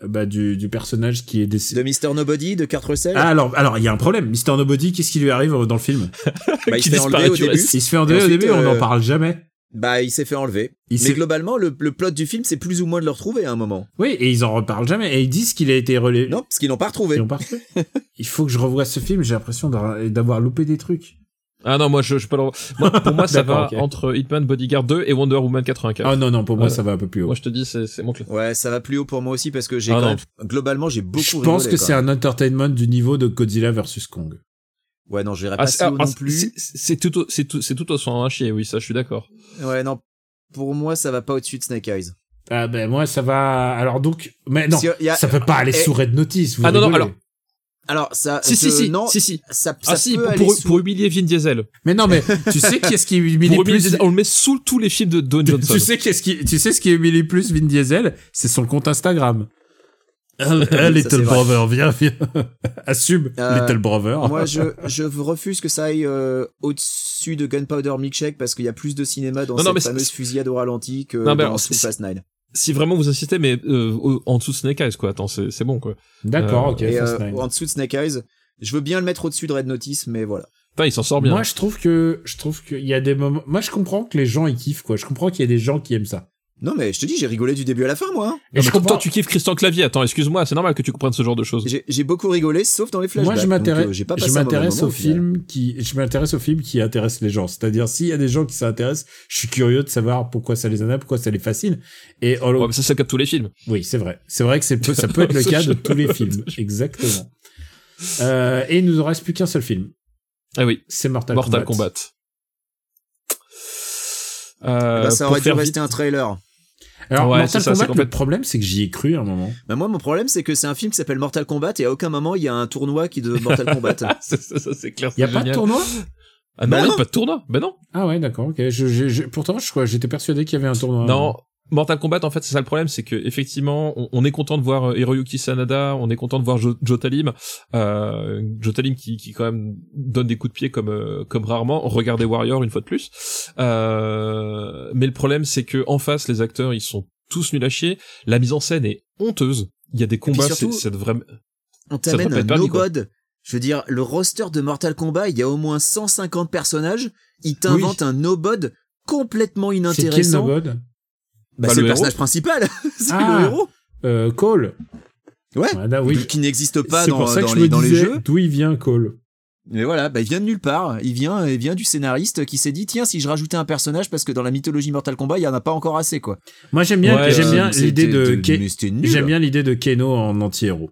[SPEAKER 4] bah, du, du personnage qui est décédé.
[SPEAKER 5] De Mr. Nobody, de Kurt Russell.
[SPEAKER 4] Ah, alors, alors, il y a un problème. Mr. Nobody, qu'est-ce qui lui arrive euh, dans le film?
[SPEAKER 5] bah, il
[SPEAKER 6] qui
[SPEAKER 5] se fait enlever
[SPEAKER 6] disparaît,
[SPEAKER 5] au
[SPEAKER 6] tu vois,
[SPEAKER 5] début.
[SPEAKER 4] Il se fait en
[SPEAKER 5] Et
[SPEAKER 4] deuil au
[SPEAKER 5] ensuite,
[SPEAKER 4] début, on n'en
[SPEAKER 5] euh,
[SPEAKER 4] parle jamais.
[SPEAKER 5] Bah, il s'est fait enlever.
[SPEAKER 4] Il
[SPEAKER 5] Mais
[SPEAKER 4] s'est-
[SPEAKER 5] globalement, le, le plot du film, c'est plus ou moins de le retrouver à un moment.
[SPEAKER 4] Oui, et ils en reparlent jamais. Et ils disent qu'il a été relayé.
[SPEAKER 5] Non, parce qu'ils l'ont pas retrouvé.
[SPEAKER 4] Ils ont pas
[SPEAKER 5] (laughs)
[SPEAKER 4] retrouvé. Il faut que je revoie ce film. J'ai l'impression d'avoir d'avoir loupé des trucs.
[SPEAKER 6] Ah non, moi, je, je peux pas le- Moi, pour
[SPEAKER 4] (laughs)
[SPEAKER 6] moi, ça va
[SPEAKER 4] D'accord, ok.
[SPEAKER 6] entre Hitman Bodyguard 2 et Wonder Woman 84.
[SPEAKER 4] Ah non non, pour moi
[SPEAKER 6] Ouais.
[SPEAKER 4] ça va un peu plus haut.
[SPEAKER 6] Moi, je te dis, c'est c'est mon clé.
[SPEAKER 5] Ouais, ça va plus haut pour moi aussi parce que j'ai
[SPEAKER 6] Ah
[SPEAKER 5] quand
[SPEAKER 6] non.
[SPEAKER 5] même- globalement j'ai beaucoup.
[SPEAKER 4] je pense
[SPEAKER 5] rigolé,
[SPEAKER 4] que
[SPEAKER 5] quoi.
[SPEAKER 4] c'est un entertainment du niveau de Godzilla versus Kong.
[SPEAKER 5] Ouais, non, j'irai
[SPEAKER 6] Ah,
[SPEAKER 5] pas
[SPEAKER 6] c'est-
[SPEAKER 5] si
[SPEAKER 6] ah,
[SPEAKER 5] haut
[SPEAKER 6] ah,
[SPEAKER 5] non plus.
[SPEAKER 6] c'est- C'est tout, au- c'est tout, c'est tout au son à chier, oui, ça, je suis d'accord.
[SPEAKER 5] Ouais, non. Pour moi, ça va pas au-dessus de Snake Eyes.
[SPEAKER 4] Ah ben moi ça va. Alors donc, mais non,
[SPEAKER 5] Si, il y a-
[SPEAKER 4] ça peut pas aller
[SPEAKER 5] Eh.
[SPEAKER 4] sous Red Notice. vous
[SPEAKER 6] Ah non, non,
[SPEAKER 4] rigolez.
[SPEAKER 6] alors-
[SPEAKER 5] Alors ça,
[SPEAKER 6] Si, si,
[SPEAKER 5] ce-
[SPEAKER 6] si,
[SPEAKER 5] non,
[SPEAKER 6] si, si.
[SPEAKER 5] ça, ça
[SPEAKER 6] Ah si,
[SPEAKER 5] peut
[SPEAKER 6] pour,
[SPEAKER 5] aller
[SPEAKER 6] pour-
[SPEAKER 5] sous-
[SPEAKER 6] pour humilier Vin Diesel.
[SPEAKER 4] Mais non mais tu sais qu'est-ce
[SPEAKER 6] (laughs)
[SPEAKER 4] qui
[SPEAKER 6] Pour
[SPEAKER 4] humilie
[SPEAKER 6] humilier
[SPEAKER 4] plus
[SPEAKER 6] Diesel, on le met sous tous les films de (laughs) Don Oh, Johnson.
[SPEAKER 4] Tu sais qu'est-ce qui tu sais ce qui humilie plus Vin Diesel, c'est son compte Instagram. (laughs) Ah, ah,
[SPEAKER 5] c'est
[SPEAKER 4] little
[SPEAKER 5] vrai.
[SPEAKER 4] brother, viens, viens. (laughs) Assume,
[SPEAKER 5] Euh,
[SPEAKER 4] Little brother.
[SPEAKER 5] Moi, je, je refuse que ça aille euh, au-dessus de Gunpowder Milkshake parce qu'il y a plus de cinéma dans
[SPEAKER 6] Non, non, mais
[SPEAKER 5] cette
[SPEAKER 6] c'est-
[SPEAKER 5] fameuse fusillade au ralenti que
[SPEAKER 6] Non, mais
[SPEAKER 5] dans
[SPEAKER 6] alors,
[SPEAKER 5] sous
[SPEAKER 6] c'est-
[SPEAKER 5] Fast Nine.
[SPEAKER 6] si vraiment vous insistez, mais euh, au- en dessous de Snake Eyes, quoi. Attends, c'est c'est bon, quoi.
[SPEAKER 4] D'accord,
[SPEAKER 6] Euh,
[SPEAKER 4] ok.
[SPEAKER 5] Et
[SPEAKER 4] Fast
[SPEAKER 5] euh,
[SPEAKER 4] Nine.
[SPEAKER 5] en dessous de Snake Eyes, je veux bien le mettre au-dessus de Red Notice, mais voilà.
[SPEAKER 6] Putain, il s'en sort bien.
[SPEAKER 4] Moi, je trouve que je trouve qu'il y a des moments. Moi, je comprends que les gens ils kiffent quoi. Je comprends qu'il y a des gens qui aiment ça.
[SPEAKER 5] Non, mais je te dis, j'ai rigolé du début à la fin, moi. hein.
[SPEAKER 4] Et je
[SPEAKER 6] je comprends.
[SPEAKER 4] comprends.
[SPEAKER 6] Toi, tu kiffes Christian Clavier. Attends, excuse-moi, c'est normal que tu comprennes ce genre de choses.
[SPEAKER 5] J'ai j'ai beaucoup rigolé, sauf dans les flashbacks.
[SPEAKER 4] Moi, je
[SPEAKER 5] Donc,
[SPEAKER 4] m'intéresse.
[SPEAKER 5] euh, j'ai pas
[SPEAKER 4] je
[SPEAKER 5] passé un mauvais
[SPEAKER 4] m'intéresse
[SPEAKER 5] moment,
[SPEAKER 4] aux
[SPEAKER 5] au final.
[SPEAKER 4] films qui. Je m'intéresse aux films qui intéressent les gens. C'est-à-dire, s'il y a des gens qui s'intéressent, je suis curieux de savoir pourquoi ça les intéresse, pourquoi ça les fascine. Et en l'oc-
[SPEAKER 6] Ouais, mais ça, c'est le cas de tous les films.
[SPEAKER 4] oui, c'est vrai. C'est vrai que c'est peu- ça peut être le
[SPEAKER 6] Ce
[SPEAKER 4] cas de
[SPEAKER 6] jeu-
[SPEAKER 4] tous les films. Exactement. Euh, et il nous en reste plus qu'un seul film.
[SPEAKER 6] Ah oui,
[SPEAKER 4] C'est Mortal,
[SPEAKER 6] Mortal Kombat.
[SPEAKER 4] Kombat.
[SPEAKER 5] Bah,
[SPEAKER 6] Euh,
[SPEAKER 5] ça
[SPEAKER 6] pour
[SPEAKER 5] aurait dû
[SPEAKER 6] faire
[SPEAKER 5] rester
[SPEAKER 6] (laughs) vite-
[SPEAKER 5] un trailer.
[SPEAKER 4] Alors,
[SPEAKER 6] Ouais, c'est
[SPEAKER 4] Mortal
[SPEAKER 6] ça, c'est
[SPEAKER 4] Kombat, le
[SPEAKER 6] complète-
[SPEAKER 4] problème, c'est que j'y ai cru à un moment.
[SPEAKER 5] Bah, moi, mon problème, c'est que c'est un film qui s'appelle Mortal Kombat et à aucun moment il y a un
[SPEAKER 4] (laughs)
[SPEAKER 5] tournoi qui de Mortal Kombat.
[SPEAKER 6] Ah, ça, ça, ça, c'est clair.
[SPEAKER 4] Il y a
[SPEAKER 6] c'est
[SPEAKER 4] pas de
[SPEAKER 6] génial.
[SPEAKER 4] tournoi
[SPEAKER 6] Ah non,
[SPEAKER 5] Bah
[SPEAKER 6] il y a
[SPEAKER 5] non.
[SPEAKER 6] pas de tournoi. Ben non.
[SPEAKER 4] Ah ouais, d'accord, ok. Je, je- je- pourtant, je crois, j'étais persuadé qu'il y avait un tournoi.
[SPEAKER 6] Non. Mortal Kombat, en fait, c'est ça le problème, c'est que effectivement, on, on est content de voir euh, Hiroyuki Sanada, on est content de voir Jo- Joe Talim, euh, Joe Talim qui, qui quand même donne des coups de pied comme euh, comme rarement. Regardez Warrior une fois de plus. Euh, mais le problème, c'est que en face, les acteurs, ils sont tous nuls à chier. La mise en scène est honteuse. Il y a des combats, c'est
[SPEAKER 5] surtout- Bah,
[SPEAKER 6] c'est vraiment.
[SPEAKER 5] On
[SPEAKER 6] Ça
[SPEAKER 5] t'amène
[SPEAKER 6] devrait
[SPEAKER 5] un
[SPEAKER 6] pas être permis, quoi.
[SPEAKER 5] no-god. Je veux dire, le roster de Mortal Kombat, il y a au moins 150 personnages. Ils t'inventent un no-bod complètement
[SPEAKER 4] c'est qui le
[SPEAKER 5] inintéressant.
[SPEAKER 4] no-god
[SPEAKER 5] Bah,
[SPEAKER 6] Bah,
[SPEAKER 5] c'est
[SPEAKER 6] le
[SPEAKER 5] le personnage
[SPEAKER 6] héros.
[SPEAKER 5] principal. (laughs) c'est
[SPEAKER 4] Ah.
[SPEAKER 5] le héros.
[SPEAKER 4] euh, Cole.
[SPEAKER 5] Ouais.
[SPEAKER 4] Ah, bah oui.
[SPEAKER 5] Qui n'existe pas
[SPEAKER 4] C'est
[SPEAKER 5] dans,
[SPEAKER 4] pour ça que
[SPEAKER 5] dans
[SPEAKER 4] je
[SPEAKER 5] les,
[SPEAKER 4] me
[SPEAKER 5] dans les
[SPEAKER 4] disais
[SPEAKER 5] jeux.
[SPEAKER 4] d'où il vient Cole.
[SPEAKER 5] Mais voilà, bah, il vient de nulle part. Il vient, il vient du scénariste qui s'est dit, tiens, si je rajoutais un personnage, parce que dans la mythologie Mortal Kombat, il y en a pas encore assez, quoi.
[SPEAKER 4] Moi, j'aime bien,
[SPEAKER 6] Ouais,
[SPEAKER 4] Ah, j'aime
[SPEAKER 5] Euh,
[SPEAKER 4] bien
[SPEAKER 5] c'était
[SPEAKER 4] l'idée de, Ke-
[SPEAKER 5] mais c'était nul.
[SPEAKER 4] j'aime bien l'idée de Keno en anti-héros.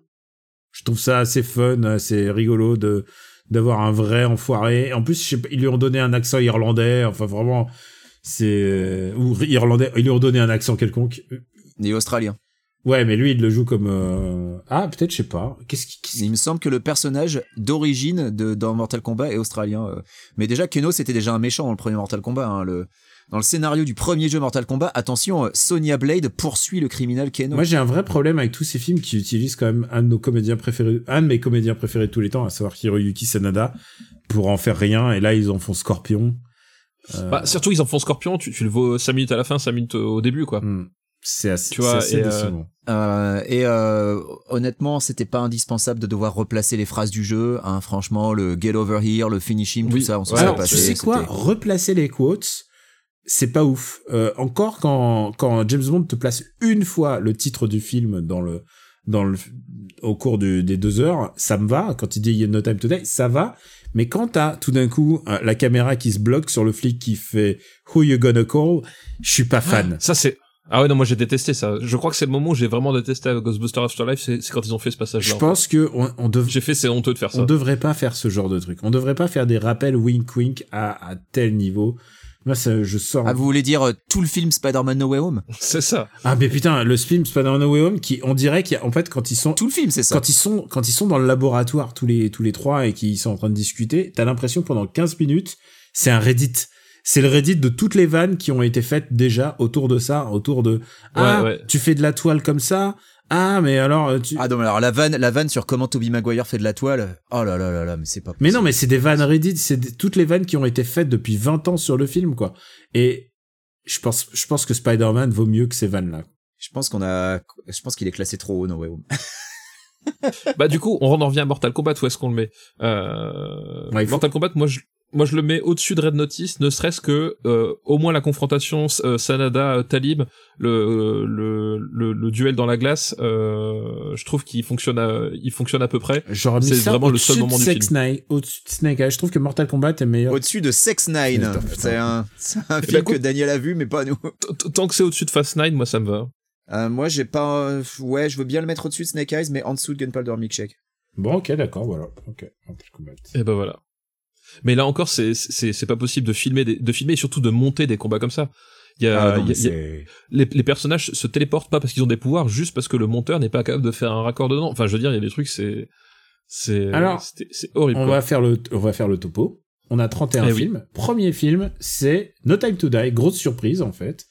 [SPEAKER 4] Je trouve ça assez fun, assez rigolo de d'avoir un vrai enfoiré. En plus, je sais pas, ils lui ont donné un accent irlandais. Enfin, vraiment, c'est euh, ou irlandais. Ils lui ont donné un accent quelconque.
[SPEAKER 5] Et australien.
[SPEAKER 4] Ouais, mais lui, il le joue comme euh, ah peut-être, je sais pas. Qu'est-ce qui qu'est-ce qui-
[SPEAKER 5] Il me semble que le personnage d'origine de dans Mortal Kombat est australien. euh. Mais déjà, Keno c'était déjà un méchant dans le premier Mortal Kombat. hein, le dans le scénario du premier jeu Mortal Kombat, attention, euh, Sonya Blade poursuit le criminel Keno.
[SPEAKER 4] Moi, j'ai un vrai problème avec tous ces films qui utilisent quand même un de nos comédiens préférés, un de mes comédiens préférés de tous les temps, à savoir Hiroyuki Sanada, pour en faire rien. Et là, ils en font Scorpion. Euh,
[SPEAKER 6] Bah, surtout, ils en font Scorpion. Tu, tu le vois 5 minutes à la fin, 5 minutes au début, quoi.
[SPEAKER 4] hmm. c'est assez,
[SPEAKER 6] Mm. Tu vois,
[SPEAKER 4] c'est assez
[SPEAKER 6] et, euh,
[SPEAKER 4] décevant.
[SPEAKER 5] Euh, et euh, honnêtement, c'était pas indispensable de devoir replacer les phrases du jeu. hein. franchement, le Get Over Here, le Finish Him, tout
[SPEAKER 6] Oui.
[SPEAKER 5] ça, on s'en
[SPEAKER 6] ouais, bah,
[SPEAKER 5] serait
[SPEAKER 4] Alors,
[SPEAKER 5] passé.
[SPEAKER 4] tu sais quoi
[SPEAKER 5] c'était-
[SPEAKER 4] Replacer les quotes, c'est pas ouf. Euh, encore quand, quand James Bond te place une fois le titre du film dans le, dans le, au cours du- des deux heures, ça me va. Quand il dit No Time Today, ça va. Mais quand t'as tout d'un coup euh, la caméra qui se bloque sur le flic qui fait Who you gonna call, je suis pas fan.
[SPEAKER 6] Ça, c'est. Ah ouais, non, moi j'ai détesté ça. Je crois que c'est le moment où j'ai vraiment détesté Ghostbusters Afterlife, c'est c'est quand ils ont fait ce
[SPEAKER 4] Je
[SPEAKER 6] passage-là.
[SPEAKER 4] pense que on, on dev-
[SPEAKER 6] Ah, J'ai fait, c'est honteux de faire
[SPEAKER 4] on
[SPEAKER 6] ça.
[SPEAKER 4] devrait pas faire ce genre de truc. On devrait pas faire des rappels wink wink à, à tel niveau. Moi, ça, je sors.
[SPEAKER 5] Ah, vous voulez dire euh, tout le film Spider-Man No Way Home
[SPEAKER 6] C'est ça.
[SPEAKER 4] Ah, mais putain, le film Spider-Man No Way Home, qui, on dirait qu'en fait, quand ils sont
[SPEAKER 5] Tout le film, c'est ça
[SPEAKER 4] quand ils sont quand ils sont dans le laboratoire tous les tous les trois et qu'ils sont en train de discuter, t'as l'impression que pendant 15 minutes, c'est un Reddit. C'est le Reddit de toutes les vannes qui ont été faites déjà autour de ça, autour de ah
[SPEAKER 6] ouais.
[SPEAKER 4] tu fais de la toile comme ça, ah mais alors euh, tu
[SPEAKER 5] Ah non, mais alors la vanne, la vanne sur comment Toby Maguire fait de la toile. Oh là là là là, mais c'est pas.
[SPEAKER 4] mais non
[SPEAKER 5] possible.
[SPEAKER 4] mais c'est des vannes Reddit, c'est des- toutes les vannes qui ont été faites depuis 20 ans sur le film quoi. Et je pense je pense que Spider-Man vaut mieux que ces vannes là.
[SPEAKER 5] Je pense qu'on a, je pense qu'il est classé trop haut No Way Home.
[SPEAKER 6] Bah du coup, on en revient à Mortal Kombat, où est-ce qu'on le met euh...
[SPEAKER 4] Ouais, il faut-
[SPEAKER 6] Mortal Kombat, moi je... moi je le mets au-dessus de Red Notice, ne serait-ce que euh, au moins la confrontation euh, Sanada-Talib, le, euh, le, le, le duel dans la glace, euh, je trouve qu'il fonctionne, à... il fonctionne à peu près.
[SPEAKER 4] J'aurais mis
[SPEAKER 6] C'est
[SPEAKER 4] ça
[SPEAKER 6] vraiment le
[SPEAKER 4] au-dessus
[SPEAKER 6] seul
[SPEAKER 4] de
[SPEAKER 6] moment du
[SPEAKER 4] Sex
[SPEAKER 6] film.
[SPEAKER 4] Ni- au-dessus de Snake Eyes. Je trouve que Mortal Kombat est meilleur.
[SPEAKER 5] Au-dessus de Sex Nine.
[SPEAKER 4] Putain, Eh ben, putain.
[SPEAKER 5] C'est un, c'est un
[SPEAKER 6] bah,
[SPEAKER 5] film que
[SPEAKER 6] écoute-
[SPEAKER 5] Daniel a vu, mais pas nous.
[SPEAKER 6] T- Tant que c'est au-dessus de Fast 9, moi ça me va.
[SPEAKER 5] Euh, moi, j'ai pas, euh, ouais, je veux bien le mettre au-dessus de Snake Eyes, mais en dessous de Gunpowder Milkshake.
[SPEAKER 4] Bon ok d'accord voilà ok Mortal Kombat.
[SPEAKER 6] Et ben voilà. Mais là encore, c'est c'est c'est pas possible de filmer, des- de filmer et surtout de monter des combats comme ça. Il y a,
[SPEAKER 4] Ah non,
[SPEAKER 6] il y
[SPEAKER 4] mais
[SPEAKER 6] a- il y a-
[SPEAKER 4] c'est-
[SPEAKER 6] les, les personnages se téléportent pas parce qu'ils ont des pouvoirs, juste parce que le monteur n'est pas capable de faire un raccord dedans. Enfin, je veux dire, il y a des trucs, c'est c'est
[SPEAKER 4] Alors,
[SPEAKER 6] c'était- c'est horrible.
[SPEAKER 4] On
[SPEAKER 6] quoi.
[SPEAKER 4] va faire le, on va faire le topo. On a 31
[SPEAKER 6] Eh oui.
[SPEAKER 4] films. Premier film, c'est No Time to Die. Grosse surprise, en fait.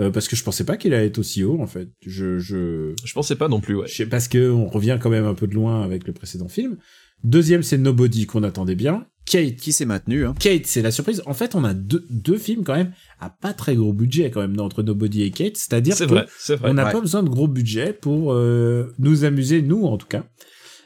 [SPEAKER 4] Euh, parce que je pensais pas qu'il allait être aussi haut, en fait. Je, je,
[SPEAKER 6] Je pensais pas non plus. Ouais.
[SPEAKER 4] je sais- parce que on revient quand même un peu de loin avec le précédent film. Deuxième, c'est Nobody qu'on attendait bien. Kate.
[SPEAKER 5] Qui s'est maintenu, hein.
[SPEAKER 4] Kate, c'est la surprise. En fait, on a deux, deux films quand même à pas très gros budget quand même entre Nobody et Kate. C'est-à-dire
[SPEAKER 6] C'est
[SPEAKER 4] que
[SPEAKER 6] vrai, c'est vrai.
[SPEAKER 4] on n'a
[SPEAKER 5] ouais.
[SPEAKER 4] pas besoin de gros budget pour euh, nous amuser, nous en tout cas.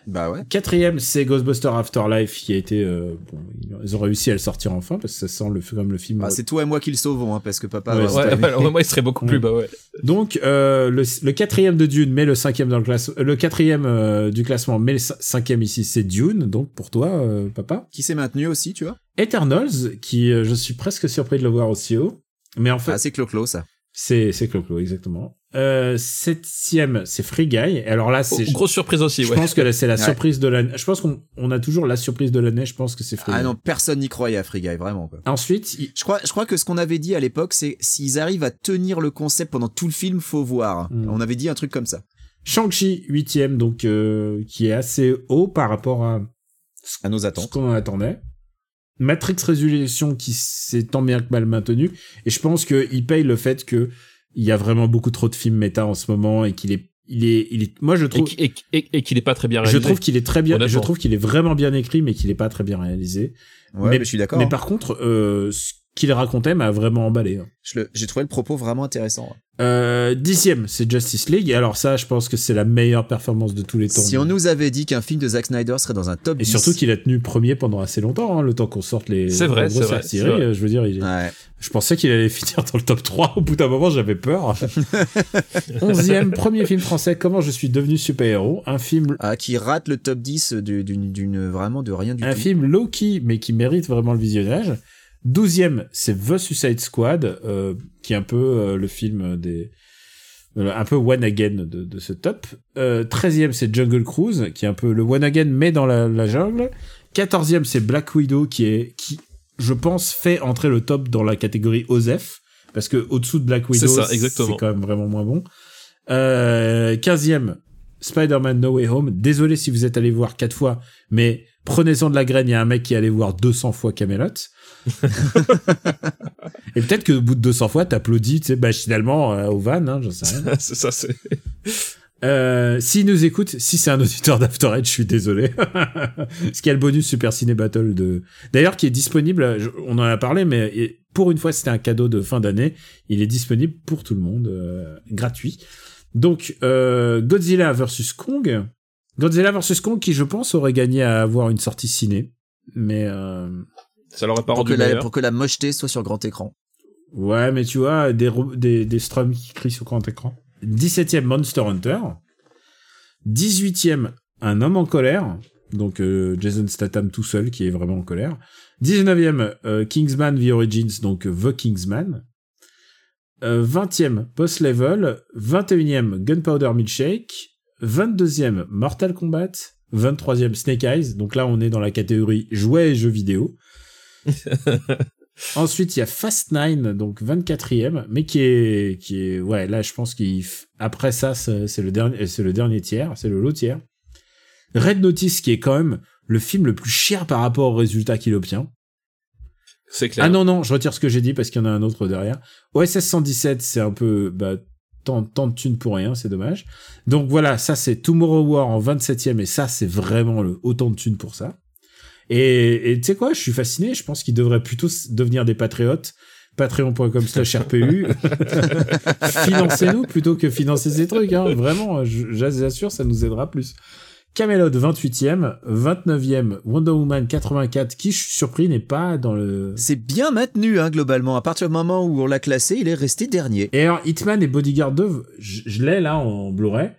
[SPEAKER 5] Bah ouais.
[SPEAKER 4] Quatrième, c'est Ghostbuster Afterlife qui a été. euh, bon, ils ont réussi à le sortir enfin parce que ça sent le comme le film.
[SPEAKER 5] Bah, c'est toi et moi qui le sauvons, hein, parce que papa.
[SPEAKER 4] Ouais,
[SPEAKER 5] va-
[SPEAKER 4] c'est-
[SPEAKER 6] Ouais,
[SPEAKER 5] cette
[SPEAKER 6] (laughs) ouais,
[SPEAKER 5] année.
[SPEAKER 6] alors, moi, il serait beaucoup plus
[SPEAKER 4] Mm.
[SPEAKER 6] bas. Ouais.
[SPEAKER 4] Donc euh, le, le quatrième de Dune met le cinquième dans le classe, euh, le quatrième euh, du classement met le cin- cinquième ici, c'est Dune. Donc pour toi, euh, papa.
[SPEAKER 5] Qui s'est maintenu aussi, tu vois.
[SPEAKER 4] Eternals, qui euh, je suis presque surpris de le voir aussi haut, mais en fait
[SPEAKER 5] Ah, c'est clo-clo, ça.
[SPEAKER 4] c'est c'est Clo-Clo exactement. Euh, septième, c'est Free Guy. Et alors là, c'est
[SPEAKER 6] Oh, grosse surprise aussi.
[SPEAKER 4] je
[SPEAKER 6] Ouais.
[SPEAKER 4] pense que là, c'est la
[SPEAKER 5] (laughs) Ouais.
[SPEAKER 4] surprise de l'année. Je pense qu'on on a toujours la surprise de l'année. Je pense que c'est Free
[SPEAKER 5] Ah
[SPEAKER 4] Guy.
[SPEAKER 5] non, personne n'y croyait à Free Guy, vraiment, quoi.
[SPEAKER 4] Ensuite, il-
[SPEAKER 5] Je crois, je crois que ce qu'on avait dit à l'époque, c'est s'ils arrivent à tenir le concept pendant tout le film, faut voir.
[SPEAKER 4] Mm.
[SPEAKER 5] On avait dit un truc comme ça.
[SPEAKER 4] Shang-Chi, huitième, donc euh, qui est assez haut par rapport à
[SPEAKER 5] À nos
[SPEAKER 4] ce
[SPEAKER 5] attentes.
[SPEAKER 4] qu'on en attendait. Matrix Resurrection qui s'est tant bien que mal maintenu. Et je pense qu'il paye le fait que il y a vraiment beaucoup trop de films méta en ce moment et qu'il est, il est, il est, moi je
[SPEAKER 6] Et,
[SPEAKER 4] trouve,
[SPEAKER 6] qui- et, et- et qu'il est pas très bien
[SPEAKER 4] je
[SPEAKER 6] réalisé. (laughs)
[SPEAKER 4] trouve qu'il est très bien, je
[SPEAKER 6] Honnêtement.
[SPEAKER 4] trouve qu'il est vraiment bien écrit mais qu'il est pas très bien réalisé.
[SPEAKER 5] Ouais,
[SPEAKER 4] Mais-
[SPEAKER 5] mais, je suis d'accord.
[SPEAKER 4] Mais
[SPEAKER 5] hein.
[SPEAKER 4] par contre, euh, ce qu'il racontait m'a vraiment emballé. hein.
[SPEAKER 5] Je le- J'ai trouvé le propos vraiment intéressant. ouais.
[SPEAKER 4] Euh, dixième, c'est Justice League. Et alors ça, je pense que c'est la meilleure performance de tous les temps.
[SPEAKER 5] Si on nous avait dit qu'un film de Zack Snyder serait dans un top
[SPEAKER 4] Et
[SPEAKER 5] 10,
[SPEAKER 4] surtout qu'il a tenu premier pendant assez longtemps, hein, le temps qu'on sorte les.
[SPEAKER 6] C'est vrai,
[SPEAKER 4] en gros,
[SPEAKER 6] c'est
[SPEAKER 4] ça a
[SPEAKER 6] vrai,
[SPEAKER 4] tiré,
[SPEAKER 6] c'est vrai.
[SPEAKER 4] euh, Je veux dire, il est-
[SPEAKER 5] Ouais.
[SPEAKER 4] je pensais qu'il allait (laughs) finir dans le top 3. Au bout d'un moment, j'avais
[SPEAKER 5] (laughs)
[SPEAKER 4] peur. Onzième, premier film français, Comment je suis devenu super-héros. Un film,
[SPEAKER 5] Ah, qui rate le top 10 du- d'une d'une- vraiment de rien du
[SPEAKER 4] un
[SPEAKER 5] tout.
[SPEAKER 4] film low-key, mais qui mérite vraiment le visionnage. Douzième, c'est The Suicide Squad, euh, qui est un peu euh, le film des. euh, un peu One Again de, de ce top. Euh, Treizième, c'est Jungle Cruise, qui est un peu le One Again, mais dans la, la jungle. Quatorzième, c'est Black Widow, qui est, qui, je pense, fait entrer le top dans la catégorie OSEF, parce que au-dessous de Black
[SPEAKER 6] C'est
[SPEAKER 4] Widow,
[SPEAKER 6] ça,
[SPEAKER 4] c'est
[SPEAKER 6] exactement.
[SPEAKER 4] quand même vraiment moins bon. Euh, quinzième, Spider-Man No Way Home. Désolé si vous êtes allé voir quatre fois, mais prenez-en de la graine, il y a un mec qui est allé voir 200 fois
[SPEAKER 6] (laughs)
[SPEAKER 4] Camelot. Et peut-être que au bout de 200 fois, t'applaudis, tu sais, machinalement euh, au van, hein, j'en sais rien.
[SPEAKER 6] c'est ça, c'est.
[SPEAKER 4] Euh, s'il nous écoute, si c'est un auditeur d'After Eight, je suis désolé. (laughs) Ce qui a le bonus Super Ciné Battle de, d'ailleurs, qui est disponible, je- on en a parlé, mais et pour une fois, c'était un cadeau de fin d'année. Il est disponible pour tout le monde, euh, gratuit. Donc, euh, Godzilla versus Kong. Godzilla versus Kong, qui je pense aurait gagné à avoir une sortie ciné. Mais, euh,
[SPEAKER 6] Ça l'aurait pas
[SPEAKER 5] Pour que,
[SPEAKER 6] rendu
[SPEAKER 5] la,
[SPEAKER 6] meilleur.
[SPEAKER 5] pour que la mocheté soit sur grand écran.
[SPEAKER 4] ouais, mais tu vois, des, ro- des, des strums qui crient sur grand écran. 17e Monster Hunter. 18e Un homme en colère. Donc euh, Jason Statham tout seul qui est vraiment en colère. 19e euh, Kingsman The Origins, donc euh, The Kingsman. Euh, 20e Boss Level. 21e Gunpowder Milkshake. 22e Mortal Kombat. 23e Snake Eyes. Donc là on est dans la catégorie jouets et jeux vidéo. Ensuite, il y a Fast 9, donc 24e, mais qui est, qui est, ouais, là, je pense qu'après ça, c'est c'est le dernier, c'est le dernier tiers, c'est le lot tiers. Red Notice, qui est quand même le film le plus cher par rapport au résultat qu'il obtient.
[SPEAKER 6] C'est clair.
[SPEAKER 4] Ah non, non, je retire ce que j'ai dit parce qu'il y en a un autre derrière. OSS 117, c'est un peu, bah, tant, tant de thunes pour rien, c'est dommage. Donc voilà, ça c'est Tomorrow War en 27e et ça c'est vraiment le autant de thunes pour ça. Et et tu sais quoi, je suis fasciné, je pense qu'ils devraient plutôt s- devenir des patriotes. Patreon.com slash RPU. (laughs) Financez-nous plutôt que financer ces trucs, hein. Vraiment, je je vous assure, ça nous aidera plus. Camelot 28e, 29e, Wonder Woman 84, qui, je suis surpris, n'est pas dans le...
[SPEAKER 5] C'est bien maintenu, hein, globalement. À partir du moment où on l'a classé, il est resté dernier.
[SPEAKER 4] Et alors, Hitman et Bodyguard 2, je, je l'ai là en Blu-ray.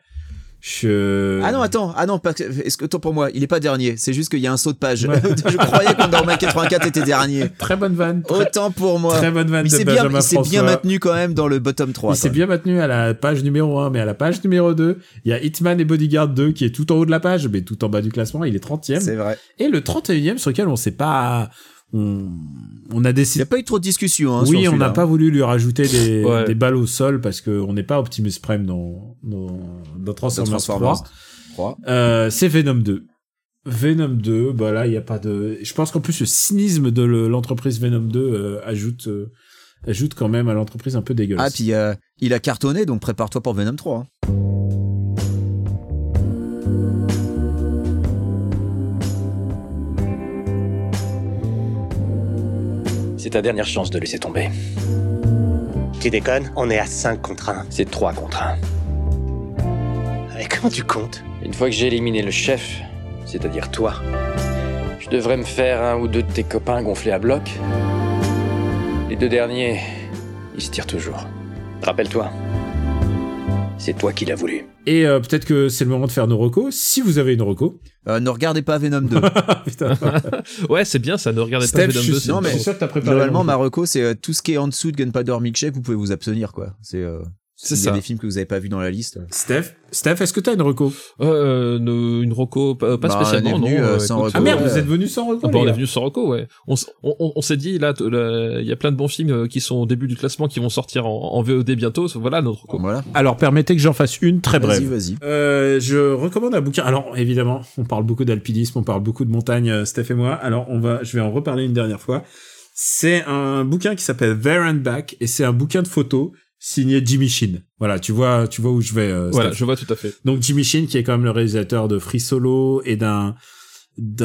[SPEAKER 4] Je...
[SPEAKER 5] Ah non, attends, ah non, pas que- est-ce que, attends pour moi, il est pas dernier, c'est juste qu'il y a un saut de page. (laughs) je croyais qu'Enderman 84 était dernier.
[SPEAKER 4] Très bonne vanne. (laughs) Très,
[SPEAKER 5] Autant pour moi.
[SPEAKER 4] très bonne vanne
[SPEAKER 5] Il
[SPEAKER 4] de
[SPEAKER 5] s'est bien,
[SPEAKER 4] Benjamin
[SPEAKER 5] il s'est bien
[SPEAKER 4] François.
[SPEAKER 5] maintenu quand même dans le bottom 3.
[SPEAKER 4] Il s'est
[SPEAKER 5] quand
[SPEAKER 4] bien maintenu à la page numéro 1, mais à la page numéro 2, il y a Hitman et Bodyguard 2 qui est tout en haut de la page, mais tout en bas du classement, il est
[SPEAKER 5] même.
[SPEAKER 4] 30e.
[SPEAKER 5] C'est vrai.
[SPEAKER 4] Et le 31e sur lequel on sait pas... On, on a
[SPEAKER 5] Il n'y a
[SPEAKER 4] décidé...
[SPEAKER 5] pas eu trop de discussion. Hein,
[SPEAKER 4] Oui,
[SPEAKER 5] sur
[SPEAKER 4] on n'a
[SPEAKER 5] celui-là.
[SPEAKER 4] pas voulu lui rajouter des,
[SPEAKER 6] Ouais.
[SPEAKER 4] des balles au sol parce qu'on n'est pas Optimus Prime dans, dans, dans Transformers
[SPEAKER 5] Sur
[SPEAKER 4] 3.
[SPEAKER 5] Transformers 3.
[SPEAKER 4] Euh, c'est Venom 2. Venom 2, bah là, il n'y a pas de. Je pense qu'en plus, le cynisme de le- l'entreprise Venom 2 euh, ajoute, euh, ajoute quand même à l'entreprise un peu
[SPEAKER 5] Ah,
[SPEAKER 4] dégueulasse.
[SPEAKER 5] puis euh, il a cartonné, donc prépare-toi pour Venom 3. hein.
[SPEAKER 7] C'est ta dernière chance de laisser tomber.
[SPEAKER 1] Tu déconnes On est à 5 contre 1.
[SPEAKER 7] C'est trois contre un.
[SPEAKER 1] Et comment tu comptes
[SPEAKER 7] Une fois que j'ai éliminé le chef, c'est-à-dire toi, je devrais me faire un ou deux de tes copains gonflés à bloc. Les deux derniers, ils se tirent toujours. Rappelle-toi, c'est toi qui l'as voulu.
[SPEAKER 4] Et euh, peut-être que c'est le moment de faire nos recos. Si vous avez une reco. (laughs) Ah,
[SPEAKER 5] Euh, ne regardez pas Venom 2.
[SPEAKER 6] (laughs)
[SPEAKER 4] Putain.
[SPEAKER 6] Ouais, c'est bien ça, ne regardez
[SPEAKER 4] Steph,
[SPEAKER 6] pas Venom 2. c'est
[SPEAKER 5] non,
[SPEAKER 6] une
[SPEAKER 5] mais-
[SPEAKER 4] je suis
[SPEAKER 6] chance.
[SPEAKER 4] sûr que t'as préparé.
[SPEAKER 5] Globalement,
[SPEAKER 4] mon-
[SPEAKER 5] Marocco, c'est euh, tout ce qui est en dessous de Gunpowder Milkshake, vous pouvez vous abstenir, quoi. C'est euh,
[SPEAKER 6] C'est
[SPEAKER 5] s'il y a
[SPEAKER 6] ça.
[SPEAKER 5] des films que vous n'avez pas vus dans la liste. euh,
[SPEAKER 4] Steph, Steph est-ce que t'as une reco Ah,
[SPEAKER 6] Euh, ne- une Rocco, pas, pas
[SPEAKER 5] Bah, on est
[SPEAKER 6] spécialement,
[SPEAKER 5] venu, euh,
[SPEAKER 6] non. euh,
[SPEAKER 5] sans
[SPEAKER 6] écoute,
[SPEAKER 5] reco.
[SPEAKER 4] Ah merde,
[SPEAKER 5] Ouais.
[SPEAKER 4] vous êtes venu sans reco
[SPEAKER 6] Ah bah,
[SPEAKER 4] les
[SPEAKER 6] on est
[SPEAKER 4] gars.
[SPEAKER 6] venu sur Rocco, ouais. On, s- on, on- on s'est dit, là, t- là, il y a plein de bons films euh, qui sont au début du classement, qui vont sortir en, en VOD bientôt. Voilà notre Rocco.
[SPEAKER 5] Voilà.
[SPEAKER 4] Alors permettez que j'en fasse une très
[SPEAKER 5] Vas-y,
[SPEAKER 4] brève.
[SPEAKER 5] vas-y.
[SPEAKER 4] Euh, je recommande un bouquin. Alors évidemment, on parle beaucoup d'alpinisme, on parle beaucoup de montagne, euh, Steph et moi. Alors on va, je vais en reparler une dernière fois. C'est un bouquin qui s'appelle There and Back et c'est un bouquin de photos signé Jimmy Shin. Voilà, tu vois, tu vois où je vais. euh,
[SPEAKER 6] Voilà,
[SPEAKER 4] Steph.
[SPEAKER 6] je vois tout à fait.
[SPEAKER 4] Donc Jimmy Shin qui est quand même le réalisateur de Free Solo et d'un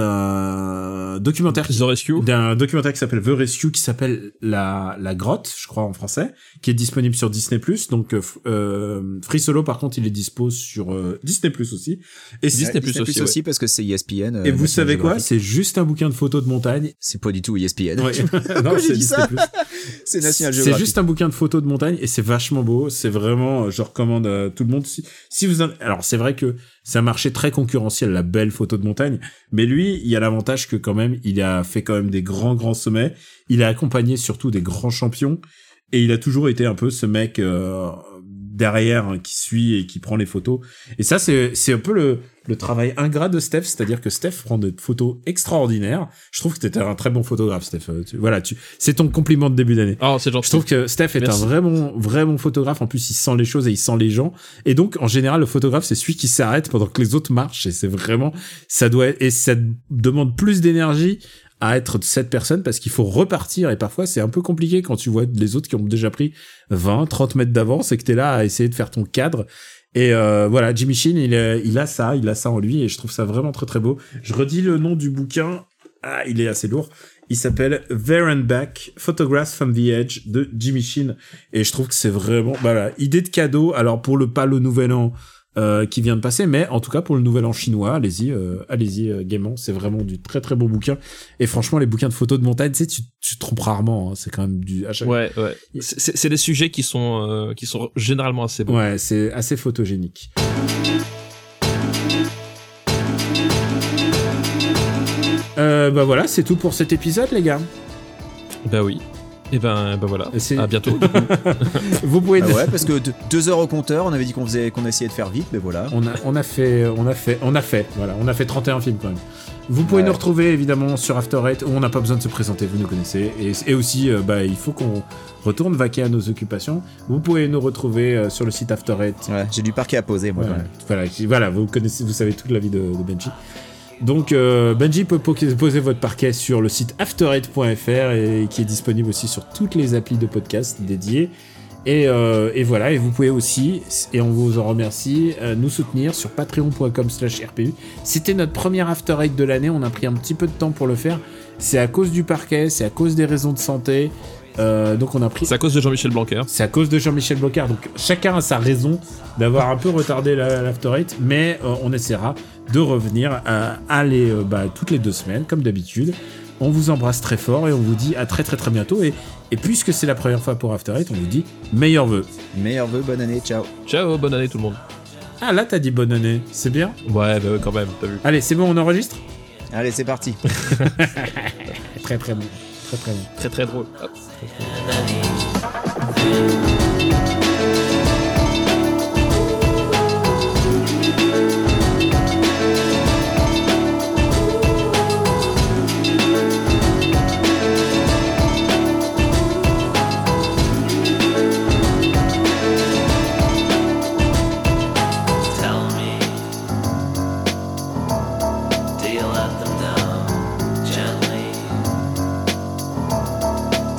[SPEAKER 4] d'un documentaire qui
[SPEAKER 5] (laughs)
[SPEAKER 6] The Rescue.
[SPEAKER 4] d'un documentaire qui s'appelle The Rescue, qui s'appelle La, La Grotte, je crois en français, qui est disponible sur Disney+. Donc, euh, f- euh, Free Solo, par contre, il est dispo sur euh, Disney+, aussi. Et, c'est-
[SPEAKER 6] Disney+,
[SPEAKER 5] Disney
[SPEAKER 6] aussi,
[SPEAKER 5] Plus aussi, parce que c'est ESPN. euh,
[SPEAKER 4] et vous
[SPEAKER 5] National
[SPEAKER 4] savez quoi
[SPEAKER 5] Geographic.
[SPEAKER 4] C'est juste un bouquin de photos de
[SPEAKER 5] (laughs)
[SPEAKER 4] montagne.
[SPEAKER 5] C'est pas du tout E ESPN.
[SPEAKER 4] Ouais. non,
[SPEAKER 5] Pourquoi j'ai
[SPEAKER 4] c'est
[SPEAKER 5] dit
[SPEAKER 4] Disney+.
[SPEAKER 5] ça (laughs) C'est National
[SPEAKER 4] C'est
[SPEAKER 5] Geographic.
[SPEAKER 4] juste un bouquin de photos de montagne et c'est vachement beau. C'est vraiment, euh, je recommande à tout le monde. Si, si vous, en- alors c'est vrai que c'est un marché très concurrentiel, la belle photo de montagne. Mais lui, il a l'avantage que quand même, il a fait quand même des grands grands sommets. Il a accompagné surtout des grands champions et il a toujours été un peu ce mec euh, derrière hein, qui suit et qui prend les photos. Et ça, c'est c'est un peu le le travail ingrat de Steph, c'est-à-dire que Steph prend des photos extraordinaires. Je trouve que t'étais un très bon photographe, Steph. Euh, tu- voilà, tu, c'est ton compliment de début d'année.
[SPEAKER 6] Ah, c'est
[SPEAKER 4] Je
[SPEAKER 6] gentil.
[SPEAKER 4] trouve que Steph est
[SPEAKER 6] Merci.
[SPEAKER 4] un vraiment, vraiment photographe. En plus, il sent les choses et il sent les gens. Et donc, en général, le photographe, c'est celui qui s'arrête pendant que les autres marchent. Et c'est vraiment, ça doit, et ça demande plus d'énergie à être cette personne parce qu'il faut repartir. Et parfois, c'est un peu compliqué quand tu vois les autres qui ont déjà pris 20, 30 mètres d'avance et que t'es là à essayer de faire ton cadre. Et euh, voilà, Jimmy Sheen, il, est- il a ça, il a ça en lui et je trouve ça vraiment très très beau. Je redis le nom du bouquin. Ah, il est assez lourd. Il s'appelle There and Back, Photographs from the Edge de Jimmy Sheen. Et je trouve que c'est vraiment, bah, voilà, idée de cadeau. Alors pour le pas le nouvel an euh, qui vient de passer, mais en tout cas pour le nouvel an chinois, allez-y, euh, allez-y euh, gaiement. C'est vraiment du très très beau bouquin. Et franchement, les bouquins de photos de montagne, tu sais, tu, tu te trompes rarement. hein. C'est quand même du, à chaque
[SPEAKER 6] Ouais, ouais. C'est- C'est c'est des sujets qui sont, euh, qui sont généralement assez bons.
[SPEAKER 4] Ouais, c'est assez photogénique. Euh, bah voilà, c'est tout pour cet épisode, les gars.
[SPEAKER 6] Bah oui. Et ben, ben voilà.
[SPEAKER 4] Et c'est-
[SPEAKER 6] À bientôt.
[SPEAKER 4] Vous pouvez.
[SPEAKER 5] Ah ouais, parce que de- deux heures au compteur, on avait dit qu'on faisait, qu'on essayait de faire vite, mais voilà.
[SPEAKER 4] On a, on a fait, on a fait, on a fait. Voilà, on a fait 31 films quand même. Vous pouvez
[SPEAKER 7] Ouais.
[SPEAKER 4] nous retrouver évidemment sur After Eight, où on n'a pas besoin de se présenter, vous nous connaissez. Et, et aussi, euh, bah, il faut qu'on retourne vaquer à nos occupations. Vous pouvez nous retrouver euh, sur le site After Eight.
[SPEAKER 5] Voilà, j'ai du parquet à poser, moi.
[SPEAKER 4] Voilà, voilà, qui- voilà, vous connaissez, vous savez toute la vie de, de Benji. Donc euh, Benji peut po- poser votre parquet sur le site afterite.fr et qui est disponible aussi sur toutes les applis de podcast dédiées. Et, euh, et voilà, et vous pouvez aussi, et on vous en remercie, euh, nous soutenir sur patreon.com slash RPU. C'était notre première After Eight de l'année, on a pris un petit peu de temps pour le faire. C'est à cause du parquet, c'est à cause des raisons de santé. Euh, donc on a pris
[SPEAKER 6] C'est à cause de Jean-Michel Blanquer.
[SPEAKER 4] c'est à cause de Jean-Michel Blocard. Donc chacun a sa raison d'avoir un peu retardé la- l'After Eight, mais euh, on essaiera de revenir à, à les, euh, bah, toutes les deux semaines, comme d'habitude. On vous embrasse très fort et on vous dit à très très très bientôt. Et, et puisque c'est la première fois pour After Eight, on vous dit meilleurs vœux.
[SPEAKER 5] Meilleur vœu, bonne année, ciao.
[SPEAKER 6] Ciao, bonne année tout le monde.
[SPEAKER 4] Ah là, t'as dit bonne année, c'est bien.
[SPEAKER 6] Ouais, bah ouais, quand même, t'as vu.
[SPEAKER 4] Allez, c'est bon, on enregistre
[SPEAKER 5] Allez, c'est parti. (laughs)
[SPEAKER 4] Très très bon. Très très bon.
[SPEAKER 6] Très très drôle. Hop.
[SPEAKER 8] Tell me, do you let them down gently?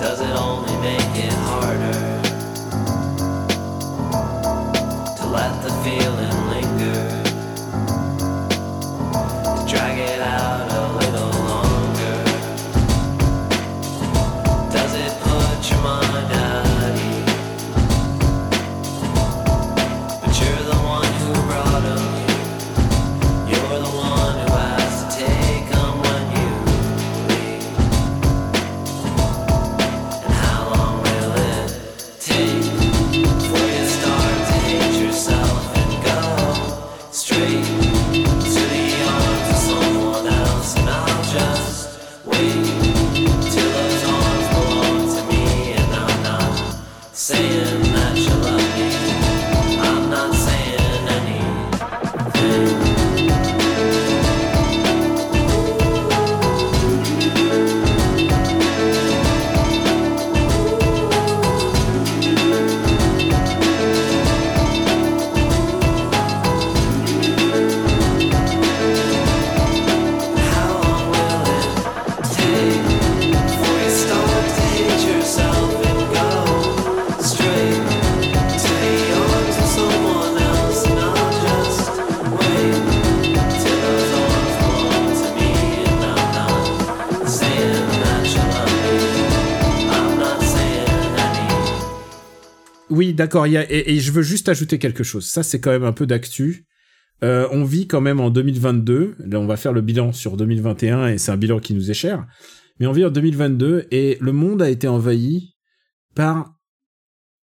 [SPEAKER 8] Does it only make it harder to let the feeling linger? To drag it out a little longer? Does it put your mind at ease? But you're the one who brought 'em. You're the one who has to take 'em when you leave. And how long will it take before you start to hate yourself and go straight to the arms of someone else? And I'll just wait till those arms belong to me, and I'm not saying that you love me. I'm not saying anything. How long will it take before you start to hate yourself and go straight to the arms of someone else? And I'll just wait till those arms belong to me, and I'm not saying that you love me. I'm not saying anything.
[SPEAKER 4] Oui, d'accord. il y a- Et, et je veux juste ajouter quelque chose. Ça, c'est quand même un peu d'actu. Euh, on vit quand même en 2022. Là, on va faire le bilan sur 2021 et c'est un bilan qui nous est cher. Mais on vit en 2022 et le monde a été envahi par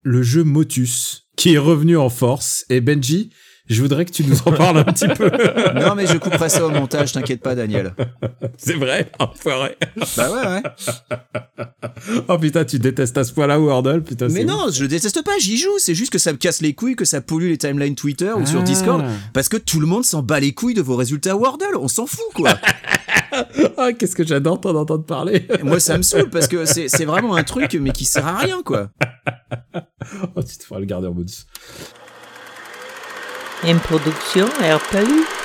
[SPEAKER 4] le jeu Motus qui est revenu en force. Et Benji, je voudrais que tu
[SPEAKER 5] (laughs)
[SPEAKER 4] nous en parles un petit peu. (laughs)
[SPEAKER 5] non, mais je couperai ça au montage, t'inquiète pas, Daniel.
[SPEAKER 4] C'est vrai, enfoiré.
[SPEAKER 5] Bah ouais, ouais.
[SPEAKER 4] Oh putain, tu détestes à ce point-là Wordle, putain.
[SPEAKER 5] Mais
[SPEAKER 4] c'est
[SPEAKER 5] non, je le déteste pas, j'y joue. C'est juste que ça me casse les couilles, que ça pollue les timelines Twitter ou sur
[SPEAKER 4] Ah.
[SPEAKER 5] Discord. Parce que tout le monde s'en bat les couilles de vos résultats Wordle. On s'en fout,
[SPEAKER 4] (laughs)
[SPEAKER 5] quoi.
[SPEAKER 4] ouf. Ah, qu'est-ce que j'adore t'en entendre parler. (laughs)
[SPEAKER 5] Et Moi, ça me saoule parce que c'est c'est vraiment un truc, mais qui sert à rien, quoi.
[SPEAKER 4] Oh, tu te feras le garder en bonus.
[SPEAKER 9] Une production RPU.